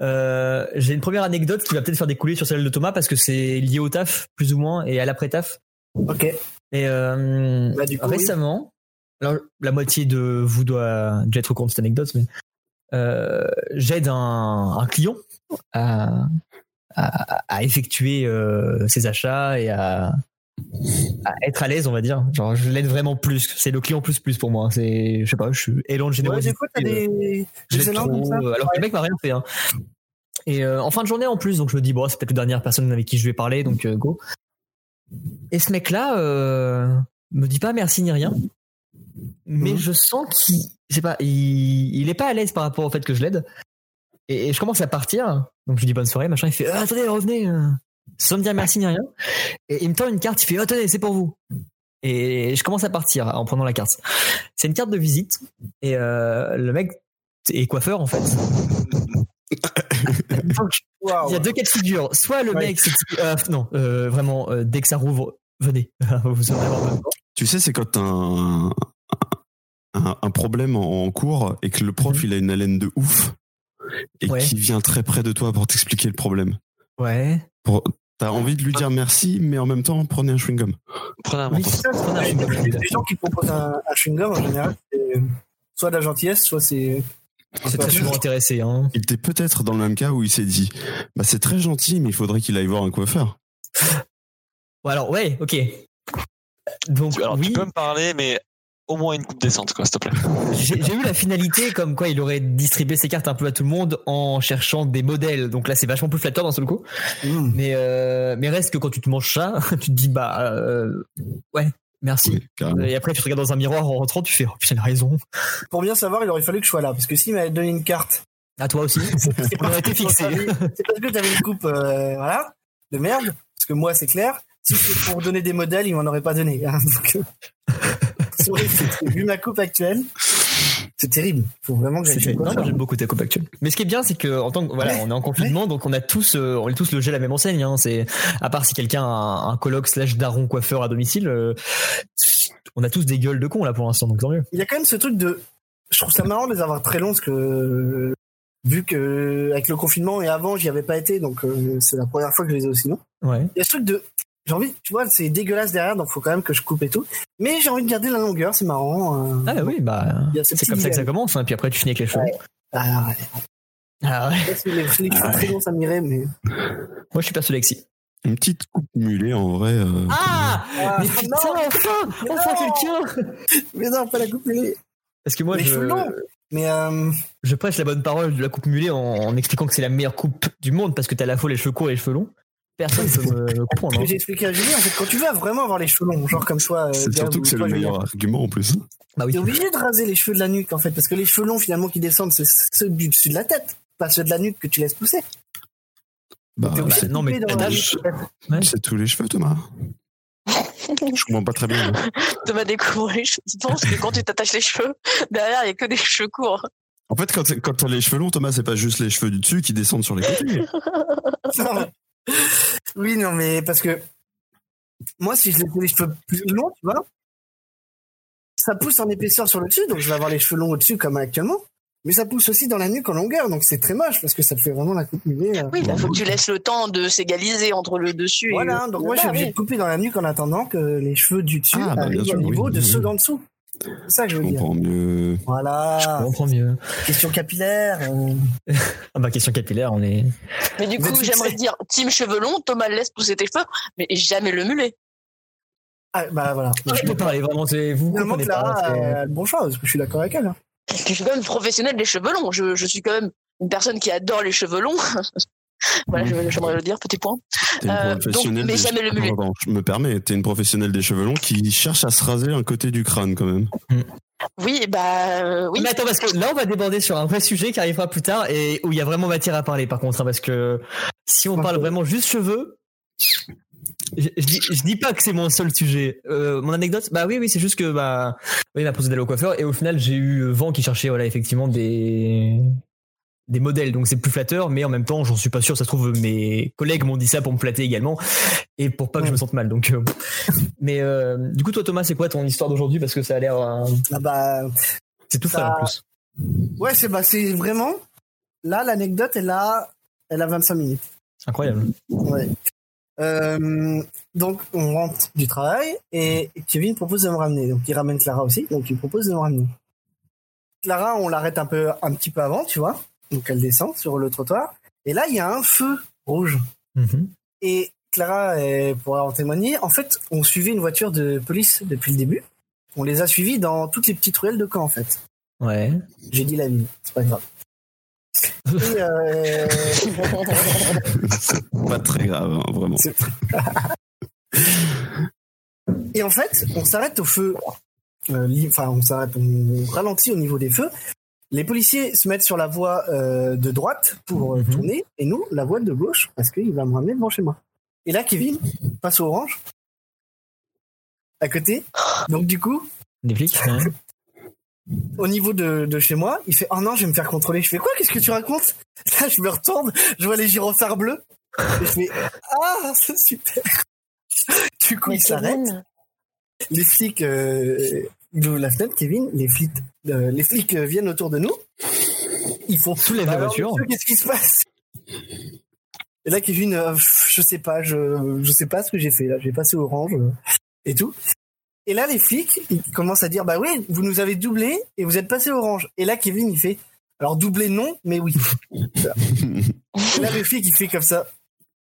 [SPEAKER 2] Euh, j'ai une première anecdote qui va peut-être faire découler sur celle de Thomas parce que c'est lié au taf, plus ou moins, et à l'après-taf.
[SPEAKER 9] Ok.
[SPEAKER 2] Et euh,
[SPEAKER 9] Bah, du coup,
[SPEAKER 2] récemment, alors, la moitié de vous doit déjà être au courant de cette anecdote, mais euh, j'aide un, un client à, à- à effectuer euh, ses achats et à, à être à l'aise, on va dire. Genre, je l'aide vraiment plus. C'est le client plus plus pour moi. C'est, je sais pas, je suis élan
[SPEAKER 9] oui.
[SPEAKER 2] de
[SPEAKER 9] Ouais,
[SPEAKER 2] générosité.
[SPEAKER 9] des fois, t'as des.
[SPEAKER 2] Je
[SPEAKER 9] des
[SPEAKER 2] l'aide
[SPEAKER 9] élans
[SPEAKER 2] trop,
[SPEAKER 9] comme ça.
[SPEAKER 2] euh, alors que le mec m'a rien fait. hein. Et euh, en fin de journée en plus, donc je me dis, bon, c'est peut-être la dernière personne avec qui je vais parler, donc euh, go. Et ce mec-là euh, me dit pas merci ni rien, mais je sens qu'il, je sais pas, il, il est pas à l'aise par rapport au fait que je l'aide. Et, et je commence à partir, donc je lui dis bonne soirée, machin. Il fait, Ah, attendez, revenez, euh, sans me dire merci ni rien. Et il me tend une carte, il fait, oh, attendez, c'est pour vous. Et je commence à partir hein, en prenant la carte. C'est une carte de visite. Et euh, le mec et coiffeur en fait. Donc,
[SPEAKER 9] Waouh.
[SPEAKER 2] il y a deux cas de figure. Soit le
[SPEAKER 9] Ouais.
[SPEAKER 2] mec s'est dit, euh, non, euh, vraiment, euh, dès que ça rouvre, venez. Vous aurez vraiment besoin.
[SPEAKER 1] tu sais, c'est quand t'as un, un, un problème en, en cours et que le prof, il a une haleine de ouf et
[SPEAKER 2] Mhm. Ouais.
[SPEAKER 1] qui vient très près de toi pour t'expliquer le problème.
[SPEAKER 2] ouais.
[SPEAKER 1] Pour- T'as envie de lui dire merci, mais en même temps, prenez un chewing-gum.
[SPEAKER 10] Prenez un
[SPEAKER 2] Oui,
[SPEAKER 10] menton.
[SPEAKER 2] ça, on a un
[SPEAKER 9] Les-
[SPEAKER 2] chewing-gum.
[SPEAKER 9] Les gens qui proposent un, un chewing-gum, en général, c'est euh, soit de la gentillesse, soit c'est.
[SPEAKER 2] C'est très souvent intéressé. Hein.
[SPEAKER 1] Il était peut-être dans le même cas où il s'est dit bah, C'est très gentil, mais il faudrait qu'il aille voir un coiffeur.
[SPEAKER 2] Bon, alors, ouais, ok. Donc,
[SPEAKER 10] Tu- Alors,
[SPEAKER 2] oui,
[SPEAKER 10] tu peux me parler, mais au moins une coupe décente, quoi, s'il te plaît.
[SPEAKER 2] j'ai j'ai eu la finalité comme quoi il aurait distribué ses cartes un peu à tout le monde en cherchant des modèles. Donc là, c'est vachement plus flatteur d'un seul coup.
[SPEAKER 9] Mm.
[SPEAKER 2] Mais, euh, mais reste que quand tu te manges ça, tu te dis, bah, euh, ouais, merci.
[SPEAKER 1] Oui, carrément.
[SPEAKER 2] Et après, tu te regardes dans un miroir en rentrant, tu fais Oh putain, il a raison.
[SPEAKER 9] Pour bien savoir, il aurait fallu que je sois là. Parce que s'il m'avait donné une carte,
[SPEAKER 2] À toi aussi.
[SPEAKER 9] c'est
[SPEAKER 2] On aurait été fixé.
[SPEAKER 9] C'est parce que t'avais une coupe, euh, voilà, de merde. Parce que moi, c'est clair. Si c'est pour donner des modèles, il m'en aurait pas donné. hein. Donc, euh, c'est horrible. Vu ma coupe actuelle, c'est terrible. Faut vraiment que j'aille
[SPEAKER 2] C'est-
[SPEAKER 9] chez le
[SPEAKER 2] non, moi,
[SPEAKER 9] coiffeur.
[SPEAKER 2] j'aime beaucoup ta coupe actuelle. Mais ce qui est bien, c'est que en tant que voilà,
[SPEAKER 9] Ouais.
[SPEAKER 2] on est en confinement, donc on a tous, euh, on est tous logés à la même enseigne. Hein, c'est à part si quelqu'un a un, un coloc slash daron coiffeur à domicile, euh, on a tous des gueules de cons là pour l'instant, donc tant mieux.
[SPEAKER 9] Il y a quand même ce truc de. Je trouve ça marrant de les avoir très longs parce que. euh, Vu que, avec le confinement et avant, j'y avais pas été, donc euh, c'est la première fois que je les ai aussi longs.
[SPEAKER 2] Ouais.
[SPEAKER 9] Il y a ce truc de. J'ai envie, tu vois, c'est dégueulasse derrière, donc faut quand même que je coupe et tout. Mais j'ai envie de garder la longueur, c'est marrant. euh.
[SPEAKER 2] Ah bah oui, bah
[SPEAKER 9] Il y a ce
[SPEAKER 2] c'est
[SPEAKER 9] petit
[SPEAKER 2] comme ça que ça
[SPEAKER 9] dilemme.
[SPEAKER 2] commence. Hein, puis après, tu finis avec les cheveux.
[SPEAKER 9] Ah, ouais.
[SPEAKER 2] Ah ouais.
[SPEAKER 9] Je sais pas si les flics sont très longs, ça m'irait, mais.
[SPEAKER 2] Moi, je suis persuadé que si.
[SPEAKER 1] Une petite coupe mulet, en vrai. euh,
[SPEAKER 2] Ah,
[SPEAKER 9] Ah,
[SPEAKER 2] mais
[SPEAKER 9] non,
[SPEAKER 2] putain, enfin, enfin
[SPEAKER 9] non.
[SPEAKER 2] quelqu'un.
[SPEAKER 9] mais non, pas la couper.
[SPEAKER 2] Parce que moi,
[SPEAKER 9] les cheveux longs.
[SPEAKER 2] je,
[SPEAKER 9] Mais euh,
[SPEAKER 2] je prêche la bonne parole de la coupe mulet en, en expliquant que c'est la meilleure coupe du monde parce que t'as à la fois les cheveux courts et les cheveux longs. Personne ne peut me comprendre.
[SPEAKER 9] ce
[SPEAKER 2] hein.
[SPEAKER 9] que j'ai expliqué à Julien, c'est que quand tu vas vraiment avoir les cheveux longs, genre comme toi, euh,
[SPEAKER 1] C'est
[SPEAKER 9] Gab,
[SPEAKER 1] surtout
[SPEAKER 9] ou
[SPEAKER 1] que c'est
[SPEAKER 9] toi,
[SPEAKER 1] le
[SPEAKER 9] Julien,
[SPEAKER 1] meilleur argument en plus.
[SPEAKER 2] Bah oui.
[SPEAKER 9] T'es obligé de raser les cheveux de la nuque en fait, parce que les cheveux longs finalement qui descendent, c'est ceux du dessus de la tête, pas ceux de la nuque que tu laisses pousser.
[SPEAKER 1] Bah,
[SPEAKER 9] T'es
[SPEAKER 2] bah,
[SPEAKER 9] obligé de
[SPEAKER 2] non,
[SPEAKER 9] couper
[SPEAKER 2] mais
[SPEAKER 9] dans
[SPEAKER 2] t'as
[SPEAKER 9] la
[SPEAKER 2] des
[SPEAKER 9] nuque, en fait.
[SPEAKER 1] c'est tous les cheveux, Thomas. Je comprends pas très bien.
[SPEAKER 8] Thomas découvre les choses. Tu penses que quand tu t'attaches les cheveux, derrière, il n'y a que des cheveux courts.
[SPEAKER 1] En fait, quand, c'est- quand t'as les cheveux longs, Thomas, c'est pas juste les cheveux du dessus qui descendent sur les côtés.
[SPEAKER 9] Non, mais- oui, non, mais parce que moi, si je laissais les cheveux plus longs, tu vois, ça pousse en épaisseur sur le dessus, donc je vais avoir les cheveux longs au-dessus comme actuellement, mais ça pousse aussi dans la nuque en longueur, donc c'est très moche parce que ça te fait vraiment la coupe mulet. euh.
[SPEAKER 8] Oui, il faut que tu laisses le temps de s'égaliser entre le dessus et
[SPEAKER 9] Voilà, hein, donc moi, je suis
[SPEAKER 8] Bah,
[SPEAKER 9] obligé
[SPEAKER 8] oui.
[SPEAKER 9] de couper dans la nuque en attendant que les cheveux du dessus
[SPEAKER 1] Ah, bah, bien
[SPEAKER 9] arrivent
[SPEAKER 1] sûr,
[SPEAKER 9] au
[SPEAKER 1] oui,
[SPEAKER 9] niveau de
[SPEAKER 1] oui,
[SPEAKER 9] ceux
[SPEAKER 1] oui.
[SPEAKER 9] d'en dessous. C'est ça que je
[SPEAKER 1] Je
[SPEAKER 9] veux dire.
[SPEAKER 1] comprends mieux.
[SPEAKER 9] Voilà.
[SPEAKER 2] Je comprends mieux.
[SPEAKER 9] Question capillaire. euh,
[SPEAKER 2] Ah bah, question capillaire, on est.
[SPEAKER 8] Mais du
[SPEAKER 9] Mais
[SPEAKER 8] coup,
[SPEAKER 9] tu
[SPEAKER 8] j'aimerais
[SPEAKER 9] sais-
[SPEAKER 8] dire, team cheveux longs, Thomas laisse pousser tes cheveux, mais jamais le mulet.
[SPEAKER 9] Ah, bah voilà.
[SPEAKER 2] Je peux parler vraiment, c'est vous
[SPEAKER 9] Finalement,
[SPEAKER 2] comprenez pas.
[SPEAKER 9] Clara
[SPEAKER 2] c'est-
[SPEAKER 9] a le bon choix, parce que je suis d'accord avec elle. hein.
[SPEAKER 8] Parce que je suis quand même professionnelle des cheveux longs. Je, je suis quand même une personne qui adore les cheveux longs. voilà, je- j'aimerais le dire, petit point.
[SPEAKER 1] T'es une
[SPEAKER 8] Euh,
[SPEAKER 1] professionnelle.
[SPEAKER 8] donc, mais
[SPEAKER 1] des
[SPEAKER 8] jamais le
[SPEAKER 1] cheveux-
[SPEAKER 8] mulet.
[SPEAKER 1] Pardon, je me permets, t'es une professionnelle des cheveux longs qui cherche à se raser un côté du crâne quand même.
[SPEAKER 2] Mm.
[SPEAKER 8] Oui, bah euh, oui.
[SPEAKER 2] Mais attends, parce que là, on va déborder sur un vrai sujet qui arrivera plus tard et où il y a vraiment matière à parler, par contre, hein, parce que si on parle vraiment juste cheveux, je, je dis, je dis pas que c'est mon seul sujet. Euh, mon anecdote, bah oui, oui, c'est juste que bah, oui, il m'a proposé d'aller au coiffeur et au final, j'ai eu vent qui cherchait, voilà, effectivement, des des modèles, donc c'est plus flatteur, mais en même temps, j'en suis pas sûr. Ça se trouve, mes collègues m'ont dit ça pour me flatter également et pour pas que je me sente mal. Donc, euh, mais euh, du coup, toi, Thomas, c'est quoi ton histoire d'aujourd'hui Parce que ça a l'air, euh,
[SPEAKER 9] Ah, bah,
[SPEAKER 2] c'est tout frais
[SPEAKER 9] Ça-
[SPEAKER 2] en plus.
[SPEAKER 9] Bah, ouais, c'est bah, c'est vraiment. Là, l'anecdote, elle a, elle a 25 minutes.
[SPEAKER 2] Incroyable.
[SPEAKER 9] Ouais. Euh, donc, on rentre du travail et Kevin propose de me ramener. Donc, il ramène Clara aussi. Donc, il propose de me ramener. Clara, on l'arrête un peu, un petit peu avant, tu vois. Donc, elle descend sur le trottoir. Et là, il y a un feu rouge.
[SPEAKER 2] Mhm.
[SPEAKER 9] Et Clara euh, pourra en témoigner. En fait, on suivait une voiture de police depuis le début. On les a suivis dans toutes les petites ruelles de camp, en fait.
[SPEAKER 2] Ouais.
[SPEAKER 9] J'ai dit la ville, c'est pas grave. Et, euh,
[SPEAKER 1] Pas très grave, hein, vraiment.
[SPEAKER 9] C'est- et en fait, on s'arrête au feu. Euh, li- Enfin, on s'arrête, on ralentit au niveau des feux. Les policiers se mettent sur la voie euh, de droite pour euh,
[SPEAKER 2] Mhm.
[SPEAKER 9] tourner, et nous, la voie de gauche, parce qu'il va me ramener devant chez moi. Et là, Kevin passe au orange, à côté. Donc, du coup,
[SPEAKER 2] Des flics ouais.
[SPEAKER 9] au niveau de, de chez moi, il fait Oh non, je vais me faire contrôler. Je fais Quoi Qu'est-ce que tu racontes Là, je me retourne, je vois les gyrophares bleus. Et je fais Ah, c'est super Du coup,
[SPEAKER 8] Mais
[SPEAKER 9] il s'arrête.
[SPEAKER 8] Kevin,
[SPEAKER 9] Les flics, euh, ils ouvrent la fenêtre, Kevin. Les flics, euh, les flics euh, viennent autour de nous. Ils font Ah,
[SPEAKER 2] Soulève la
[SPEAKER 9] Alors,
[SPEAKER 2] voiture.
[SPEAKER 9] monsieur, Qu'est-ce qui se passe Et là, Kevin, euh, pff, je sais pas, je, je sais pas ce que j'ai fait là. J'ai passé orange euh, et tout. Et là, les flics, ils commencent à dire, bah oui, vous nous avez doublé et vous êtes passé orange. Et là, Kevin, il fait, alors doublé non, mais oui. et là, le flic, il fait comme ça.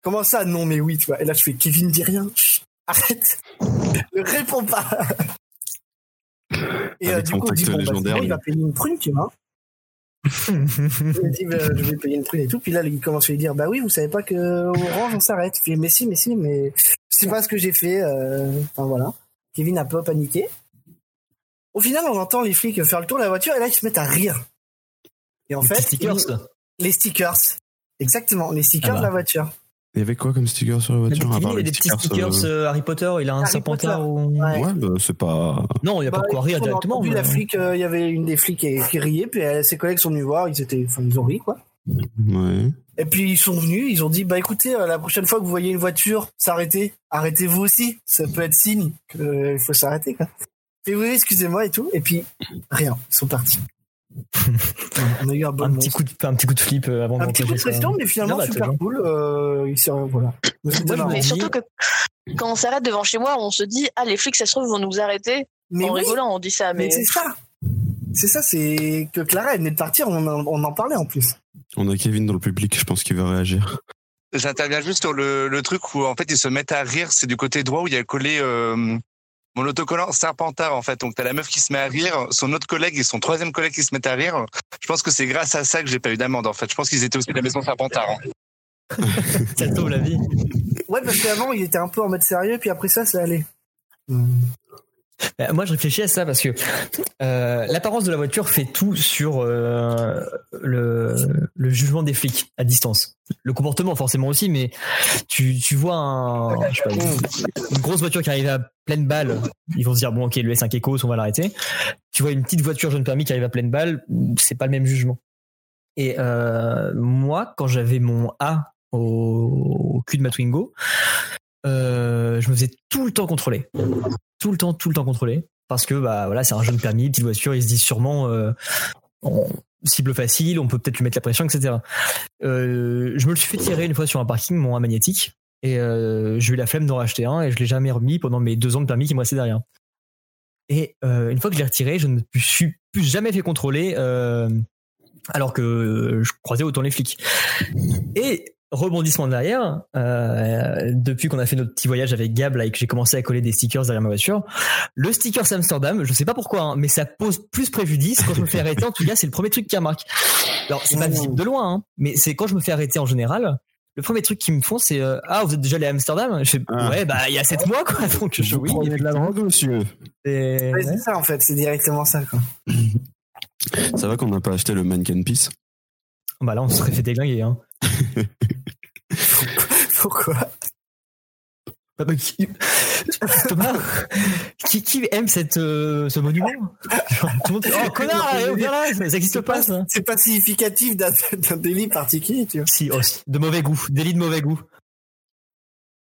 [SPEAKER 9] Comment ça, non, mais oui, tu vois. Et là, je fais, Kevin, dis rien. Chut, arrête. ne réponds pas. Et euh,
[SPEAKER 1] Avec
[SPEAKER 9] du
[SPEAKER 1] son
[SPEAKER 9] coup, on dit,
[SPEAKER 1] tact
[SPEAKER 9] bon, bah, c'est
[SPEAKER 1] légendaire,
[SPEAKER 9] bon, il
[SPEAKER 1] le-
[SPEAKER 9] va payer une prune, tu vois. Il me dit, bah, je vais payer une prune et tout. Puis là, il commence à lui dire, bah oui, vous savez pas que Orange, on s'arrête. Je fais, mais si, mais si, mais c'est pas ce que j'ai fait. euh, Enfin, voilà. Kevin a un peu paniqué. Au final, on entend les flics faire le tour de la voiture et là, ils se mettent à rire. Et en
[SPEAKER 2] Des
[SPEAKER 9] fait,
[SPEAKER 2] petits stickers.
[SPEAKER 9] ils- les stickers. Exactement, les stickers
[SPEAKER 2] Ah bah.
[SPEAKER 9] de la voiture.
[SPEAKER 1] Il y avait quoi comme sticker sur la
[SPEAKER 2] Mais
[SPEAKER 1] voiture à
[SPEAKER 2] Kevin,
[SPEAKER 1] part
[SPEAKER 2] Bah, il a
[SPEAKER 1] les
[SPEAKER 2] des petits
[SPEAKER 1] euh,
[SPEAKER 2] stickers euh, Harry Potter, il a un
[SPEAKER 9] Harry
[SPEAKER 2] serpentard
[SPEAKER 9] Potter.
[SPEAKER 2] ou.
[SPEAKER 9] Ouais.
[SPEAKER 1] Ouais, bah, c'est pas.
[SPEAKER 2] Non, il n'y a
[SPEAKER 9] Bah,
[SPEAKER 2] pas de quoi rire
[SPEAKER 9] on a
[SPEAKER 2] directement.
[SPEAKER 9] entendu
[SPEAKER 2] mais-
[SPEAKER 9] la flic, euh, il y avait une des flics qui, qui riait, puis euh, ses collègues sont venus voir, ils étaient, enfin, ils ont ri, quoi.
[SPEAKER 1] Ouais.
[SPEAKER 9] Et puis ils sont venus, ils ont dit bah écoutez, euh, la prochaine fois que vous voyez une voiture s'arrêter, arrêtez-vous aussi. Ça peut être signe qu'il faut s'arrêter. quoi. Et oui, excusez-moi et tout. Et puis rien, ils sont partis. On a eu un bon
[SPEAKER 2] un,
[SPEAKER 9] moment.
[SPEAKER 2] petit coup de, un petit coup de flip euh, avant
[SPEAKER 9] Un petit coup de
[SPEAKER 2] d'encager ça.
[SPEAKER 9] pression, mais finalement
[SPEAKER 2] Non, bah,
[SPEAKER 9] super
[SPEAKER 2] c'est bon.
[SPEAKER 9] cool. Euh, ils sont- voilà. Mais c'était
[SPEAKER 2] Moi, je
[SPEAKER 9] marrant.
[SPEAKER 2] me
[SPEAKER 8] Mais
[SPEAKER 2] dis-
[SPEAKER 8] surtout que quand on s'arrête devant chez moi, on se dit ah les flics ça se trouve ils vont nous arrêter
[SPEAKER 9] Mais
[SPEAKER 8] en
[SPEAKER 9] oui,
[SPEAKER 8] rigolant, on dit ça
[SPEAKER 9] mais
[SPEAKER 8] mais
[SPEAKER 9] c'est ça. C'est ça, c'est que Clara elle venait de partir, on en, on en parlait en plus.
[SPEAKER 1] On a Kevin dans le public, je pense qu'il va réagir.
[SPEAKER 5] J'interviens juste sur le, le truc où en fait ils se mettent à rire. C'est du côté droit où il y a collé euh, Mon autocollant Serpentard, en fait. Donc, t'as la meuf qui se met à rire, son autre collègue et son troisième collègue qui se mettent à rire. Je pense que c'est grâce à ça que j'ai pas eu d'amende, en fait. Je pense qu'ils étaient aussi de la maison Serpentard. hein.
[SPEAKER 2] Ça sauve la vie.
[SPEAKER 9] Ouais, parce qu'avant, il était un peu en mode sérieux, puis après ça, ça allait.
[SPEAKER 2] Euh, Moi, je réfléchis à ça parce que euh, l'apparence de la voiture fait tout sur euh, le, le jugement des flics à distance. Le comportement, forcément aussi, mais tu, tu vois un, je sais pas, une, une grosse voiture qui arrive à pleine balle. Ils vont se dire, bon, ok, le S1 Kekos, on va l'arrêter. Tu vois une petite voiture jeune permis qui arrive à pleine balle, c'est pas le même jugement. Et euh, moi, quand j'avais mon A au, au cul de ma Twingo, euh, je me faisais tout le temps contrôler tout le temps, tout le temps contrôlé. Parce que bah voilà, c'est un jeune permis, petite voiture, ils se disent sûrement euh, on- cible facile, on peut peut-être lui mettre la pression, etc. Euh, je me le suis fait tirer une fois sur un parking, mon A magnétique, et euh, j'ai eu la flemme d'en racheter un et je l'ai jamais remis pendant mes deux ans de permis qui me restaient derrière. Et euh, une fois que je l'ai retiré, je ne me suis plus jamais fait contrôler euh, alors que euh, je croisais autant les flics. Et rebondissement derrière, euh, depuis qu'on a fait notre petit voyage avec Gab là, et que j'ai commencé à coller des stickers derrière ma voiture, le sticker c'est Amsterdam, je sais pas pourquoi, hein, mais ça pose plus préjudice quand je me fais arrêter. En tout cas, c'est le premier truc qui remarque. Alors c'est pas visible de loin, hein, mais c'est quand je me fais arrêter en général. Le premier truc qu'ils me font, c'est euh, ah vous êtes déjà allé à Amsterdam Je fais,
[SPEAKER 1] Ah.
[SPEAKER 2] ouais bah il y a sept mois quoi donc je
[SPEAKER 1] Vous
[SPEAKER 2] oui.
[SPEAKER 1] prenez de la drogue, monsieur.
[SPEAKER 2] c'est-
[SPEAKER 9] Ouais, c'est ça, en fait, c'est directement ça, quoi.
[SPEAKER 1] Ça va qu'on n'a pas acheté le Mannequin Peace
[SPEAKER 2] Bah là on se serait fait déglinguer. Hein.
[SPEAKER 9] Pourquoi
[SPEAKER 2] Bah, bah, qui- Thomas, qui, qui aime cette, euh, ce monument Genre, tout le monde dit, Oh connard, allez, viens là, ça n'existe pas ça.
[SPEAKER 9] C'est pas significatif d'un d'un délit particulier, tu vois.
[SPEAKER 2] Si, oh, si, de mauvais goût, délit de mauvais goût.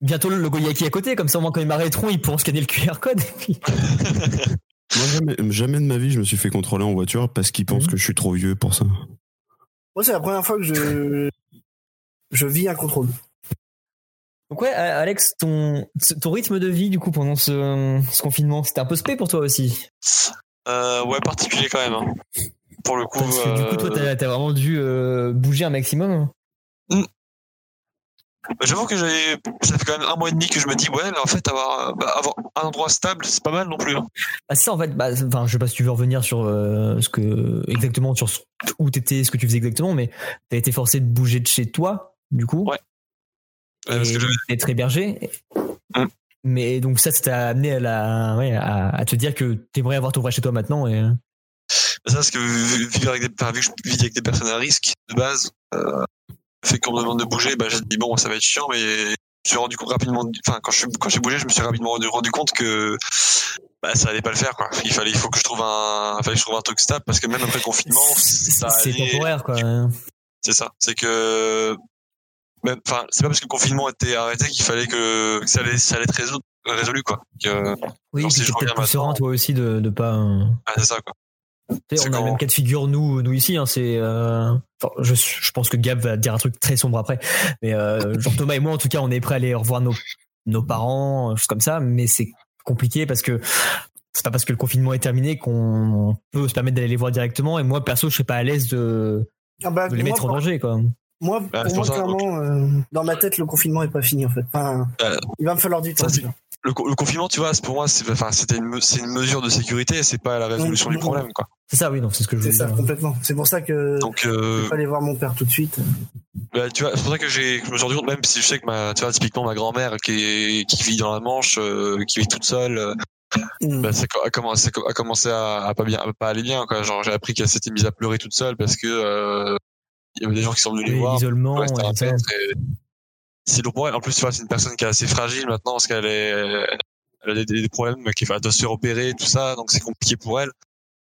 [SPEAKER 2] Bientôt le logo Yaki à côté, comme ça au moins quand ils m'arrêteront, ils pourront scanner le QR code. et puis-
[SPEAKER 1] Moi, jamais, jamais de ma vie, je me suis fait contrôler en voiture parce qu'ils
[SPEAKER 2] Mm.
[SPEAKER 1] pensent que je suis trop vieux pour ça.
[SPEAKER 9] Moi, c'est la première fois que je. Je vis un contrôle.
[SPEAKER 2] Donc ouais, A- Alex, ton, ton rythme de vie du coup pendant ce, ce confinement, c'était un peu spé pour toi aussi.
[SPEAKER 10] Euh, ouais, particulier quand même. hein. Pour le coup.
[SPEAKER 2] Parce que du coup, toi,
[SPEAKER 10] euh,
[SPEAKER 2] t'as t'as vraiment dû euh, bouger un maximum.
[SPEAKER 10] Bah, J'avoue que j'ai- ça fait quand même un mois et demi que je me dis, ouais, mais en fait, avoir, euh, bah, avoir un endroit stable, c'est pas mal non plus. hein.
[SPEAKER 2] Bah, c'est ça en fait, bah, enfin, je sais pas si tu veux revenir sur euh, ce que exactement sur ce- où t'étais, ce que tu faisais exactement, mais t'as été forcé de bouger de chez toi, du coup,
[SPEAKER 10] Ouais, Euh, parce
[SPEAKER 2] et
[SPEAKER 10] que j'avais-
[SPEAKER 2] d'être hébergé.
[SPEAKER 10] Hum.
[SPEAKER 2] Mais donc ça, ça t'a amené à, la, ouais, à, à te dire que t'aimerais avoir ton vrai chez toi maintenant. Et...
[SPEAKER 10] ça, parce que vu- vivre avec des, enfin, vu que je vis avec des personnes à risque, de base, euh, le fait qu'on me demande de bouger, bah, j'ai dit, bon, ça va être chiant, mais je me suis rendu compte rapidement, enfin, quand je suis- quand j'ai bougé, je me suis rapidement rendu, rendu compte que, bah, ça allait pas le faire, quoi. Il fallait, il faut que je trouve un, fallait que je trouve un truc stable, parce que même après le confinement, ça
[SPEAKER 2] C'est
[SPEAKER 10] allait-
[SPEAKER 2] temporaire quoi. hein.
[SPEAKER 10] C'est ça. C'est que. même- Enfin, c'est pas parce que le confinement était arrêté qu'il fallait que, que ça, allait, ça allait être résolu, résolu quoi. Que-
[SPEAKER 2] Oui,
[SPEAKER 10] Genre,
[SPEAKER 2] puis
[SPEAKER 10] si
[SPEAKER 2] t'es
[SPEAKER 10] je
[SPEAKER 2] peut-être
[SPEAKER 10] reviens
[SPEAKER 2] plus serein
[SPEAKER 10] maintenant-
[SPEAKER 2] toi aussi de, de pas. euh,
[SPEAKER 10] ah, c'est ça, quoi.
[SPEAKER 2] Tu sais,
[SPEAKER 10] C'est
[SPEAKER 2] on a le
[SPEAKER 10] quand-
[SPEAKER 2] même cas de figure, nous, nous ici, hein, c'est. euh, enfin, je, je pense que Gab va dire un truc très sombre après. Mais euh, genre Thomas et moi, en tout cas, on est prêts à aller revoir nos, nos parents, euh, choses comme ça, mais c'est compliqué parce que c'est pas parce que le confinement est terminé qu'on peut se permettre d'aller les voir directement. Et moi, perso, je suis pas à l'aise de,
[SPEAKER 9] Ah bah,
[SPEAKER 2] de les
[SPEAKER 9] moi,
[SPEAKER 2] mettre en
[SPEAKER 9] par-
[SPEAKER 2] danger, quoi.
[SPEAKER 9] Moi,
[SPEAKER 10] Bah,
[SPEAKER 9] pour
[SPEAKER 10] c'est
[SPEAKER 9] moi,
[SPEAKER 10] pour ça,
[SPEAKER 9] clairement, euh, dans ma tête, le confinement est pas fini en fait. Enfin,
[SPEAKER 10] Euh,
[SPEAKER 9] il va me falloir du
[SPEAKER 10] ça,
[SPEAKER 9] temps.
[SPEAKER 10] c'est-
[SPEAKER 9] tu vois.
[SPEAKER 10] Le, co- le confinement, tu vois, c'est- pour moi, c'est enfin, c'était une, me- c'est une mesure de sécurité, c'est pas la résolution du
[SPEAKER 9] Mhm.
[SPEAKER 10] problème, quoi.
[SPEAKER 2] C'est ça, oui, non, c'est ce que je
[SPEAKER 9] C'est
[SPEAKER 2] voulais
[SPEAKER 9] ça,
[SPEAKER 2] dire.
[SPEAKER 9] complètement. C'est pour ça que
[SPEAKER 10] Donc,
[SPEAKER 9] je
[SPEAKER 10] euh,
[SPEAKER 9] vais pas aller voir mon père tout de suite.
[SPEAKER 10] bah, tu vois, c'est pour ça que j'ai, que je me suis rendu compte, même si je sais que ma, tu vois, typiquement ma grand-mère qui, est- qui vit dans la Manche, euh, qui vit toute seule, euh,
[SPEAKER 9] Mm.
[SPEAKER 10] bah, ça co- a commencé, a commencé à, à pas bien, à pas aller bien, quoi. Genre, j'ai appris qu'elle s'était mise à pleurer toute seule parce que, euh, il y avait des gens qui sont venus les
[SPEAKER 2] Oui,
[SPEAKER 10] voir.
[SPEAKER 2] L'isolement,
[SPEAKER 10] Ouais, c'était
[SPEAKER 2] ouais,
[SPEAKER 10] un
[SPEAKER 2] c'est ça.
[SPEAKER 10] peintre et c'est lourd pour elle. En plus, tu vois, c'est une personne qui est assez fragile maintenant parce qu'elle est, elle a des, des problèmes, qui doit se faire opérer, tout ça, donc c'est compliqué pour elle.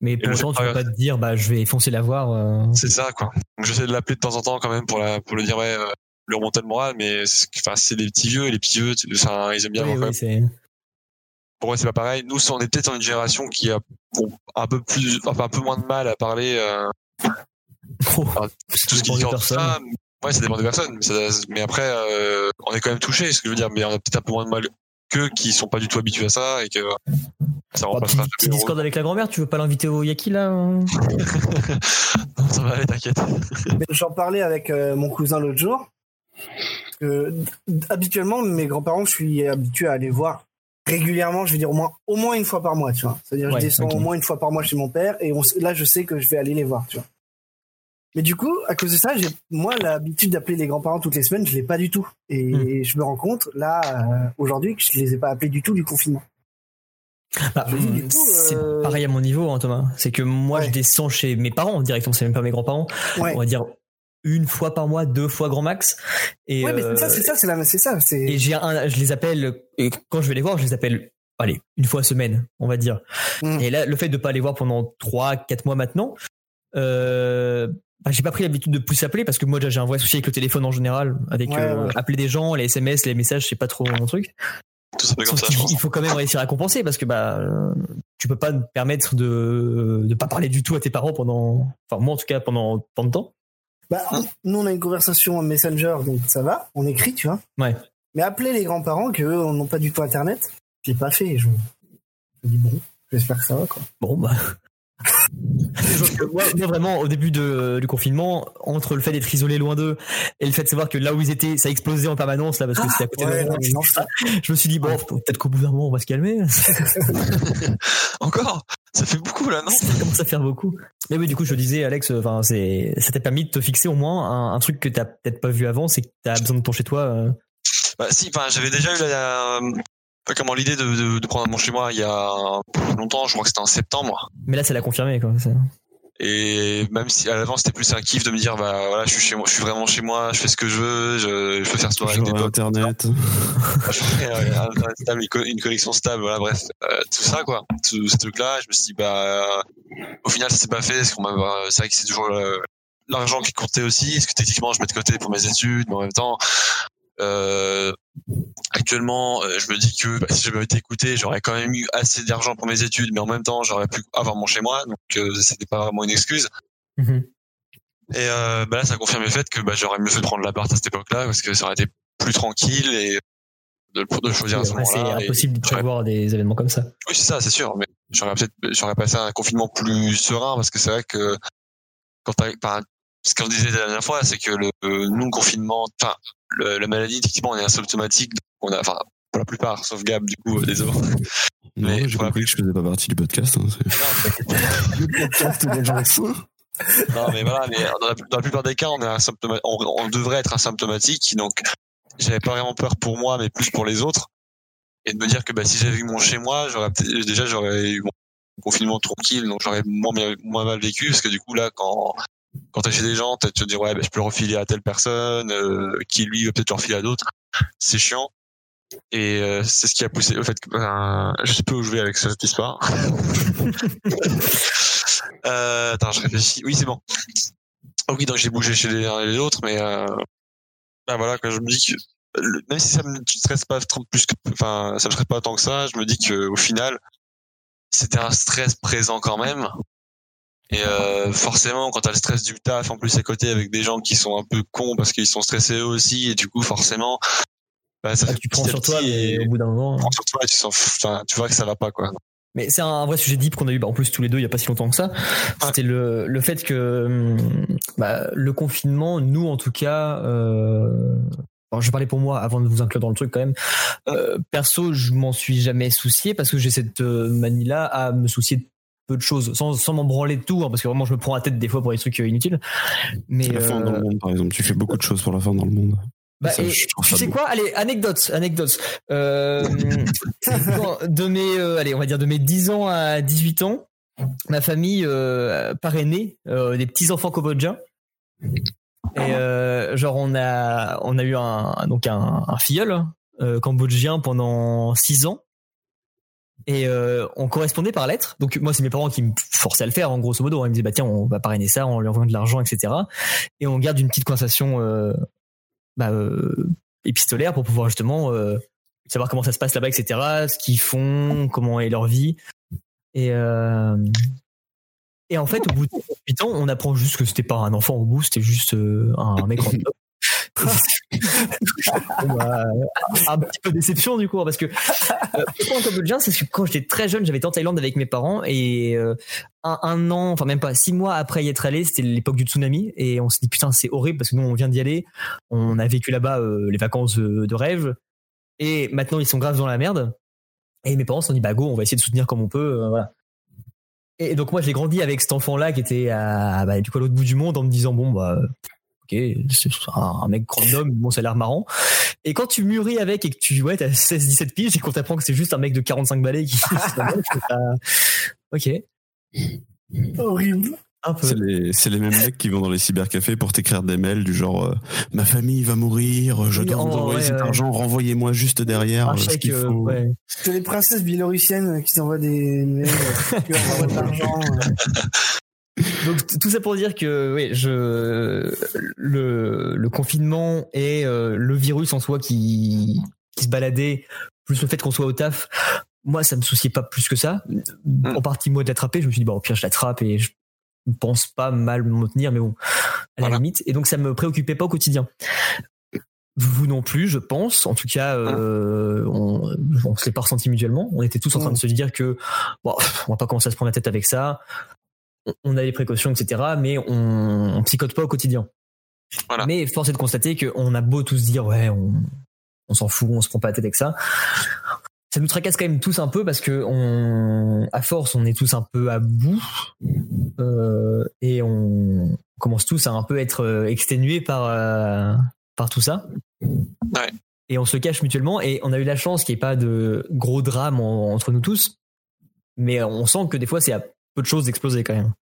[SPEAKER 2] mais pour
[SPEAKER 10] le
[SPEAKER 2] autant,
[SPEAKER 10] fait
[SPEAKER 2] tu peux
[SPEAKER 10] de-
[SPEAKER 2] pas te dire, bah, je vais foncer la voir. euh,
[SPEAKER 10] C'est ça, quoi. Donc j'essaie de l'appeler de temps en temps quand même pour la, pour lui dire, ouais, euh, lui remonter le moral, mais c'est- enfin, c'est des petits vieux, et les petits vieux, tu- enfin, ils aiment bien.
[SPEAKER 2] oui,
[SPEAKER 10] avoir quand
[SPEAKER 2] oui,
[SPEAKER 10] même-
[SPEAKER 2] c'est-
[SPEAKER 10] Pour moi, c'est pas pareil. Nous, on est peut-être dans une génération qui a bon, un peu plus, enfin, un peu moins de mal à parler euh,
[SPEAKER 2] Oh,
[SPEAKER 10] tout ce qui
[SPEAKER 2] dépend des
[SPEAKER 10] sort de
[SPEAKER 2] personnes.
[SPEAKER 10] ça. Ouais, ça dépend des personnes. Mais, ça- mais après, euh, on est quand même touché, ce que je veux dire. Mais on a peut-être un peu moins de mal qu'eux qui sont pas du tout habitués à ça et que ça
[SPEAKER 2] Bah, petit,
[SPEAKER 10] repassera
[SPEAKER 2] petit
[SPEAKER 10] jamais.
[SPEAKER 2] Discord avec la grand-mère, tu veux pas l'inviter au Yaki là hein
[SPEAKER 10] Non, ça va aller, t'inquiète.
[SPEAKER 9] Mais J'en parlais avec euh, mon cousin l'autre jour. Parce que, d- habituellement, mes grands-parents, je suis habitué à aller voir régulièrement, je vais dire au moins, au moins une fois par mois, tu vois. C'est-à-dire,
[SPEAKER 2] Ouais,
[SPEAKER 9] je descends
[SPEAKER 2] ok.
[SPEAKER 9] au moins une fois par mois chez mon père et on, s- là, je sais que je vais aller les voir, tu vois. Mais du coup, à cause de ça, j'ai, moi, l'habitude d'appeler les grands-parents toutes les semaines, je l'ai pas du tout. Et
[SPEAKER 2] Hmm.
[SPEAKER 9] je me rends compte, là, euh, aujourd'hui, que je les ai pas appelés du tout du confinement.
[SPEAKER 2] Bah,
[SPEAKER 9] Je dis, du coup,
[SPEAKER 2] c'est
[SPEAKER 9] euh,
[SPEAKER 2] pareil à mon niveau, hein, Thomas. C'est que moi,
[SPEAKER 9] Ouais.
[SPEAKER 2] je descends chez mes parents directement, c'est même pas mes grands-parents.
[SPEAKER 9] Ouais.
[SPEAKER 2] On va dire une fois par mois, deux fois grand max. Et,
[SPEAKER 9] ouais, mais c'est ça,
[SPEAKER 2] euh,
[SPEAKER 9] c'est ça, c'est la, c'est ça, c'est.
[SPEAKER 2] et j'ai un, je les appelle et quand je vais les voir, je les appelle. Allez, une fois semaine, on va dire.
[SPEAKER 9] Mm.
[SPEAKER 2] Et là, le fait de pas les voir pendant trois, quatre mois maintenant, euh, bah, j'ai pas pris l'habitude de plus appeler parce que moi, déjà, j'ai un vrai souci avec le téléphone en général, avec
[SPEAKER 9] Ouais,
[SPEAKER 2] euh,
[SPEAKER 9] ouais.
[SPEAKER 2] appeler des gens, les SMS, les messages, c'est pas trop mon truc.
[SPEAKER 10] Tout ça fait comme
[SPEAKER 2] Sauf
[SPEAKER 10] ça,
[SPEAKER 2] qu'il-
[SPEAKER 10] je pense.
[SPEAKER 2] il faut quand même réussir à compenser parce que bah euh, tu peux pas te permettre de de pas parler du tout à tes parents pendant enfin moi en tout cas pendant tant de temps.
[SPEAKER 9] Bah, nous, on a une conversation en Messenger, donc ça va, on écrit, tu vois.
[SPEAKER 2] Ouais.
[SPEAKER 9] Mais appeler les grands-parents, que eux, n'ont pas du tout Internet, j'ai pas fait. Je me dis, bon, j'espère que ça va, quoi.
[SPEAKER 2] Bon bah Je- moi, moi, vraiment au début de, euh, du confinement entre le fait d'être isolé loin d'eux et le fait de savoir que là où ils étaient ça explosait en permanence là parce que c'était à côté de
[SPEAKER 9] Ah, Ouais,
[SPEAKER 2] moi.
[SPEAKER 9] non, mais non, je-
[SPEAKER 2] je me suis dit bon peut-être qu'au bout d'un moment on va se calmer
[SPEAKER 10] Encore Ça fait beaucoup là, non
[SPEAKER 2] ça commence à faire beaucoup mais oui du coup je disais Alex enfin c'est ça t'a permis de te fixer au moins un, un truc que t'as peut-être pas vu avant c'est que t'as besoin de ton chez toi euh,
[SPEAKER 10] Bah si, enfin, j'avais déjà eu la, la- euh, comment l'idée de, de, de prendre mon chez moi il y a longtemps, je crois que c'était en septembre.
[SPEAKER 2] mais là ça l'a confirmé quoi ça.
[SPEAKER 10] Et même si à l'avant c'était plus un kiff de me dire bah voilà, je suis chez moi, je suis vraiment chez moi, je fais ce que je veux, je, je peux faire ce soir avec des
[SPEAKER 1] Genre
[SPEAKER 10] potes.
[SPEAKER 1] Internet.
[SPEAKER 10] je voulais, euh, un internet stable, une, co- une connexion stable, voilà, bref, euh, tout ça, quoi. Tout ce truc-là, je me suis dit, bah, euh, au final, ça s'est pas fait, parce qu'on m'a- bah, c'est vrai que c'est toujours euh, l'argent qui comptait aussi, parce que techniquement, je mets de côté pour mes études, mais en même temps, euh, actuellement, euh, je me dis que bah, si j'avais été écouté, j'aurais quand même eu assez d'argent pour mes études, mais en même temps, j'aurais pu avoir mon chez moi, donc euh, c'était pas vraiment une excuse.
[SPEAKER 2] Mhm.
[SPEAKER 10] Et euh, bah là, ça confirme le fait que bah, j'aurais mieux fait de prendre l'appart à cette époque-là, parce que ça aurait été plus tranquille et de, le- de le choisir à ce
[SPEAKER 2] Ouais, c'est
[SPEAKER 10] moment-là. et-
[SPEAKER 2] impossible de prévoir des événements comme ça.
[SPEAKER 10] Oui, c'est ça, c'est sûr. Mais j'aurais peut-être, j'aurais passé un confinement plus serein, parce que c'est vrai que quand t'as- par- ce qu'on disait la dernière fois, c'est que le le non-confinement, enfin, le- la maladie, effectivement, on est asymptomatique. On a, enfin, pour la plupart, sauf Gab, du coup, euh, désolé.
[SPEAKER 1] Non,
[SPEAKER 10] Mais
[SPEAKER 1] j'ai
[SPEAKER 10] voilà.
[SPEAKER 1] compris que je faisais pas partie du podcast. hein, c'est-
[SPEAKER 10] Non, mais voilà, mais dans la, dans la plupart des cas, on, est asymptoma- on, on devrait être asymptomatique. Donc, j'avais pas vraiment peur pour moi, mais plus pour les autres. Et de me dire que bah, si j'avais eu mon chez moi, j'aurais peut-être- déjà j'aurais eu mon confinement tranquille, donc j'aurais moins, bien- moins mal vécu. Parce que du coup, là, quand, quand t'es chez des gens, t'as- tu te dis, ouais, bah, je peux le refiler à telle personne, euh, qui lui va peut-être le refiler à d'autres. C'est chiant. Et euh, c'est ce qui a poussé au fait que ben, je sais pas où je vais avec cette histoire. euh, attends, je réfléchis. Oui, c'est bon. Ah oui, donc j'ai bougé chez les uns et les autres, mais euh, ben voilà, quand je me dis que le- même si ça me stresse pas trop plus que, enfin, ça me stresse pas tant que ça, je me dis que au final, c'était un stress présent quand même. Et euh, forcément, quand t'as le stress du taf en plus à côté avec des gens qui sont un peu cons parce qu'ils sont stressés eux aussi, et du coup forcément, bah, ça
[SPEAKER 2] Ah,
[SPEAKER 10] fait
[SPEAKER 2] tu prends
[SPEAKER 10] petit à
[SPEAKER 2] sur toi,
[SPEAKER 10] petit
[SPEAKER 2] mais
[SPEAKER 10] et-
[SPEAKER 2] au bout d'un moment. hein.
[SPEAKER 10] prends sur toi et tu s'en fous. Enfin, tu vois que ça va pas quoi.
[SPEAKER 2] Mais c'est un vrai sujet deep qu'on a eu, bah, en plus tous les deux, il y a pas si longtemps que ça. C'était le, le fait que hum, bah, le confinement, nous en tout cas, euh, alors, je parlais pour moi avant de vous inclure dans le truc quand même. Euh, perso, je m'en suis jamais soucié parce que j'ai cette euh, manie-là à me soucier de peu de choses, sans, sans m'en branler de tout, hein, parce que vraiment je me prends la tête des fois pour des trucs euh, inutiles. Mais
[SPEAKER 1] La fin dans
[SPEAKER 2] euh,
[SPEAKER 1] le monde, par exemple. Tu fais beaucoup de choses pour la fin dans le monde.
[SPEAKER 2] Bah,
[SPEAKER 1] Ça,
[SPEAKER 2] et
[SPEAKER 1] je trouve
[SPEAKER 2] tu
[SPEAKER 1] ça
[SPEAKER 2] sais
[SPEAKER 1] beau.
[SPEAKER 2] quoi Allez, anecdote, anecdote. Euh, quand- de mes, euh, allez, on va dire de mes 10 ans à 18 ans, ma famille euh, parrainait euh, des petits enfants cambodgiens. Et euh, genre on a on a eu un donc un, un filleul euh, cambodgien pendant 6 ans. Et euh, on correspondait par lettre. Donc moi, c'est mes parents qui me forçaient à le faire, en grosso modo. Ils me disaient, bah tiens, on va parrainer ça, on lui envoie de l'argent, etc. Et on garde une petite conversation euh, bah, euh, épistolaire pour pouvoir justement euh, savoir comment ça se passe là-bas, etc. Ce qu'ils font, comment est leur vie. Et, euh, et en fait, au bout de 8 ans, on apprend juste que c'était pas un enfant au bout, c'était juste euh, un, mec en top. Bon, bah, un petit peu déception du coup parce que euh, pourquoi en cambodgien c'est que quand j'étais très jeune j'avais été en Thaïlande avec mes parents et euh, un, un an enfin même pas six mois après y être allé c'était l'époque du tsunami et on s'est dit putain c'est horrible parce que nous on vient d'y aller on a vécu là-bas euh, les vacances euh, de rêve et maintenant ils sont graves dans la merde Et mes parents se sont dit, bah go, on va essayer de soutenir comme on peut. euh, voilà. Et donc moi, j'ai grandi avec cet enfant-là qui était à, bah, du coup, à l'autre bout du monde en me disant, bon, bah, ok, c'est un un mec random, bon, ça a l'air marrant. Et quand tu mûris avec et que tu, ouais, t'as 16, 17 piges et qu'on t'apprend que c'est juste un mec de 45 balais qui. Euh, ok.
[SPEAKER 9] Horrible.
[SPEAKER 2] Un peu.
[SPEAKER 1] C'est les, c'est les mêmes mecs qui vont dans les cybercafés pour t'écrire des mails du genre euh, Ma famille va mourir, je dois
[SPEAKER 2] Oui,
[SPEAKER 1] vous
[SPEAKER 2] oh,
[SPEAKER 1] envoyer
[SPEAKER 2] ouais,
[SPEAKER 1] cet
[SPEAKER 2] ouais.
[SPEAKER 1] argent, renvoyez-moi juste derrière
[SPEAKER 2] Un
[SPEAKER 1] euh, ce
[SPEAKER 2] chèque,
[SPEAKER 1] qu'il
[SPEAKER 2] euh,
[SPEAKER 1] faut.
[SPEAKER 2] ouais.
[SPEAKER 9] C'est les princesses biélorussiennes qui t'envoient des mails, euh, qui envoient de l'argent. euh.
[SPEAKER 2] Donc t- tout ça pour dire que oui, je le, le confinement et euh, le virus en soi qui qui se baladait, plus le fait qu'on soit au taf, moi ça me souciait pas plus que ça. En partie moi de l'attraper, je me suis dit bon au pire je l'attrape et je pense pas mal me tenir, mais bon à la
[SPEAKER 5] Voilà.
[SPEAKER 2] limite. Et donc ça me préoccupait pas au quotidien. Vous non plus, je pense. En tout cas, euh, on, on se l'est pas ressenti mutuellement. On était tous en train de se dire que bon, pff, on va pas commencer à se prendre la tête avec ça. On- On a les précautions, etc. Mais on, on psychote pas au quotidien.
[SPEAKER 10] Voilà.
[SPEAKER 2] Mais force est de constater qu'on a beau tous dire ouais, on, on s'en fout, on se prend pas la tête avec ça. Ça nous tracasse quand même tous un peu parce que on, à force, on est tous un peu à bout euh, et on commence tous à un peu être euh, exténués par euh, par tout ça.
[SPEAKER 10] Ouais.
[SPEAKER 2] Et on se cache mutuellement et on a eu la chance qu'il n'y ait pas de gros drame en- entre nous tous, mais on sent que des fois c'est à peu de choses d'exploser quand même.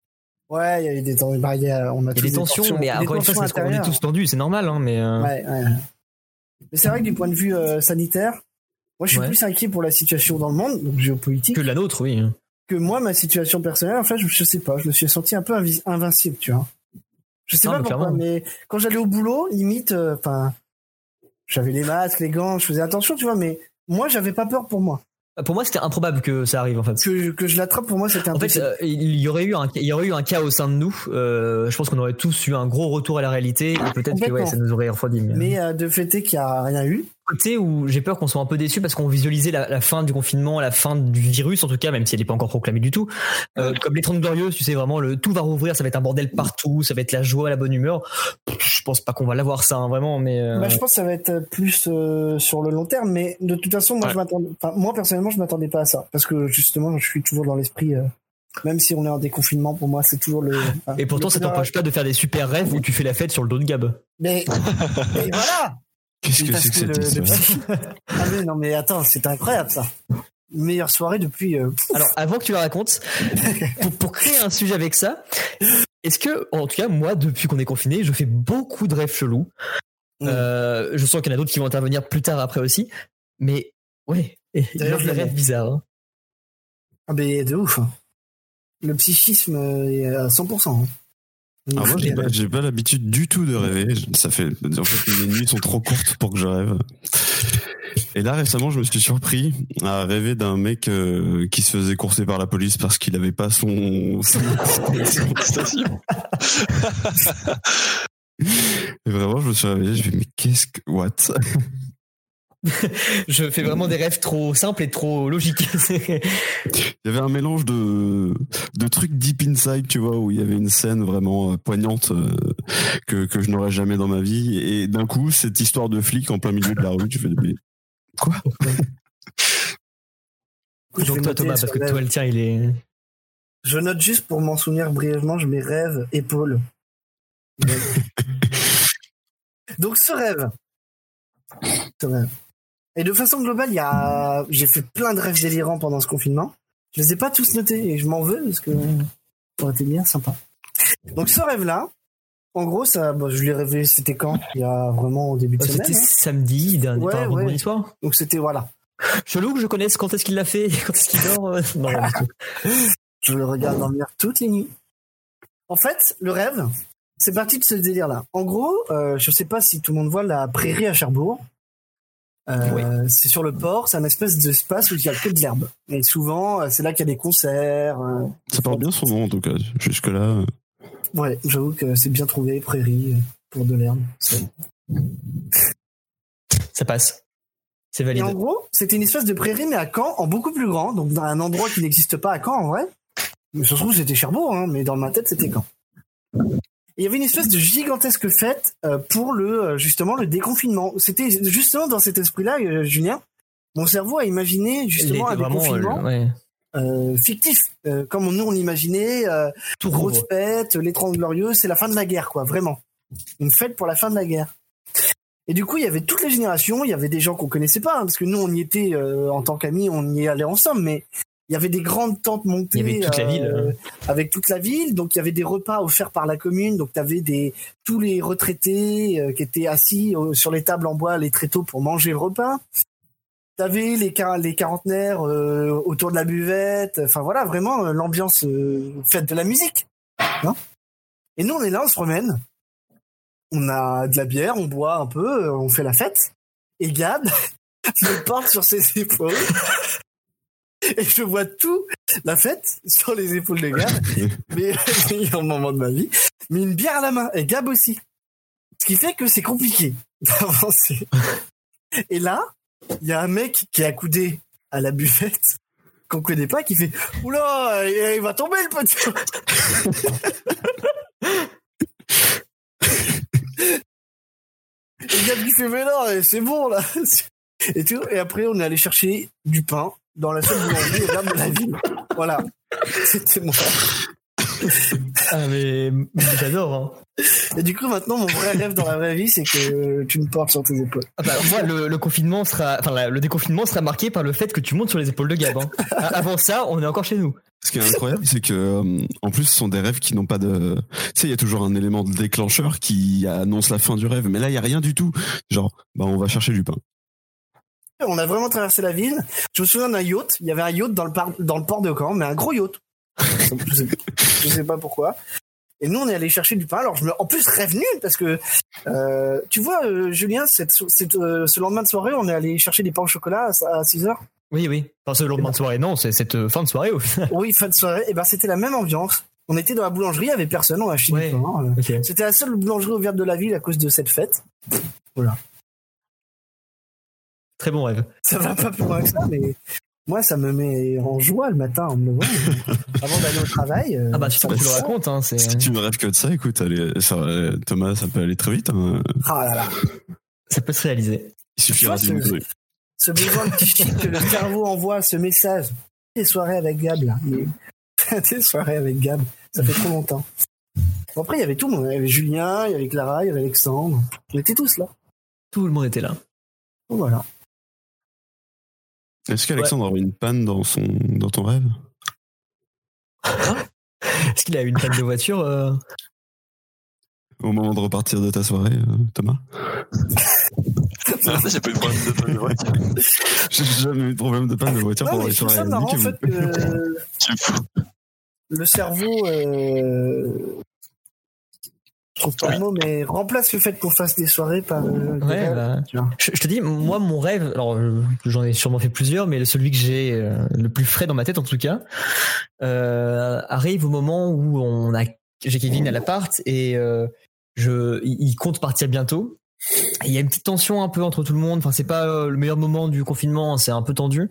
[SPEAKER 9] Ouais, il y a eu des tensions. bah, il y a- on a
[SPEAKER 2] Il y a
[SPEAKER 9] tous
[SPEAKER 2] des tensions, mais
[SPEAKER 9] des
[SPEAKER 2] encore une fois,
[SPEAKER 9] tensions
[SPEAKER 2] c'est parce qu'on est
[SPEAKER 9] intérieures.
[SPEAKER 2] tous tendus, c'est normal, hein, mais euh,
[SPEAKER 9] Ouais, ouais. Mais c'est vrai que du point de vue euh, sanitaire, moi je suis
[SPEAKER 2] Ouais.
[SPEAKER 9] plus inquiet pour la situation dans le monde, donc géopolitique,
[SPEAKER 2] que
[SPEAKER 9] que,
[SPEAKER 2] la nôtre, oui. hein.
[SPEAKER 9] moi, ma situation personnelle, en fait, je, je sais pas, je me suis senti un peu invi- invincible, tu vois. Je sais
[SPEAKER 2] Non,
[SPEAKER 9] pas
[SPEAKER 2] Ah, mais
[SPEAKER 9] pourquoi,
[SPEAKER 2] clairement.
[SPEAKER 9] mais quand j'allais au boulot, limite, euh, enfin, j'avais les masques, les gants, je faisais attention, tu vois, mais moi j'avais pas peur pour moi.
[SPEAKER 2] Euh, Pour moi, c'était improbable que ça arrive en fait.
[SPEAKER 9] Que, que je l'attrape pour moi, c'était un
[SPEAKER 2] En fait, euh, il y aurait eu un, il y aurait eu un cas au sein de nous. euh, je pense qu'on aurait tous eu un gros retour à la réalité et peut-être que ouais,
[SPEAKER 9] Complètement.
[SPEAKER 2] ça nous aurait refroidi. mais-
[SPEAKER 9] Mais euh, de fêter qu'il y a rien eu,
[SPEAKER 2] côté où j'ai peur qu'on soit un peu déçu parce qu'on visualisait la, la fin du confinement, la fin du virus en tout cas, même si elle n'est pas encore proclamée du tout. Euh, Comme les 30 glorieuses, tu sais vraiment, le tout va rouvrir, ça va être un bordel partout, ça va être la joie, la bonne humeur. Pff, Je pense pas qu'on va l'avoir ça hein, vraiment, mais euh,
[SPEAKER 9] Bah, je pense que ça va être plus euh, sur le long terme, mais de toute façon, moi,
[SPEAKER 10] Ouais.
[SPEAKER 9] je m'attendais, enfin, moi personnellement, je m'attendais pas à ça, parce que justement, je suis toujours dans l'esprit, euh, même si on est en déconfinement, pour moi, c'est toujours le. enfin,
[SPEAKER 2] et pourtant
[SPEAKER 9] le
[SPEAKER 2] ça
[SPEAKER 9] bonheur.
[SPEAKER 2] t'empêche pas de faire des super rêves où tu fais la fête sur le dos de Gab.
[SPEAKER 9] Mais, mais voilà.
[SPEAKER 1] Qu'est-ce que
[SPEAKER 9] Parce
[SPEAKER 1] c'est que cette
[SPEAKER 9] le-
[SPEAKER 1] histoire
[SPEAKER 9] depuis- Ah mais non, mais attends, c'est incroyable ça. Meilleure soirée depuis. euh, pff,
[SPEAKER 2] Alors avant que tu la racontes, pour, pour créer un sujet avec ça, est-ce que en tout cas moi depuis qu'on est confiné, je fais beaucoup de rêves chelous.
[SPEAKER 9] Mm.
[SPEAKER 2] Euh, je sens qu'il y en a d'autres qui vont intervenir plus tard après aussi, mais ouais, il y a
[SPEAKER 9] D'ailleurs,
[SPEAKER 2] des
[SPEAKER 9] je l'avais.
[SPEAKER 2] rêves bizarres. hein.
[SPEAKER 9] ah, mais de ouf. Le psychisme euh, est à 100%. hein.
[SPEAKER 1] Alors Ah, moi, j'ai pas, j'ai pas l'habitude du tout de rêver. Je- Ça fait, en fait, mes nuits sont trop courtes pour que je rêve. Et là, récemment, je me suis surpris à rêver d'un mec euh, qui se faisait courser par la police parce qu'il avait pas son. son-
[SPEAKER 10] Station.
[SPEAKER 1] Et vraiment, je me suis réveillé. Je me mais qu'est-ce que what
[SPEAKER 2] Je fais vraiment des rêves trop simples et trop logiques.
[SPEAKER 1] Il y avait un mélange de, de trucs deep inside, tu vois, où il y avait une scène vraiment euh, poignante euh, que, que je n'aurais jamais dans ma vie. Et d'un coup, cette histoire de flic en plein milieu de la rue, tu fais mais quoi
[SPEAKER 9] Je vais
[SPEAKER 2] Donc toi
[SPEAKER 9] noter
[SPEAKER 2] Thomas,
[SPEAKER 9] sur
[SPEAKER 2] parce que
[SPEAKER 9] la-
[SPEAKER 2] toi le tien il est...
[SPEAKER 9] Je note juste pour m'en souvenir brièvement, je mets rêve, épaule. Donc ce rêve. Ce rêve. Et de façon globale, il y a... j'ai fait plein de rêves délirants pendant ce confinement. Je les ai pas tous notés et je m'en veux parce que ça aurait été bien sympa. Donc ce rêve-là, en gros, ça, bon, je l'ai rêvé, c'était quand Il y a vraiment au début de
[SPEAKER 2] Oh,
[SPEAKER 9] semaine.
[SPEAKER 2] C'était
[SPEAKER 9] hein.
[SPEAKER 2] samedi, dernier,
[SPEAKER 9] Ouais,
[SPEAKER 2] enfin,
[SPEAKER 9] ouais.
[SPEAKER 2] vendredi soir.
[SPEAKER 9] Donc c'était, voilà,
[SPEAKER 2] Chelou que je connaisse quand est-ce qu'il l'a fait, quand est-ce qu'il dort. euh, Non, rien du tout.
[SPEAKER 9] Je le regarde en venir toutes les nuits. En fait, le rêve, c'est parti de ce délire-là. En gros, euh, je sais pas si tout le monde voit la prairie à Cherbourg. Euh, C'est sur le port, c'est un espèce d'espace où il y a que de l'herbe. Et souvent, euh, c'est là qu'il y a des concerts. euh,
[SPEAKER 1] Ça porte bien son nom en tout cas. Jusque là,
[SPEAKER 9] Ouais, j'avoue que c'est bien trouvé, prairie, euh, pour de l'herbe.
[SPEAKER 2] Ça passe. C'est
[SPEAKER 9] Et
[SPEAKER 2] valide.
[SPEAKER 9] en gros, c'était une espèce de prairie, mais à Caen, en beaucoup plus grand, donc dans un endroit qui n'existe pas à Caen en vrai. Mais ça se trouve, c'était Cherbourg, hein, mais dans ma tête, c'était Caen. Et Il y avait une espèce de gigantesque fête euh, pour le euh, justement le déconfinement. C'était justement dans cet esprit-là, euh, Julien, Mon cerveau a imaginé justement
[SPEAKER 2] Il
[SPEAKER 9] un
[SPEAKER 2] était vraiment, euh, le-
[SPEAKER 9] déconfinement
[SPEAKER 2] ouais.
[SPEAKER 9] euh, fictif, euh, comme nous on imaginait, euh,
[SPEAKER 2] Tout
[SPEAKER 9] grosse
[SPEAKER 2] rouvre.
[SPEAKER 9] fête, les 30 glorieuses, c'est la fin de la guerre, quoi, vraiment. Une fête pour la fin de la guerre. Et du coup, il y avait toutes les générations, il y avait des gens qu'on connaissait pas, hein, parce que nous, on y était euh, en tant qu'amis, on y allait ensemble, mais il y avait des grandes tentes montées. euh,
[SPEAKER 2] Il y avait toute la ville, hein.
[SPEAKER 9] Avec toute la ville, donc il y avait des repas offerts par la commune, donc tu avais des, tous les retraités euh, qui étaient assis euh, sur les tables en bois, les tréteaux pour manger le repas. T'avais les, quar- les quarantenaires euh, autour de la buvette, enfin voilà, vraiment euh, l'ambiance euh, fête de la musique. hein. et nous, on est là, on se promène, on a de la bière, on boit un peu, euh, on fait la fête. Et Gab me porte sur ses épaules. Et je vois tout, la fête, sur les épaules de Gab. Mais euh, meilleur moment de ma vie. Mais une bière à la main, et Gab aussi. Ce qui fait que c'est compliqué d'avancer. Et là, il y a un mec qui est accoudé à la buvette qu'on connaît pas qui fait Oula, euh, il va tomber le petit Et Gab qui fait Mais non, euh, c'est bon là et, tout. et après, on est allé chercher du pain dans la salle boulangerie et là, de la ville. Voilà. C'était moi.
[SPEAKER 2] Ah, mais j'adore. hein.
[SPEAKER 9] Et du coup, maintenant, mon vrai rêve dans la vraie vie, c'est que tu me portes sur tes épaules.
[SPEAKER 2] Ah bah, moi, le, le confinement sera, enfin, la- le déconfinement sera marqué par le fait que tu montes sur les épaules de Gab. hein. Ah, Avant ça, on est encore chez nous.
[SPEAKER 1] Ce qui est incroyable, c'est que euh, en plus, ce sont des rêves qui n'ont pas de. Tu sais, il y a toujours un élément de déclencheur qui annonce la fin du rêve, mais là, il y a rien du tout. Genre, bah, on va chercher du pain.
[SPEAKER 9] On a vraiment traversé la ville. Je me souviens d'un yacht. Il y avait un yacht dans le, par- dans le port de Caen, mais un gros yacht. je, sais, je sais pas pourquoi. Et nous, on est allé chercher du pain. Alors, je me, en plus, rêve nul parce que, euh, tu vois, euh, Julien, cette, so- cette, euh, ce lendemain de soirée, on est allé chercher des pains au chocolat à, à 6 heures.
[SPEAKER 2] Oui, oui. Enfin, ce lendemain de soirée, non, c'est cette euh, fin de soirée. au final.
[SPEAKER 9] Oui, fin de soirée. Et ben, c'était la même ambiance. On était dans la boulangerie, il y avait personne, on a acheté
[SPEAKER 2] Ouais.
[SPEAKER 9] du pain. euh,
[SPEAKER 2] Ok.
[SPEAKER 9] C'était la seule boulangerie ouverte de la ville à cause de cette fête.
[SPEAKER 2] Très bon rêve.
[SPEAKER 9] Ça va pas plus loin que ça, mais moi, ça me met en joie le matin en me levant. Avant d'aller au travail. euh,
[SPEAKER 2] Ah bah, tu,
[SPEAKER 9] ça
[SPEAKER 2] tu
[SPEAKER 9] me
[SPEAKER 2] le
[SPEAKER 9] fait ça.
[SPEAKER 2] racontes, hein, c'est.
[SPEAKER 1] Si tu ne rêves que de ça, écoute, allez, ça va- Thomas, ça peut aller très vite. hein.
[SPEAKER 9] Ah là là.
[SPEAKER 2] Ça peut se réaliser.
[SPEAKER 1] Il suffira
[SPEAKER 9] Ça,
[SPEAKER 1] d'une
[SPEAKER 9] c'est-
[SPEAKER 1] grue.
[SPEAKER 9] Ce besoin de chichi que le cerveau envoie ce message. Des soirées avec Gab, là. Mais- Des soirées avec Gab. Ça fait trop longtemps. Bon, Après, il y avait tout le monde. Il y avait Julien, il y avait Clara, il y avait Alexandre. On était tous là.
[SPEAKER 2] Tout le monde était là.
[SPEAKER 9] Bon, Voilà.
[SPEAKER 1] Est-ce qu'Alexandre aurait une panne dans, son, dans ton rêve
[SPEAKER 2] Est-ce qu'il a eu une panne de voiture euh
[SPEAKER 1] Au moment de repartir de ta soirée, euh, Thomas
[SPEAKER 10] Ah, J'ai pas eu de problème de panne de voiture.
[SPEAKER 1] J'ai jamais eu de problème de panne de
[SPEAKER 2] Bah,
[SPEAKER 1] voiture
[SPEAKER 9] Non,
[SPEAKER 1] pendant
[SPEAKER 9] mais
[SPEAKER 1] les
[SPEAKER 9] je trouve
[SPEAKER 1] soirées.
[SPEAKER 9] ça marrant, en
[SPEAKER 1] Niquez-vous.
[SPEAKER 9] fait, que
[SPEAKER 10] C'est fou.
[SPEAKER 9] le cerveau, euh, je trouve pas le mot, mais remplace le fait qu'on fasse des soirées par. euh, des
[SPEAKER 2] Ouais,
[SPEAKER 9] rêves.
[SPEAKER 2] bah,
[SPEAKER 9] tu vois.
[SPEAKER 2] je, je te dis, moi, mon rêve, alors euh, j'en ai sûrement fait plusieurs, mais celui que j'ai euh, le plus frais dans ma tête, en tout cas, euh, arrive au moment où on a, j'ai Kevin à l'appart et euh, je, il il compte partir bientôt. Et Il y a une petite tension un peu entre tout le monde. Enfin, c'est pas euh, le meilleur moment du confinement, hein, c'est un peu tendu.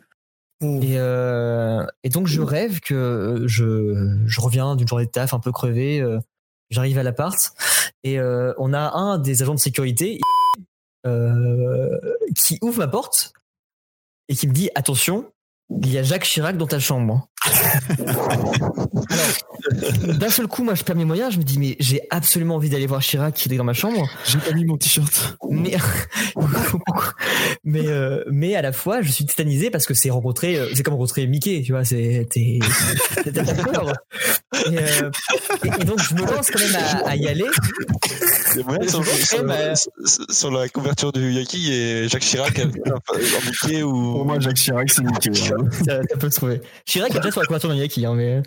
[SPEAKER 9] Mm.
[SPEAKER 2] Et, euh, et donc
[SPEAKER 9] Mmh.
[SPEAKER 2] je rêve que euh, je, je reviens d'une journée de taf un peu crevé, euh, j'arrive à l'appart et euh, on a un des agents de sécurité euh, qui ouvre ma porte et qui me dit attention, il y a Jacques Chirac dans ta chambre. Alors, d'un seul coup, moi, je perds mes moyens. Je me dis, mais j'ai absolument envie d'aller voir Chirac, il est dans ma chambre.
[SPEAKER 1] J'ai pas mis mon t-shirt.
[SPEAKER 2] Mais, mais, euh, mais à la fois, je suis tétanisé parce que c'est rencontrer, euh, c'est comme rencontrer Mickey, tu vois, c'est, t'es, t'es- t'as peur. Et, euh, et- et donc, je me lance quand même à, à y aller.
[SPEAKER 10] Il y a moyen de
[SPEAKER 2] Je
[SPEAKER 10] sur,
[SPEAKER 2] sais,
[SPEAKER 9] Eh
[SPEAKER 10] sur-
[SPEAKER 9] ben,
[SPEAKER 2] mais-
[SPEAKER 10] sur- sur la couverture de Yaki et Jacques Chirac avec un euh, Mickey ou.
[SPEAKER 1] Jacques Chirac, c'est niqué.
[SPEAKER 2] Ça, ça peut se trouver. Chirac est déjà sur la couverture d'un Yaki, hein, mais.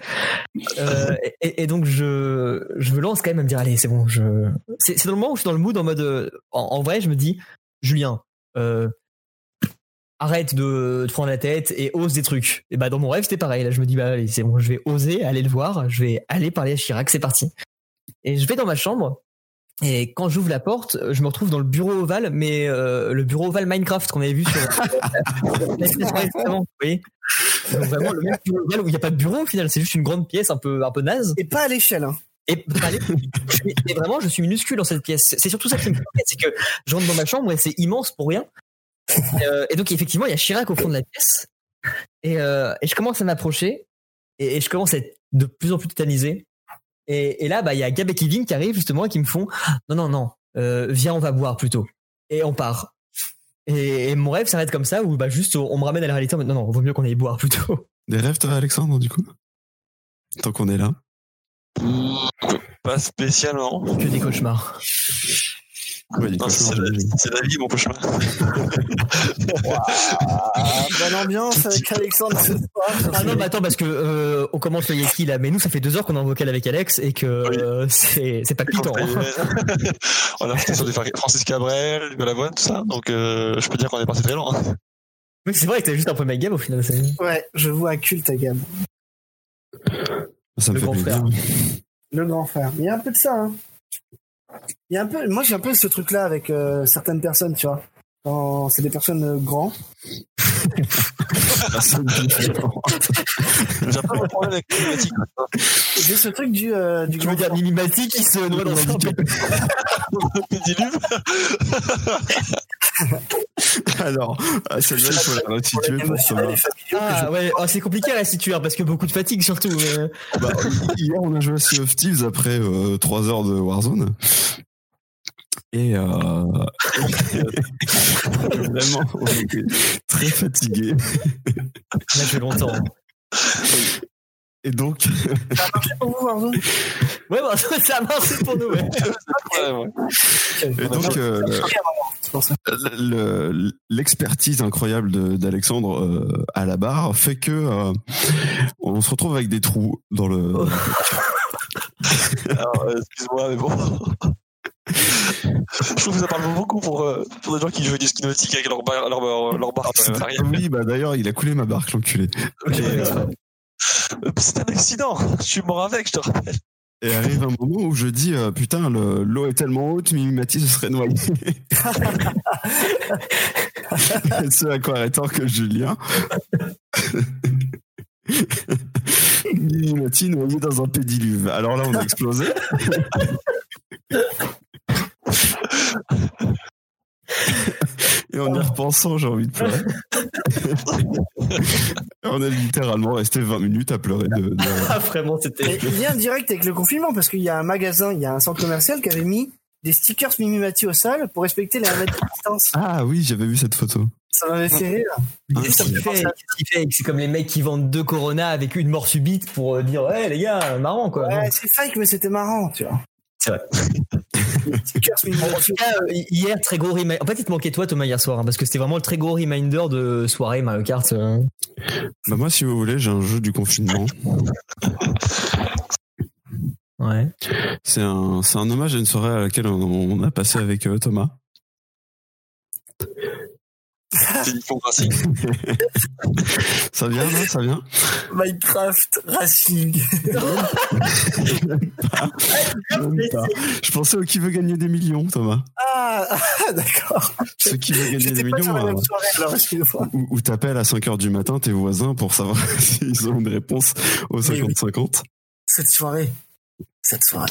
[SPEAKER 2] Euh, et, et donc, je, je me lance quand même à me dire, allez, c'est bon, je. C'est, c'est dans le moment où je suis dans le mood en mode. euh, En, en vrai, je me dis, Julien, euh, arrête de te prendre la tête et ose des trucs. Et bah, dans mon rêve, c'était pareil. Là, je me dis, bah, allez, c'est bon, je vais oser aller le voir, je vais aller parler à Chirac, c'est parti. Et je vais dans ma chambre. Et quand j'ouvre la porte, je me retrouve dans le bureau ovale, mais euh, le bureau ovale Minecraft qu'on avait vu sur l'espèce de restaurant, vous voyez. Donc vraiment le même bureau ovale où il n'y a pas de bureau au final, c'est juste une grande pièce un peu un peu naze.
[SPEAKER 9] Et pas à l'échelle. hein.
[SPEAKER 2] Et, bah, allez, je suis- et vraiment, je suis minuscule dans cette pièce. C'est surtout ça qui me fait c'est que je rentre dans ma chambre et c'est immense pour rien. Et, euh, et donc, effectivement, il y a Chirac au fond de la pièce. Et, euh, et je commence à m'approcher. Et, et je commence à être de plus en plus tétanisé. Et, et là, bah, il y a Gab et Kevin qui arrivent justement et qui me font Non, non, non, euh, viens, on va boire plutôt. Et on part. Et, et mon rêve s'arrête comme ça, où bah, juste on, on me ramène à la réalité en mode Non, non, vaut mieux qu'on aille boire plutôt.
[SPEAKER 1] Des rêves, toi, Alexandre, du coup Tant qu'on est là.
[SPEAKER 10] Pas spécialement.
[SPEAKER 2] Que des cauchemars.
[SPEAKER 1] Ouais, des
[SPEAKER 10] Non,
[SPEAKER 1] cauchemars,
[SPEAKER 10] c'est la,
[SPEAKER 1] j'imagine.
[SPEAKER 10] c'est la vie, mon cauchemar.
[SPEAKER 9] Ah, bonne ambiance avec Alexandre ce soir.
[SPEAKER 2] Ah non, mais attends, parce que euh, on commence le Yaki là, mais nous, ça fait deux heures qu'on est en vocal avec Alex et que
[SPEAKER 10] Oui.
[SPEAKER 2] euh, c'est c'est pas piquant. hein.
[SPEAKER 9] euh,
[SPEAKER 10] On a fait sur des Francis Cabrel, Nicolas Lavoine, tout ça. Donc, euh, je peux dire qu'on est parti très loin.
[SPEAKER 2] Oui, c'est vrai que t'as juste un premier game au final. c'est-
[SPEAKER 9] Ouais, je vous acculte, Gab.
[SPEAKER 1] Ça me
[SPEAKER 2] Le
[SPEAKER 1] fait
[SPEAKER 2] grand
[SPEAKER 1] plaisir.
[SPEAKER 9] Le grand frère. Il y a un peu de ça. hein. Il y a un peu. Moi, j'ai un peu ce truc-là avec euh, certaines personnes, tu vois. Quand c'est des personnes euh, grands.
[SPEAKER 10] J'ai un peu un problème avec la climatique.
[SPEAKER 2] hein.
[SPEAKER 9] J'ai ce truc du, euh, du
[SPEAKER 2] Tu veux
[SPEAKER 9] grand
[SPEAKER 2] dire
[SPEAKER 9] frère.
[SPEAKER 2] Minimati qui se noie dans un
[SPEAKER 10] Le diluve.
[SPEAKER 1] Alors, ah, celle-là, il faut la restituer pour
[SPEAKER 9] Émotionnel
[SPEAKER 1] savoir.
[SPEAKER 9] et familial que
[SPEAKER 2] Ah ouais, oh, c'est compliqué à restituer parce que beaucoup de fatigue surtout. mais-
[SPEAKER 1] Bah, hier, on a joué à Sea of Thieves après 3 heures de Warzone. Et, euh, vraiment, on était très fatigué.
[SPEAKER 2] Là, je fais longtemps.
[SPEAKER 1] Et donc,
[SPEAKER 9] je- pour vous, Warzone.
[SPEAKER 2] Ouais, bah, ça marche pour nous. ouais.
[SPEAKER 10] Ouais, ouais.
[SPEAKER 1] et donc euh,
[SPEAKER 9] C'est pour ça.
[SPEAKER 1] le- l'expertise incroyable de- d'Alexandre euh, à la barre fait que euh, on se retrouve avec des trous dans le.
[SPEAKER 10] Alors, euh, excuse-moi, mais bon. je trouve que ça parle beaucoup pour, euh, pour des gens qui jouent du ski nautique avec leur barre leur, bar- leur barre euh, arrière.
[SPEAKER 1] oui, bah d'ailleurs, il a coulé ma barque, l'enculé.
[SPEAKER 10] Et, euh, euh, c'est un accident. Je suis mort avec, je te rappelle.
[SPEAKER 1] Et arrive un moment où je dis euh, putain, le- l'eau est tellement haute, Mimi Mati se serait noyée. Et Ce à quoi rétorque Julien. Mimi Mati noyée dans un pédiluve. Alors là, on a explosé. Et en y repensant, j'ai envie de pleurer. Et on est littéralement resté 20 minutes à pleurer de- de...
[SPEAKER 2] Ah, vraiment,
[SPEAKER 9] Mais
[SPEAKER 2] c'était.
[SPEAKER 9] il y a un direct avec le confinement parce qu'il y a un magasin, il y a un centre commercial qui avait mis des stickers Mimi Mati aux salles pour respecter les 1 mètre de distance.
[SPEAKER 1] Ah oui, j'avais vu cette photo.
[SPEAKER 9] Ça m'avait fait rire.
[SPEAKER 2] Qu'est-ce qu'il fait Qu'est-ce qu'il fait C'est comme les mecs qui vendent deux Corona avec une mort subite pour euh, dire Ouais, les gars, marrant quoi. Non.
[SPEAKER 9] Ouais, c'est fake, mais c'était marrant, tu vois.
[SPEAKER 2] C'est vrai.
[SPEAKER 9] Les stickers Mimi
[SPEAKER 2] En
[SPEAKER 9] Mati.
[SPEAKER 2] tout cas, euh, hier, très gros reminder. En fait, il te manquait toi, Thomas, hier soir, hein, parce que c'était vraiment le très gros reminder de soirée Mario Kart. euh.
[SPEAKER 1] Bah moi, si vous voulez, j'ai un jeu du confinement.
[SPEAKER 2] Ouais.
[SPEAKER 1] C'est un, c'est un hommage à une soirée à laquelle on, on a passé avec euh, Thomas.
[SPEAKER 10] C'est une hypocrisie.
[SPEAKER 1] Ça vient, non Ça vient
[SPEAKER 9] Minecraft Racing.
[SPEAKER 1] Même pas. Je pensais au qui veut gagner des millions, Thomas.
[SPEAKER 9] Ah, ah, d'accord.
[SPEAKER 1] Ce qui veut gagner des
[SPEAKER 9] J'étais pas sur
[SPEAKER 1] millions,
[SPEAKER 9] la
[SPEAKER 1] euh,
[SPEAKER 9] même soirée, alors excuse-moi.
[SPEAKER 1] où, où t'appelles à 5h du matin tes voisins pour savoir s'ils ont une réponse au
[SPEAKER 9] Oui, oui.
[SPEAKER 1] 50-50.
[SPEAKER 9] Cette soirée. Cette soirée.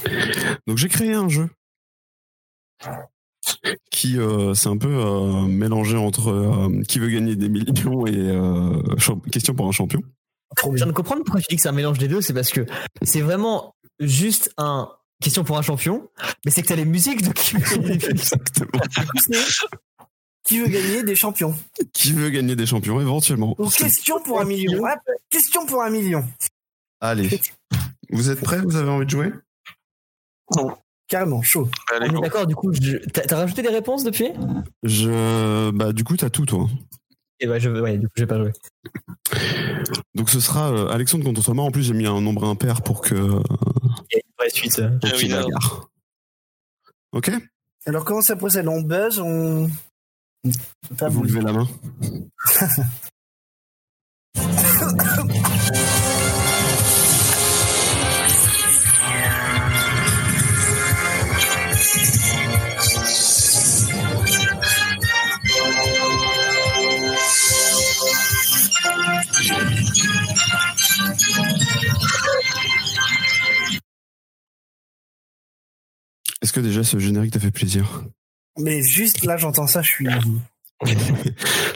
[SPEAKER 1] Donc j'ai créé un jeu qui euh, c'est un peu euh, mélangé entre euh, qui veut gagner des millions et euh, champ- question pour un champion.
[SPEAKER 2] Je viens de comprendre pourquoi tu dis que c'est un mélange des deux, c'est parce que c'est vraiment juste un question pour un champion, mais c'est que t'as les musiques de qui
[SPEAKER 1] Exactement.
[SPEAKER 9] Qui veut gagner des champions
[SPEAKER 1] Qui veut gagner des champions éventuellement
[SPEAKER 9] Ou question pour un million. Ah, question pour un million.
[SPEAKER 1] Allez. Vous êtes prêts Vous avez envie de jouer
[SPEAKER 9] Carrément, chaud.
[SPEAKER 10] Allez,
[SPEAKER 2] On est
[SPEAKER 10] go.
[SPEAKER 2] D'accord, du coup, je- t'as t'as rajouté des réponses depuis
[SPEAKER 1] Je bah du coup t'as tout toi. Eh
[SPEAKER 2] Et
[SPEAKER 1] ben,
[SPEAKER 2] bah, je, ouais, du coup, j'ai pas joué.
[SPEAKER 1] Donc ce sera euh, Alexandre contre Thomas. En plus j'ai mis un nombre impair pour que pour
[SPEAKER 2] Il y a une vraie suite. euh.
[SPEAKER 10] Ah oui,
[SPEAKER 1] qu'il
[SPEAKER 10] d'accord.
[SPEAKER 1] bagarre. Ok.
[SPEAKER 9] Alors comment ça procède On buzz, on. Pas
[SPEAKER 1] Vous
[SPEAKER 9] bouger.
[SPEAKER 1] levez la main. Est-ce que déjà ce générique t'a fait plaisir
[SPEAKER 9] Mais juste là, j'entends ça, je suis.
[SPEAKER 1] Là,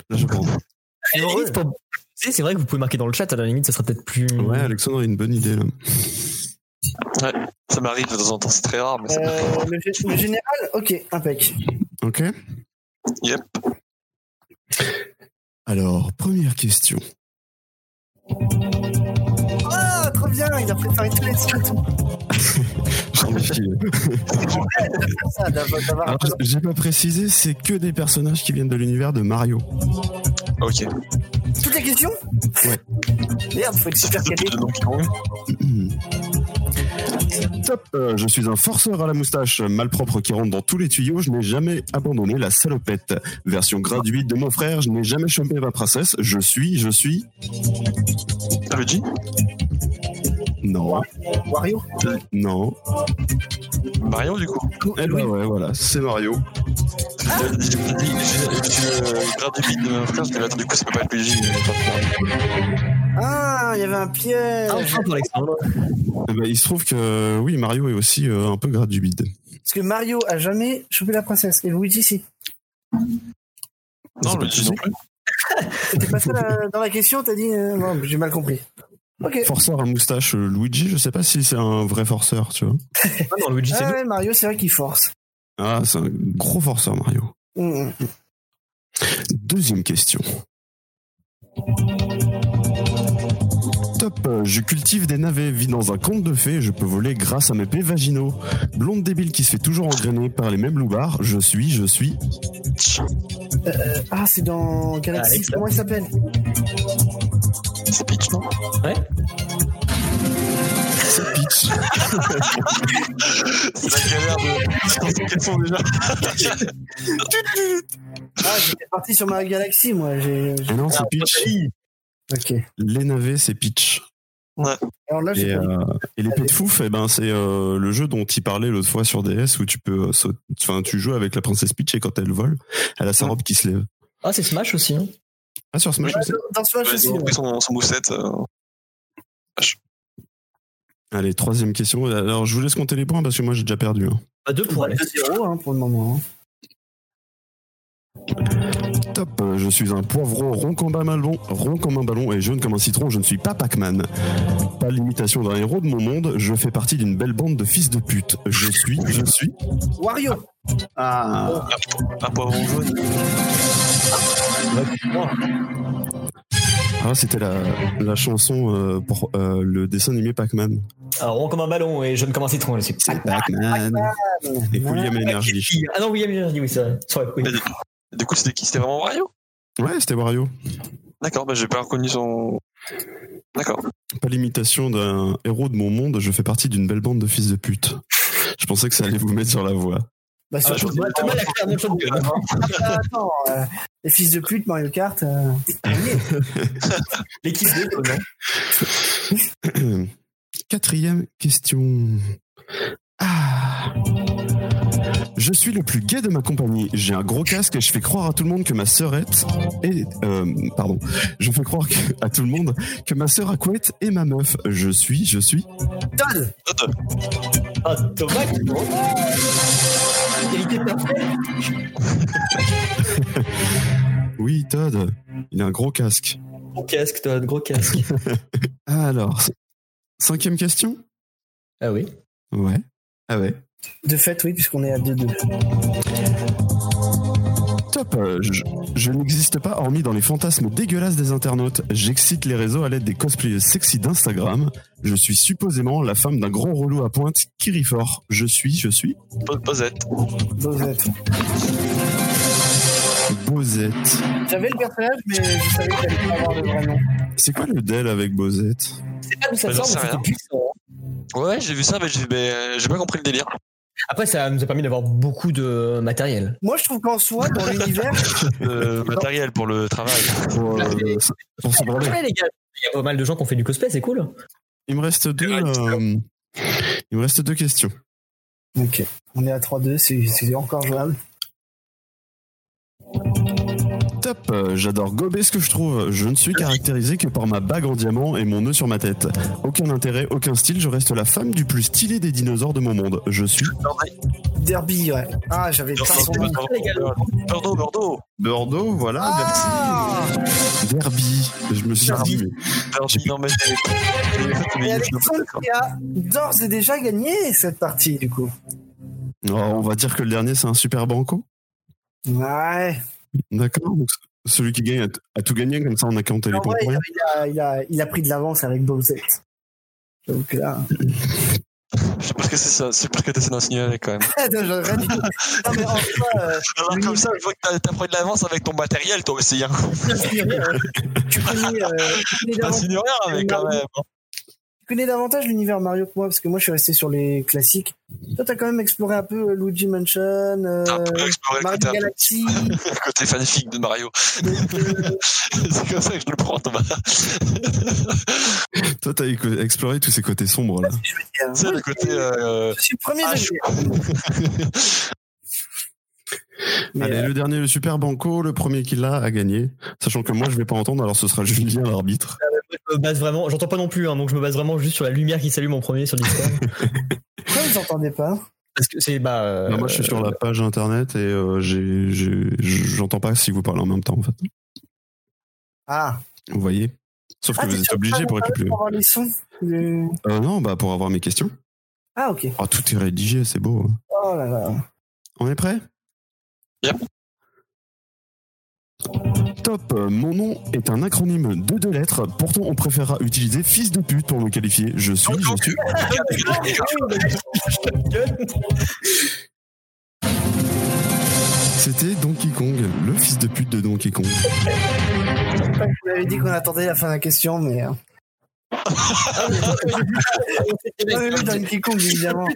[SPEAKER 1] je pense.
[SPEAKER 2] À la limite, pour- tu sais, C'est vrai que vous pouvez marquer dans le chat, à la limite, ça sera peut-être plus.
[SPEAKER 1] Ouais, Alexandre a une bonne idée là.
[SPEAKER 10] Ça m'arrive de temps en temps, c'est très rare, mais ça m'arrive.
[SPEAKER 9] Euh, le, gé- le général, ok, impec.
[SPEAKER 1] Ok.
[SPEAKER 10] Yep.
[SPEAKER 1] Alors, première question.
[SPEAKER 9] Ah, Oh, trop bien, il a préparé tous les trucs.
[SPEAKER 1] J'en ai filé.
[SPEAKER 9] Ça, d'avoir- d'avoir-
[SPEAKER 1] Alors, j'ai pas précisé, c'est que des personnages qui viennent de l'univers de Mario.
[SPEAKER 10] Ok.
[SPEAKER 9] Toutes les questions
[SPEAKER 1] Ouais.
[SPEAKER 9] Merde, faut être
[SPEAKER 10] Ça
[SPEAKER 9] super
[SPEAKER 10] fait
[SPEAKER 9] calé.
[SPEAKER 10] deux noms qui vont.
[SPEAKER 1] Top Euh, Je suis un forceur à la moustache, malpropre qui rentre dans tous les tuyaux, je n'ai jamais abandonné la salopette. Version gratuite de mon frère, je n'ai jamais chopé ma princesse, je suis, je suis...
[SPEAKER 10] Luigi
[SPEAKER 1] Non,
[SPEAKER 9] Wario
[SPEAKER 1] non...
[SPEAKER 10] Mario, du coup
[SPEAKER 1] Eh ben ouais, voilà, c'est Mario.
[SPEAKER 10] J'ai dit- j'ai dit- j'ai dit- j'ai grave des bits de mon frère, je dis, mais attends, du coup, ça peut pas être Luigi. mais attends.
[SPEAKER 9] Ah, il y avait un piège.
[SPEAKER 2] Ah, enfin, pour Alexandre.
[SPEAKER 1] Eh ben, il se trouve que, oui, Mario est aussi euh, un peu grade du bide.
[SPEAKER 9] Parce que Mario a jamais chopé la princesse et Luigi si.
[SPEAKER 10] Non, Luigi non plus.
[SPEAKER 9] C'était pas ça la- dans la question, t'as dit euh, Non, j'ai mal compris. Ok.
[SPEAKER 1] Forceur à moustache, euh, Luigi, je sais pas si c'est un vrai forceur, tu vois.
[SPEAKER 2] Ah, non, Luigi, c'est
[SPEAKER 9] Ah
[SPEAKER 2] nous.
[SPEAKER 9] ouais, Mario, c'est vrai qu'il force.
[SPEAKER 1] Ah, c'est un gros forceur, Mario.
[SPEAKER 9] Mm, mm.
[SPEAKER 1] Deuxième question. Top, euh, je cultive des navets, vis dans un conte de fées, je peux voler grâce à mes pets vaginaux. Blonde débile qui se fait toujours engrainer par les mêmes loupards, je suis, je suis.
[SPEAKER 9] Ah, c'est dans Galaxy.
[SPEAKER 2] Alex, là.
[SPEAKER 9] Comment il s'appelle
[SPEAKER 10] C'est Peach, non
[SPEAKER 1] C'est Peach.
[SPEAKER 10] C'est la galère de. Quels sont déjà
[SPEAKER 9] Ah, j'étais parti sur ma Galaxy, moi. J'ai. j'ai-
[SPEAKER 1] Ah non, c'est Peach.
[SPEAKER 9] Ok.
[SPEAKER 1] Les navets, c'est Peach.
[SPEAKER 9] Alors là, j'ai
[SPEAKER 1] Et,
[SPEAKER 9] pas dit.
[SPEAKER 1] euh, et les pets de fouf, eh ben, c'est euh, le jeu dont il parlait l'autre fois sur DS où tu peux, euh, sauter- enfin, tu joues avec la princesse Peach et quand elle vole, elle a sa robe qui se lève.
[SPEAKER 2] Ah, c'est Smash aussi. hein.
[SPEAKER 1] Ah, sur Smash aussi
[SPEAKER 9] Dans ce match aussi.
[SPEAKER 10] Ils ont pris son son moussette. euh,
[SPEAKER 1] Allez, troisième question. Alors, je vous laisse compter les points parce que moi, j'ai déjà perdu. hein.
[SPEAKER 2] Bah, deux pour Alex.
[SPEAKER 9] 2-0 hein, pour le moment. hein.
[SPEAKER 1] Top, euh, je suis un poivron rond comme un ballon, rond comme un ballon et jaune comme un citron, je ne suis pas Pac-Man. Pas l'imitation d'un héros de mon monde, je fais partie d'une belle bande de fils de pute. Je suis, je suis.
[SPEAKER 9] Wario
[SPEAKER 7] Ah,
[SPEAKER 10] Un poivron jaune.
[SPEAKER 1] Ah, c'était la, la chanson euh, pour euh, le dessin animé Pac-Man.
[SPEAKER 2] Alors, rond Ah, comme un ballon et jaune comme un citron. je sais pas.
[SPEAKER 1] Pac-Man. Et William Energy.
[SPEAKER 2] Ah non, William Energy, oui, c'est vrai. C'est vrai, oui.
[SPEAKER 10] Mais du- Du coup, c'était qui C'était vraiment Mario
[SPEAKER 1] Ouais, c'était Wario.
[SPEAKER 10] D'accord, bah j'ai pas reconnu son. D'accord.
[SPEAKER 1] Pas l'imitation d'un héros de mon monde, je fais partie d'une belle bande de fils de pute. Je pensais que ça allait vous mettre sur la voie.
[SPEAKER 9] Bah,
[SPEAKER 2] Ah,
[SPEAKER 9] surtout,
[SPEAKER 2] Thomas- Thomas l'a clairement shotgun, hein.
[SPEAKER 9] ah, attends, euh, les fils de pute, Mario Kart. euh,
[SPEAKER 2] L'équipe des deux, non
[SPEAKER 1] Quatrième question. Ah. Je suis le plus gay de ma compagnie. J'ai un gros casque et je fais croire à tout le monde que ma sœurette est. euh, pardon. Je fais croire que- à tout le monde que ma sœur à couette est ma meuf. Je suis, je suis.
[SPEAKER 9] Todd
[SPEAKER 2] Ah, Thomas, qui Qualité parfaite.
[SPEAKER 1] Oui, Todd. Il a un gros casque.
[SPEAKER 2] Gros casque, Todd, gros casque.
[SPEAKER 1] Alors. Cinquième question
[SPEAKER 2] Ah oui.
[SPEAKER 1] Ouais. Ah ouais.
[SPEAKER 9] De fait, oui, puisqu'on est à 2-2.
[SPEAKER 1] Top. euh, Je, je n'existe pas hormis dans les fantasmes dégueulasses des internautes. J'excite les réseaux à l'aide des cosplays sexy d'Instagram. Je suis supposément la femme d'un grand relou à pointe qui rit fort. Je suis, je suis.
[SPEAKER 10] Po- Posette.
[SPEAKER 9] Bowsette.
[SPEAKER 1] Bosette.
[SPEAKER 9] J'avais le personnage, mais je savais que j'allais pas avoir le vrai nom.
[SPEAKER 1] C'est quoi le Dell avec Bosette
[SPEAKER 2] C'est pas d'où ça
[SPEAKER 10] Bah, j'en
[SPEAKER 2] sort, mais
[SPEAKER 10] sais
[SPEAKER 2] c'était
[SPEAKER 10] rien.
[SPEAKER 2] puissant. hein.
[SPEAKER 10] Ouais, j'ai vu ça, mais j'ai mais j'ai pas compris le délire.
[SPEAKER 2] Après, ça nous a permis d'avoir beaucoup de matériel.
[SPEAKER 9] Moi, je trouve qu'en soi, dans l'univers,
[SPEAKER 10] Euh, matériel pour le travail.
[SPEAKER 1] pour, euh, pour se branler.
[SPEAKER 2] Ouais, les gars, il y a pas mal de gens qui ont fait du cosplay, c'est cool.
[SPEAKER 1] Il me reste deux. euh, il me reste deux questions.
[SPEAKER 9] Ok. On est à 3-2, c'est- c'est encore jouable.
[SPEAKER 1] top. Euh, J'adore gober ce que je trouve. Je ne suis caractérisé que par ma bague en diamant et mon nœud sur ma tête. Aucun intérêt, aucun style. Je reste la femme du plus stylé des dinosaures de mon monde. Je suis
[SPEAKER 9] Derby, ouais. Ah, j'avais pas son nom.
[SPEAKER 10] Bordeaux, Bordeaux.
[SPEAKER 1] Bordeaux. Voilà.
[SPEAKER 9] Ah
[SPEAKER 1] merci. Derby. Je me suis dit. mais-
[SPEAKER 10] Bordeaux, non, mais.
[SPEAKER 9] Et Alexandre qui a d'ores et déjà gagné cette partie, du coup.
[SPEAKER 1] Oh, on va dire que le dernier c'est un super banco.
[SPEAKER 9] Ouais.
[SPEAKER 1] D'accord. Donc, celui qui gagne a, t- a tout gagné. Comme ça, on a compté les
[SPEAKER 9] En
[SPEAKER 1] points.
[SPEAKER 9] vrai,
[SPEAKER 1] pour
[SPEAKER 9] il a,
[SPEAKER 1] rien.
[SPEAKER 9] il a- il a- il a pris de l'avance avec Bowsette. Donc là.
[SPEAKER 10] Je sais pas ce que c'est ça. C'est parce que t'essaies d'insinuer quand même.
[SPEAKER 9] Attends, j'aurais rien dit. Non, mais en soi, euh,
[SPEAKER 10] Alors, comme ça, je vois que t'as- t'as pris de l'avance avec ton matériel, toi aussi. Hein.
[SPEAKER 9] euh, tu connais, euh, tu connais davantage-
[SPEAKER 10] T'insinues rien, mais quand même. hein.
[SPEAKER 9] tu connais davantage l'univers Mario que moi, parce que moi, je suis resté sur les classiques. Toi, t'as quand même exploré un peu euh, Luigi Mansion, euh,
[SPEAKER 10] T'as un peu exploré le
[SPEAKER 9] Mario
[SPEAKER 10] côté,
[SPEAKER 9] Galaxy.
[SPEAKER 10] le côté fanfic de Mario.
[SPEAKER 9] donc, euh,
[SPEAKER 10] c'est comme ça que je le prends, Thomas.
[SPEAKER 1] Toi, t'as éco- exploré tous ces côtés sombres là.
[SPEAKER 9] euh,
[SPEAKER 10] C'est le côté. euh,
[SPEAKER 9] Je suis le premier
[SPEAKER 10] Ah,
[SPEAKER 9] degré. Mais,
[SPEAKER 1] Allez,
[SPEAKER 9] euh,
[SPEAKER 1] le dernier, le super banco, le premier qui l'a a gagné. Sachant que moi, je vais pas entendre, alors ce sera Julien l'arbitre.
[SPEAKER 2] Je me base vraiment, j'entends pas non plus, hein, donc je me base vraiment juste sur la lumière qui s'allume en premier sur Discord.
[SPEAKER 9] pourquoi vous entendez pas hein
[SPEAKER 2] parce que c'est bah. euh,
[SPEAKER 1] Non, moi, je suis sur la page internet et euh, j'ai- j'ai- j'entends pas si vous parlez en même temps, en fait.
[SPEAKER 9] Ah,
[SPEAKER 1] Vous voyez Sauf que
[SPEAKER 9] Ah,
[SPEAKER 1] vous
[SPEAKER 9] t'es
[SPEAKER 1] êtes
[SPEAKER 9] sur
[SPEAKER 1] obligé pour être le plus.
[SPEAKER 9] pour avoir les sons. le-
[SPEAKER 1] Euh, non, bah pour avoir mes questions.
[SPEAKER 9] Ah, ok.
[SPEAKER 1] Ah, tout est rédigé, c'est beau. hein.
[SPEAKER 9] Oh là là.
[SPEAKER 1] On est prêt
[SPEAKER 10] Yep.
[SPEAKER 1] Top, euh, mon nom est un acronyme de deux lettres, pourtant on préférera utiliser fils de pute pour me qualifier. Je suis, je suis. C'était Donkey Kong, le fils de pute de Donkey Kong.
[SPEAKER 9] Vous avez dit qu'on attendait la fin de la question, mais. euh, Ah, mais oui, Donkey Kong, évidemment.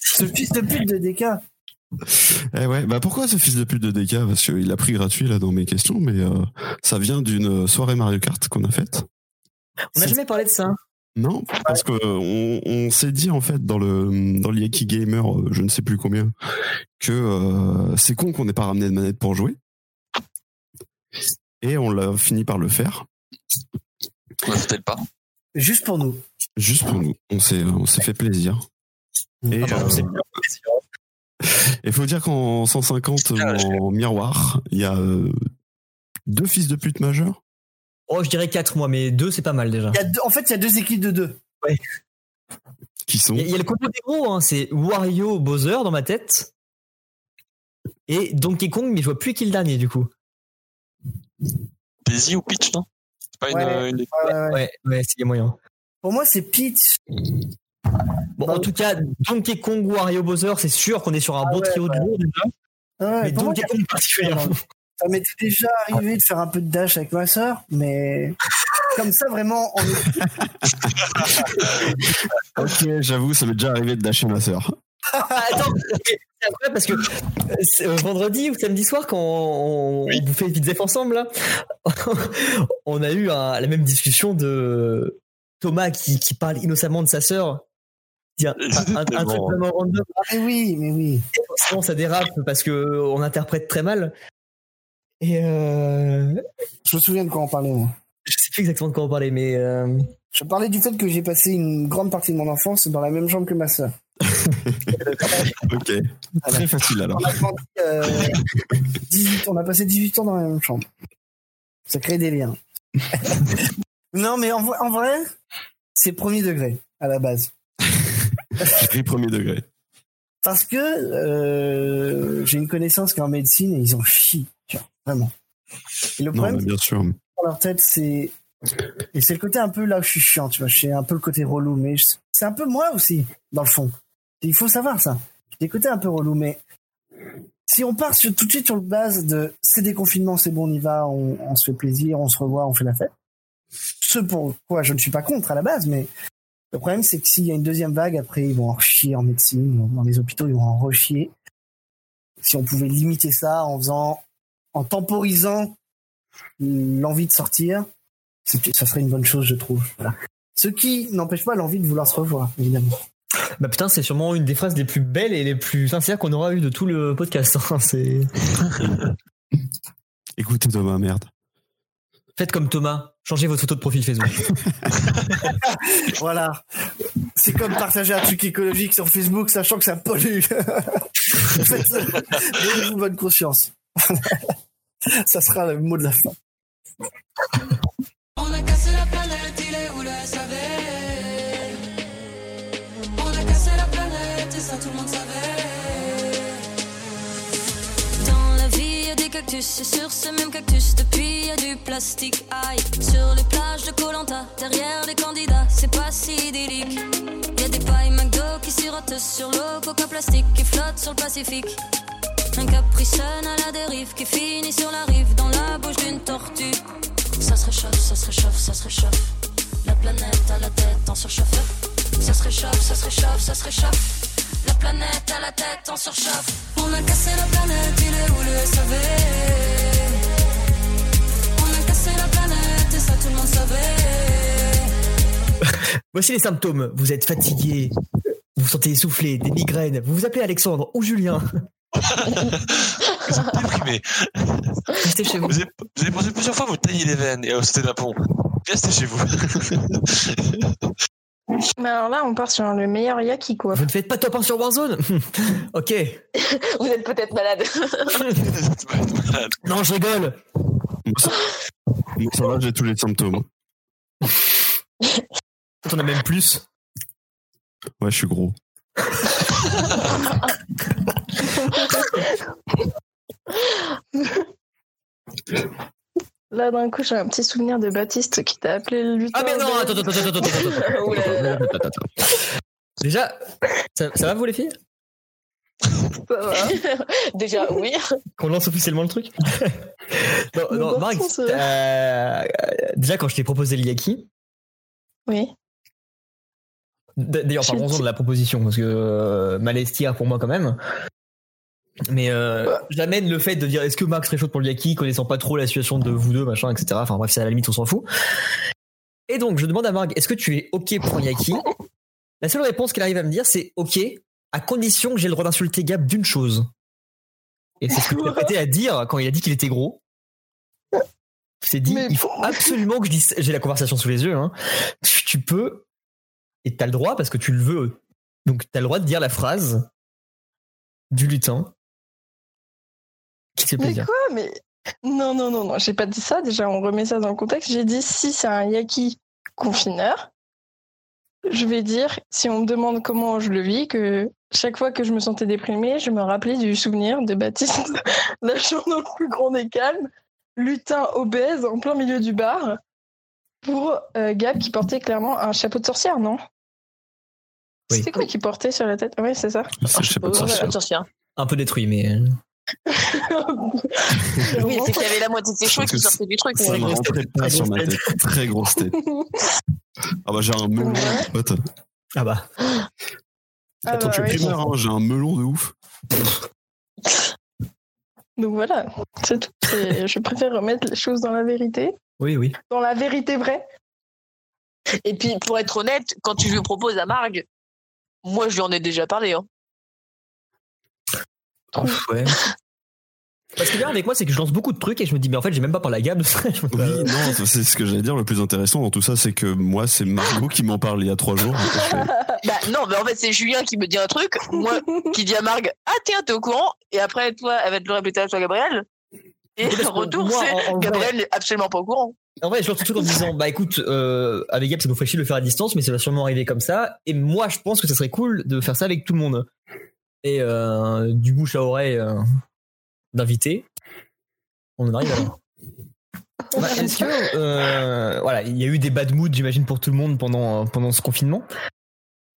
[SPEAKER 9] Ce fils de pute de DK.
[SPEAKER 1] Eh ouais, bah pourquoi ce fils de pute de DK Parce qu'il a pris gratuit là dans mes questions, mais euh, ça vient d'une euh, soirée Mario Kart qu'on a faite.
[SPEAKER 2] On n'a jamais parlé de ça.
[SPEAKER 1] Non, parce que euh, on, on s'est dit en fait dans le dans l'Yaki Gamer, euh, je ne sais plus combien, que euh, c'est con qu'on n'ait pas ramené de manette pour jouer. Et on l'a fini par le faire,
[SPEAKER 10] On a sauté le pas.
[SPEAKER 9] Juste pour nous.
[SPEAKER 1] juste pour nous. On s'est on s'est fait plaisir. Et
[SPEAKER 10] Ah
[SPEAKER 2] Enfin,
[SPEAKER 10] bah,
[SPEAKER 2] on
[SPEAKER 1] euh,
[SPEAKER 2] sait plus.
[SPEAKER 1] il faut dire qu'en 150
[SPEAKER 10] Ah, je-
[SPEAKER 1] en miroir, il y a euh, deux fils de pute majeurs.
[SPEAKER 2] Oh, je dirais 4 mois, mais 2 c'est pas mal déjà.
[SPEAKER 9] Il y a deux- En fait, il y a deux équipes de deux.
[SPEAKER 1] qui sont
[SPEAKER 2] Il y, a- il y a le combo des gros, hein, c'est Wario Bowser dans ma tête. Et Donkey Kong, mais je vois plus qui est le dernier du coup.
[SPEAKER 10] Daisy ou Peach, non C'est pas euh, une. une-
[SPEAKER 9] Ouais. Ouais, ouais, ouais.
[SPEAKER 2] Ouais, ouais, c'est moyen.
[SPEAKER 9] Pour moi, c'est Peach. Bah
[SPEAKER 2] Bon, en
[SPEAKER 9] oui.
[SPEAKER 2] tout cas, Donkey Kong, Wario Bowser, c'est sûr qu'on est sur un
[SPEAKER 9] Ah
[SPEAKER 2] bon trio de gros déjà.
[SPEAKER 9] Ouais,
[SPEAKER 2] mais
[SPEAKER 9] pour moi,
[SPEAKER 2] Donkey Kong particulièrement.
[SPEAKER 9] ça m'était déjà arrivé de faire un peu de dash avec ma sœur, mais comme ça, vraiment, on est
[SPEAKER 1] Ok, j'avoue, ça m'est déjà arrivé de lâcher ma sœur.
[SPEAKER 2] Ah, attends, c'est vrai parce que euh, c'est, euh, vendredi ou samedi soir, quand on, on bouffait Vite Zef ensemble, là, on a eu un- la même discussion de Thomas qui, qui parle innocemment de sa sœur. Tiens, un, un- un truc
[SPEAKER 10] Exactement.
[SPEAKER 2] vraiment random.
[SPEAKER 9] Ah, Mais oui, mais oui.
[SPEAKER 2] Et forcément, ça dérape parce que on interprète très mal. Et euh,
[SPEAKER 9] Je me souviens de quoi on parlait, moi.
[SPEAKER 2] je sais plus exactement de quoi on parlait, mais euh,
[SPEAKER 9] Je parlais du fait que j'ai passé une grande partie de mon enfance dans la même chambre que ma sœur.
[SPEAKER 1] Ok, très facile alors.
[SPEAKER 9] On a grandi, euh, 18 on a passé 18 ans dans la même chambre. Ça crée des liens. non, mais en, vrai- en vrai, c'est premier degré à la base.
[SPEAKER 1] J'ai premier degré.
[SPEAKER 9] Parce que euh, j'ai une connaissance qui est en médecine et ils ont chi, tu vois, vraiment. Et le
[SPEAKER 1] Non,
[SPEAKER 9] problème
[SPEAKER 1] mais bien sûr.
[SPEAKER 9] dans leur tête, c'est et c'est le côté un peu là où je suis chiant, tu vois. C'est un peu le côté relou, mais je- c'est un peu moi aussi dans le fond. Il faut savoir ça. J'ai des côtés un peu relou, mais si on part sur, tout de suite sur le base de c'est des confinements, c'est bon, on y va, on, on se fait plaisir, on se revoit, on fait la fête. Ce pour quoi je ne suis pas contre à la base, mais le problème c'est que s'il y a une deuxième vague, après ils vont en rechier en médecine, dans les hôpitaux ils vont en rechier. Si on pouvait limiter ça en faisant, en temporisant l'envie de sortir, c'est- ça serait une bonne chose, je trouve. Voilà. Ce qui n'empêche pas l'envie de vouloir se revoir, évidemment.
[SPEAKER 2] bah putain, c'est sûrement une des phrases les plus belles et les plus sincères qu'on aura eu de tout le podcast. hein, c'est
[SPEAKER 1] Écoutez Thomas, merde.
[SPEAKER 2] Faites comme Thomas, changez votre photo de profil Facebook.
[SPEAKER 9] Voilà. C'est comme partager un truc écologique sur Facebook, sachant que ça pollue. en fait, donnez-vous bonne conscience. ça sera le mot de la fin.
[SPEAKER 11] On a cassé la planète, il est où le savait On a cassé la planète et ça tout le monde savait
[SPEAKER 8] Dans la vie, y a des cactus, et sur ce même cactus, depuis y a du plastique. Aïe, sur les plages de Colanta, derrière les candidats, c'est pas si idyllique. Y a des pailles McDo qui sirotent sur l'eau, coca plastique qui flotte sur le Pacifique. Un capricène à la dérive qui finit sur la rive dans la bouche d'une tortue. Ça se réchauffe, ça se réchauffe, ça se réchauffe. La planète à la tête en surchauffe. Ça se réchauffe, ça se réchauffe, ça se réchauffe. La planète à la tête en surchauffe.
[SPEAKER 11] On a cassé la planète, il est où le savait On a cassé la planète et ça tout le monde savait
[SPEAKER 2] Voici les symptômes. Vous êtes fatigué, vous vous sentez essoufflé, des migraines. Vous vous appelez Alexandre ou Julien.
[SPEAKER 10] Déprimé.
[SPEAKER 2] Restez chez vous.
[SPEAKER 10] Vous avez, vous avez pensé plusieurs fois, vous taillez les veines et vous sautez d'un pont. Restez chez vous.
[SPEAKER 12] Mais alors là, on part sur le meilleur yak qui coiffe.
[SPEAKER 2] Vous ne faites pas top 1 sur Warzone Ok.
[SPEAKER 12] Vous êtes peut-être malade.
[SPEAKER 2] Non, Oh, je rigole.
[SPEAKER 1] Bon, Ça va, j'ai tous les symptômes.
[SPEAKER 2] On a même plus.
[SPEAKER 1] Ouais, je suis gros.
[SPEAKER 12] Là, d'un coup, j'ai un petit souvenir de Baptiste qui t'a appelé le lutin.
[SPEAKER 2] Ah mais non,
[SPEAKER 12] de-
[SPEAKER 2] attends, attends, attends, attends, attends, attends, attends,
[SPEAKER 12] Oh là là.
[SPEAKER 2] attends, attends, attends. Déjà, ça, ça va vous les filles
[SPEAKER 12] Ça va. Déjà, oui.
[SPEAKER 2] Qu'on lance officiellement le truc Non,
[SPEAKER 12] Nous
[SPEAKER 2] non,
[SPEAKER 12] lançons
[SPEAKER 2] Marc,
[SPEAKER 12] ce-
[SPEAKER 2] euh, déjà quand je t'ai proposé le Yaki,
[SPEAKER 12] Oui.
[SPEAKER 2] d- d'ailleurs
[SPEAKER 12] Je-
[SPEAKER 2] parlons-en de la proposition parce que euh, malestière pour moi quand même, mais euh, j'amène le fait de dire est-ce que Marc serait chaud pour le Yaki connaissant pas trop la situation de vous deux, machin, etc. Enfin bref, c'est à la limite, on s'en fout. Et donc je demande à Marc, est-ce que tu es ok pour un Yaki La seule réponse qu'elle arrive à me dire, c'est OK, à condition que j'ai le droit d'insulter Gab d'une chose. Et c'est ce que j'ai prêté à dire quand il a dit qu'il était gros. C'est dit,
[SPEAKER 12] Mais-
[SPEAKER 2] il faut absolument que je dise. J'ai la conversation sous les yeux. hein. Tu tu peux, et t'as le droit parce que tu le veux. euh, Donc t'as le droit de dire la phrase du lutin qui te fait
[SPEAKER 12] Mais
[SPEAKER 2] plaisir.
[SPEAKER 12] quoi Mais non, non, non, non. J'ai pas dit ça. Déjà, on remet ça dans le contexte. J'ai dit si c'est un yaki confineur, je vais dire si on me demande comment je le vis que chaque fois que je me sentais déprimée, je me rappelais du souvenir de Baptiste lâchant dans le plus grand des calmes, lutin obèse en plein milieu du bar pour euh, Gab qui portait clairement un chapeau de sorcière, non
[SPEAKER 2] Oui.
[SPEAKER 12] C'était quoi qu'il portait sur la tête Oui, c'est ça.
[SPEAKER 1] Je sais pas de
[SPEAKER 12] Voilà.
[SPEAKER 1] sorcière.
[SPEAKER 2] Un peu détruit, mais. euh,
[SPEAKER 12] Oui, c'est qu'il y avait
[SPEAKER 8] la moitié de ses
[SPEAKER 1] cheveux qui sortaient
[SPEAKER 8] du truc.
[SPEAKER 1] Ça me rentrait pas sur ma tête. Très grosse tête. Ah bah j'ai un melon,
[SPEAKER 12] Ouais.
[SPEAKER 1] pote.
[SPEAKER 2] Ah bah.
[SPEAKER 12] Ah
[SPEAKER 1] Attends,
[SPEAKER 12] bah
[SPEAKER 1] tu es
[SPEAKER 12] oui.
[SPEAKER 1] primeur, hein, j'ai un melon de ouf.
[SPEAKER 12] Donc voilà, c'est tout. C'est- Je préfère remettre les choses dans la vérité,
[SPEAKER 2] Oui, oui.
[SPEAKER 12] dans la vérité vraie.
[SPEAKER 8] Et puis, pour être honnête, quand tu lui proposes à Marg, moi, je lui en ai déjà parlé. Hein.
[SPEAKER 2] Ouais. Parce que bien avec moi, c'est que je lance beaucoup de trucs et je me dis, mais en fait, j'ai même pas parlé à Gab. Je me dis,
[SPEAKER 1] Oui,
[SPEAKER 2] bah,
[SPEAKER 1] non, ça, c'est ce que j'allais dire. Le plus intéressant dans tout ça, c'est que moi, c'est Margot qui m'en parle il y a trois jours. Je fais,
[SPEAKER 8] Bah, non, mais en fait, c'est Julien qui me dit un truc, moi, qui dit à Marg, ah tiens, t'es au courant, et après, toi, elle va te le répéter à toi, Gabriel. Et
[SPEAKER 2] Parce que
[SPEAKER 8] retour,
[SPEAKER 2] moi,
[SPEAKER 8] c'est
[SPEAKER 2] en- en vrai-
[SPEAKER 8] Gabriel n'est absolument pas au courant.
[SPEAKER 2] En vrai, je lance le truc en me disant, bah écoute, euh, avec Gab, ça nous ferait chier de le faire à distance, mais ça va sûrement arriver comme ça. Et moi, je pense que ça serait cool de faire ça avec tout le monde. Et euh, du bouche à oreille euh, d'invité, on en arrive à là. Bah, Est-ce que, euh, voilà, il y a eu des bad moods, j'imagine, pour tout le monde pendant, euh, pendant ce confinement.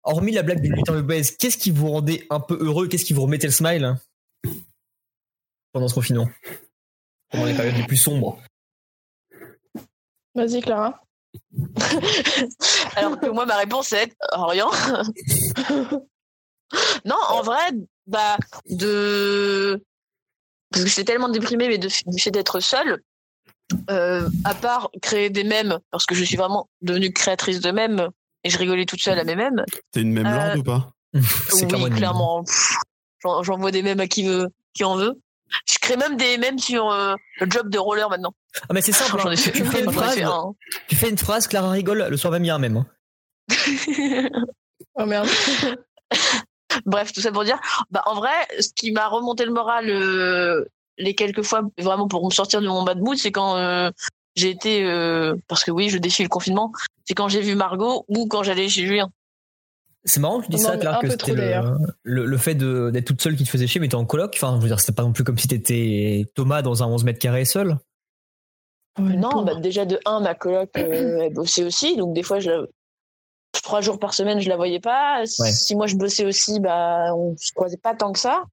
[SPEAKER 2] Hormis la blague du lutin obèse, qu'est-ce qui vous rendait un peu heureux Qu'est-ce qui vous remettait le smile pendant ce confinement Pendant les périodes les plus sombres
[SPEAKER 12] Vas-y, Clara.
[SPEAKER 8] Alors que moi, ma réponse c'est Orient. non, en vrai, bah, de. Parce que j'étais tellement déprimée, mais de- du fait d'être seule, euh, à part créer des mèmes, parce que je suis vraiment devenue créatrice de mèmes, et je rigolais toute seule à mes mèmes.
[SPEAKER 1] T'es une même
[SPEAKER 8] Euh,
[SPEAKER 1] lorde ou pas
[SPEAKER 2] C'est
[SPEAKER 8] oui,
[SPEAKER 2] clairement hein. une-
[SPEAKER 8] clairement. Pff, j'en- J'envoie des mèmes à qui veut, qui en veut. Je crée même des mêmes sur euh, le job de roller maintenant.
[SPEAKER 2] Ah, mais c'est simple.
[SPEAKER 8] J'en
[SPEAKER 2] hein.
[SPEAKER 8] ai fait-
[SPEAKER 2] Tu
[SPEAKER 8] j'en
[SPEAKER 2] fais une
[SPEAKER 8] ai fait
[SPEAKER 2] phrase.
[SPEAKER 8] un.
[SPEAKER 2] Tu fais une phrase, Clara rigole, le soir même, il y a un même. hein.
[SPEAKER 12] Oh merde.
[SPEAKER 8] Bref, tout ça pour dire, bah, en vrai, ce qui m'a remonté le moral euh, les quelques fois, vraiment pour me sortir de mon bad mood, c'est quand euh, j'ai été, euh, parce que oui, je défie le confinement, c'est quand j'ai vu Margot ou quand j'allais chez Julien.
[SPEAKER 2] C'est marrant que tu dis
[SPEAKER 8] Non,
[SPEAKER 2] ça,
[SPEAKER 8] mais
[SPEAKER 2] Clara,
[SPEAKER 8] un
[SPEAKER 2] que
[SPEAKER 8] peu
[SPEAKER 2] c'était
[SPEAKER 8] trop,
[SPEAKER 2] le,
[SPEAKER 8] d'ailleurs.
[SPEAKER 2] le, le fait de- d'être toute seule qui te faisait chier, mais t'es en coloc. Enfin, je veux dire, c'était pas non plus comme si t'étais Thomas dans un 11 mètres carrés seul.
[SPEAKER 8] non, bah, déjà de un, ma coloc, euh, elle bossait aussi, donc des fois, je la- trois jours par semaine, je la voyais pas.
[SPEAKER 2] Ouais.
[SPEAKER 8] Si moi, je bossais aussi, bah, on se croisait pas tant que ça.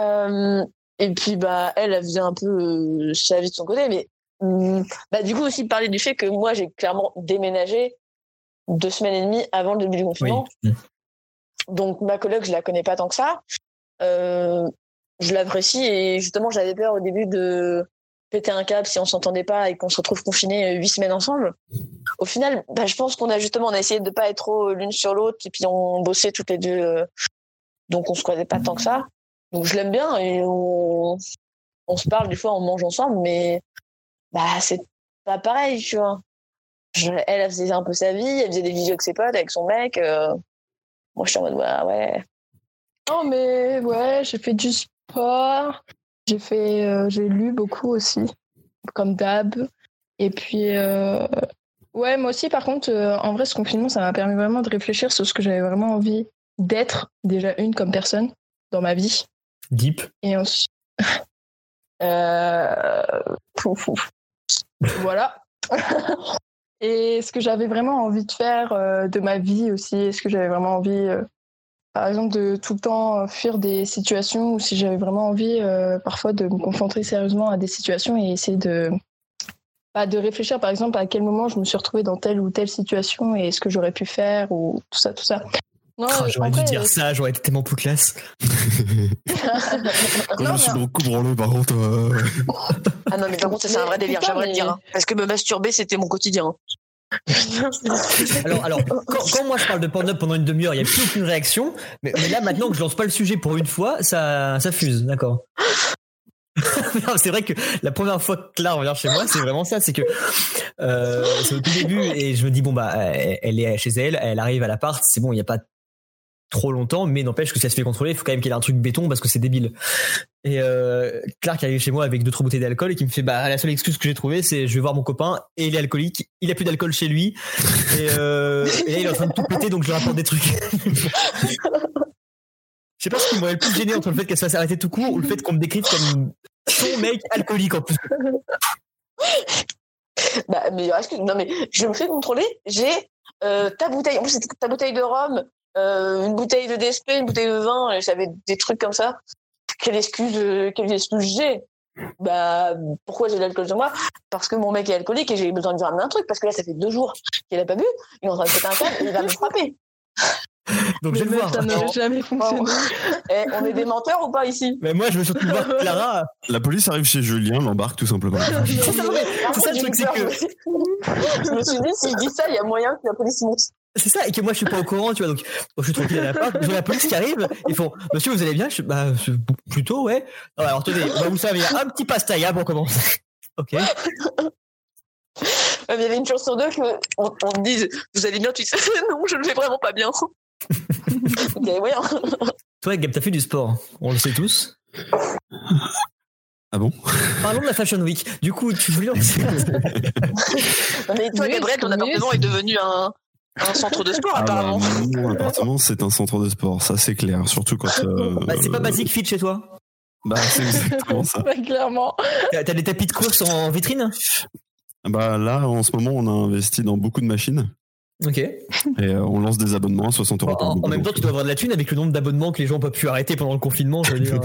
[SPEAKER 8] Euh, et puis, bah, elle, elle faisait un peu euh, sa vie de son côté, mais hum, bah, du coup, aussi parler du fait que moi, j'ai clairement déménagé deux semaines et demie avant le début du confinement.
[SPEAKER 2] Mm.
[SPEAKER 8] Donc, ma coloc, je la connais pas tant que ça. Euh, je l'apprécie et justement, j'avais peur au début de péter un câble si on s'entendait pas et qu'on se retrouve confinés euh, huit semaines ensemble. Au final, bah, je pense qu'on a justement on a essayé de pas être trop euh, l'une sur l'autre et puis on bossait toutes les deux, euh, donc on se croisait pas tant que ça. Donc je l'aime bien et on, on se parle des fois, on mange ensemble, mais bah c'est pas pareil, tu vois. Je- elle, elle faisait un peu sa vie, elle faisait des vidéos avec ses potes, avec son mec. euh, moi, je suis en mode ouais, ouais.
[SPEAKER 12] Non, mais ouais, j'ai fait du sport. J'ai fait, euh, j'ai lu beaucoup aussi, comme d'hab. Et puis, euh, ouais, moi aussi, par contre, euh, en vrai, ce confinement, ça m'a permis vraiment de réfléchir sur ce que j'avais vraiment envie d'être, déjà une comme personne, dans ma vie.
[SPEAKER 2] Deep.
[SPEAKER 12] Et ensuite. Euh, pouf, pouf. Voilà. et ce que j'avais vraiment envie de faire euh, de ma vie aussi, est-ce que j'avais vraiment envie, euh, par exemple, de tout le temps euh, fuir des situations, ou si j'avais vraiment envie euh, parfois de me confronter sérieusement à des situations et essayer de, bah, de réfléchir, par exemple, à quel moment je me suis retrouvée dans telle ou telle situation et ce que j'aurais pu faire, ou tout ça, tout ça. Non,
[SPEAKER 2] Ah, j'aurais
[SPEAKER 12] en
[SPEAKER 2] dû
[SPEAKER 12] vrai,
[SPEAKER 8] euh,
[SPEAKER 2] dire ça, j'aurais été tellement plus classe.
[SPEAKER 1] Quand je suis dans le coup branlé, par contre. euh,
[SPEAKER 8] Ah non, mais par contre, ça, c'est un vrai délire,
[SPEAKER 12] putain,
[SPEAKER 8] j'aimerais le dire.
[SPEAKER 12] mais-
[SPEAKER 8] hein. parce que me masturber, c'était mon quotidien.
[SPEAKER 2] Alors, alors quand, quand moi je parle de porn-up pendant une demi-heure, il n'y a plus aucune réaction. Mais, mais là, maintenant que je lance pas le sujet pour une fois, ça, ça fuse, d'accord Non, c'est vrai que la première fois que Clara revient chez moi, c'est vraiment ça. C'est que euh, c'est au tout début et je me dis, bon, bah, elle elle est chez elle, elle arrive à l'appart, c'est bon, il n'y a pas trop longtemps, mais n'empêche que si elle se fait contrôler, il faut quand même qu'elle ait un truc béton parce que c'est débile. Et euh, Clark arrive chez moi avec deux trois bouteilles d'alcool et qui me fait bah la seule excuse que j'ai trouvée c'est je vais voir mon copain et il est alcoolique, il a plus d'alcool chez lui et, euh, et là, il est en train de tout péter donc je lui rapporte des trucs. Je sais pas ce qui m'aurait le plus gêné entre le fait qu'elle se fasse arrêter tout court ou le fait qu'on me décrive comme ton mec alcoolique en plus.
[SPEAKER 8] Bah, mais excuse, non, mais je me fais contrôler. J'ai euh, ta bouteille, en plus, c'était ta bouteille de rhum, euh, une bouteille de DSP, une bouteille de vin, et j'avais des trucs comme ça. Quelle excuse, euh, quelle excuse j'ai Bah, pourquoi j'ai de l'alcool sur moi Parce que mon mec est alcoolique et j'ai besoin de lui ramener un truc, parce que là, ça fait deux jours qu'il a pas bu, il est en train de péter un câble, et il va me frapper.
[SPEAKER 2] Donc je vais le voir.
[SPEAKER 12] ça n'aurait jamais fonctionné.
[SPEAKER 8] Eh, on est des menteurs ou pas ici
[SPEAKER 2] Mais moi je veux surtout voir Clara.
[SPEAKER 1] La police arrive chez Julien, l'embarque tout simplement.
[SPEAKER 2] C'est ça, non, mais
[SPEAKER 8] Ah,
[SPEAKER 2] c'est ça le truc, c'est que
[SPEAKER 8] Je me suis dit, si je dis ça, il y a moyen que la police monte.
[SPEAKER 2] C'est ça, et que moi je suis pas au courant, tu vois, donc bon, je suis tranquille à la part, j'ai la police qui arrive, ils font Monsieur, vous allez bien je, fais, Bah, je- plutôt, ouais. Ah, alors tenez, bah, vous savez, un petit pastaille hein, pour commencer. Ok.
[SPEAKER 8] Ouais, mais Il y avait une chance sur deux qu'on on on me dise Vous allez bien Tu dis Non, je ne vais vraiment pas bien. hein. Il y avait moyen.
[SPEAKER 2] Toi, Gab, t'as fait du sport, on le sait tous.
[SPEAKER 1] Ah bon
[SPEAKER 2] Parlons de la Fashion Week. Du coup, tu voulais lancer.
[SPEAKER 8] Non, Mais toi,
[SPEAKER 12] Oui,
[SPEAKER 8] Gabriel, ton
[SPEAKER 12] oui.
[SPEAKER 8] appartement est devenu un, un centre de sport,
[SPEAKER 1] Ah bah,
[SPEAKER 8] apparemment.
[SPEAKER 1] mon appartement, c'est un centre de sport, ça c'est clair. Surtout quand. euh,
[SPEAKER 2] Bah, c'est pas basique fit chez toi
[SPEAKER 1] Bah, c'est exactement ça.
[SPEAKER 12] Ouais, clairement.
[SPEAKER 2] T'as t'as des tapis de course en vitrine
[SPEAKER 1] Bah, là, en ce moment, on a investi dans beaucoup de machines
[SPEAKER 2] Ok.
[SPEAKER 1] et euh, on lance des abonnements à 60 euros. par
[SPEAKER 2] en,
[SPEAKER 1] mois.
[SPEAKER 2] en même temps, tu dois avoir de la thune avec le nombre d'abonnements que les gens n'ont pas pu arrêter pendant le confinement, je veux dire.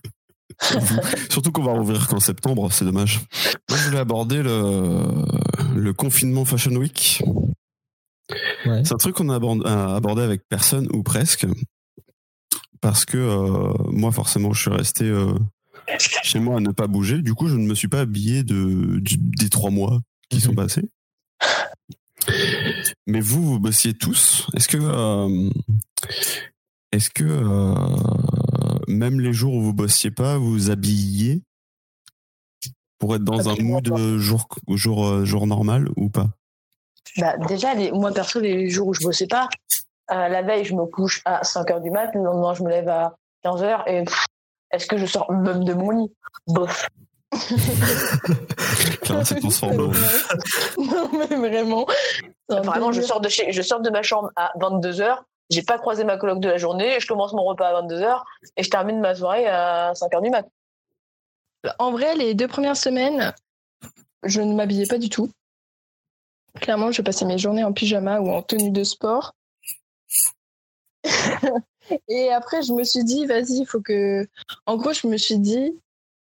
[SPEAKER 2] euh.
[SPEAKER 1] Surtout qu'on va rouvrir qu'en septembre, c'est dommage. Moi, je voulais aborder le, le confinement Fashion Week.
[SPEAKER 2] Ouais.
[SPEAKER 1] C'est un truc qu'on a abord- a abordé avec personne ou presque. Parce que euh, moi, forcément, je suis resté euh, chez moi à ne pas bouger. Du coup, je ne me suis pas habillé de, du- des trois mois qui sont passés. Mais vous, vous bossiez tous. Est-ce que, euh, est-ce que euh, même les jours où vous bossiez pas, vous vous habilliez pour être dans un mood euh, jour, jour, euh, jour normal ou pas
[SPEAKER 8] Bah, déjà, les, moi perso, les jours où je bossais pas, euh, la veille, je me couche à 5h du mat, le lendemain, je me lève à 15h et pff, est-ce que je sors même de mon lit Bof.
[SPEAKER 1] Clairement, c'est transformé. en-
[SPEAKER 8] non, mais vraiment. Vraiment, je sors, de chez, je sors de ma chambre à 22h, j'ai pas croisé ma coloc de la journée, je commence mon repas à 22h et je termine ma soirée à 5h du mat.
[SPEAKER 12] En vrai, les deux premières semaines, je ne m'habillais pas du tout. Clairement, je passais mes journées en pyjama ou en tenue de sport. et après, je me suis dit, vas-y, il faut que. En gros, je me suis dit,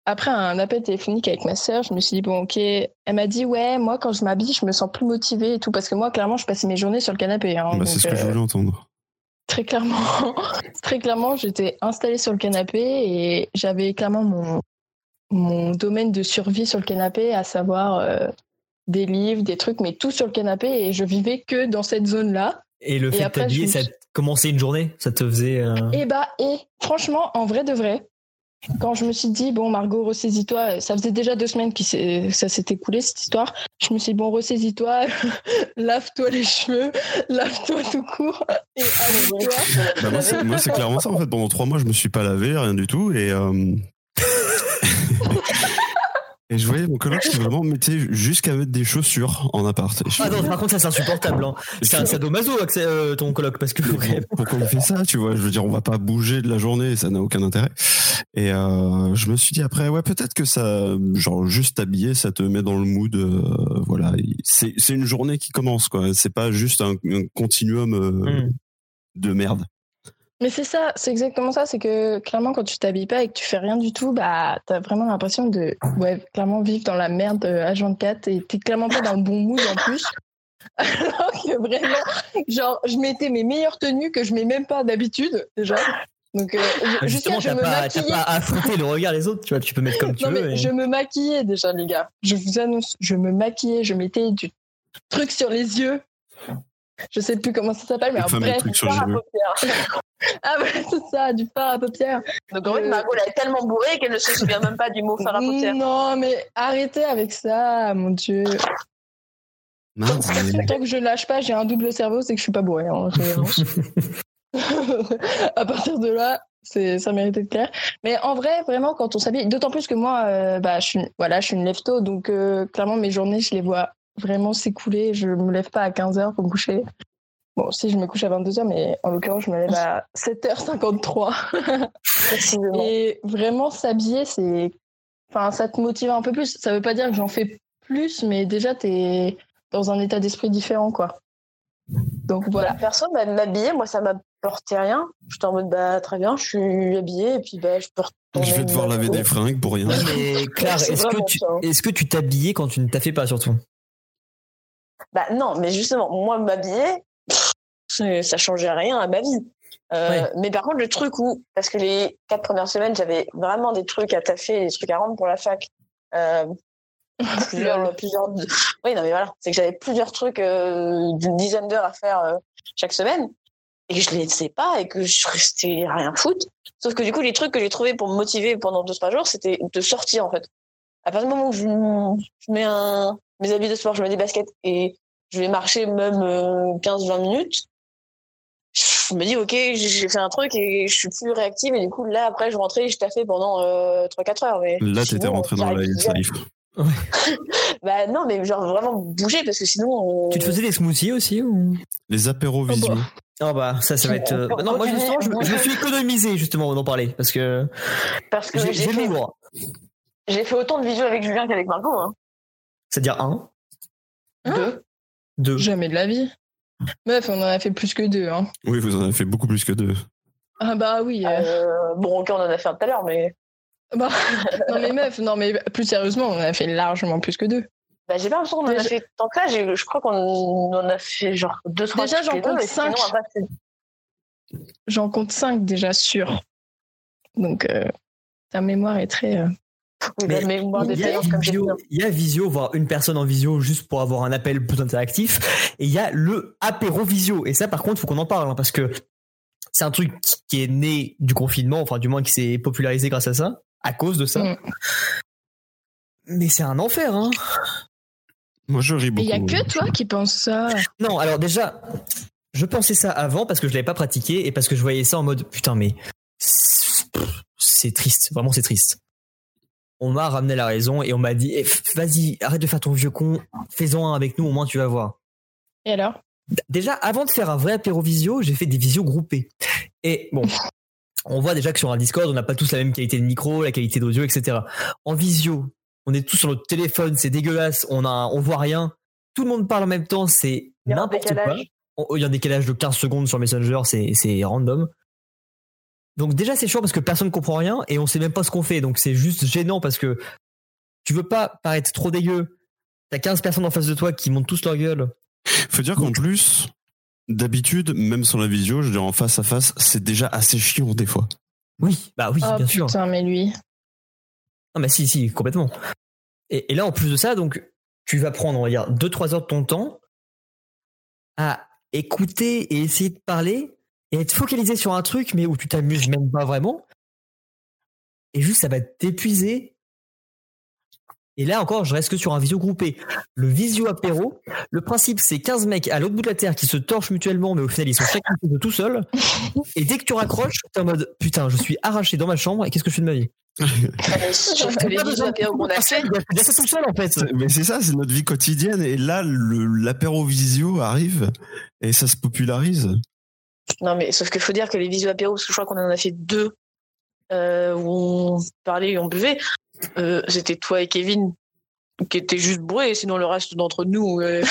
[SPEAKER 12] après un appel téléphonique avec ma sœur, je me suis dit, bon, ok. Elle m'a dit, ouais, moi, quand je m'habille, je me sens plus motivée et tout. Parce que moi, clairement, je passais mes journées sur le canapé. hein,
[SPEAKER 1] Bah, c'est
[SPEAKER 12] donc,
[SPEAKER 1] ce que je
[SPEAKER 12] euh,
[SPEAKER 1] voulais entendre.
[SPEAKER 12] Très clairement, très clairement, j'étais installée sur le canapé et j'avais clairement mon, mon domaine de survie sur le canapé, à savoir euh, des livres, des trucs, mais tout sur le canapé et je vivais que dans cette zone-là.
[SPEAKER 2] Et le fait de
[SPEAKER 12] après, je
[SPEAKER 2] t'habiller,
[SPEAKER 12] me
[SPEAKER 2] ça
[SPEAKER 12] suis-
[SPEAKER 2] commençait une journée Ça te faisait. euh,
[SPEAKER 12] Et bah, et franchement, en vrai de vrai, quand je me suis dit, bon, Margot, ressaisis-toi, ça faisait déjà deux semaines que ça s'est écoulé cette histoire, je me suis dit, bon, ressaisis-toi, lave-toi les cheveux, lave-toi tout court et habille-toi.
[SPEAKER 1] Bah, moi, c'est moi, c'est clairement ça en fait. Pendant trois mois, je me suis pas lavé, rien du tout. Et, euh, et je voyais mon coloc qui vraiment mettait jusqu'à mettre des chaussures en appart. Et je
[SPEAKER 2] Ah
[SPEAKER 1] fais,
[SPEAKER 2] non, par contre, ça c'est insupportable. Hein. C'est un sadomaso, accès, euh, ton coloc, parce que.
[SPEAKER 1] pourquoi on fait ça Tu vois, je veux dire, on va pas bouger de la journée, ça n'a aucun intérêt. Et euh, je me suis dit après, ouais, peut-être que ça, genre juste habillé, ça te met dans le mood. euh, voilà, Il- c'est c'est une journée qui commence quoi. C'est pas juste un, un continuum euh,
[SPEAKER 2] Hmm.
[SPEAKER 1] de merde.
[SPEAKER 12] Mais c'est ça, c'est exactement ça. C'est que clairement, quand tu t'habilles pas et que tu fais rien du tout, bah, t'as vraiment l'impression de, ouais, clairement vivre dans la merde euh, à 24 et t'es clairement pas dans le bon mood en plus. Alors que vraiment, genre, je mettais mes meilleures tenues que je mets même pas d'habitude, déjà. Donc, euh, je-
[SPEAKER 2] Bah,
[SPEAKER 12] jusqu'à
[SPEAKER 2] Justement,
[SPEAKER 12] je
[SPEAKER 2] t'as
[SPEAKER 12] me
[SPEAKER 2] pas, t'as
[SPEAKER 12] maquillais.
[SPEAKER 2] pas à affronter le regard des autres, tu vois, tu peux mettre comme tu
[SPEAKER 12] Non,
[SPEAKER 2] veux.
[SPEAKER 8] hein.
[SPEAKER 12] mais
[SPEAKER 2] et-
[SPEAKER 12] je me maquillais déjà, les gars. Je vous annonce, je me maquillais, je mettais du truc sur les yeux. Je sais plus comment ça s'appelle, mais
[SPEAKER 8] Le
[SPEAKER 12] en
[SPEAKER 8] fameux
[SPEAKER 12] bref,
[SPEAKER 8] truc
[SPEAKER 12] du
[SPEAKER 8] sur les
[SPEAKER 12] fard à
[SPEAKER 8] yeux.
[SPEAKER 12] paupières. ah ouais, c'est ça, du fard à paupières.
[SPEAKER 8] Donc en fait, Margot, elle est tellement bourrée qu'elle ne se souvient même pas du mot fard à paupières.
[SPEAKER 12] Non, mais arrêtez avec ça, mon dieu.
[SPEAKER 1] Merde, mais-
[SPEAKER 12] Tant que je lâche pas, j'ai un double cerveau, c'est que je suis pas bourré. hein, en référence. à partir de là, c'est ça méritait de clair. Mais en vrai, vraiment, quand on s'habille, d'autant plus que moi, euh, bah, je suis, voilà, je suis une lève-tôt, donc euh, clairement, mes journées, je les vois vraiment s'écouler. Je me lève pas à 15h pour me coucher. Bon, si je me couche à 22h, mais en l'occurrence, je me lève à 7h53. Et vraiment, s'habiller, c'est. Enfin, ça te motive un peu plus. Ça veut pas dire que j'en fais plus, mais déjà, t'es dans un état d'esprit différent, quoi. Donc voilà.
[SPEAKER 8] Personne va m'habiller, moi ça m'apportait rien. J'étais en mode bah très bien, je suis habillée et puis bah je peux retourner.
[SPEAKER 1] je vais devoir laver des fringues pour rien.
[SPEAKER 2] Ouais, mais Claire,
[SPEAKER 8] C'est
[SPEAKER 2] est-ce que,
[SPEAKER 8] vraiment
[SPEAKER 2] tu,
[SPEAKER 8] ça, hein.
[SPEAKER 2] est-ce que tu t'habillais quand tu ne taffais pas, surtout
[SPEAKER 8] Bah non, mais justement, moi m'habiller, pff, c'est- ça changeait rien à ma vie. Euh, Mais par contre, le truc où, parce que les quatre premières semaines, j'avais vraiment des trucs à taffer, des trucs à rendre pour la fac. Euh, plusieurs, plusieurs- Oui, non, mais voilà, c'est que j'avais plusieurs trucs euh, d'une dizaine d'heures à faire euh, chaque semaine et que je les sais pas et que je restais à rien foutre. Sauf que du coup, les trucs que j'ai trouvés pour me motiver pendant deux trois jours, c'était de sortir en fait. À partir du moment où je, je mets un, mes habits de sport, je mets des baskets et je vais marcher même euh, 15-20 minutes, je me dis ok, j'ai fait un truc et je suis plus réactive et du coup là après je rentrais et je taffais pendant euh, 3-4 heures. Mais
[SPEAKER 1] Là, t'étais
[SPEAKER 8] sinon,
[SPEAKER 1] rentré dans la
[SPEAKER 8] j'arrête
[SPEAKER 1] Hills
[SPEAKER 8] jamais.
[SPEAKER 1] Life.
[SPEAKER 8] Bah non, mais genre vraiment bouger parce que sinon. on-
[SPEAKER 2] Tu te faisais des smoothies aussi ou...
[SPEAKER 1] Les
[SPEAKER 12] Oh,
[SPEAKER 1] apéros visuels.
[SPEAKER 2] Ah bah, ça, ça va être. euh, Non, moi, justement, je, me- je me suis économisé, justement, on en parlait, parce que.
[SPEAKER 8] Parce que
[SPEAKER 2] j'ai,
[SPEAKER 8] j'ai
[SPEAKER 2] j'ai
[SPEAKER 8] fait-
[SPEAKER 2] lourd.
[SPEAKER 8] J'ai fait autant de visuels avec Julien qu'avec Margot. Hein.
[SPEAKER 2] C'est-à-dire un,
[SPEAKER 8] deux.
[SPEAKER 2] deux.
[SPEAKER 12] Hein Jamais de la vie. Meuf, on en a fait plus que deux. Hein.
[SPEAKER 1] Oui, vous en avez fait beaucoup plus que deux.
[SPEAKER 12] Ah bah oui.
[SPEAKER 8] Euh, bon, ok, on en a fait un tout à l'heure, mais.
[SPEAKER 12] Bah, non mais meuf, non mais plus sérieusement, on en a fait largement plus que deux.
[SPEAKER 8] Bah, j'ai pas l'impression qu'on en
[SPEAKER 2] Ah,
[SPEAKER 8] a fait tant que ça. j'ai- Je crois qu'on en a fait genre deux, trois
[SPEAKER 12] Déjà,
[SPEAKER 8] toutes
[SPEAKER 12] j'en
[SPEAKER 8] les deux,
[SPEAKER 12] compte
[SPEAKER 8] et sinon,
[SPEAKER 12] cinq.
[SPEAKER 8] après, c'est-
[SPEAKER 12] J'en compte cinq déjà sûr. Donc euh, ta mémoire est très. euh,
[SPEAKER 2] Mais il y a visio- il y a visio, voire une personne en visio juste pour avoir un appel plus interactif. Et il y a le apéro visio. Et ça, par contre, faut qu'on en parle hein, parce que c'est un truc qui- qui est né du confinement, enfin du moins qui s'est popularisé grâce à ça, à cause de ça. Mais c'est un enfer, hein.
[SPEAKER 1] Moi, je ris
[SPEAKER 12] Et il y a que toi qui penses ça.
[SPEAKER 2] Non, alors déjà, je pensais ça avant parce que je l'avais pas pratiqué et parce que je voyais ça en mode putain mais c'est c'est triste, vraiment c'est triste. On m'a ramené la raison et on m'a dit eh, vas-y arrête de faire ton vieux con, fais-en un avec nous au moins tu vas voir.
[SPEAKER 12] Et alors
[SPEAKER 2] Déjà avant de faire un vrai apéro visio, j'ai fait des visios groupés et bon. On voit déjà que sur un Discord, on n'a pas tous la même qualité de micro, la qualité d'audio, etc. En visio, on est tous sur notre téléphone, c'est dégueulasse, on a, on voit rien. Tout le monde parle en même temps, c'est
[SPEAKER 8] Il y a un
[SPEAKER 2] n'importe quoi.
[SPEAKER 8] décalage.
[SPEAKER 2] On- Il y a un décalage de 15 secondes sur Messenger, c'est, c'est random. Donc déjà, c'est chiant parce que personne comprend rien et on sait même pas ce qu'on fait. Donc c'est juste gênant parce que tu veux pas paraître trop dégueu. T'as 15 personnes en face de toi qui montent tous leur gueule.
[SPEAKER 1] Faut dire qu'en plus, d'habitude, même sur la visio, je veux dire en face à face, c'est déjà assez chiant des fois.
[SPEAKER 2] Oui, bah oui,
[SPEAKER 12] oh,
[SPEAKER 2] bien sûr.
[SPEAKER 12] Putain, mais lui.
[SPEAKER 2] Ah bah si, si, complètement. Et, et là, en plus de ça, donc, tu vas prendre, on va dire, 2-3 heures de ton temps à écouter et essayer de parler et être focalisé sur un truc, mais où tu t'amuses même pas vraiment. Et juste, ça va t'épuiser. Et là encore, je reste que sur un visio groupé. Le visio apéro, le principe, c'est 15 mecs à l'autre bout de la terre qui se torchent mutuellement, mais au final, ils sont chacun de tout seul. Et dès que tu raccroches, t'es en mode, putain, je suis arraché dans ma chambre et qu'est-ce que je fais de ma vie?
[SPEAKER 1] Bah,
[SPEAKER 8] Sauf que les visions apéro qu'on a fait,
[SPEAKER 2] en fait.
[SPEAKER 1] Mais c'est ça, c'est notre vie quotidienne. Et là, le- l'apéro visio arrive et ça se popularise.
[SPEAKER 8] Non, mais sauf qu'il faut dire que les visio apéro, parce que je crois qu'on en a fait deux euh, où on parlait et on buvait, euh, c'était toi et Kevin qui étaient juste bourrés, sinon le reste d'entre nous. euh,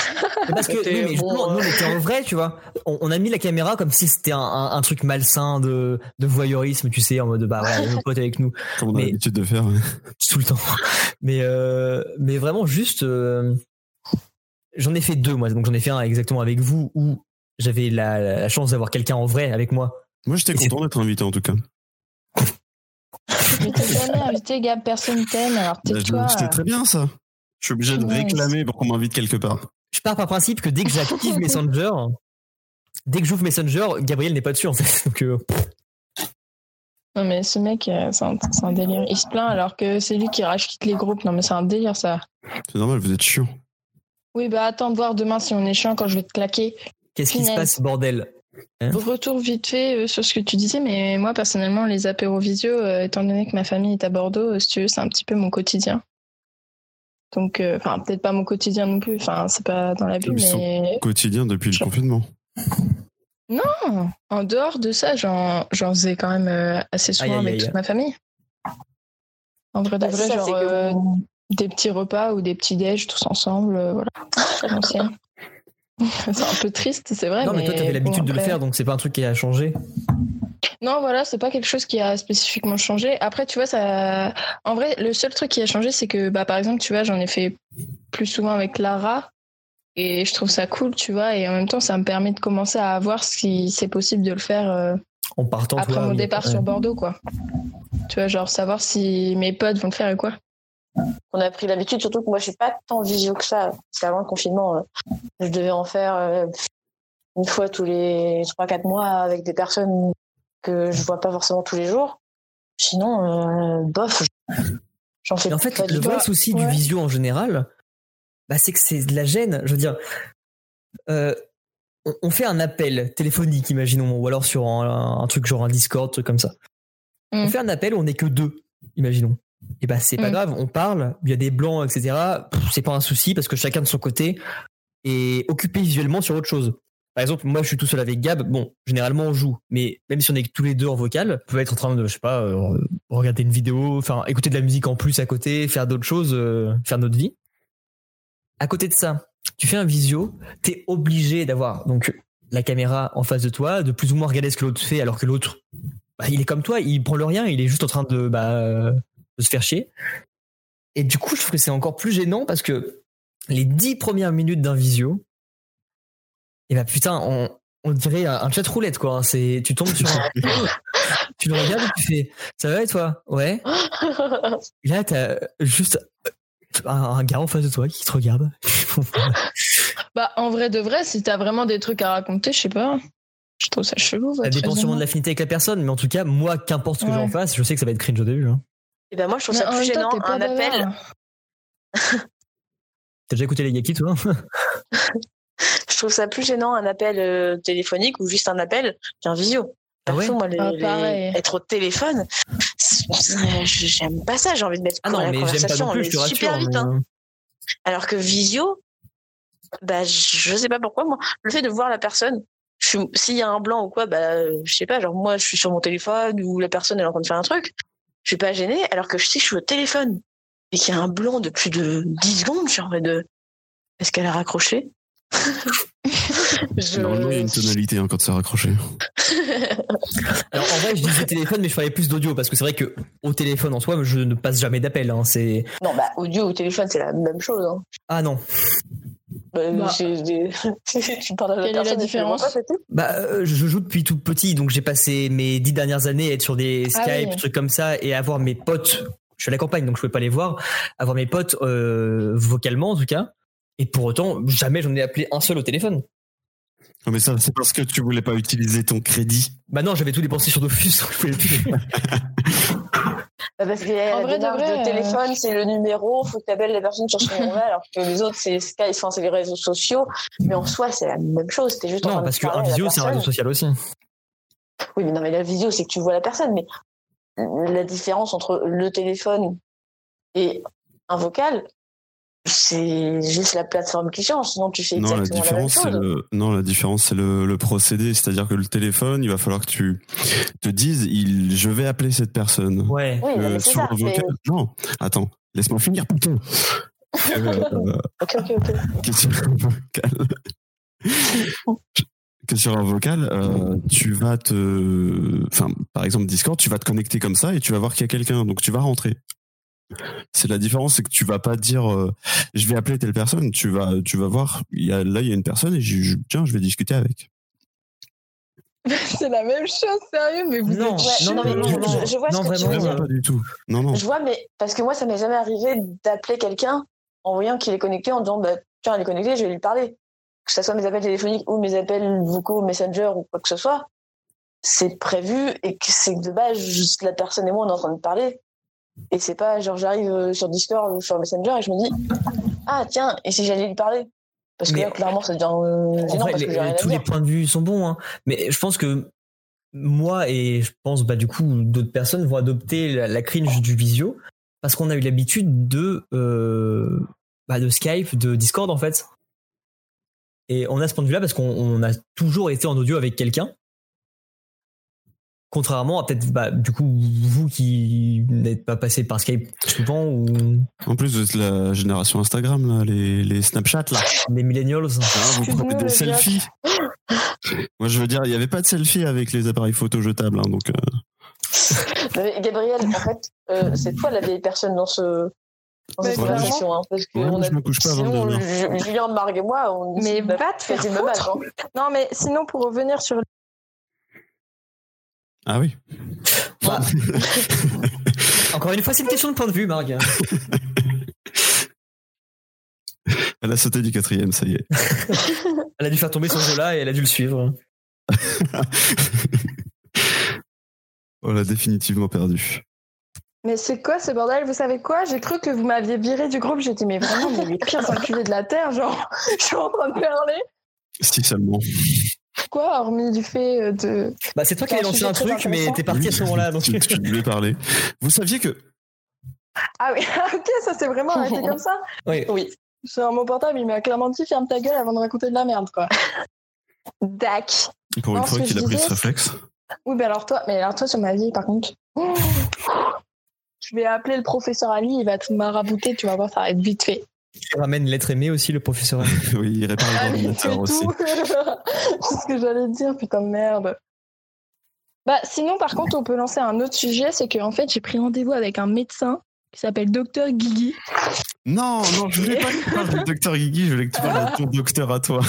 [SPEAKER 2] Mais Parce que
[SPEAKER 8] était,
[SPEAKER 2] oui, mais
[SPEAKER 8] bon,
[SPEAKER 2] justement, nous, on était en vrai, tu vois. On, on a mis la caméra comme si c'était un, un- un truc malsain de, de voyeurisme, tu sais, en mode bah voilà, il y a nos potes avec nous.
[SPEAKER 1] Comme on a
[SPEAKER 2] Mais-
[SPEAKER 1] l'habitude de faire. ouais.
[SPEAKER 2] tout le temps. Mais, euh, mais vraiment, juste, euh, j'en ai fait deux, moi. Donc, j'en ai fait un exactement avec vous où j'avais la, la chance d'avoir quelqu'un en vrai avec moi.
[SPEAKER 1] Moi, j'étais content d'être invité en tout cas.
[SPEAKER 12] Mais t'es jamais invité, Gab, personne t'aime, alors
[SPEAKER 1] Bah, je-
[SPEAKER 12] tais-toi.
[SPEAKER 1] C'était très bien ça. Je suis obligé de
[SPEAKER 12] Ouais.
[SPEAKER 1] réclamer pour qu'on m'invite quelque part.
[SPEAKER 2] Je pars par principe que dès que j'active Messenger, dès que j'ouvre Messenger, Gabriel n'est pas dessus, en fait. Donc, euh,
[SPEAKER 12] Non, mais ce mec, euh, c'est un, c'est un délire. Il se plaint alors que c'est lui qui rachète les groupes. Non, mais c'est un délire, ça.
[SPEAKER 1] C'est normal, vous êtes chiant.
[SPEAKER 12] Oui, bah attends de voir demain si on est chiant quand je vais te claquer.
[SPEAKER 2] qu'est-ce qui se
[SPEAKER 12] Punaise.
[SPEAKER 2] passe, bordel Hein?
[SPEAKER 12] Retour vite fait euh, sur ce que tu disais, mais moi personnellement, les apéros visio, euh, étant donné que ma famille est à Bordeaux, euh, si tu veux, c'est un petit peu mon quotidien. Donc, euh, enfin, peut-être pas mon quotidien non plus, enfin, c'est pas dans la vie,
[SPEAKER 1] Ils
[SPEAKER 12] mais.
[SPEAKER 1] sont quotidien depuis le confinement.
[SPEAKER 12] Non En dehors de ça, j'en j'en faisais quand même euh, assez souvent
[SPEAKER 1] Aïe, aïe,
[SPEAKER 12] avec
[SPEAKER 1] aïe.
[SPEAKER 12] toute ma famille. En vrai de
[SPEAKER 8] Bah, c'est
[SPEAKER 12] vrai,
[SPEAKER 8] ça,
[SPEAKER 12] genre
[SPEAKER 8] c'est que-
[SPEAKER 12] euh, des petits repas ou des petits déj tous ensemble, euh, voilà. à l'ancienne. c'est un peu triste, c'est vrai.
[SPEAKER 2] Non, mais toi, t'avais
[SPEAKER 12] bon,
[SPEAKER 2] l'habitude de le
[SPEAKER 12] après-
[SPEAKER 2] faire, donc c'est pas un truc qui a changé.
[SPEAKER 12] Non, voilà, c'est pas quelque chose qui a spécifiquement changé. Après, tu vois, ça. En vrai, le seul truc qui a changé, c'est que, bah, par exemple, tu vois, j'en ai fait plus souvent avec Lara. Et je trouve ça cool, tu vois. Et en même temps, ça me permet de commencer à voir si c'est possible de le faire euh,
[SPEAKER 2] En partant,
[SPEAKER 12] après
[SPEAKER 2] toi,
[SPEAKER 12] mon
[SPEAKER 2] mais-
[SPEAKER 12] départ
[SPEAKER 2] ouais.
[SPEAKER 12] sur Bordeaux, quoi. Tu vois, genre savoir si mes potes vont le faire et quoi.
[SPEAKER 8] on a pris l'habitude, surtout que moi, je suis pas tant visio que ça. Parce qu'avant le confinement, euh, je devais en faire euh, une fois tous les 3-4 mois avec des personnes que je vois pas forcément tous les jours. Sinon, euh, bof, j'en fais
[SPEAKER 2] Et en fait,
[SPEAKER 12] euh,
[SPEAKER 8] pas du
[SPEAKER 2] le
[SPEAKER 8] tout.
[SPEAKER 2] vrai souci du
[SPEAKER 8] Ouais.
[SPEAKER 2] visio en général, bah, c'est que c'est de la gêne. Je veux dire, euh, on, on fait un appel téléphonique, imaginons, ou alors sur un, un truc genre un Discord, truc comme ça.
[SPEAKER 12] Mm.
[SPEAKER 2] On fait un appel où on n'est que deux, imaginons. Et bah, c'est pas
[SPEAKER 12] Mm.
[SPEAKER 2] grave, on parle, il y a des blancs, etc. Pff, C'est pas un souci parce que chacun de son côté est occupé visuellement sur autre chose. Par exemple, moi, je suis tout seul avec Gab. Bon, généralement, on joue, mais même si on est tous les deux en vocal, on peut être en train de, je sais pas, euh, regarder une vidéo, enfin, écouter de la musique en plus à côté, faire d'autres choses, euh, faire notre vie. À côté de ça, tu fais un visio, t'es obligé d'avoir donc la caméra en face de toi, de plus ou moins regarder ce que l'autre fait, alors que l'autre, bah, il est comme toi, il prend le rien, il est juste en train de, bah, euh, de se faire chier. Et du coup, je trouve que c'est encore plus gênant parce que les dix premières minutes d'un visio, et bah putain, on, on dirait un, un chat roulette quoi. hein. C'est, tu tombes sur un, tu le regardes et tu fais, ça va et toi Ouais.
[SPEAKER 12] Ah
[SPEAKER 2] Et là, t'as juste un, un gars en face de toi qui te regarde.
[SPEAKER 12] Bah, en vrai de vrai, si t'as vraiment des trucs à raconter, je sais pas.
[SPEAKER 8] Je trouve ça chelou.
[SPEAKER 2] Ça
[SPEAKER 8] votre
[SPEAKER 2] dépend
[SPEAKER 8] raisonnement.
[SPEAKER 2] sûrement de l'affinité avec la personne, mais en tout cas, moi, qu'importe ce que j'en fasse, je sais que ça va être cringe au début. hein.
[SPEAKER 8] Et ben moi, je trouve
[SPEAKER 12] Mais
[SPEAKER 8] ça
[SPEAKER 12] en
[SPEAKER 8] plus
[SPEAKER 12] même temps,
[SPEAKER 8] gênant.
[SPEAKER 12] t'es pas
[SPEAKER 8] Un appel.
[SPEAKER 2] T'as déjà écouté les Yaki, toi
[SPEAKER 8] Je trouve ça plus gênant un appel euh, téléphonique ou juste un appel qu'un visio.
[SPEAKER 2] Ah ouais
[SPEAKER 8] Perso, moi, les-
[SPEAKER 2] Ah,
[SPEAKER 8] les-
[SPEAKER 2] pareil.
[SPEAKER 8] être au téléphone, c'est- c'est- j'aime pas ça. J'ai envie de mettre
[SPEAKER 2] Ah
[SPEAKER 8] court à
[SPEAKER 2] non,
[SPEAKER 8] la
[SPEAKER 2] mais j'aime pas
[SPEAKER 8] conversation.
[SPEAKER 2] non plus, je te
[SPEAKER 8] mais
[SPEAKER 2] rassure.
[SPEAKER 8] super vite.
[SPEAKER 2] mais,
[SPEAKER 8] hein.
[SPEAKER 2] euh,
[SPEAKER 8] Alors que visio, bah, je sais pas pourquoi, moi, le fait de voir la personne, je suis- s'il y a un blanc ou quoi, bah, je sais pas, genre moi, je suis sur mon téléphone ou la personne elle est en train de faire un truc, je suis pas gênée, alors que si je suis au téléphone et qu'il y a un blanc de plus de 10 secondes, je suis en mode, euh, est-ce qu'elle a raccroché Je-
[SPEAKER 1] Normalement, il y a une tonalité hein, quand c'est raccroché.
[SPEAKER 2] Alors en vrai, je disais téléphone, mais je parlais plus d'audio parce que c'est vrai que au téléphone en soi, je ne passe jamais d'appel. hein, c'est
[SPEAKER 8] Non, bah, audio ou téléphone, c'est la même chose. hein.
[SPEAKER 2] ah non.
[SPEAKER 8] Bah,
[SPEAKER 2] Bah.
[SPEAKER 8] c'est des- tu parles à la
[SPEAKER 12] Quelle est la
[SPEAKER 8] personne, et tu la vois
[SPEAKER 12] différence
[SPEAKER 8] pas, c'est tout.
[SPEAKER 2] Bah, euh, je joue depuis tout petit, donc j'ai passé mes dix dernières années à être sur des
[SPEAKER 8] Ah
[SPEAKER 2] Skype,
[SPEAKER 8] oui.
[SPEAKER 2] trucs comme ça, et avoir mes potes. Je suis à la campagne, donc je pouvais pas les voir. Avoir mes potes euh, vocalement en tout cas. Et pour autant, jamais j'en ai appelé un seul au téléphone.
[SPEAKER 1] Non, mais ça, c'est parce que tu voulais pas utiliser ton crédit.
[SPEAKER 2] Bah non, j'avais tout dépensé sur Dofus. Je pouvais plus.
[SPEAKER 8] Bah, parce que la
[SPEAKER 12] En vrai, de
[SPEAKER 8] démarche
[SPEAKER 12] vrai,
[SPEAKER 8] de
[SPEAKER 12] euh,
[SPEAKER 8] téléphone, c'est le numéro, faut que tu appelles la personne sur son numéro, alors que les autres, c'est Skype, enfin, c'est les réseaux sociaux. Mais en soi, c'est la même chose. T'es juste en train
[SPEAKER 2] non,
[SPEAKER 8] de
[SPEAKER 2] parce
[SPEAKER 8] parler
[SPEAKER 2] qu'un
[SPEAKER 8] à la
[SPEAKER 2] visio, c'est un
[SPEAKER 8] personne.
[SPEAKER 2] réseau social aussi.
[SPEAKER 8] Oui, mais non, mais la visio, c'est que tu vois la personne. Mais la différence entre le téléphone et un vocal, c'est juste la plateforme qui change. Sinon, tu fais
[SPEAKER 1] Non, la
[SPEAKER 8] exactement la, même
[SPEAKER 1] différence,
[SPEAKER 8] chose.
[SPEAKER 1] c'est le, non, la différence, c'est le, le procédé. C'est-à-dire que le téléphone, il va falloir que tu te dises, il, je vais appeler cette personne. Euh,
[SPEAKER 2] Ouais.
[SPEAKER 8] Oui, non, mais c'est
[SPEAKER 1] sur
[SPEAKER 8] ça,
[SPEAKER 1] un vocal- Non, attends, laisse-moi finir, putain. Euh, euh,
[SPEAKER 8] Ok, ok, ok.
[SPEAKER 1] que sur un vocal, que sur un vocal euh, tu vas te. Enfin, par exemple, Discord, tu vas te connecter comme ça et tu vas voir qu'il y a quelqu'un, donc tu vas rentrer. C'est la différence, c'est que tu vas pas dire euh, je vais appeler telle personne, tu vas, tu vas voir, il y a, là il y a une personne et je, je- tiens, je vais discuter avec.
[SPEAKER 12] c'est la même chose, sérieux, mais vous
[SPEAKER 2] Non,
[SPEAKER 12] êtes
[SPEAKER 8] Ouais,
[SPEAKER 2] non,
[SPEAKER 8] non, mais
[SPEAKER 2] non, non,
[SPEAKER 8] je-
[SPEAKER 2] non.
[SPEAKER 8] je- je vois ce
[SPEAKER 2] Non,
[SPEAKER 8] que tu veux
[SPEAKER 2] vraiment,
[SPEAKER 8] dire.
[SPEAKER 2] euh,
[SPEAKER 1] Pas du tout. Non, non.
[SPEAKER 8] Je vois, mais parce que moi, ça m'est jamais arrivé d'appeler quelqu'un en voyant qu'il est connecté, en disant bah, tiens, il est connecté, je vais lui parler. Que ce soit mes appels téléphoniques ou mes appels vocaux, Messenger ou quoi que ce soit, c'est prévu et que c'est que de base, juste la personne et moi, on est en train de parler. Et c'est pas genre j'arrive euh, sur Discord ou sur Messenger et je me dis ah tiens, et si j'allais lui parler Parce que
[SPEAKER 2] Mais-
[SPEAKER 8] là, clairement, ça devient euh,
[SPEAKER 2] En
[SPEAKER 8] gênant
[SPEAKER 2] vrai,
[SPEAKER 8] parce que
[SPEAKER 2] les-
[SPEAKER 8] j'ai rien à
[SPEAKER 2] tous les
[SPEAKER 8] dire.
[SPEAKER 2] points de vue sont bons, hein. mais je pense que moi et je pense bah du coup d'autres personnes vont adopter la, la cringe du visio parce qu'on a eu l'habitude de euh, bah, de Skype, de Discord en fait. Et on a ce point de vue-là parce qu'on on a toujours été en audio avec quelqu'un. Contrairement à peut-être bah, du coup vous qui n'êtes pas passé par Skype souvent ou
[SPEAKER 1] En plus, vous êtes la génération Instagram, là, les, les Snapchat, là.
[SPEAKER 2] les millennials.
[SPEAKER 1] Hein, vous prenez des selfies. Moi, je veux dire, il n'y avait pas de selfie avec les appareils photo jetables, hein, donc. euh,
[SPEAKER 8] Non, mais Gabriel, en fait, euh, c'est toi la vieille personne dans ce. Dans
[SPEAKER 12] Mais
[SPEAKER 8] cette
[SPEAKER 12] clairement.
[SPEAKER 8] conversation, hein, parce que
[SPEAKER 1] Ouais,
[SPEAKER 8] on
[SPEAKER 1] moi,
[SPEAKER 8] a-
[SPEAKER 1] je me couche pas avant
[SPEAKER 8] sinon,
[SPEAKER 1] deux
[SPEAKER 8] Ju- Julien, Marc et moi, on
[SPEAKER 12] Mais
[SPEAKER 8] on a
[SPEAKER 12] va te
[SPEAKER 8] fait
[SPEAKER 12] faire
[SPEAKER 8] du même âge,
[SPEAKER 12] foutre.
[SPEAKER 8] hein.
[SPEAKER 12] Non, mais sinon, pour revenir sur
[SPEAKER 1] Ah oui.
[SPEAKER 2] Bah, encore une fois, c'est une question de point de vue, Marc.
[SPEAKER 1] Elle a sauté du quatrième, ça y est.
[SPEAKER 2] Elle a dû faire tomber son jeu là et elle a dû le suivre.
[SPEAKER 1] On l'a définitivement perdu.
[SPEAKER 12] Mais c'est quoi ce bordel Vous savez quoi J'ai cru que vous m'aviez viré du groupe. J'ai dit, mais vraiment, mais les pires enculés de la Terre, genre, je suis en train de parler.
[SPEAKER 1] Si seulement.
[SPEAKER 12] Quoi, hormis du fait euh, de.
[SPEAKER 2] Bah, c'est toi qui as
[SPEAKER 12] C'est un
[SPEAKER 2] lancé
[SPEAKER 12] sujet
[SPEAKER 2] un
[SPEAKER 12] très
[SPEAKER 2] truc, mais
[SPEAKER 12] intéressant.
[SPEAKER 2] t'es parti à ce moment-là. Donc...
[SPEAKER 1] Tu, tu devais parler. Vous saviez que.
[SPEAKER 12] Ah oui, ok, ça c'est vraiment arrêté comme ça.
[SPEAKER 2] Oui.
[SPEAKER 12] Oui. Sur mon portable, il m'a clairement dit, ferme ta gueule avant de raconter de la merde, quoi. Dac.
[SPEAKER 1] Pour
[SPEAKER 12] Non,
[SPEAKER 1] une
[SPEAKER 12] ce
[SPEAKER 1] fois
[SPEAKER 12] que
[SPEAKER 1] qu'il
[SPEAKER 12] je
[SPEAKER 1] a pris
[SPEAKER 12] disais,
[SPEAKER 1] ce réflexe.
[SPEAKER 12] Oui, ben alors toi, mais alors toi sur ma vie, par contre. Je vais appeler le professeur Ali, il va te marabouter, tu vas voir, ça va être vite fait.
[SPEAKER 2] Tu ramènes l'être aimé aussi, le professeur.
[SPEAKER 1] Oui, il répare
[SPEAKER 12] Ah,
[SPEAKER 1] les
[SPEAKER 12] mais tu fais
[SPEAKER 1] ordinateurs
[SPEAKER 12] tout.
[SPEAKER 1] aussi.
[SPEAKER 12] C'est ce que j'allais dire, putain de merde. Bah, sinon, par contre, on peut lancer un autre sujet, c'est qu'en fait, j'ai pris rendez-vous avec un médecin qui s'appelle Docteur Guigui.
[SPEAKER 1] Non, non, je voulais pas que tu parles du docteur Guigui, je voulais que tu parles de ton docteur à toi.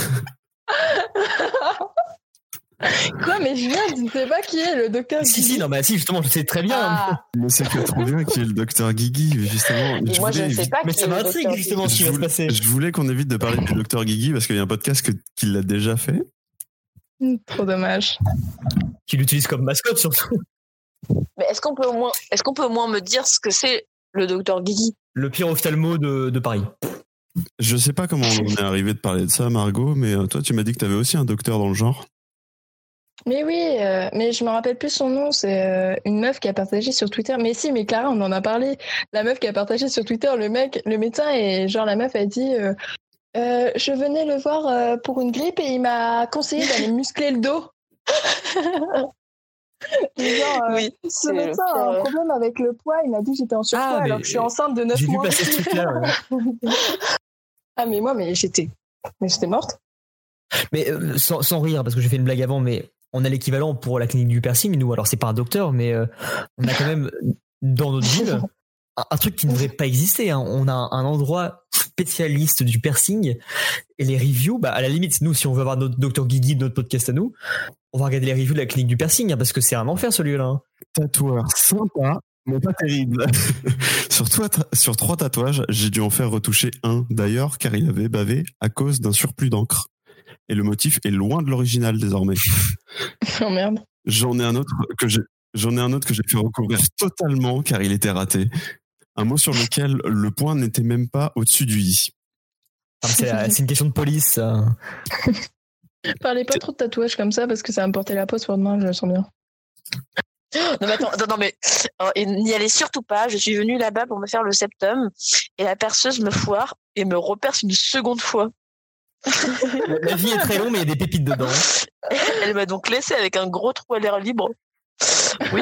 [SPEAKER 12] Quoi, mais Julien, tu ne sais pas qui est le Docteur Guigui
[SPEAKER 2] si, si, non, bah si, justement, je sais très bien. hein.
[SPEAKER 12] Ah,
[SPEAKER 1] Mais c'est que trop bien qui est le docteur Guigui, justement.
[SPEAKER 8] Et moi, je ne sais pas
[SPEAKER 2] mais
[SPEAKER 8] qui
[SPEAKER 2] ça
[SPEAKER 8] est le
[SPEAKER 2] m'intrigue,
[SPEAKER 8] docteur
[SPEAKER 2] justement, ce
[SPEAKER 1] Je
[SPEAKER 2] qui va se
[SPEAKER 1] voulais,
[SPEAKER 2] passer.
[SPEAKER 1] je voulais qu'on évite de parler du docteur Guigui parce qu'il y a un podcast que- qui l'a déjà fait.
[SPEAKER 12] Trop dommage.
[SPEAKER 2] Qui l'utilise comme mascotte surtout.
[SPEAKER 8] Mais est-ce qu'on peut au moins, est-ce qu'on peut au moins me dire ce que c'est le docteur Guigui
[SPEAKER 2] Le pire ophtalmo de, de Paris.
[SPEAKER 1] Je sais pas comment on est arrivé de parler de ça, Margot, mais euh, toi, tu m'as dit que t'avais aussi un docteur dans le genre.
[SPEAKER 12] Mais oui, euh, mais je me rappelle plus son nom. C'est euh, une meuf qui a partagé sur Twitter. Mais si, mais Clara, on en a parlé. La meuf qui a partagé sur Twitter, le mec, le médecin et genre la meuf a dit. euh, Euh, je venais le voir euh, pour une grippe et il m'a conseillé d'aller muscler le dos. Genre, euh,
[SPEAKER 8] Oui,
[SPEAKER 12] ce
[SPEAKER 8] c'est le
[SPEAKER 12] médecin a
[SPEAKER 8] pire.
[SPEAKER 12] un problème avec le poids. Il m'a dit que j'étais en surpoids
[SPEAKER 2] Ah, mais
[SPEAKER 12] alors que je suis
[SPEAKER 2] euh,
[SPEAKER 12] enceinte de 9
[SPEAKER 2] J'ai vu
[SPEAKER 12] mois.
[SPEAKER 2] passer ce truc-là. ouais.
[SPEAKER 12] ah mais moi, mais j'étais, mais j'étais morte.
[SPEAKER 2] Mais euh, sans, sans rire, parce que j'ai fait une blague avant, mais on a l'équivalent pour la clinique du piercing, nous. Alors, c'est pas un docteur, mais euh, on a quand même dans notre ville un, un truc qui ne devrait pas exister. hein. On a un endroit spécialiste du piercing et les reviews, bah, à la limite, nous, si on veut avoir notre docteur Guigui de notre podcast à nous, on va regarder les reviews de la clinique du piercing, hein, parce que c'est un enfer, celui-là. hein.
[SPEAKER 1] Tatoueur sympa, mais pas terrible. sur, toi- sur trois tatouages, j'ai dû en faire retoucher un d'ailleurs, car il avait bavé à cause d'un surplus d'encre. Et le motif est loin de l'original désormais.
[SPEAKER 12] oh merde.
[SPEAKER 1] J'en ai un autre que j'ai. J'en ai un autre que j'ai fait recouvrir totalement car il était raté. Un mot sur lequel le point n'était même pas au-dessus du i.
[SPEAKER 2] Enfin, Ah, c'est la- c'est une question de police. ça.
[SPEAKER 12] Parlez pas trop de tatouages comme ça parce que ça va me porter la pause pour demain. Je le sens bien.
[SPEAKER 8] Non, mais attends, attends, non, mais alors, et n'y allez surtout pas. Je suis venue là-bas pour me faire le septum et la perceuse me foire et me reperce une seconde fois.
[SPEAKER 2] La vie est très longue, mais il y a des pépites dedans.
[SPEAKER 8] Elle m'a donc laissé avec un gros trou à l'air libre. Oui.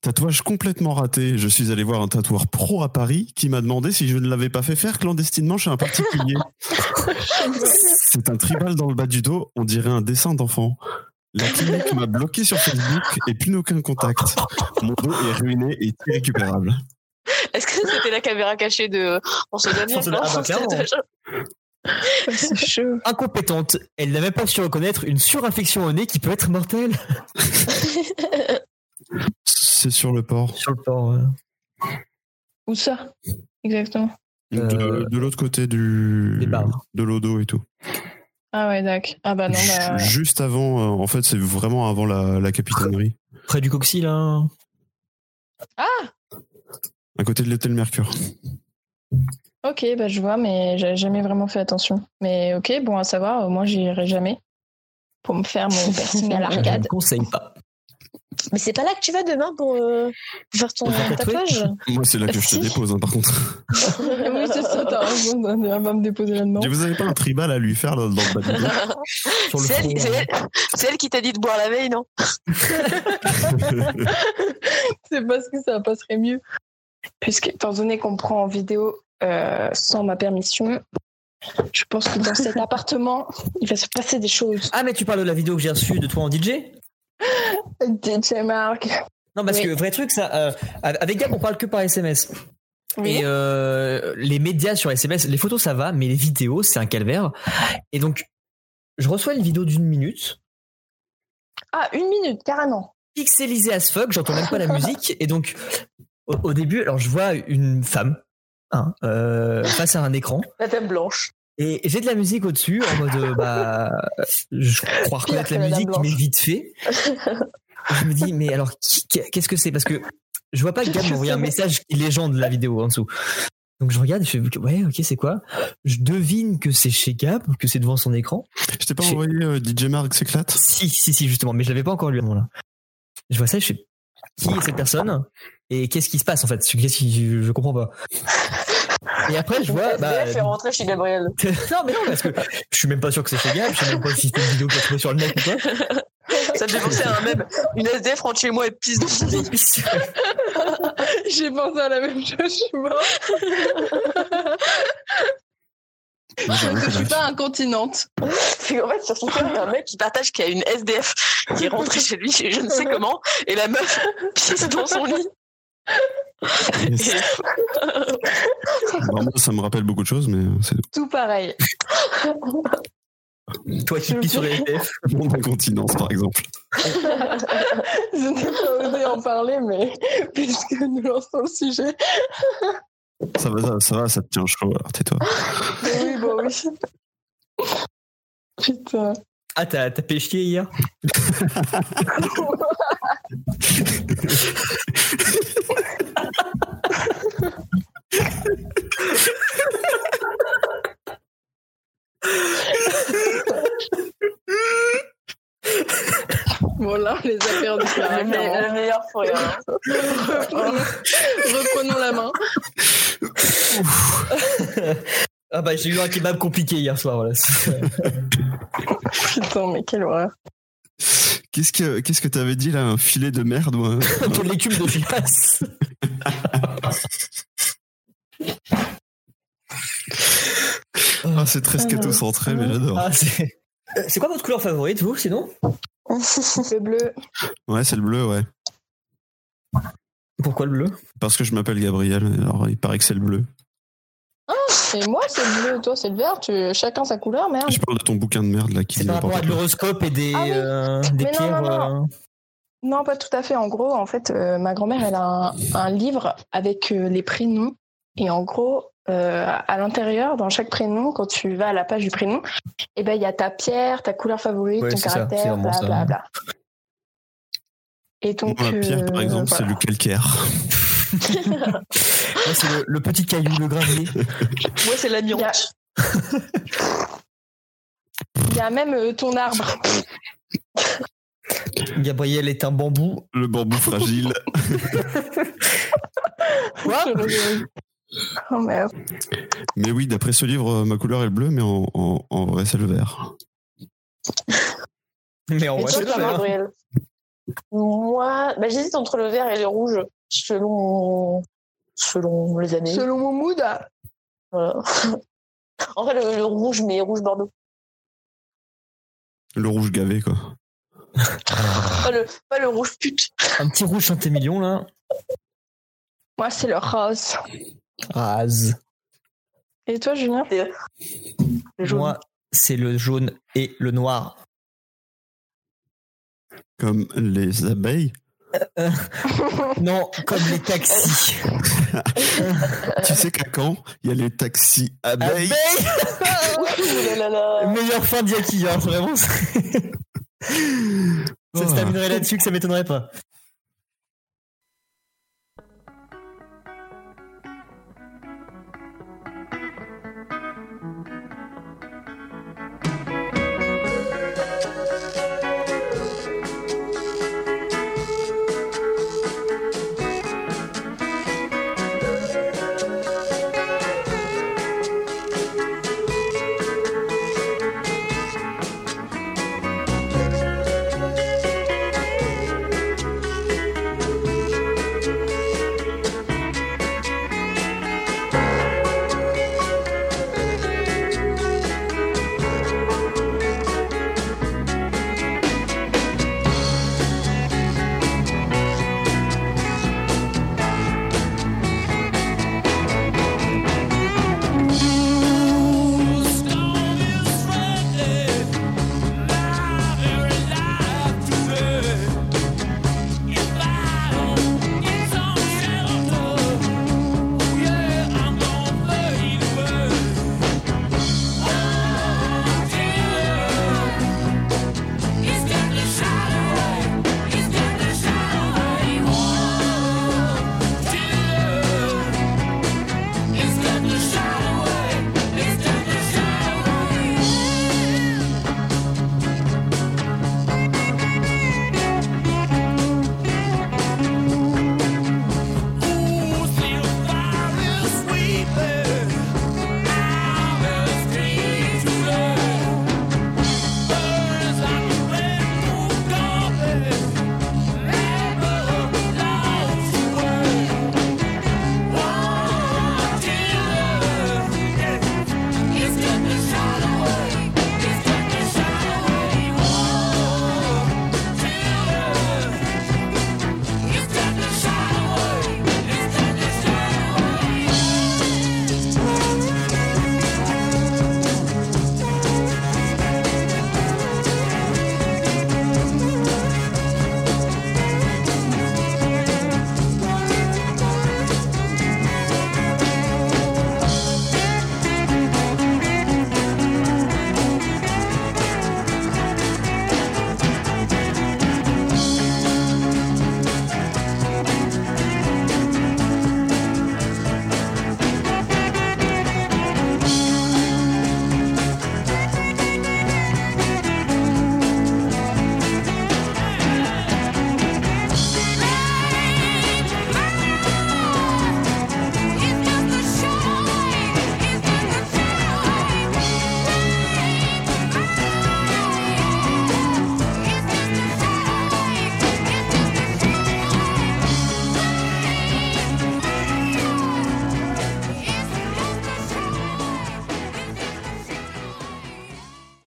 [SPEAKER 1] Tatouage complètement raté. Je suis allé voir un tatoueur pro à Paris qui m'a demandé si je ne l'avais pas fait faire clandestinement chez un particulier. C'est un tribal dans le bas du dos, on dirait un dessin d'enfant. La clinique m'a bloqué sur Facebook et plus aucun contact. Mon dos est ruiné et irrécupérable.
[SPEAKER 8] Est-ce que c'était la caméra cachée de On se donne
[SPEAKER 2] On se donne- ah bah, clairement.
[SPEAKER 12] C'est chaud.
[SPEAKER 2] Incompétente, elle n'a même pas su reconnaître une surinfection au nez qui peut être mortelle.
[SPEAKER 1] C'est sur le port.
[SPEAKER 2] Sur le port. ouais.
[SPEAKER 12] Où ça Exactement.
[SPEAKER 1] De, de l'autre côté du.
[SPEAKER 2] euh, Des barres.
[SPEAKER 1] De l'odo et tout.
[SPEAKER 12] Ah ouais, d'accord. Ah bah non, bah...
[SPEAKER 1] Ju- Juste avant, euh, en fait, c'est vraiment avant la, la capitainerie,
[SPEAKER 2] Près du coccyx, là.
[SPEAKER 1] à côté de l'hôtel Mercure.
[SPEAKER 12] Ok, bah je vois, mais j'avais jamais vraiment fait attention. Mais ok, bon à savoir, moi j'irai jamais pour me faire mon piercing à
[SPEAKER 2] Je ne
[SPEAKER 12] l'arcade.
[SPEAKER 2] conseille pas.
[SPEAKER 8] Mais c'est pas Bah là que tu vas demain pour, euh, pour faire ton
[SPEAKER 2] Pour faire tatouer.
[SPEAKER 8] tatouage
[SPEAKER 1] Moi, c'est là que je te
[SPEAKER 8] Si.
[SPEAKER 1] dépose, hein, par contre.
[SPEAKER 12] oui, c'est ça, t'as raison, on va me déposer là-dedans.
[SPEAKER 1] Vous avez pas un tribal à lui faire dans, dans le bas du dos
[SPEAKER 2] Sur le
[SPEAKER 8] C'est
[SPEAKER 2] front,
[SPEAKER 8] elle, c'est
[SPEAKER 2] euh,
[SPEAKER 8] elle- c'est elle qui t'a dit de boire la veille, non
[SPEAKER 12] C'est parce que ça passerait mieux. Puisque, étant donné qu'on me prend en vidéo euh, sans ma permission, je pense que dans cet appartement, il va se passer des choses.
[SPEAKER 2] Ah, mais tu parles de la vidéo que j'ai reçue de toi en DJ
[SPEAKER 12] DJ Marc.
[SPEAKER 2] Non, parce
[SPEAKER 12] Oui.
[SPEAKER 2] que vrai truc, ça. euh, avec Gab, on parle que par SMS. Et euh, les médias sur SMS, les photos ça va, mais les vidéos c'est un calvaire. Et donc, je reçois une vidéo d'une minute,
[SPEAKER 12] Ah, une minute, carrément.
[SPEAKER 2] pixelisée as fuck, j'entends même pas la musique. Et donc, au, au début, alors je vois une femme hein, euh, face à un écran.
[SPEAKER 8] La table blanche.
[SPEAKER 2] Et j'ai de la musique au-dessus, en mode, euh, bah, je crois reconnaître
[SPEAKER 12] que la
[SPEAKER 2] la
[SPEAKER 12] Dame
[SPEAKER 2] musique, mais
[SPEAKER 12] Blanche.
[SPEAKER 2] vite fait. Je me dis, mais alors, qui- qu'est-ce que c'est Parce que je vois pas que Gab
[SPEAKER 12] Je
[SPEAKER 2] m'envoie un
[SPEAKER 12] sais.
[SPEAKER 2] message qui légende la vidéo en dessous. Donc je regarde, je fais, ouais, ok, c'est quoi Je devine que c'est chez Gab, que c'est devant son écran.
[SPEAKER 1] Je t'ai pas
[SPEAKER 2] J'ai-
[SPEAKER 1] envoyé euh, DJ Mark s'éclate
[SPEAKER 2] Si, si, si, justement, mais je l'avais pas encore lu à ce moment-là. Je vois ça, je fais, qui est cette personne Et qu'est-ce qui se passe en fait Qu'est-ce qui- je, je comprends pas. Et après, je vois. bah,
[SPEAKER 8] fait rentrer chez Gabriel.
[SPEAKER 2] non, mais non, parce que je suis même pas sûr que c'est chez Gab, je sais même pas si c'était une vidéo qui a trouvé sur le net ou pas.
[SPEAKER 8] Ça me fait penser à un même. Une SDF rentre chez moi et pisse dans son lit.
[SPEAKER 12] J'ai pensé à la même chose, je suis morte.
[SPEAKER 1] Non, j'avoue
[SPEAKER 12] Je
[SPEAKER 1] que
[SPEAKER 12] suis
[SPEAKER 1] là-
[SPEAKER 12] pas incontinente.
[SPEAKER 8] Puis en fait, sur son cœur, il y a un mec qui partage qu'il y a une SDF qui est rentrée chez lui, je ne sais comment, et la meuf pisse dans son lit.
[SPEAKER 1] Yes. Vraiment, ça me rappelle beaucoup de choses, mais euh, c'est
[SPEAKER 12] Tout pareil.
[SPEAKER 2] Toi qui pis sur les FF.
[SPEAKER 1] mon incontinence, par exemple.
[SPEAKER 12] Je n'ai pas osé en parler, mais puisque nous lançons le sujet.
[SPEAKER 1] Ça va, ça, ça va, ça te tient chaud, alors tais-toi.
[SPEAKER 12] Mais oui, bon, oui. Putain.
[SPEAKER 2] Ah, t'as t'as pêché hier
[SPEAKER 12] Bon, là, on les a perdus. là,
[SPEAKER 8] Le me-
[SPEAKER 12] clairement.
[SPEAKER 8] le meilleur pour rien.
[SPEAKER 12] Reprenons reprenons la main.
[SPEAKER 2] Ah bah j'ai eu un kebab compliqué hier soir, voilà. euh,
[SPEAKER 12] Putain, mais quelle horreur.
[SPEAKER 1] Qu'est-ce que qu'est-ce que t'avais dit là Un filet de merde ou un...
[SPEAKER 2] de l'écume de glace.
[SPEAKER 1] ah, c'est
[SPEAKER 12] Euh,
[SPEAKER 1] très scatocentré, mais j'adore.
[SPEAKER 2] Ah, c'est... c'est quoi votre couleur favorite, vous, sinon
[SPEAKER 12] Le bleu.
[SPEAKER 1] Ouais, c'est le bleu, ouais.
[SPEAKER 2] Pourquoi le bleu
[SPEAKER 1] Parce que je m'appelle Gabriel, alors il paraît que c'est le bleu.
[SPEAKER 12] Ah, et moi, c'est le bleu. Toi, c'est le vert. Tu... Chacun sa couleur, merde.
[SPEAKER 1] Je parle de ton bouquin de merde là qui dit
[SPEAKER 2] Par rapport à
[SPEAKER 1] n'importe
[SPEAKER 2] de
[SPEAKER 1] quoi.
[SPEAKER 2] l'horoscope et des,
[SPEAKER 12] Ah oui.
[SPEAKER 2] euh, des
[SPEAKER 12] Mais non,
[SPEAKER 2] pierres.
[SPEAKER 12] non, non.
[SPEAKER 2] euh,
[SPEAKER 12] Non, pas tout à fait. En gros, en fait, euh, ma grand-mère, elle a un, un livre avec euh, les prénoms. Et en gros, euh, à l'intérieur, dans chaque prénom, quand tu vas à la page du prénom, eh ben, il y a ta pierre, ta couleur favorite,
[SPEAKER 2] Ouais,
[SPEAKER 12] ton
[SPEAKER 2] c'est ça, c'est
[SPEAKER 12] caractère,
[SPEAKER 2] vraiment
[SPEAKER 12] bla,
[SPEAKER 2] ça.
[SPEAKER 12] bla, bla. Et donc,
[SPEAKER 1] Moi, la pierre, par
[SPEAKER 12] euh,
[SPEAKER 1] exemple, c'est
[SPEAKER 12] voilà.
[SPEAKER 1] le calcaire.
[SPEAKER 2] Moi, c'est le, le petit caillou, le gravier.
[SPEAKER 8] Moi, c'est l'amiante.
[SPEAKER 12] Il y a- Il y a même euh, ton arbre.
[SPEAKER 2] Gabriel est un bambou.
[SPEAKER 1] Le bambou fragile.
[SPEAKER 2] Quoi
[SPEAKER 12] Oh merde.
[SPEAKER 1] Mais oui, d'après ce livre, euh, ma couleur est le bleu, mais en, en- en vrai, c'est le vert.
[SPEAKER 2] Mais en
[SPEAKER 8] Et
[SPEAKER 2] vrai,
[SPEAKER 8] toi,
[SPEAKER 2] c'est
[SPEAKER 8] toi,
[SPEAKER 2] le vert.
[SPEAKER 8] Gabriel Moi, bah, j'hésite entre le vert et le rouge, selon, selon les années.
[SPEAKER 12] Selon mon mood,
[SPEAKER 8] Voilà. en vrai, le, le rouge, mais rouge bordeaux.
[SPEAKER 1] Le rouge gavé, quoi.
[SPEAKER 8] Pas le, pas le rouge pute.
[SPEAKER 2] Un petit rouge Saint-Émilion, là.
[SPEAKER 12] moi, c'est le rose.
[SPEAKER 2] Rase.
[SPEAKER 12] Et toi, Julien
[SPEAKER 8] Le jaune.
[SPEAKER 2] Moi, c'est le jaune et le noir.
[SPEAKER 1] Comme les abeilles.
[SPEAKER 2] Euh, Non, comme les taxis.
[SPEAKER 1] tu sais qu'à Caen, il y a les taxis abeilles.
[SPEAKER 2] Abeille
[SPEAKER 8] Ouh là là là.
[SPEAKER 2] Meilleure
[SPEAKER 1] Oh.
[SPEAKER 2] fin d'Yaki, hein, vraiment. ça se terminerait là-dessus que ça m'étonnerait pas.